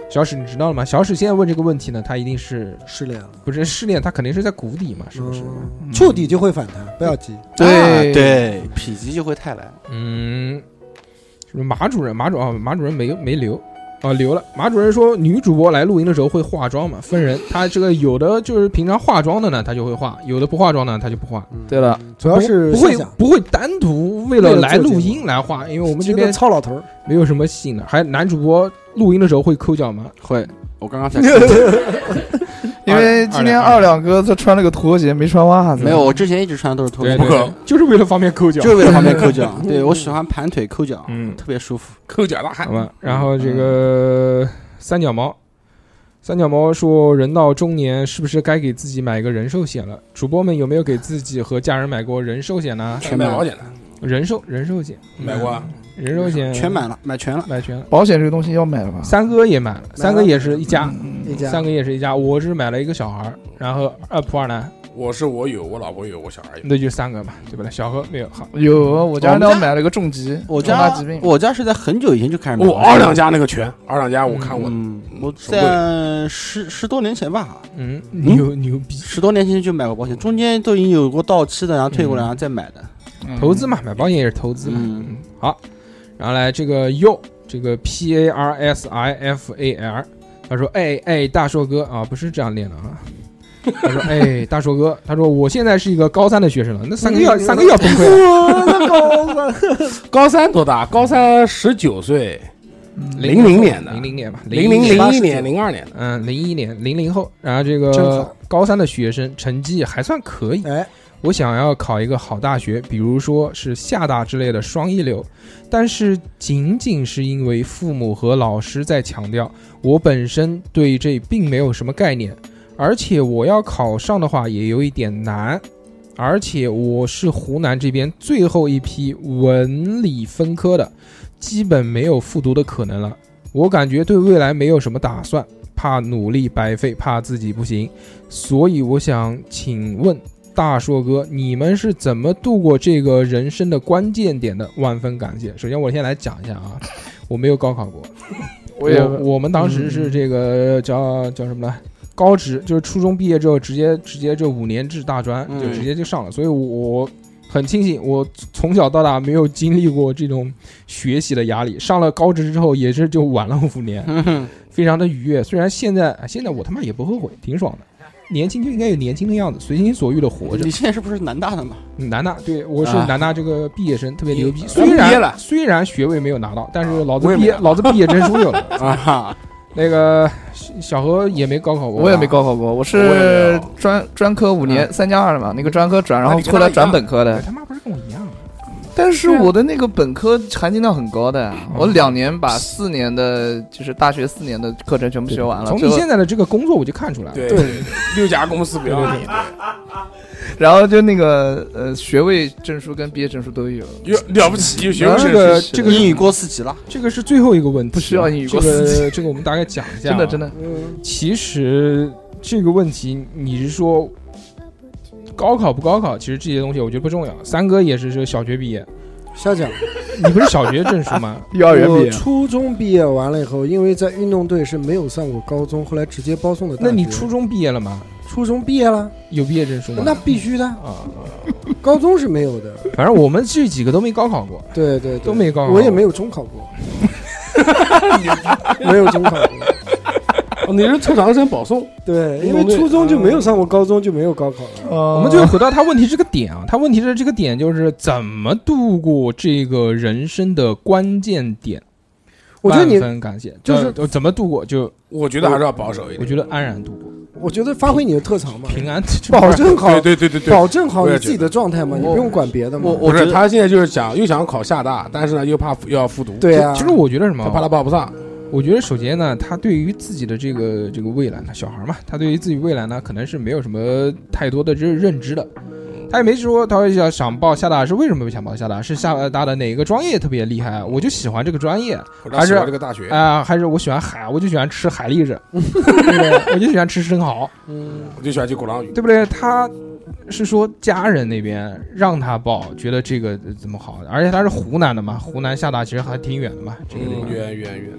[SPEAKER 2] 小史，你知道了吗？小史现在问这个问题呢，他一定是
[SPEAKER 4] 失恋了，
[SPEAKER 2] 不是失恋，他肯定是在谷底嘛，是不是？
[SPEAKER 4] 嗯触底就会反弹，不要急，
[SPEAKER 6] 对
[SPEAKER 3] 对，
[SPEAKER 6] 对，否极就会泰来。
[SPEAKER 2] 嗯，是不是马主任？马主啊，马主任没没留。啊，留了。马主任说，女主播来录音的时候会化妆嘛？分人，她这个有的就是平常化妆的呢，她就会化；有的不化妆呢，她就不化。
[SPEAKER 3] 对了，
[SPEAKER 4] 嗯主要是
[SPEAKER 2] 不不会
[SPEAKER 4] 想想
[SPEAKER 2] 不会单独为了来录音来化，因为我们这
[SPEAKER 4] 觉得
[SPEAKER 2] 边
[SPEAKER 4] 糙老头儿，
[SPEAKER 2] 没有什么吸引的。还有男主播录音的时候会抠脚吗？
[SPEAKER 6] 会，我刚刚 [LAUGHS] 才
[SPEAKER 3] 因为今天二两哥他穿了个拖鞋，没穿袜子。
[SPEAKER 6] 没有，，我之前一直穿的都是拖
[SPEAKER 2] 对
[SPEAKER 6] 鞋，
[SPEAKER 2] 对，对就是为了方便抠脚
[SPEAKER 6] 就。是为了方便抠 [LAUGHS] 脚。对我喜欢盘腿抠脚，
[SPEAKER 2] 嗯，
[SPEAKER 6] 特别舒服。
[SPEAKER 5] 抠脚大
[SPEAKER 2] 好
[SPEAKER 5] 汉，
[SPEAKER 2] 吧。然后这个三脚猫，三脚猫说，人到中年是不是该给自己买个人寿险了？主播们有没有给自己和家人买过人寿险呢？
[SPEAKER 5] 全买保险的，
[SPEAKER 2] 人寿人寿险嗯
[SPEAKER 5] 买过啊，
[SPEAKER 2] 人寿险
[SPEAKER 6] 全买了，买全了。
[SPEAKER 2] 买全了。
[SPEAKER 3] 保险这个东西要买的吧？嗯
[SPEAKER 2] 三哥也买了，三哥也是一家，
[SPEAKER 4] 一家
[SPEAKER 2] 三哥也是一家。我是买了一个小孩儿，然后二普二男，
[SPEAKER 5] 我是我有，我老婆有，我小孩有，
[SPEAKER 2] 那就三个嘛，对不对？小何没有好，
[SPEAKER 3] 有，我家
[SPEAKER 6] 我们家
[SPEAKER 3] 刚买了个重疾，
[SPEAKER 6] 我
[SPEAKER 3] 重
[SPEAKER 6] 家
[SPEAKER 3] 大疾病。
[SPEAKER 6] 我家是在很久以前就开始买
[SPEAKER 5] 我哦二两家那个全，二两家我看 [LAUGHS] 过，
[SPEAKER 6] 嗯，我
[SPEAKER 5] 手绘的
[SPEAKER 6] 在十十多年前吧，
[SPEAKER 2] 嗯，牛牛逼，
[SPEAKER 6] 十多年前就买过保险，中间都已经有过到期的，然后退过来，然后再买的。
[SPEAKER 3] 嗯
[SPEAKER 2] 投资嘛，买保险也是投资嘛。
[SPEAKER 6] 嗯
[SPEAKER 2] 嗯，好，然后来这个 yo 这个 p a r s i f a l，他说哎哎大硕哥啊，不是这样念的啊。 [LAUGHS] 他说：“哎，大硕哥，他说我现在是一个高三的学生了，那三个要三个要崩溃啊了，
[SPEAKER 5] 高三 [LAUGHS] 多大？高三十九岁， [LAUGHS] 零零年的
[SPEAKER 2] 零零年吧，
[SPEAKER 5] 零
[SPEAKER 2] 零
[SPEAKER 5] 零零一年、零二年的，
[SPEAKER 2] 嗯，零一年，零零后，然后这
[SPEAKER 4] 真
[SPEAKER 2] 个
[SPEAKER 4] 好
[SPEAKER 2] 高三的学生成绩还算可以，
[SPEAKER 4] 哎，
[SPEAKER 2] 我想要考一个好大学，比如说是厦大之类的双一流，但是仅仅是因为父母和老师在强调，我本身对这并没有什么概念，而且我要考上的话也有一点难，而且我是湖南这边最后一批文理分科的，基本没有复读的可能了。我感觉对未来没有什么打算，怕努力白费，怕自己不行，所以我想请问大硕哥，你们是怎么度过这个人生的关键点的？万分感谢。首先，我先来讲一下啊，我没有高考过，
[SPEAKER 3] 我也
[SPEAKER 2] 我们当时是这个叫叫什么呢？高职就是初中毕业之后，直接直接就五年制大专，
[SPEAKER 6] 嗯
[SPEAKER 2] 就直接就上了。所以我我很庆幸，我从小到大没有经历过这种学习的压力。上了高职之后，也是就晚了五年，
[SPEAKER 3] [LAUGHS]
[SPEAKER 2] 非常的愉悦。虽然现在哎现在我他妈也不后悔，挺爽的。年轻就应该有年轻的样子，随心所欲的活着
[SPEAKER 6] 你。现在是不是南大的嘛？
[SPEAKER 2] 南大，对我是
[SPEAKER 6] 啊
[SPEAKER 2] 南大这个毕业生，特别牛逼。
[SPEAKER 5] 我
[SPEAKER 2] 虽
[SPEAKER 5] 毕业
[SPEAKER 2] 然
[SPEAKER 5] 了
[SPEAKER 2] 虽然学位没有拿到，但
[SPEAKER 3] 啊
[SPEAKER 2] 是老
[SPEAKER 5] 我
[SPEAKER 2] 子
[SPEAKER 5] 也
[SPEAKER 2] 毕
[SPEAKER 5] 没
[SPEAKER 2] 业老子毕业证书有
[SPEAKER 3] [LAUGHS]
[SPEAKER 2] 了。
[SPEAKER 5] 啊哈，
[SPEAKER 2] 那个小小何也没高考过吧，
[SPEAKER 3] 我也没高考过，我
[SPEAKER 5] 我也没
[SPEAKER 3] 是
[SPEAKER 5] 有
[SPEAKER 3] 专专科五年三加二嘛，那个专科转，然
[SPEAKER 5] 那
[SPEAKER 3] 后
[SPEAKER 5] 你跟
[SPEAKER 3] 后来
[SPEAKER 5] 他一
[SPEAKER 3] 转
[SPEAKER 5] 样
[SPEAKER 3] 本科
[SPEAKER 2] 哎。
[SPEAKER 3] 的。
[SPEAKER 2] 他妈不是跟我一样吗？
[SPEAKER 3] 但是我的那个本科含金量很高的，我两年把四年的，就是大学四年的课程全部学完了，
[SPEAKER 2] 从
[SPEAKER 3] 最
[SPEAKER 2] 你
[SPEAKER 3] 后
[SPEAKER 2] 现在的这个工作我就看出来了。
[SPEAKER 5] 对，对，六家公司不要你，
[SPEAKER 3] 然后就那个呃学位证书跟毕业证书都有，
[SPEAKER 5] 有了不起，有学
[SPEAKER 2] 然
[SPEAKER 5] 问
[SPEAKER 2] 后这
[SPEAKER 5] 是
[SPEAKER 2] 个
[SPEAKER 3] 是
[SPEAKER 2] 这个
[SPEAKER 6] 英
[SPEAKER 2] 是
[SPEAKER 6] 语过四级了，
[SPEAKER 2] 这个是最后一个问题，
[SPEAKER 3] 不需要英语
[SPEAKER 2] 这
[SPEAKER 3] 过四
[SPEAKER 2] 个
[SPEAKER 3] 级
[SPEAKER 2] 这个我们大概讲一下。啊
[SPEAKER 3] 真的真，的，
[SPEAKER 4] 啊嗯
[SPEAKER 2] 其实这个问题你是说高考不高考，其实这些东西我觉得不重要。三哥也是是小学毕业，
[SPEAKER 4] 瞎讲。
[SPEAKER 2] 你不是小学证书
[SPEAKER 3] [LAUGHS]
[SPEAKER 2] 吗？
[SPEAKER 3] 幼儿园毕
[SPEAKER 4] 我
[SPEAKER 3] 业
[SPEAKER 4] 初中毕业完了以后，因为在运动队是没有上过高中，后来直接包送的大学。
[SPEAKER 2] 那你初中毕业了吗？
[SPEAKER 4] 初中毕业了？
[SPEAKER 2] 有毕业证书吗？
[SPEAKER 4] 那必须的，
[SPEAKER 2] 啊，
[SPEAKER 4] 高中是没有的。
[SPEAKER 2] 反正我们这几个都没高考过，
[SPEAKER 4] 对对对，
[SPEAKER 2] 都没高考过
[SPEAKER 4] 我也没有中考过，没有中考过。
[SPEAKER 5] 哦你是特长生保送，
[SPEAKER 4] 对，因
[SPEAKER 5] 运动
[SPEAKER 4] 为
[SPEAKER 5] 队
[SPEAKER 4] 初中就没有上过高中，就没有高考了。
[SPEAKER 2] 我
[SPEAKER 5] 呃
[SPEAKER 3] 我
[SPEAKER 2] 们就回到他问题这个点啊，他问题的这个点就是怎么度过这个人生的关键点。
[SPEAKER 4] 我觉得你
[SPEAKER 2] 万，分感谢，
[SPEAKER 4] 就是
[SPEAKER 2] 呃怎么度过，就
[SPEAKER 5] 我觉得还是要保守一
[SPEAKER 2] 我
[SPEAKER 5] 点。
[SPEAKER 2] 觉得安然度过，
[SPEAKER 4] 我觉得发挥你的特长嘛，
[SPEAKER 2] 平安
[SPEAKER 4] 保证好，
[SPEAKER 5] 对对对对对，
[SPEAKER 4] 保证好
[SPEAKER 5] 我
[SPEAKER 4] 你
[SPEAKER 5] 也
[SPEAKER 4] 自己
[SPEAKER 5] 觉得
[SPEAKER 4] 的状态嘛，你不用管别的嘛。
[SPEAKER 6] 我
[SPEAKER 5] 不
[SPEAKER 6] 我觉
[SPEAKER 5] 是
[SPEAKER 6] 得
[SPEAKER 5] 他现在就是想又想考厦大，但是呢又怕又要复读，
[SPEAKER 4] 对啊，
[SPEAKER 2] 其实我觉得什么
[SPEAKER 5] 他怕他
[SPEAKER 2] 啊，
[SPEAKER 5] 报不上。
[SPEAKER 2] 我觉得首先呢，他对于自己的这个这个未来，他小孩嘛，他对于自己未来呢，可能是没有什么太多的这认知的。他也没说他会想想报厦大，是为什么想报厦大？是厦大的哪个专业特别厉害？啊我就喜欢这个专业，
[SPEAKER 5] 我当时喜欢这个大学，
[SPEAKER 2] 啊、还是我喜欢海，我就喜欢吃海蛎子， [LAUGHS] 对不对？我就喜欢吃生蚝，
[SPEAKER 4] 嗯，
[SPEAKER 5] 我就喜欢去鼓浪屿。
[SPEAKER 2] 对不对？他是说家人那边让他报，觉得这个呃怎么好，而且他是湖南的嘛，湖南厦大其实还挺远的嘛，这个地
[SPEAKER 5] 嗯，
[SPEAKER 2] 方。
[SPEAKER 5] 远远远，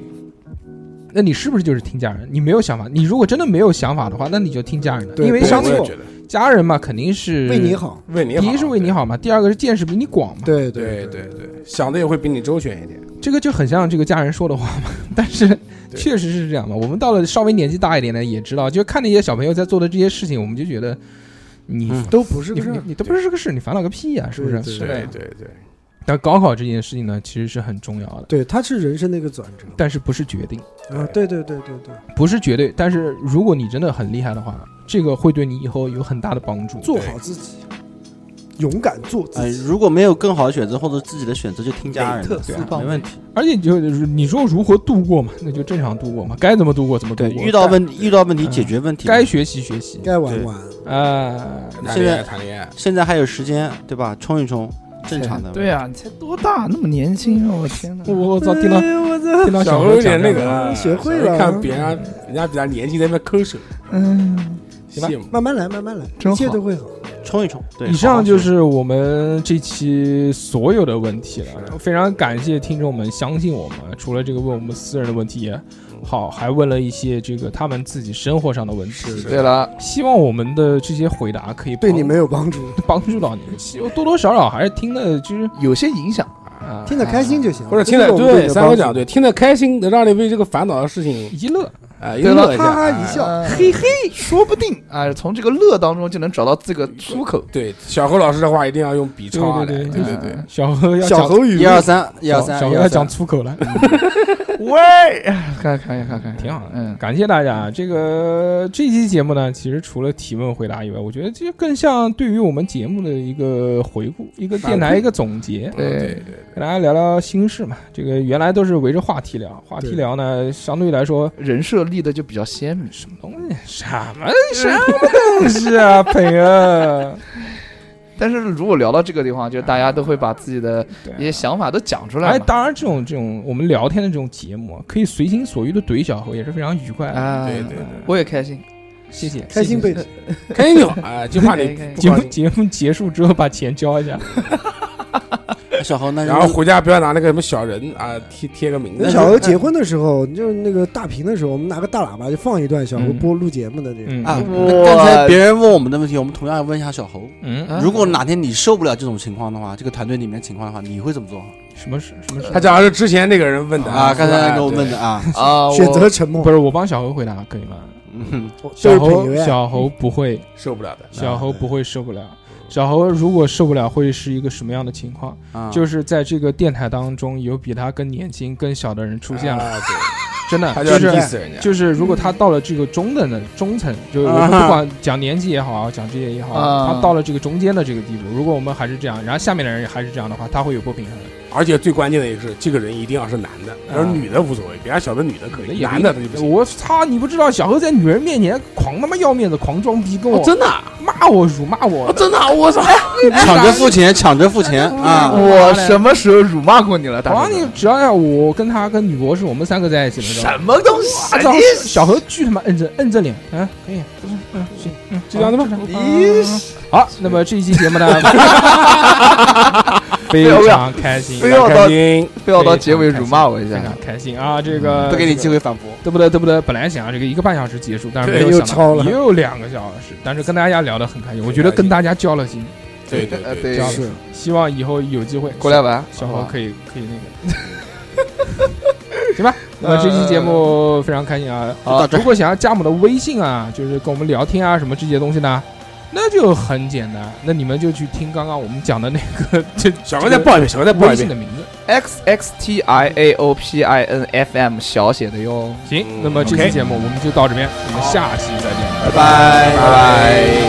[SPEAKER 2] 那你是不是就是听家人？你没有想法？你如果真的没有想法的话，那你就听家人的，
[SPEAKER 4] 对
[SPEAKER 2] 因为
[SPEAKER 4] 不
[SPEAKER 5] 对
[SPEAKER 2] 相
[SPEAKER 5] 我
[SPEAKER 2] 信
[SPEAKER 5] 也
[SPEAKER 4] 错
[SPEAKER 5] 觉得
[SPEAKER 2] 家人嘛，肯定是
[SPEAKER 4] 为你，好，
[SPEAKER 5] 为你好，
[SPEAKER 2] 第一是为你好嘛，第二个是见识比你广嘛，
[SPEAKER 4] 对
[SPEAKER 5] 对，
[SPEAKER 4] 对
[SPEAKER 5] 对对对，想的也会比你周全一点。
[SPEAKER 2] 这个就很像这个家人说的话嘛。 [LAUGHS] 但是
[SPEAKER 5] 对
[SPEAKER 2] 确实是这样嘛。我们到了稍微年纪大一点的，也知道，就看那些小朋友在做的这些事情，我们就觉得你、
[SPEAKER 6] 嗯
[SPEAKER 4] 都不是
[SPEAKER 2] 你
[SPEAKER 4] 个事
[SPEAKER 2] 你
[SPEAKER 4] 儿。
[SPEAKER 2] 你都不是这个事，你烦恼个屁呀、是不是？
[SPEAKER 4] 对
[SPEAKER 5] 对
[SPEAKER 2] 对
[SPEAKER 5] 对对，
[SPEAKER 2] 但高考这件事情呢，其实是很重要的，
[SPEAKER 4] 对，它是人生的一个转折
[SPEAKER 2] 但是不是决定，
[SPEAKER 4] 啊！对对对对对，
[SPEAKER 2] 不是绝对。但是如果你真的很厉害的话，这个会对你以后有很大的帮助。
[SPEAKER 4] 做好自己，勇敢做
[SPEAKER 6] 哎
[SPEAKER 4] 自，己。
[SPEAKER 6] 如果没有更好的选择或者自己的选择，就听家人的，对
[SPEAKER 3] 四
[SPEAKER 6] 啊，
[SPEAKER 3] 方
[SPEAKER 6] 没问题。
[SPEAKER 2] 而且你就你说如何度过嘛，那就正常度过嘛，该怎么度过怎么度
[SPEAKER 6] 对，
[SPEAKER 2] 过。
[SPEAKER 6] 遇到问遇到问题
[SPEAKER 2] 嗯
[SPEAKER 6] 解决问题。
[SPEAKER 2] 该学习学习，
[SPEAKER 4] 该玩玩，
[SPEAKER 2] 啊，
[SPEAKER 5] 谈
[SPEAKER 6] 现
[SPEAKER 5] 恋爱
[SPEAKER 6] 在
[SPEAKER 5] 谈恋爱，
[SPEAKER 6] 现在还有时间，对吧？冲一冲，正常的。
[SPEAKER 3] 对啊，你才多大，那么年轻啊！我天哪，
[SPEAKER 2] 我操，听到
[SPEAKER 4] 哎
[SPEAKER 2] 听到小
[SPEAKER 5] 小时候有点
[SPEAKER 2] 讲这
[SPEAKER 5] 那
[SPEAKER 2] 个
[SPEAKER 5] 个啊，
[SPEAKER 4] 学会
[SPEAKER 5] 小时
[SPEAKER 4] 了
[SPEAKER 5] 候看别人人家比他年轻，在那边抠手，
[SPEAKER 3] 嗯，
[SPEAKER 2] 行吧
[SPEAKER 5] 羡慕。
[SPEAKER 4] 慢慢来，慢慢来，
[SPEAKER 3] 真
[SPEAKER 4] 一切
[SPEAKER 3] 好
[SPEAKER 4] 都会好。
[SPEAKER 6] 冲一冲。对，
[SPEAKER 2] 以
[SPEAKER 6] 好好
[SPEAKER 2] 上就
[SPEAKER 6] 学
[SPEAKER 2] 是我们这期所有的问题了，非常感谢听众们相信我们。除了这个问我们私人的问题也好，还问了一些这个他们自己生活上的问题。
[SPEAKER 5] 是
[SPEAKER 3] 对了，
[SPEAKER 2] 希望我们的这些回答可以
[SPEAKER 4] 对
[SPEAKER 2] 帮
[SPEAKER 4] 你们有帮助，
[SPEAKER 2] [LAUGHS] 帮助到你们，希多多少少还是听的，就是
[SPEAKER 3] 有些影响，
[SPEAKER 2] 啊
[SPEAKER 4] 听得开心就行。
[SPEAKER 5] 或者
[SPEAKER 4] 这
[SPEAKER 5] 听
[SPEAKER 4] 就是
[SPEAKER 5] 了
[SPEAKER 4] 我们对你
[SPEAKER 5] 对
[SPEAKER 4] 的
[SPEAKER 5] 三哥
[SPEAKER 4] 帮助
[SPEAKER 5] 讲，对，听得开心，能让你为这个烦恼的事情
[SPEAKER 2] 一乐，
[SPEAKER 5] 哎，
[SPEAKER 3] 对吧
[SPEAKER 5] 乐？一下，
[SPEAKER 3] 哈哈
[SPEAKER 5] 哎
[SPEAKER 3] 一笑，嘿嘿，说不定啊，哎从这个乐当中就能找到这个出口。
[SPEAKER 5] 对，小何老师的话一定要用笔
[SPEAKER 2] 对
[SPEAKER 5] 抄来，
[SPEAKER 2] 对
[SPEAKER 5] 对
[SPEAKER 2] 对对，小何要讲
[SPEAKER 3] 语
[SPEAKER 6] 一二三，一二三，
[SPEAKER 2] 小
[SPEAKER 6] 一
[SPEAKER 2] 何
[SPEAKER 6] 二
[SPEAKER 2] 要讲
[SPEAKER 6] 三，
[SPEAKER 2] 粗口了，
[SPEAKER 3] 喂， [LAUGHS] 看看看看，
[SPEAKER 2] 挺好的。
[SPEAKER 3] 嗯，
[SPEAKER 2] 感谢大家。这个这期节目呢，其实除了提问回答以外，我觉得这更像对于我们节目的一个回顾，一个电台一个总结。
[SPEAKER 3] 对，
[SPEAKER 2] 跟大家聊聊心事嘛。这个原来都是围着话题聊，话题聊呢，相对来说
[SPEAKER 3] 人设立的就比较鲜明。
[SPEAKER 2] 什么东西，什么什么东西啊，朋
[SPEAKER 3] [LAUGHS]
[SPEAKER 2] 友？
[SPEAKER 3] 但是如果聊到这个地方，就是大家都会把自己的一些
[SPEAKER 2] 对。
[SPEAKER 3] 想法都讲出来
[SPEAKER 2] 哎，
[SPEAKER 3] 嘛。
[SPEAKER 2] 当然，这种这种我们聊天的这种节目，可以随心所欲的怼小何，也是非常愉快的。
[SPEAKER 3] 啊，
[SPEAKER 5] 对对对，
[SPEAKER 3] 我也开心。
[SPEAKER 2] 谢谢，
[SPEAKER 4] 开心
[SPEAKER 2] 谢谢
[SPEAKER 3] [LAUGHS]
[SPEAKER 4] 被
[SPEAKER 5] 开心就好，哎，就怕你
[SPEAKER 3] 可以可以
[SPEAKER 5] 不
[SPEAKER 2] 节
[SPEAKER 5] 高
[SPEAKER 2] 目
[SPEAKER 5] 兴。
[SPEAKER 2] 节目结束之后把钱交一下，
[SPEAKER 6] 哎小猴那
[SPEAKER 5] 然后回家不要拿那个什么小人啊贴贴个名
[SPEAKER 4] 那
[SPEAKER 5] 字，
[SPEAKER 4] 小何结婚的时候，就是那个大屏的时候，我们拿个大喇叭就放一段小何
[SPEAKER 2] 嗯
[SPEAKER 4] 播录节目的这个。
[SPEAKER 2] 嗯
[SPEAKER 6] 啊，
[SPEAKER 3] 我
[SPEAKER 6] 那刚才别人问我们的问题，我们同样要问一下小猴。
[SPEAKER 2] 嗯，
[SPEAKER 3] 啊
[SPEAKER 6] 如果哪天你受不了这种情况的话，这个团队里面情况的话，你会怎么做
[SPEAKER 2] 什么事什么事？
[SPEAKER 5] 他讲的是之前那个人问的哎
[SPEAKER 6] 啊？刚才给我问
[SPEAKER 5] 的，
[SPEAKER 6] 的啊，
[SPEAKER 3] 啊，
[SPEAKER 4] 选择
[SPEAKER 3] 我
[SPEAKER 4] 沉默
[SPEAKER 2] 不，是我帮小何回答可以吗？
[SPEAKER 6] 嗯，
[SPEAKER 4] 就
[SPEAKER 2] 小
[SPEAKER 4] 是朋友
[SPEAKER 2] 侯
[SPEAKER 4] 呀。
[SPEAKER 2] 小侯不会，
[SPEAKER 5] 对受不了的。
[SPEAKER 2] 小侯不会受不了。小侯如果受不了，会是一个什么样的情况？
[SPEAKER 6] 啊
[SPEAKER 2] 就是在这个电台当中，有比他更年轻、更小的人出现了，
[SPEAKER 5] 啊，对，
[SPEAKER 2] 真的
[SPEAKER 5] 他就
[SPEAKER 2] 就是
[SPEAKER 5] 要 diss 人家，
[SPEAKER 2] 就是，如果他到了这个中等的中层，就是我们
[SPEAKER 6] 啊
[SPEAKER 2] 不管讲年纪也好，讲这些也好，
[SPEAKER 3] 啊
[SPEAKER 2] 他到了这个中间的这个地步，如果我们还是这样，然后下面的人也还是这样的话，他会有不平衡的。
[SPEAKER 5] 而且最关键的也是，这个人一定要是男的，要是女的无所谓，别让小的女的可以，
[SPEAKER 2] 也不
[SPEAKER 5] 男的他就不行。
[SPEAKER 2] 我操！你不知道小何在女人面前狂他妈要面子，狂装逼，
[SPEAKER 3] 哦
[SPEAKER 2] 跟我、
[SPEAKER 5] 真的啊，
[SPEAKER 2] 骂我、辱骂我，
[SPEAKER 3] [LAUGHS]
[SPEAKER 5] 真的啊，我操！
[SPEAKER 6] 抢着付钱，抢着付钱啊！
[SPEAKER 3] 哎我什么时候辱骂过你了，大
[SPEAKER 2] 我让
[SPEAKER 3] 哥？
[SPEAKER 2] 你只要要我跟他跟女博士，我们三个在一起的时候
[SPEAKER 3] 什，么东西
[SPEAKER 2] 啊，？操！小何巨他妈摁着摁着脸，嗯，可以，不是，嗯，行，嗯，就这样子吧。
[SPEAKER 3] 咦，
[SPEAKER 2] 好，那么这一期节目呢，非常开心，
[SPEAKER 3] 非
[SPEAKER 2] 非
[SPEAKER 3] 要
[SPEAKER 5] 要
[SPEAKER 3] 到
[SPEAKER 5] 开心，
[SPEAKER 3] 非要到结尾辱骂我一下，
[SPEAKER 2] 常开心啊！这个
[SPEAKER 6] 嗯不给你机会反驳，
[SPEAKER 2] 对不对？对不对？本来想这个一个半小时结束，但是没
[SPEAKER 4] 对
[SPEAKER 2] 有
[SPEAKER 4] 又
[SPEAKER 2] 想到
[SPEAKER 4] 超了
[SPEAKER 2] 也有两个小时，但是跟大家聊得很开心，我觉得跟大家交了心，
[SPEAKER 5] 对对
[SPEAKER 3] 呃
[SPEAKER 5] 对，
[SPEAKER 3] 对，
[SPEAKER 4] 是
[SPEAKER 2] 希望以后有机会
[SPEAKER 3] 过来玩，
[SPEAKER 2] 小
[SPEAKER 3] 好
[SPEAKER 2] 何
[SPEAKER 3] 吧
[SPEAKER 2] 可以可以那个，行吧。那么这期节目非常开心啊！
[SPEAKER 3] 好
[SPEAKER 2] 如果想要加我们的微信啊，就是跟我们聊天啊什么这些东西呢，那就很简单，那你们就去听刚刚我们讲的那个这
[SPEAKER 5] 小何再报一遍，小何再报
[SPEAKER 2] 微
[SPEAKER 5] 一
[SPEAKER 2] 信的
[SPEAKER 5] 遍，
[SPEAKER 2] 名字。
[SPEAKER 3] x x t i a o p i n f m 小写的哟。
[SPEAKER 2] 行
[SPEAKER 5] 嗯，
[SPEAKER 2] 那么这期
[SPEAKER 5] OK
[SPEAKER 2] 节目我们就到这边，我们下期再见。
[SPEAKER 3] 拜拜拜拜。